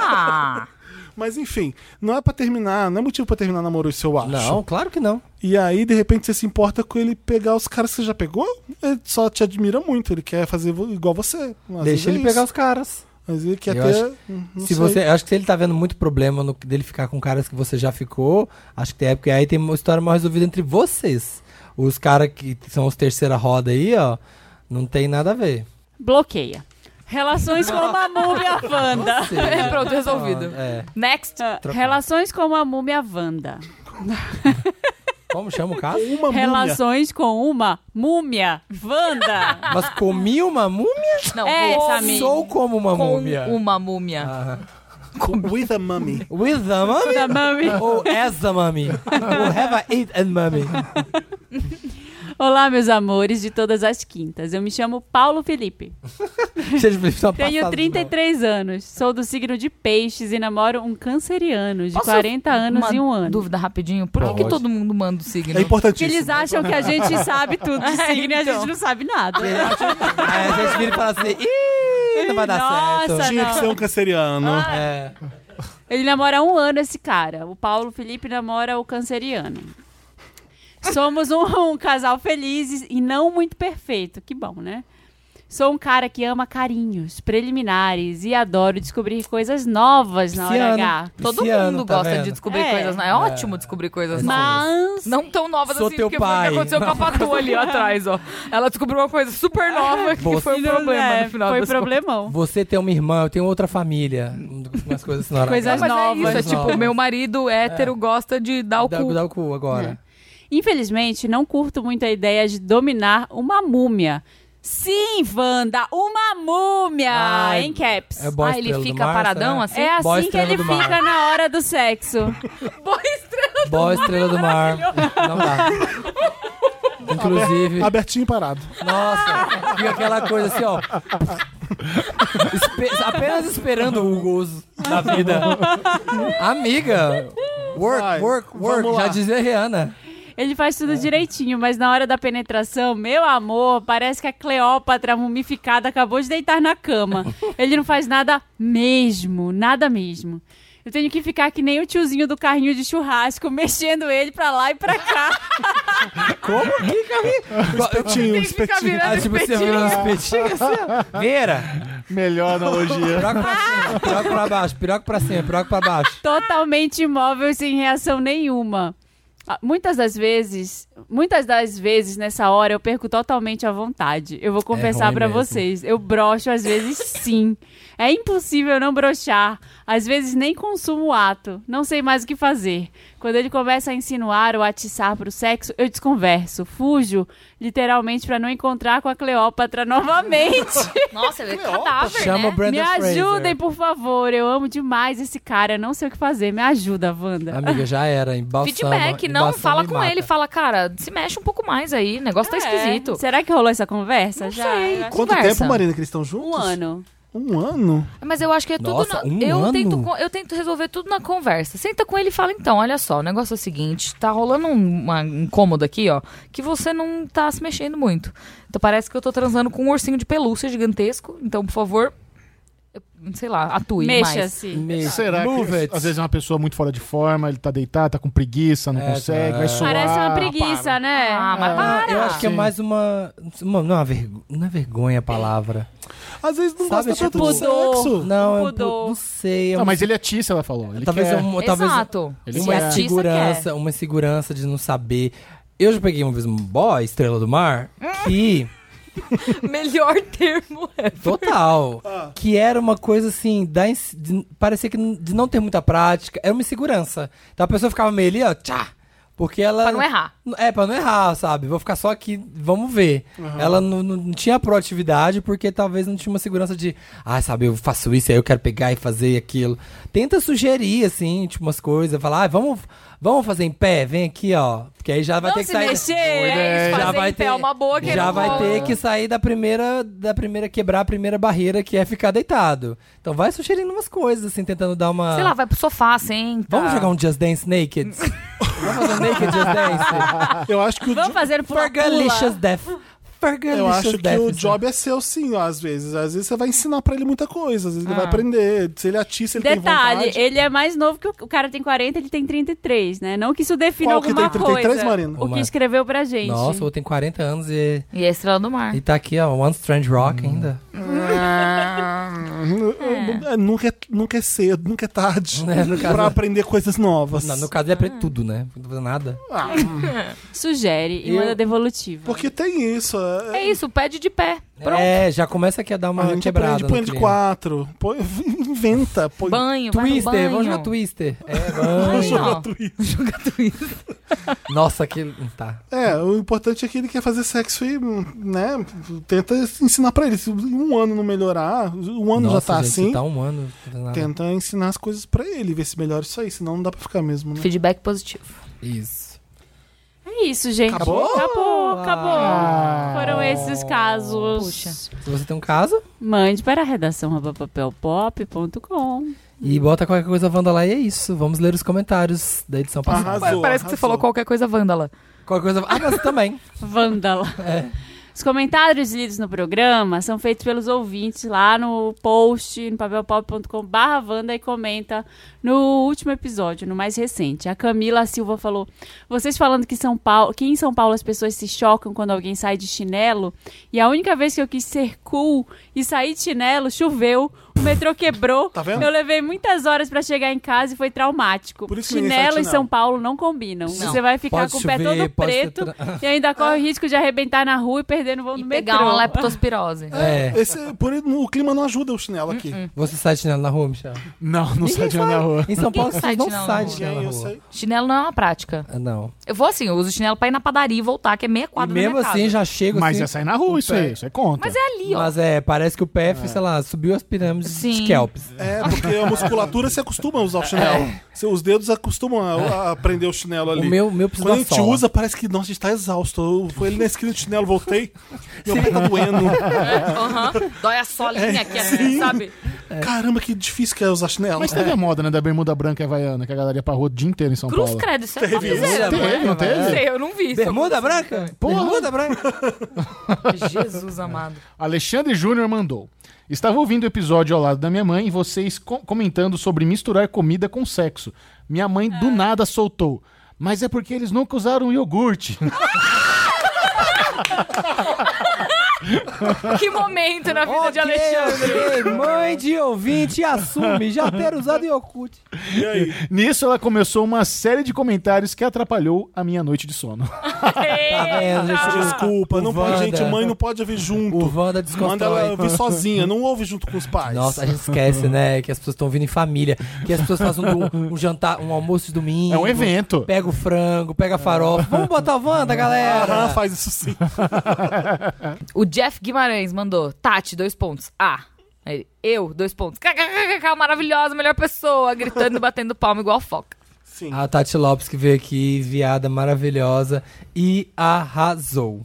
A: Mas enfim, não é pra terminar, não é motivo pra terminar namoro isso, eu acho.
C: Não, claro que não.
A: E aí, de repente, você se importa com ele pegar os caras que você já pegou? Ele só te admira muito, ele quer fazer vo- igual você. Às vezes é
C: Deixa ele
A: isso.
C: pegar os caras.
A: Mas ele quer
C: Eu
A: ter.
C: acho-
A: hum, não
C: se
A: sei.
C: você, eu acho que se ele tá vendo muito problema no- dele ficar com caras que você já ficou, acho que tem época aí tem uma história mal resolvida entre vocês. Os caras que são os terceira roda aí, ó, não tem nada a ver.
B: Bloqueia. Relações com a Múmia Wanda.
D: Você- Pronto, resolvido.
C: É.
D: Next.
B: Ah, Relações com a Múmia Wanda.
C: Como chama o caso?
A: Uma
B: Relações com uma Múmia Wanda.
C: Mas comi uma múmia?
D: Não,
B: É,
D: com-
B: Samir.
C: Sou como uma
D: com um-
C: múmia.
D: uma múmia.
A: With a mummy.
C: With the mummy?
B: The mummy.
C: Ou as the mummy? Ou have I eat and mummy?
B: Olá, meus amores de todas as quintas. Eu me chamo Paulo Felipe.
C: Gente, Felipe, tá
B: Tenho
C: passado de
B: 33 anos, sou do signo de peixes e namoro um canceriano de
D: Posso
B: 40 anos
D: uma
B: e um ano.
D: dúvida rapidinho? Por que, que
B: Pode.
D: todo mundo manda o signo?
B: É importantíssimo. Porque eles acham que a gente sabe tudo
D: É,
B: de signo e a
D: então.
B: gente não sabe nada.
C: Aí a gente vira e fala assim, ih, não vai dar
B: Nossa,
C: certo.
B: Tinha que não. ser um
A: canceriano.
C: É.
B: Ele namora há um ano esse cara. O Paulo Felipe namora o canceriano. Somos um, um casal feliz e não muito perfeito. Que bom, né? Sou um cara que ama carinhos, preliminares e adoro descobrir coisas novas na hora
D: Pisciano.
B: H.
D: é Todo Pisciano, mundo tá gosta de vendo? descobrir
B: É.
D: coisas, não é? É ótimo descobrir coisas
B: Mas...
D: Não tão novas
B: Sou
D: assim,
B: teu
D: porque foi o
B: pai.
D: que aconteceu com a Patu ali atrás, ó. Ela descobriu uma coisa super nova que
C: Você-
D: foi um problema
B: É,
D: no final
B: foi
D: das
B: problemão.
C: Você tem uma irmã, eu tenho outra família. Umas coisas assim, na hora.
D: Coisas
C: H.
D: novas. Mas é isso, é tipo,
C: Novas.
D: meu marido hétero
C: É.
D: gosta de dar o
C: Dá,
D: cu.
C: dá o cu agora.
B: Infelizmente, não curto muito a ideia de dominar uma múmia. Sim, Wanda, uma múmia!
D: Ai,
B: em caps.
D: é boy Ah, ele estrela do fica mar, paradão será? assim?
B: É assim
C: Boy
B: que
C: estrela
B: ele
C: do mar.
B: fica na hora do sexo.
C: Boa estrela do mar. Não dá. Inclusive.
A: Abertinho e parado.
C: Nossa, e aquela coisa assim, ó. Espe- apenas esperando o gozo da vida. Amiga, work,
B: Vai,
C: work, work.
B: vamos lá.
C: Já dizia a Rihanna.
B: Ele faz tudo direitinho, mas na hora da penetração, meu amor, parece que a Cleópatra mumificada acabou de deitar na cama. Ele não faz nada mesmo, nada mesmo. Eu tenho que ficar que nem o tiozinho do carrinho de churrasco, mexendo ele pra lá e pra cá.
C: Como?
B: Um
A: Espetinho, espetinho.
B: virando
C: Ah, tipo, você
B: espetinho.
C: virando espetinho assim, ó. Vira.
E: Melhor analogia.
C: Piroca pra cima, piroca pra baixo, piroca pra cima, piroca pra baixo.
B: totalmente imóvel sem reação nenhuma. Ah, Muitas das vezes, muitas das vezes nessa hora eu perco totalmente a vontade. Eu vou confessar
M: É ruim
B: pra
M: mesmo.
B: vocês, eu broxo às vezes sim. É impossível não broxar. Às vezes nem consumo o ato, não sei mais o que fazer. Quando ele começa a insinuar ou atiçar pro sexo, eu desconverso, fujo, literalmente pra não encontrar com a Cleópatra novamente.
D: Nossa, ele é cadáver,
C: Chama o Brandon
B: Me
C: Fraser.
B: ajudem, por favor. Eu amo demais esse cara. Não sei o que fazer. Me ajuda, Wanda.
C: Amiga, já era. Embalsama,
D: Feedback, não,
C: embalsama
D: fala
C: e
D: com
C: mata.
D: ele, fala, cara, se mexe um pouco mais aí, o negócio tá esquisito.
B: É. Será que rolou essa conversa?
D: Não
B: já? Eu
D: sei.
B: acho-
A: Quanto
D: Conversa.
A: tempo, Marina, que eles estão juntos?
B: Um ano.
A: Um ano?
D: Mas eu acho que é tudo.
A: Nossa,
D: na-
A: um
D: eu,
A: ano?
D: Tento, co- eu tento resolver tudo na conversa. Senta com ele e fala, então, olha só, o negócio é o seguinte: tá rolando um, uma- um incômodo aqui, ó, que você não tá se mexendo muito. Então parece que eu tô transando com um ursinho de pelúcia gigantesco. Então, por favor, eu- sei lá, atue.
B: Mexa-se.
D: mais.
E: Será que
C: Move it.
E: às vezes é uma pessoa muito fora de forma, ele tá deitado, tá com preguiça, não
C: É,
E: consegue,
C: tá.
E: vai suar.
B: Parece
A: Ah,
B: uma preguiça,
D: é.
B: né? Ah, mas
C: Ah, Eu acho que é mais uma. uma não, é uma vergo- não é vergonha a palavra.
A: Às vezes não
C: Sabe,
A: gosta
C: tipo,
A: tanto de sexo.
C: Não, eu pu- não sei. é
E: Não,
C: um-
E: mas ele é tiça, ela falou. Ele
C: talvez é
E: quer.
C: uma, talvez é
D: Exato.
E: Ele
C: uma
E: quer.
C: insegurança, uma insegurança de não saber. Eu já peguei uma vez um boy, estrela do mar,
E: Ah.
C: que
D: Melhor termo é.
C: total, que era uma coisa assim, da ins- de, parecia que n- de não ter muita prática, era uma insegurança. Então a pessoa ficava meio ali, ó, tchá, porque ela
D: Pra não errar.
C: É, pra não errar, sabe? Vou ficar só aqui, vamos ver. Ela não, não- não tinha proatividade porque talvez não tinha uma segurança de, ah, sabe, eu faço isso, aí eu quero pegar e fazer aquilo. Tenta sugerir, assim, tipo, umas coisas, falar, ah, vamos, vamos fazer em pé, vem aqui, ó. Porque aí já vai
D: Não
C: ter que
D: se
C: sair.
D: mexer, é isso, fazer em pé é uma boa que
C: Já
D: não
C: vai
D: rola.
C: ter que sair da primeira, da primeira, quebrar a primeira barreira que é ficar deitado. Então vai sugerindo umas coisas, assim, tentando dar uma.
D: Sei lá, vai pro sofá, senta.
C: Vamos jogar um Just Dance Naked? Vamos fazer um Naked Just Dance?
A: Eu acho que o
B: Vamos fazer por
C: Fergalicious Death.
A: Eu acho
C: Fergalicious
A: que o
C: Death. né?
A: job é seu sim, ó, às vezes. Às vezes você vai ensinar pra ele muita coisa, às vezes ele vai aprender. Se ele atiça, ele tem
B: Ah. Detalhe,
A: vontade.
B: ele é mais novo que o, o cara tem 40, ele tem 33, né? Não que isso defina
A: Qual que
B: alguma
A: tem 33,
B: coisa.
A: Marina?
B: O que escreveu pra gente.
C: Nossa, o outro tem 40 anos e.
D: E a estrela do mar.
C: E tá aqui, ó, One Strange
A: Hum.
C: Rock ainda.
A: É, Nunca, é, nunca é cedo, nunca é tarde
C: Né, no caso-
A: pra aprender coisas novas.
C: Não, no caso ele
D: Ah.
C: aprende tudo, né? Não faz nada.
B: Sugere e
C: Eu-
B: manda devolutiva.
A: Porque tem isso. É,
D: É isso, pede de pé. Pronto.
C: É, já começa aqui a dar uma
A: a gente
C: quebrada.
A: aprende, põe
C: no
A: ele de
C: clima.
A: quatro. Põe, inventa. Põe...
D: Banho, vai no
C: Twister,
D: banho.
C: vamos jogar Twister. É,
A: Vamos
C: banho.
A: jogar Twitter.
C: Nossa, que. Tá.
A: É, o importante é que ele quer fazer sexo e, né, tenta ensinar pra ele. Se um ano não melhorar, um ano
C: Nossa,
A: já tá
C: gente,
A: assim.
C: Tá um ano. não faz nada.
A: Tenta ensinar as coisas pra ele, ver se melhora isso aí, senão não dá pra ficar mesmo, né?
D: Feedback positivo.
C: Isso.
B: É isso, gente.
A: Acabou?
B: Acabou. acabou, acabou.
D: Ah.
B: Foram esses casos.
C: Se você tem um caso,
B: Mande para redação papelpop.com.
C: e bota qualquer coisa Wanda lá e é isso. Vamos ler os comentários da edição passada.
D: Ué, Parece que você falou qualquer coisa vândala.
C: Qualquer coisa. Ah, mas também.
B: Vândala.
A: É.
B: Os comentários lidos no programa são feitos pelos ouvintes lá no post, no papelpop.com.br Vanda e comenta no último episódio, no mais recente. A Camila Silva falou: Vocês falando que, São Paulo, que em São Paulo as pessoas se chocam quando alguém sai de chinelo. E a única vez que eu quis ser cool e sair de chinelo, choveu. O metrô quebrou.
A: Tá vendo?
B: Eu levei muitas horas pra chegar em casa e foi traumático.
A: Por isso que ninguém sai de
B: chinelo e
A: chinelo.
B: São Paulo não combinam. Você vai ficar
C: Pode
B: com o pé
C: chover,
B: todo
C: pode ser
B: preto
C: tra-
B: e ainda corre o risco de arrebentar na rua e perder no voo do metrô.
D: pegar uma leptospirose.
C: É.
A: Esse- por, o clima não ajuda o chinelo aqui.
C: Você sai de chinelo na rua, Michel?
E: Não, não sai de na rua.
C: Em São Paulo, você
D: Ninguém sai de
C: não
D: chinelo
C: sai
D: na
C: de
D: rua.
C: chinelo na rua.
D: Chinelo não é uma prática.
C: Ah, Não.
D: Eu vou assim, eu uso chinelo pra ir na padaria e voltar, que é meia
C: E
D: quadra da
C: mesmo
D: minha
C: assim,
D: casa.
C: já chego
E: Mas
C: assim,
E: já sai na rua, isso aí.
C: pé.
E: Isso é conta.
D: Mas é ali, ó.
C: Mas é, parece que o PF, sei lá, subiu as pirâmides de
D: Sim.
C: Kelps.
A: É, porque a musculatura se acostuma a usar
C: É.
A: o chinelo. Seus dedos acostumam a, a prender o chinelo ali.
C: O meu- meu precisa
A: Quando a
C: da
A: gente
C: sola.
A: usa, parece que, nossa, a gente tá exausto. Eu fui ali na esquina de chinelo, voltei, meu pé tá doendo.
D: Aham. Dói a solinha
C: É,
D: aqui, assim, sabe?
A: Caramba, que difícil que é usar chinelo.
E: Mas teve a moda, né, da bermuda branca e havaiana, que a galera ia pra rua o dia inteiro em São
D: Cruz
E: Paulo.
D: credo, isso é uma
E: Teve,
D: miséria.
E: não
D: Não
E: teve?
D: sei, eu não vi isso. é
C: Bermuda branca? Bermuda branca?
D: Jesus amado.
E: Alexandre Júnior mandou. Estava ouvindo o episódio ao lado da minha mãe e vocês co- comentando sobre misturar comida com sexo. Minha mãe
D: Ah.
E: do nada soltou. Mas é porque eles nunca usaram iogurte.
D: Que momento na vida de
C: Ok,
D: Alexandre.
C: ok, Mãe de ouvinte, assume já ter usado Yokut.
A: E aí?
E: Nisso ela começou uma série de comentários que atrapalhou a minha noite de sono.
C: Tá vendo, gente?
A: Desculpa, não pode,
C: Wanda.
A: gente, mãe não pode ouvir
C: O
A: junto.
C: Wanda
A: Tipo, Manda ela
C: desconstrói.
A: ouvir sozinha, não ouve junto com os pais.
C: Nossa, a gente esquece, né? Que as pessoas estão vindo em família. Que as pessoas fazem um, um jantar, um almoço de domingo.
E: É um evento.
C: Pega o frango, pega a farofa. Vamos botar a Wanda,
A: Aham,
C: galera!
A: faz isso sim.
D: O Jeff Guimarães mandou. Tati, dois pontos. A. Aí ele, Eu, dois pontos. KKKK, maravilhosa, melhor pessoa. Gritando e batendo palma igual foca.
A: Sim.
C: A Tati Lopes que veio aqui, viada maravilhosa, e arrasou.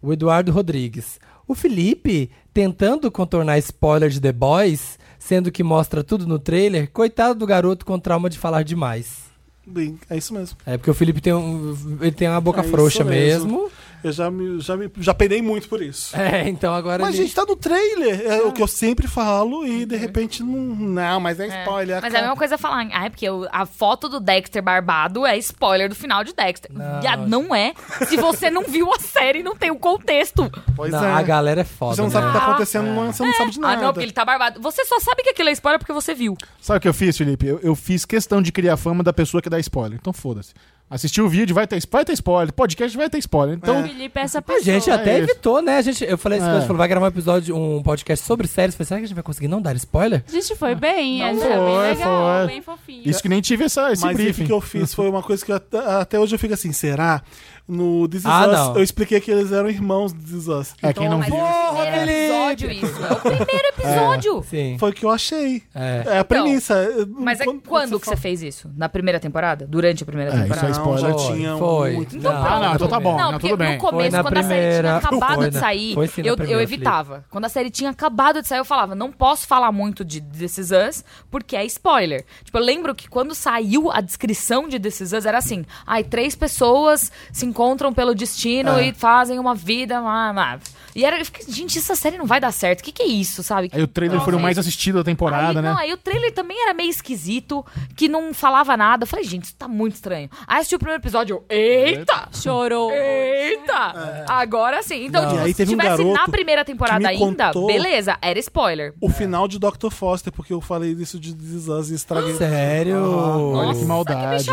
C: O Eduardo Rodrigues. O Felipe tentando contornar spoiler de The Boys, sendo que mostra tudo no trailer, coitado do garoto com trauma de falar demais.
A: Bem, é isso mesmo.
C: É porque o Felipe tem, um, ele tem uma boca
A: É isso
C: frouxa
A: mesmo.
C: mesmo.
A: Eu já me, já me já penei muito por isso.
C: É, então agora.
A: Mas,
C: ele-
A: gente, tá no trailer. É o que eu sempre falo e,
D: Uhum.
A: de repente, não... Não, mas é spoiler.
D: Mas é a
A: acaba.
D: mesma coisa falar, ah, é porque o- a foto do Dexter barbado é spoiler do final de Dexter.
C: Não.
D: Viado, não é. Se você não viu a série, não tem o contexto.
A: Pois
C: não,
A: é.
C: a galera é foda.
A: Você não sabe o que
C: né?
A: tá acontecendo, não- você não sabe de
D: Ah,
A: nada.
D: não, porque ele tá barbado. Você só sabe que aquilo é spoiler porque você viu.
E: Sabe o que eu fiz, Felipe? Eu, eu fiz questão de criar fama da pessoa que dá spoiler. Então foda-se. Assistir o vídeo, vai ter, spo- vai ter spoiler. Podcast vai ter spoiler. Então,
B: Felipe é
A: tá
B: essa
C: A
B: pessoa.
C: gente até
E: isso.
C: evitou, né? A gente, eu falei, esse
E: É.
C: coisa, falou, vai gravar um episódio, um podcast sobre séries. Eu Falei, será que a gente vai conseguir não dar spoiler?
B: A gente foi bem, a gente
E: foi,
B: foi, bem legal,
E: foi.
B: bem fofinho.
E: isso que nem tive essa, esse
A: Mas o
E: briefing.
A: que eu fiz foi uma coisa que eu até, até hoje eu fico assim, será? No This Is
C: Ah,
A: Us,
C: não.
A: eu expliquei que eles eram irmãos do This Is Us.
E: É, quem não
D: Mas
E: viu.
D: é o
C: Porra,
D: primeiro
C: Felipe!
D: episódio isso. É o primeiro episódio.
C: Sim.
A: Foi o que eu achei.
C: É.
A: É a premissa.
D: Então, Mas é quando, que você
A: fala-
D: fez isso? Na primeira temporada? Durante a primeira
E: É, isso
D: temporada?
E: aí.
A: Não, já
C: Foi,
A: tinha um
C: foi.
A: muito.
D: Então
C: Não,
D: pronto.
E: Ah, não, então tá bom.
D: Não,
E: não,
D: porque
E: tudo bem.
D: no começo,
C: na
D: quando a série tinha
C: primeira.
D: acabado
C: Foi
D: de
C: na-
D: sair,
C: foi sim na
D: eu, eu
C: primeira, Felipe.
D: evitava. Quando a série tinha acabado de sair, eu falava, não posso falar muito de This Is Us, porque é spoiler. Tipo, eu lembro que quando saiu a descrição de This Is Us, era assim, ai, três pessoas se encontram pelo destino
C: É.
D: e fazem uma vida... Lá, lá." E era, eu fiquei, gente, essa série não vai dar certo. O que, que é isso, sabe?
E: Aí o trailer foi o mais assistido da temporada,
D: aí,
E: né?
D: Não, é aí o trailer também era meio esquisito, que não falava nada. Eu falei, gente, isso tá muito estranho. Aí assisti o primeiro episódio, eu, eita!
B: Chorou.
D: Eita! Agora sim. Então,
C: Não.
D: tipo,
A: E aí
D: se
A: teve um
D: tivesse
A: garoto
D: na primeira
A: que
D: temporada
A: me
D: ainda,
A: contou-
D: beleza, era spoiler.
A: O final de Dr. Foster, porque eu falei isso de This Is Us e estraguei.
C: Sério?
E: Olha que maldade.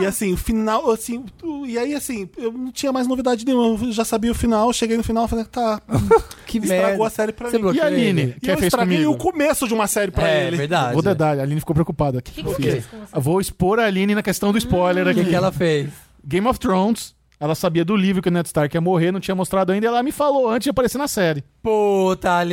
A: E assim, o final, assim, tu- e aí assim, eu não tinha mais novidade nenhuma, eu já sabia o final, cheguei no final, falei, tá,
C: que
A: estragou
C: merda.
A: a série pra
C: Você
A: mim.
E: e
C: bloqueou
E: a Aline?
C: ele?
A: E
E: Que
A: eu
E: fez
A: estraguei
E: comigo?
A: o começo de uma série pra
C: É,
A: ele.
C: verdade.
E: Vou dedar, a Aline ficou preocupada. O que, que eu fiz? Eu Vou expor a Aline na questão do spoiler
C: O
E: aqui.
C: que, que ela fez?
E: Game of Thrones, ela sabia do livro que o Ned Stark ia morrer, não tinha mostrado ainda, e ela me falou antes de aparecer na série.
C: Puta,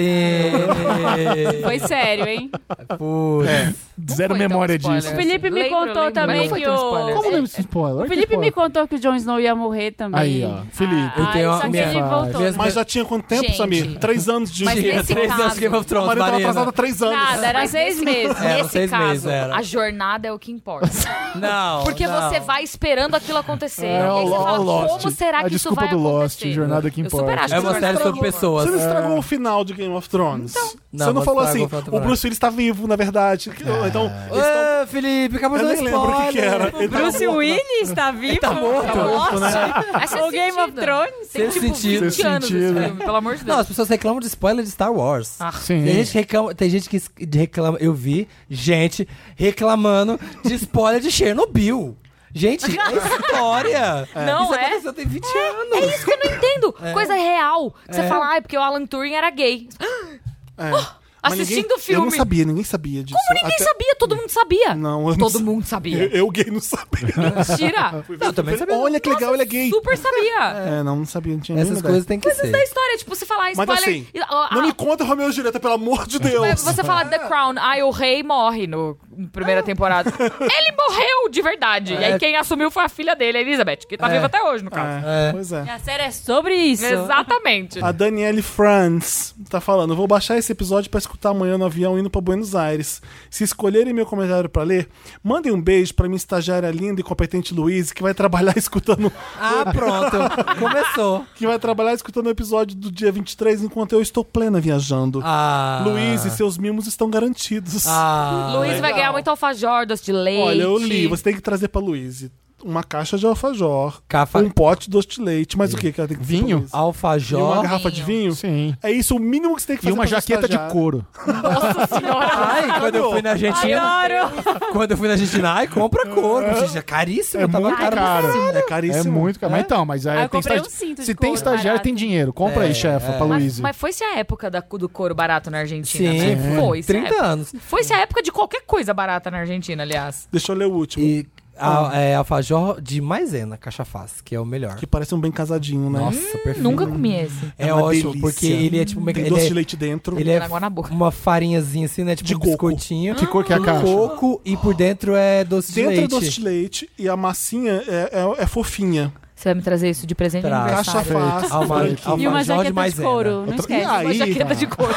C: Aline!
B: Foi sério, hein?
C: Putz.
A: É.
E: Zero memória disso.
B: O Felipe me
D: assim. Lembro,
B: contou
D: lembro.
B: também
D: Mas não foi
B: que
D: tão
B: o...
D: spoiler. um assim. Como
E: lembro desse spoiler?
B: O
E: Olha que
B: Felipe me
E: spoiler.
B: contou que o Jon Snow ia morrer
E: Aí,
B: também.
E: ó. Felipe.
D: Ah,
B: Eu tenho Ai, só que
C: minha-
B: ele voltou.
C: minha-
A: Mas já tinha quanto tempo,
B: Gente,
A: Samir? Três anos de
D: mas
A: Tinha
D: nesse
A: três
D: caso-
A: anos.
C: Game of Thrones,
A: A Marina tava
C: Marina.
A: atrasada há três anos.
B: Nada, era
D: Mas
B: seis
D: nesse-
B: meses.
C: Eram
D: Nesse
C: seis
D: caso,
C: meses, era.
D: a jornada é o que importa.
C: Não.
D: Porque
C: não.
D: você vai esperando aquilo acontecer.
E: É,
D: e ah, aí
E: o,
D: você
E: o
D: fala,
E: Lost.
D: como será
E: a
D: que isso
E: desculpa
D: vai
E: do Lost,
D: acontecer?
E: jornada que
D: Eu super
E: importa.
D: acho
C: É
D: que
C: uma
D: jornada-
C: série sobre pessoas. É.
A: Você não estragou o final de Game of Thrones.
C: Não,
A: você não
C: mas
A: falou assim,
C: estragou o final Ah.
A: o Bruce Willis tá vivo, na verdade. Então, eles tão-
C: Ô, Felipe, acabou de
A: Eu
C: dar
A: nem lembro o que que
C: spoiler.
A: era. Ele tava
B: Bruce
A: morto, né?
B: Willis tá vivo?
C: tá morto.
B: Tá morto,
D: Mas faz
B: O Game of
D: é sentido.
B: Thrones?
D: Tem
C: Sexto
D: tipo 20
C: sentido.
E: Sexto
D: anos esse
E: sentido.
D: filme, pelo amor de
C: Não,
D: Deus.
C: as pessoas reclamam de spoiler de Star Wars.
D: Ah.
E: Sim.
C: Tem gente, que reclama, tem gente que es- reclama. Eu vi gente reclamando de spoiler de Chernobyl. Gente, é história.
D: Não
C: Isso
D: é?
C: aconteceu tem 20 anos.
D: É isso que eu não entendo. Coisa real. Que Você fala, ah, é porque o Alan Turing era gay.
A: É. Mas
D: assistindo
A: ninguém-
D: o filme.
A: Eu não sabia, ninguém sabia disso.
D: Como ninguém
A: Até-
D: sabia? Todo mundo sabia.
A: Não, eu não
D: Todo
A: sa-
D: mundo
A: Eu,
D: sabia.
A: eu gay não sabia.
D: Mentira.
C: Não, eu também sabia.
A: É. Olha que legal, ele é gay.
D: Super sabia.
A: É, não, não sabia, não tinha
C: Essas
A: nenhuma
C: coisas têm que
D: Coisas da
C: ser.
D: história, tipo, você falar,
A: Mas
D: spoiler.
A: assim,
D: e- ah,
A: ideia. Não
D: ah,
A: me conta Romeu e Julieta, pelo amor de
D: Mas
A: Deus. É,
D: Você fala The Crown, ai, o rei morre no na primeira temporada. Ele morreu de verdade. E aí quem assumiu foi a filha dele, a Elizabeth, que tá
C: É.
D: viva até hoje, no caso.
A: É,
C: É.
A: Pois é.
B: E a série é sobre isso.
D: Exatamente.
A: A Danielle Franz tá falando: vou baixar esse episódio pra escutar amanhã no avião indo pra Buenos Aires. Se escolherem meu comentário pra ler, mandem um beijo pra minha estagiária linda e competente Luiz, que vai trabalhar escutando
C: Ah, pronto. Começou.
A: que vai trabalhar escutando o episódio do dia 23 enquanto eu estou plena viajando.
C: Ah.
A: Luiz e seus mimos estão garantidos.
C: Ah.
D: Luiz vai ganhar muito alfajor, doce de leite.
A: Olha, eu li, você tem que trazer pra Luiz uma caixa de alfajor,
C: Cafa-
A: um pote de doce de leite, mais o que que ela tem que
E: Vinho?
A: fazer pra Luiz? E uma
C: Alfajor.
A: garrafa de vinho?
E: Sim.
A: É isso o mínimo que você tem que
E: E
A: fazer
E: uma
A: pra sua
E: jaqueta de
A: estagiária.
E: couro.
C: Ai, quando eu fui na Argentina.
B: Adoro.
C: Quando eu fui na Argentina, ai, compra couro. Gente, é caríssimo.
E: É
C: tava
E: muito
C: caro.
E: caro.
A: É
E: É
A: caríssimo.
E: muito caro. Mas então, mas aí
B: Ah, eu
E: tem
B: comprei um
E: estagi-
B: cinto de
E: Se tem
B: couro
E: estagiário,
B: barato.
E: tem dinheiro. Compra aí, chefa, pra
D: Mas,
E: Luiz.
D: mas foi-se a época da- do couro barato na Argentina,
C: Sim,
D: né? Foi.
C: foi. 30 anos.
D: Foi-se a época de qualquer coisa barata na Argentina, aliás.
A: Deixa eu ler o último.
C: E a, é, alfajor de maisena, cachafaz, que é o melhor.
A: Que parece um bem casadinho, né?
C: Nossa, perfeito.
D: Hum, Nunca comi esse.
C: É,
A: É uma
C: ótimo,
A: delícia.
C: porque ele é tipo... uma-
A: Tem
C: ele
A: doce
C: é-
A: de leite dentro.
C: Ele é
D: Água na boca.
C: uma farinhazinha assim, né? Tipo
A: De
C: um
A: coco.
C: biscoitinho.
E: Que cor que é a
C: Com
E: caixa?
C: coco e por dentro é doce
A: Dentro
C: de
A: é
C: leite.
A: doce de leite e a massinha é, é- é fofinha.
D: Você vai me trazer isso de presente
C: Traz.
D: de
A: Caixa
D: aniversário.
A: fácil.
C: Ah, é Alma-
A: branquinha.
C: alma-
B: E uma
C: Jorge
B: jaqueta de
C: Maisena.
B: couro, não
A: E
B: esquece.
D: Uma
A: aí,
D: jaqueta de couro.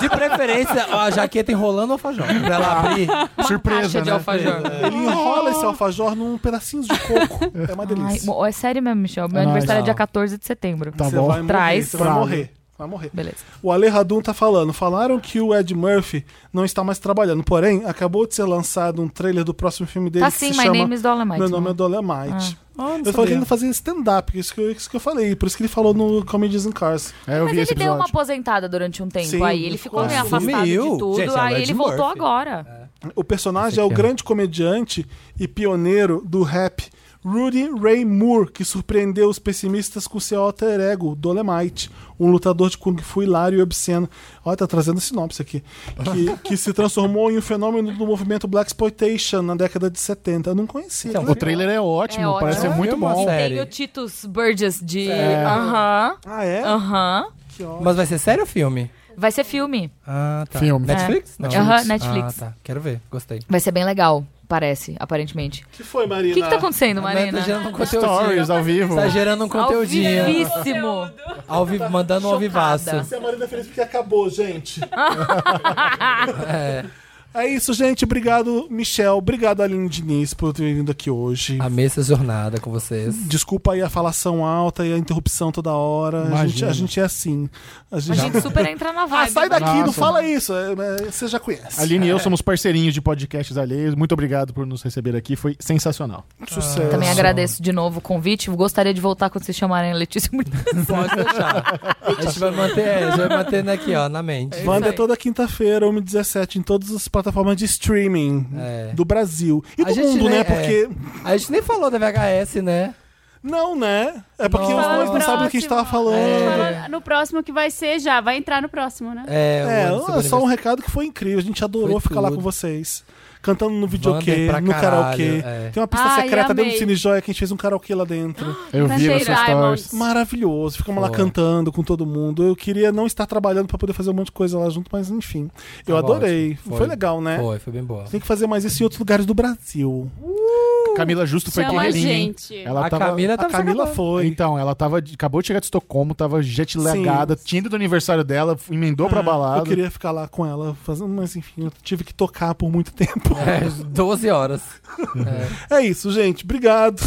C: De preferência, a jaqueta enrolando o alfajor. Pra ela abrir.
E: Surpresa,
D: Caixa de
E: né?
D: alfajor.
A: ele enrola esse alfajor num pedacinho de coco. É uma
D: Ai,
A: delícia.
D: mo- é sério mesmo, Michel. Meu
E: Ah,
D: aniversário é dia
C: não.
D: 14 de setembro.
E: Tá
A: Você
E: bom.
A: vai morrer,
D: Traz.
A: Você vai
E: Fala.
A: morrer. Vai morrer.
D: Beleza.
A: O Ale Radun tá falando. Falaram que o Ed Murphy não está mais trabalhando. Porém, acabou de ser lançado um trailer do próximo filme dele
D: Tá
A: que
D: sim,
A: se
D: My
A: chama
D: Name is Dolomite. né?
A: Meu nome é
D: mano.
A: Dolemite.
C: Ah, não
A: eu tô
C: sabia.
A: querendo fazer stand-up, isso que, eu, isso que eu falei. Por isso que ele falou no Comedies in Cars.
E: É, eu
D: Mas
E: vi
D: ele
E: esse
D: deu uma
E: episódio.
D: aposentada durante um tempo
A: Sim,
D: aí.
A: ele
D: Ele ficou
A: ficou
D: meio
C: assim.
D: afastado
C: Sumiu.
D: de tudo.
C: Gente, é o
D: aí
C: Ed
D: ele voltou
C: Murphy.
D: agora.
A: O personagem
C: Esse
A: é o
C: aqui, um ó.
A: grande comediante e pioneiro do rap Rudy Ray Moore, que surpreendeu os pessimistas com seu alter ego, Dolemite, um lutador de kung fu hilário e obsceno. Olha, tá trazendo sinopse aqui. Que, que se transformou em um fenômeno do movimento Black Exploitation na década de 70. Eu não conhecia.
C: Então,
E: O trailer é ótimo,
D: É ótimo.
E: parece ser
D: É
E: muito
C: uma
E: bom.
C: série.
D: Tem o Titus Burgess de. Aham.
A: É. Ah, é?
D: Aham.
C: Mas vai ser sério o filme?
D: Vai ser filme. É.
C: Ah, tá.
E: Filme.
C: Netflix? Não.
D: Aham, Netflix.
C: Ah, tá. Quero ver. Gostei.
D: Vai ser bem legal, parece, aparentemente.
A: O que foi, Marina?
D: O que, que tá acontecendo,
C: Tá
A: é
D: Marina?
C: gerando um conteúdinho.
E: Stories ao vivo.
C: Tá gerando um conteúdinho.
D: Vivíssimo.
C: Ao vivo, mandando um ao vivaço.
A: Se a Marina é feliz porque acabou, gente. é. isso, gente. Obrigado, Michel. Obrigado, Aline Diniz, por ter vindo aqui hoje.
C: Amei essa jornada com vocês.
A: Desculpa aí a falação alta e a interrupção toda hora. A
E: Imagina.
A: gente, a gente é assim. A
D: A
A: gente...
D: gente super entra na
A: Ah,
D: vibe.
A: sai daqui, não
E: Nossa.
A: fala isso. É, é, Você já conhece.
E: Aline e
B: é.
E: eu somos parceirinhos de podcasts alheios. Muito obrigado por nos receber aqui, foi sensacional.
A: Sucesso.
D: Também agradeço de novo o convite. Gostaria de voltar quando vocês chamarem a Letícia. Muito
C: Pode deixar. A gente vai manter, é, a gente vai mantendo aqui, ó, na mente.
A: Wanda é
D: aí.
A: toda quinta-feira, 1h17, em todas as plataformas de streaming
C: É.
A: do Brasil. E
C: A
A: do
C: gente
A: mundo,
C: nem-
A: né?
C: é.
A: Porque.
C: A gente nem falou da VHS, né?
A: Não, né? É porque os dois não sabem do que a gente tava falando.
B: Fala No próximo que vai ser já, vai entrar no próximo, né?
A: É, é só um recado que foi incrível. A gente adorou ficar lá com vocês. Cantando no videokê,
C: Wander é pra
A: no karaokê.
C: caralho, é.
A: Tem uma pista
B: Ai,
A: secreta dentro do
B: amei.
A: Cine Joia que a gente fez um karaokê lá dentro.
E: Eu vi
B: Cantei
E: essas
B: Diamonds.
E: stories.
A: Maravilhoso, ficamos lá
E: Foi.
A: cantando com todo mundo. Eu queria não estar trabalhando pra poder fazer um monte de coisa lá junto, mas enfim. Eu
C: Tava
A: adorei.
C: ótimo.
A: Foi. legal, né?
C: Foi, foi bem boa.
A: Tem que fazer mais isso em outros lugares do Brasil.
E: Camila Justo foi
B: Uh, Chama a
E: guerreirinha. hein? É
B: gente.
E: Ela
C: A
E: tava...
C: Camila
A: A
C: tava
A: Camila
C: sacando-
A: foi.
E: Então, ela tava, de- acabou de chegar de Estocolmo, tava jet lagada, tinha ido do aniversário dela, f- emendou
B: Ah,
E: pra
A: É,
E: balada.
A: Eu queria ficar lá com ela fazendo, mas enfim, eu tive que tocar por muito tempo.
C: É, 12 horas.
A: É, isso, gente. Obrigado.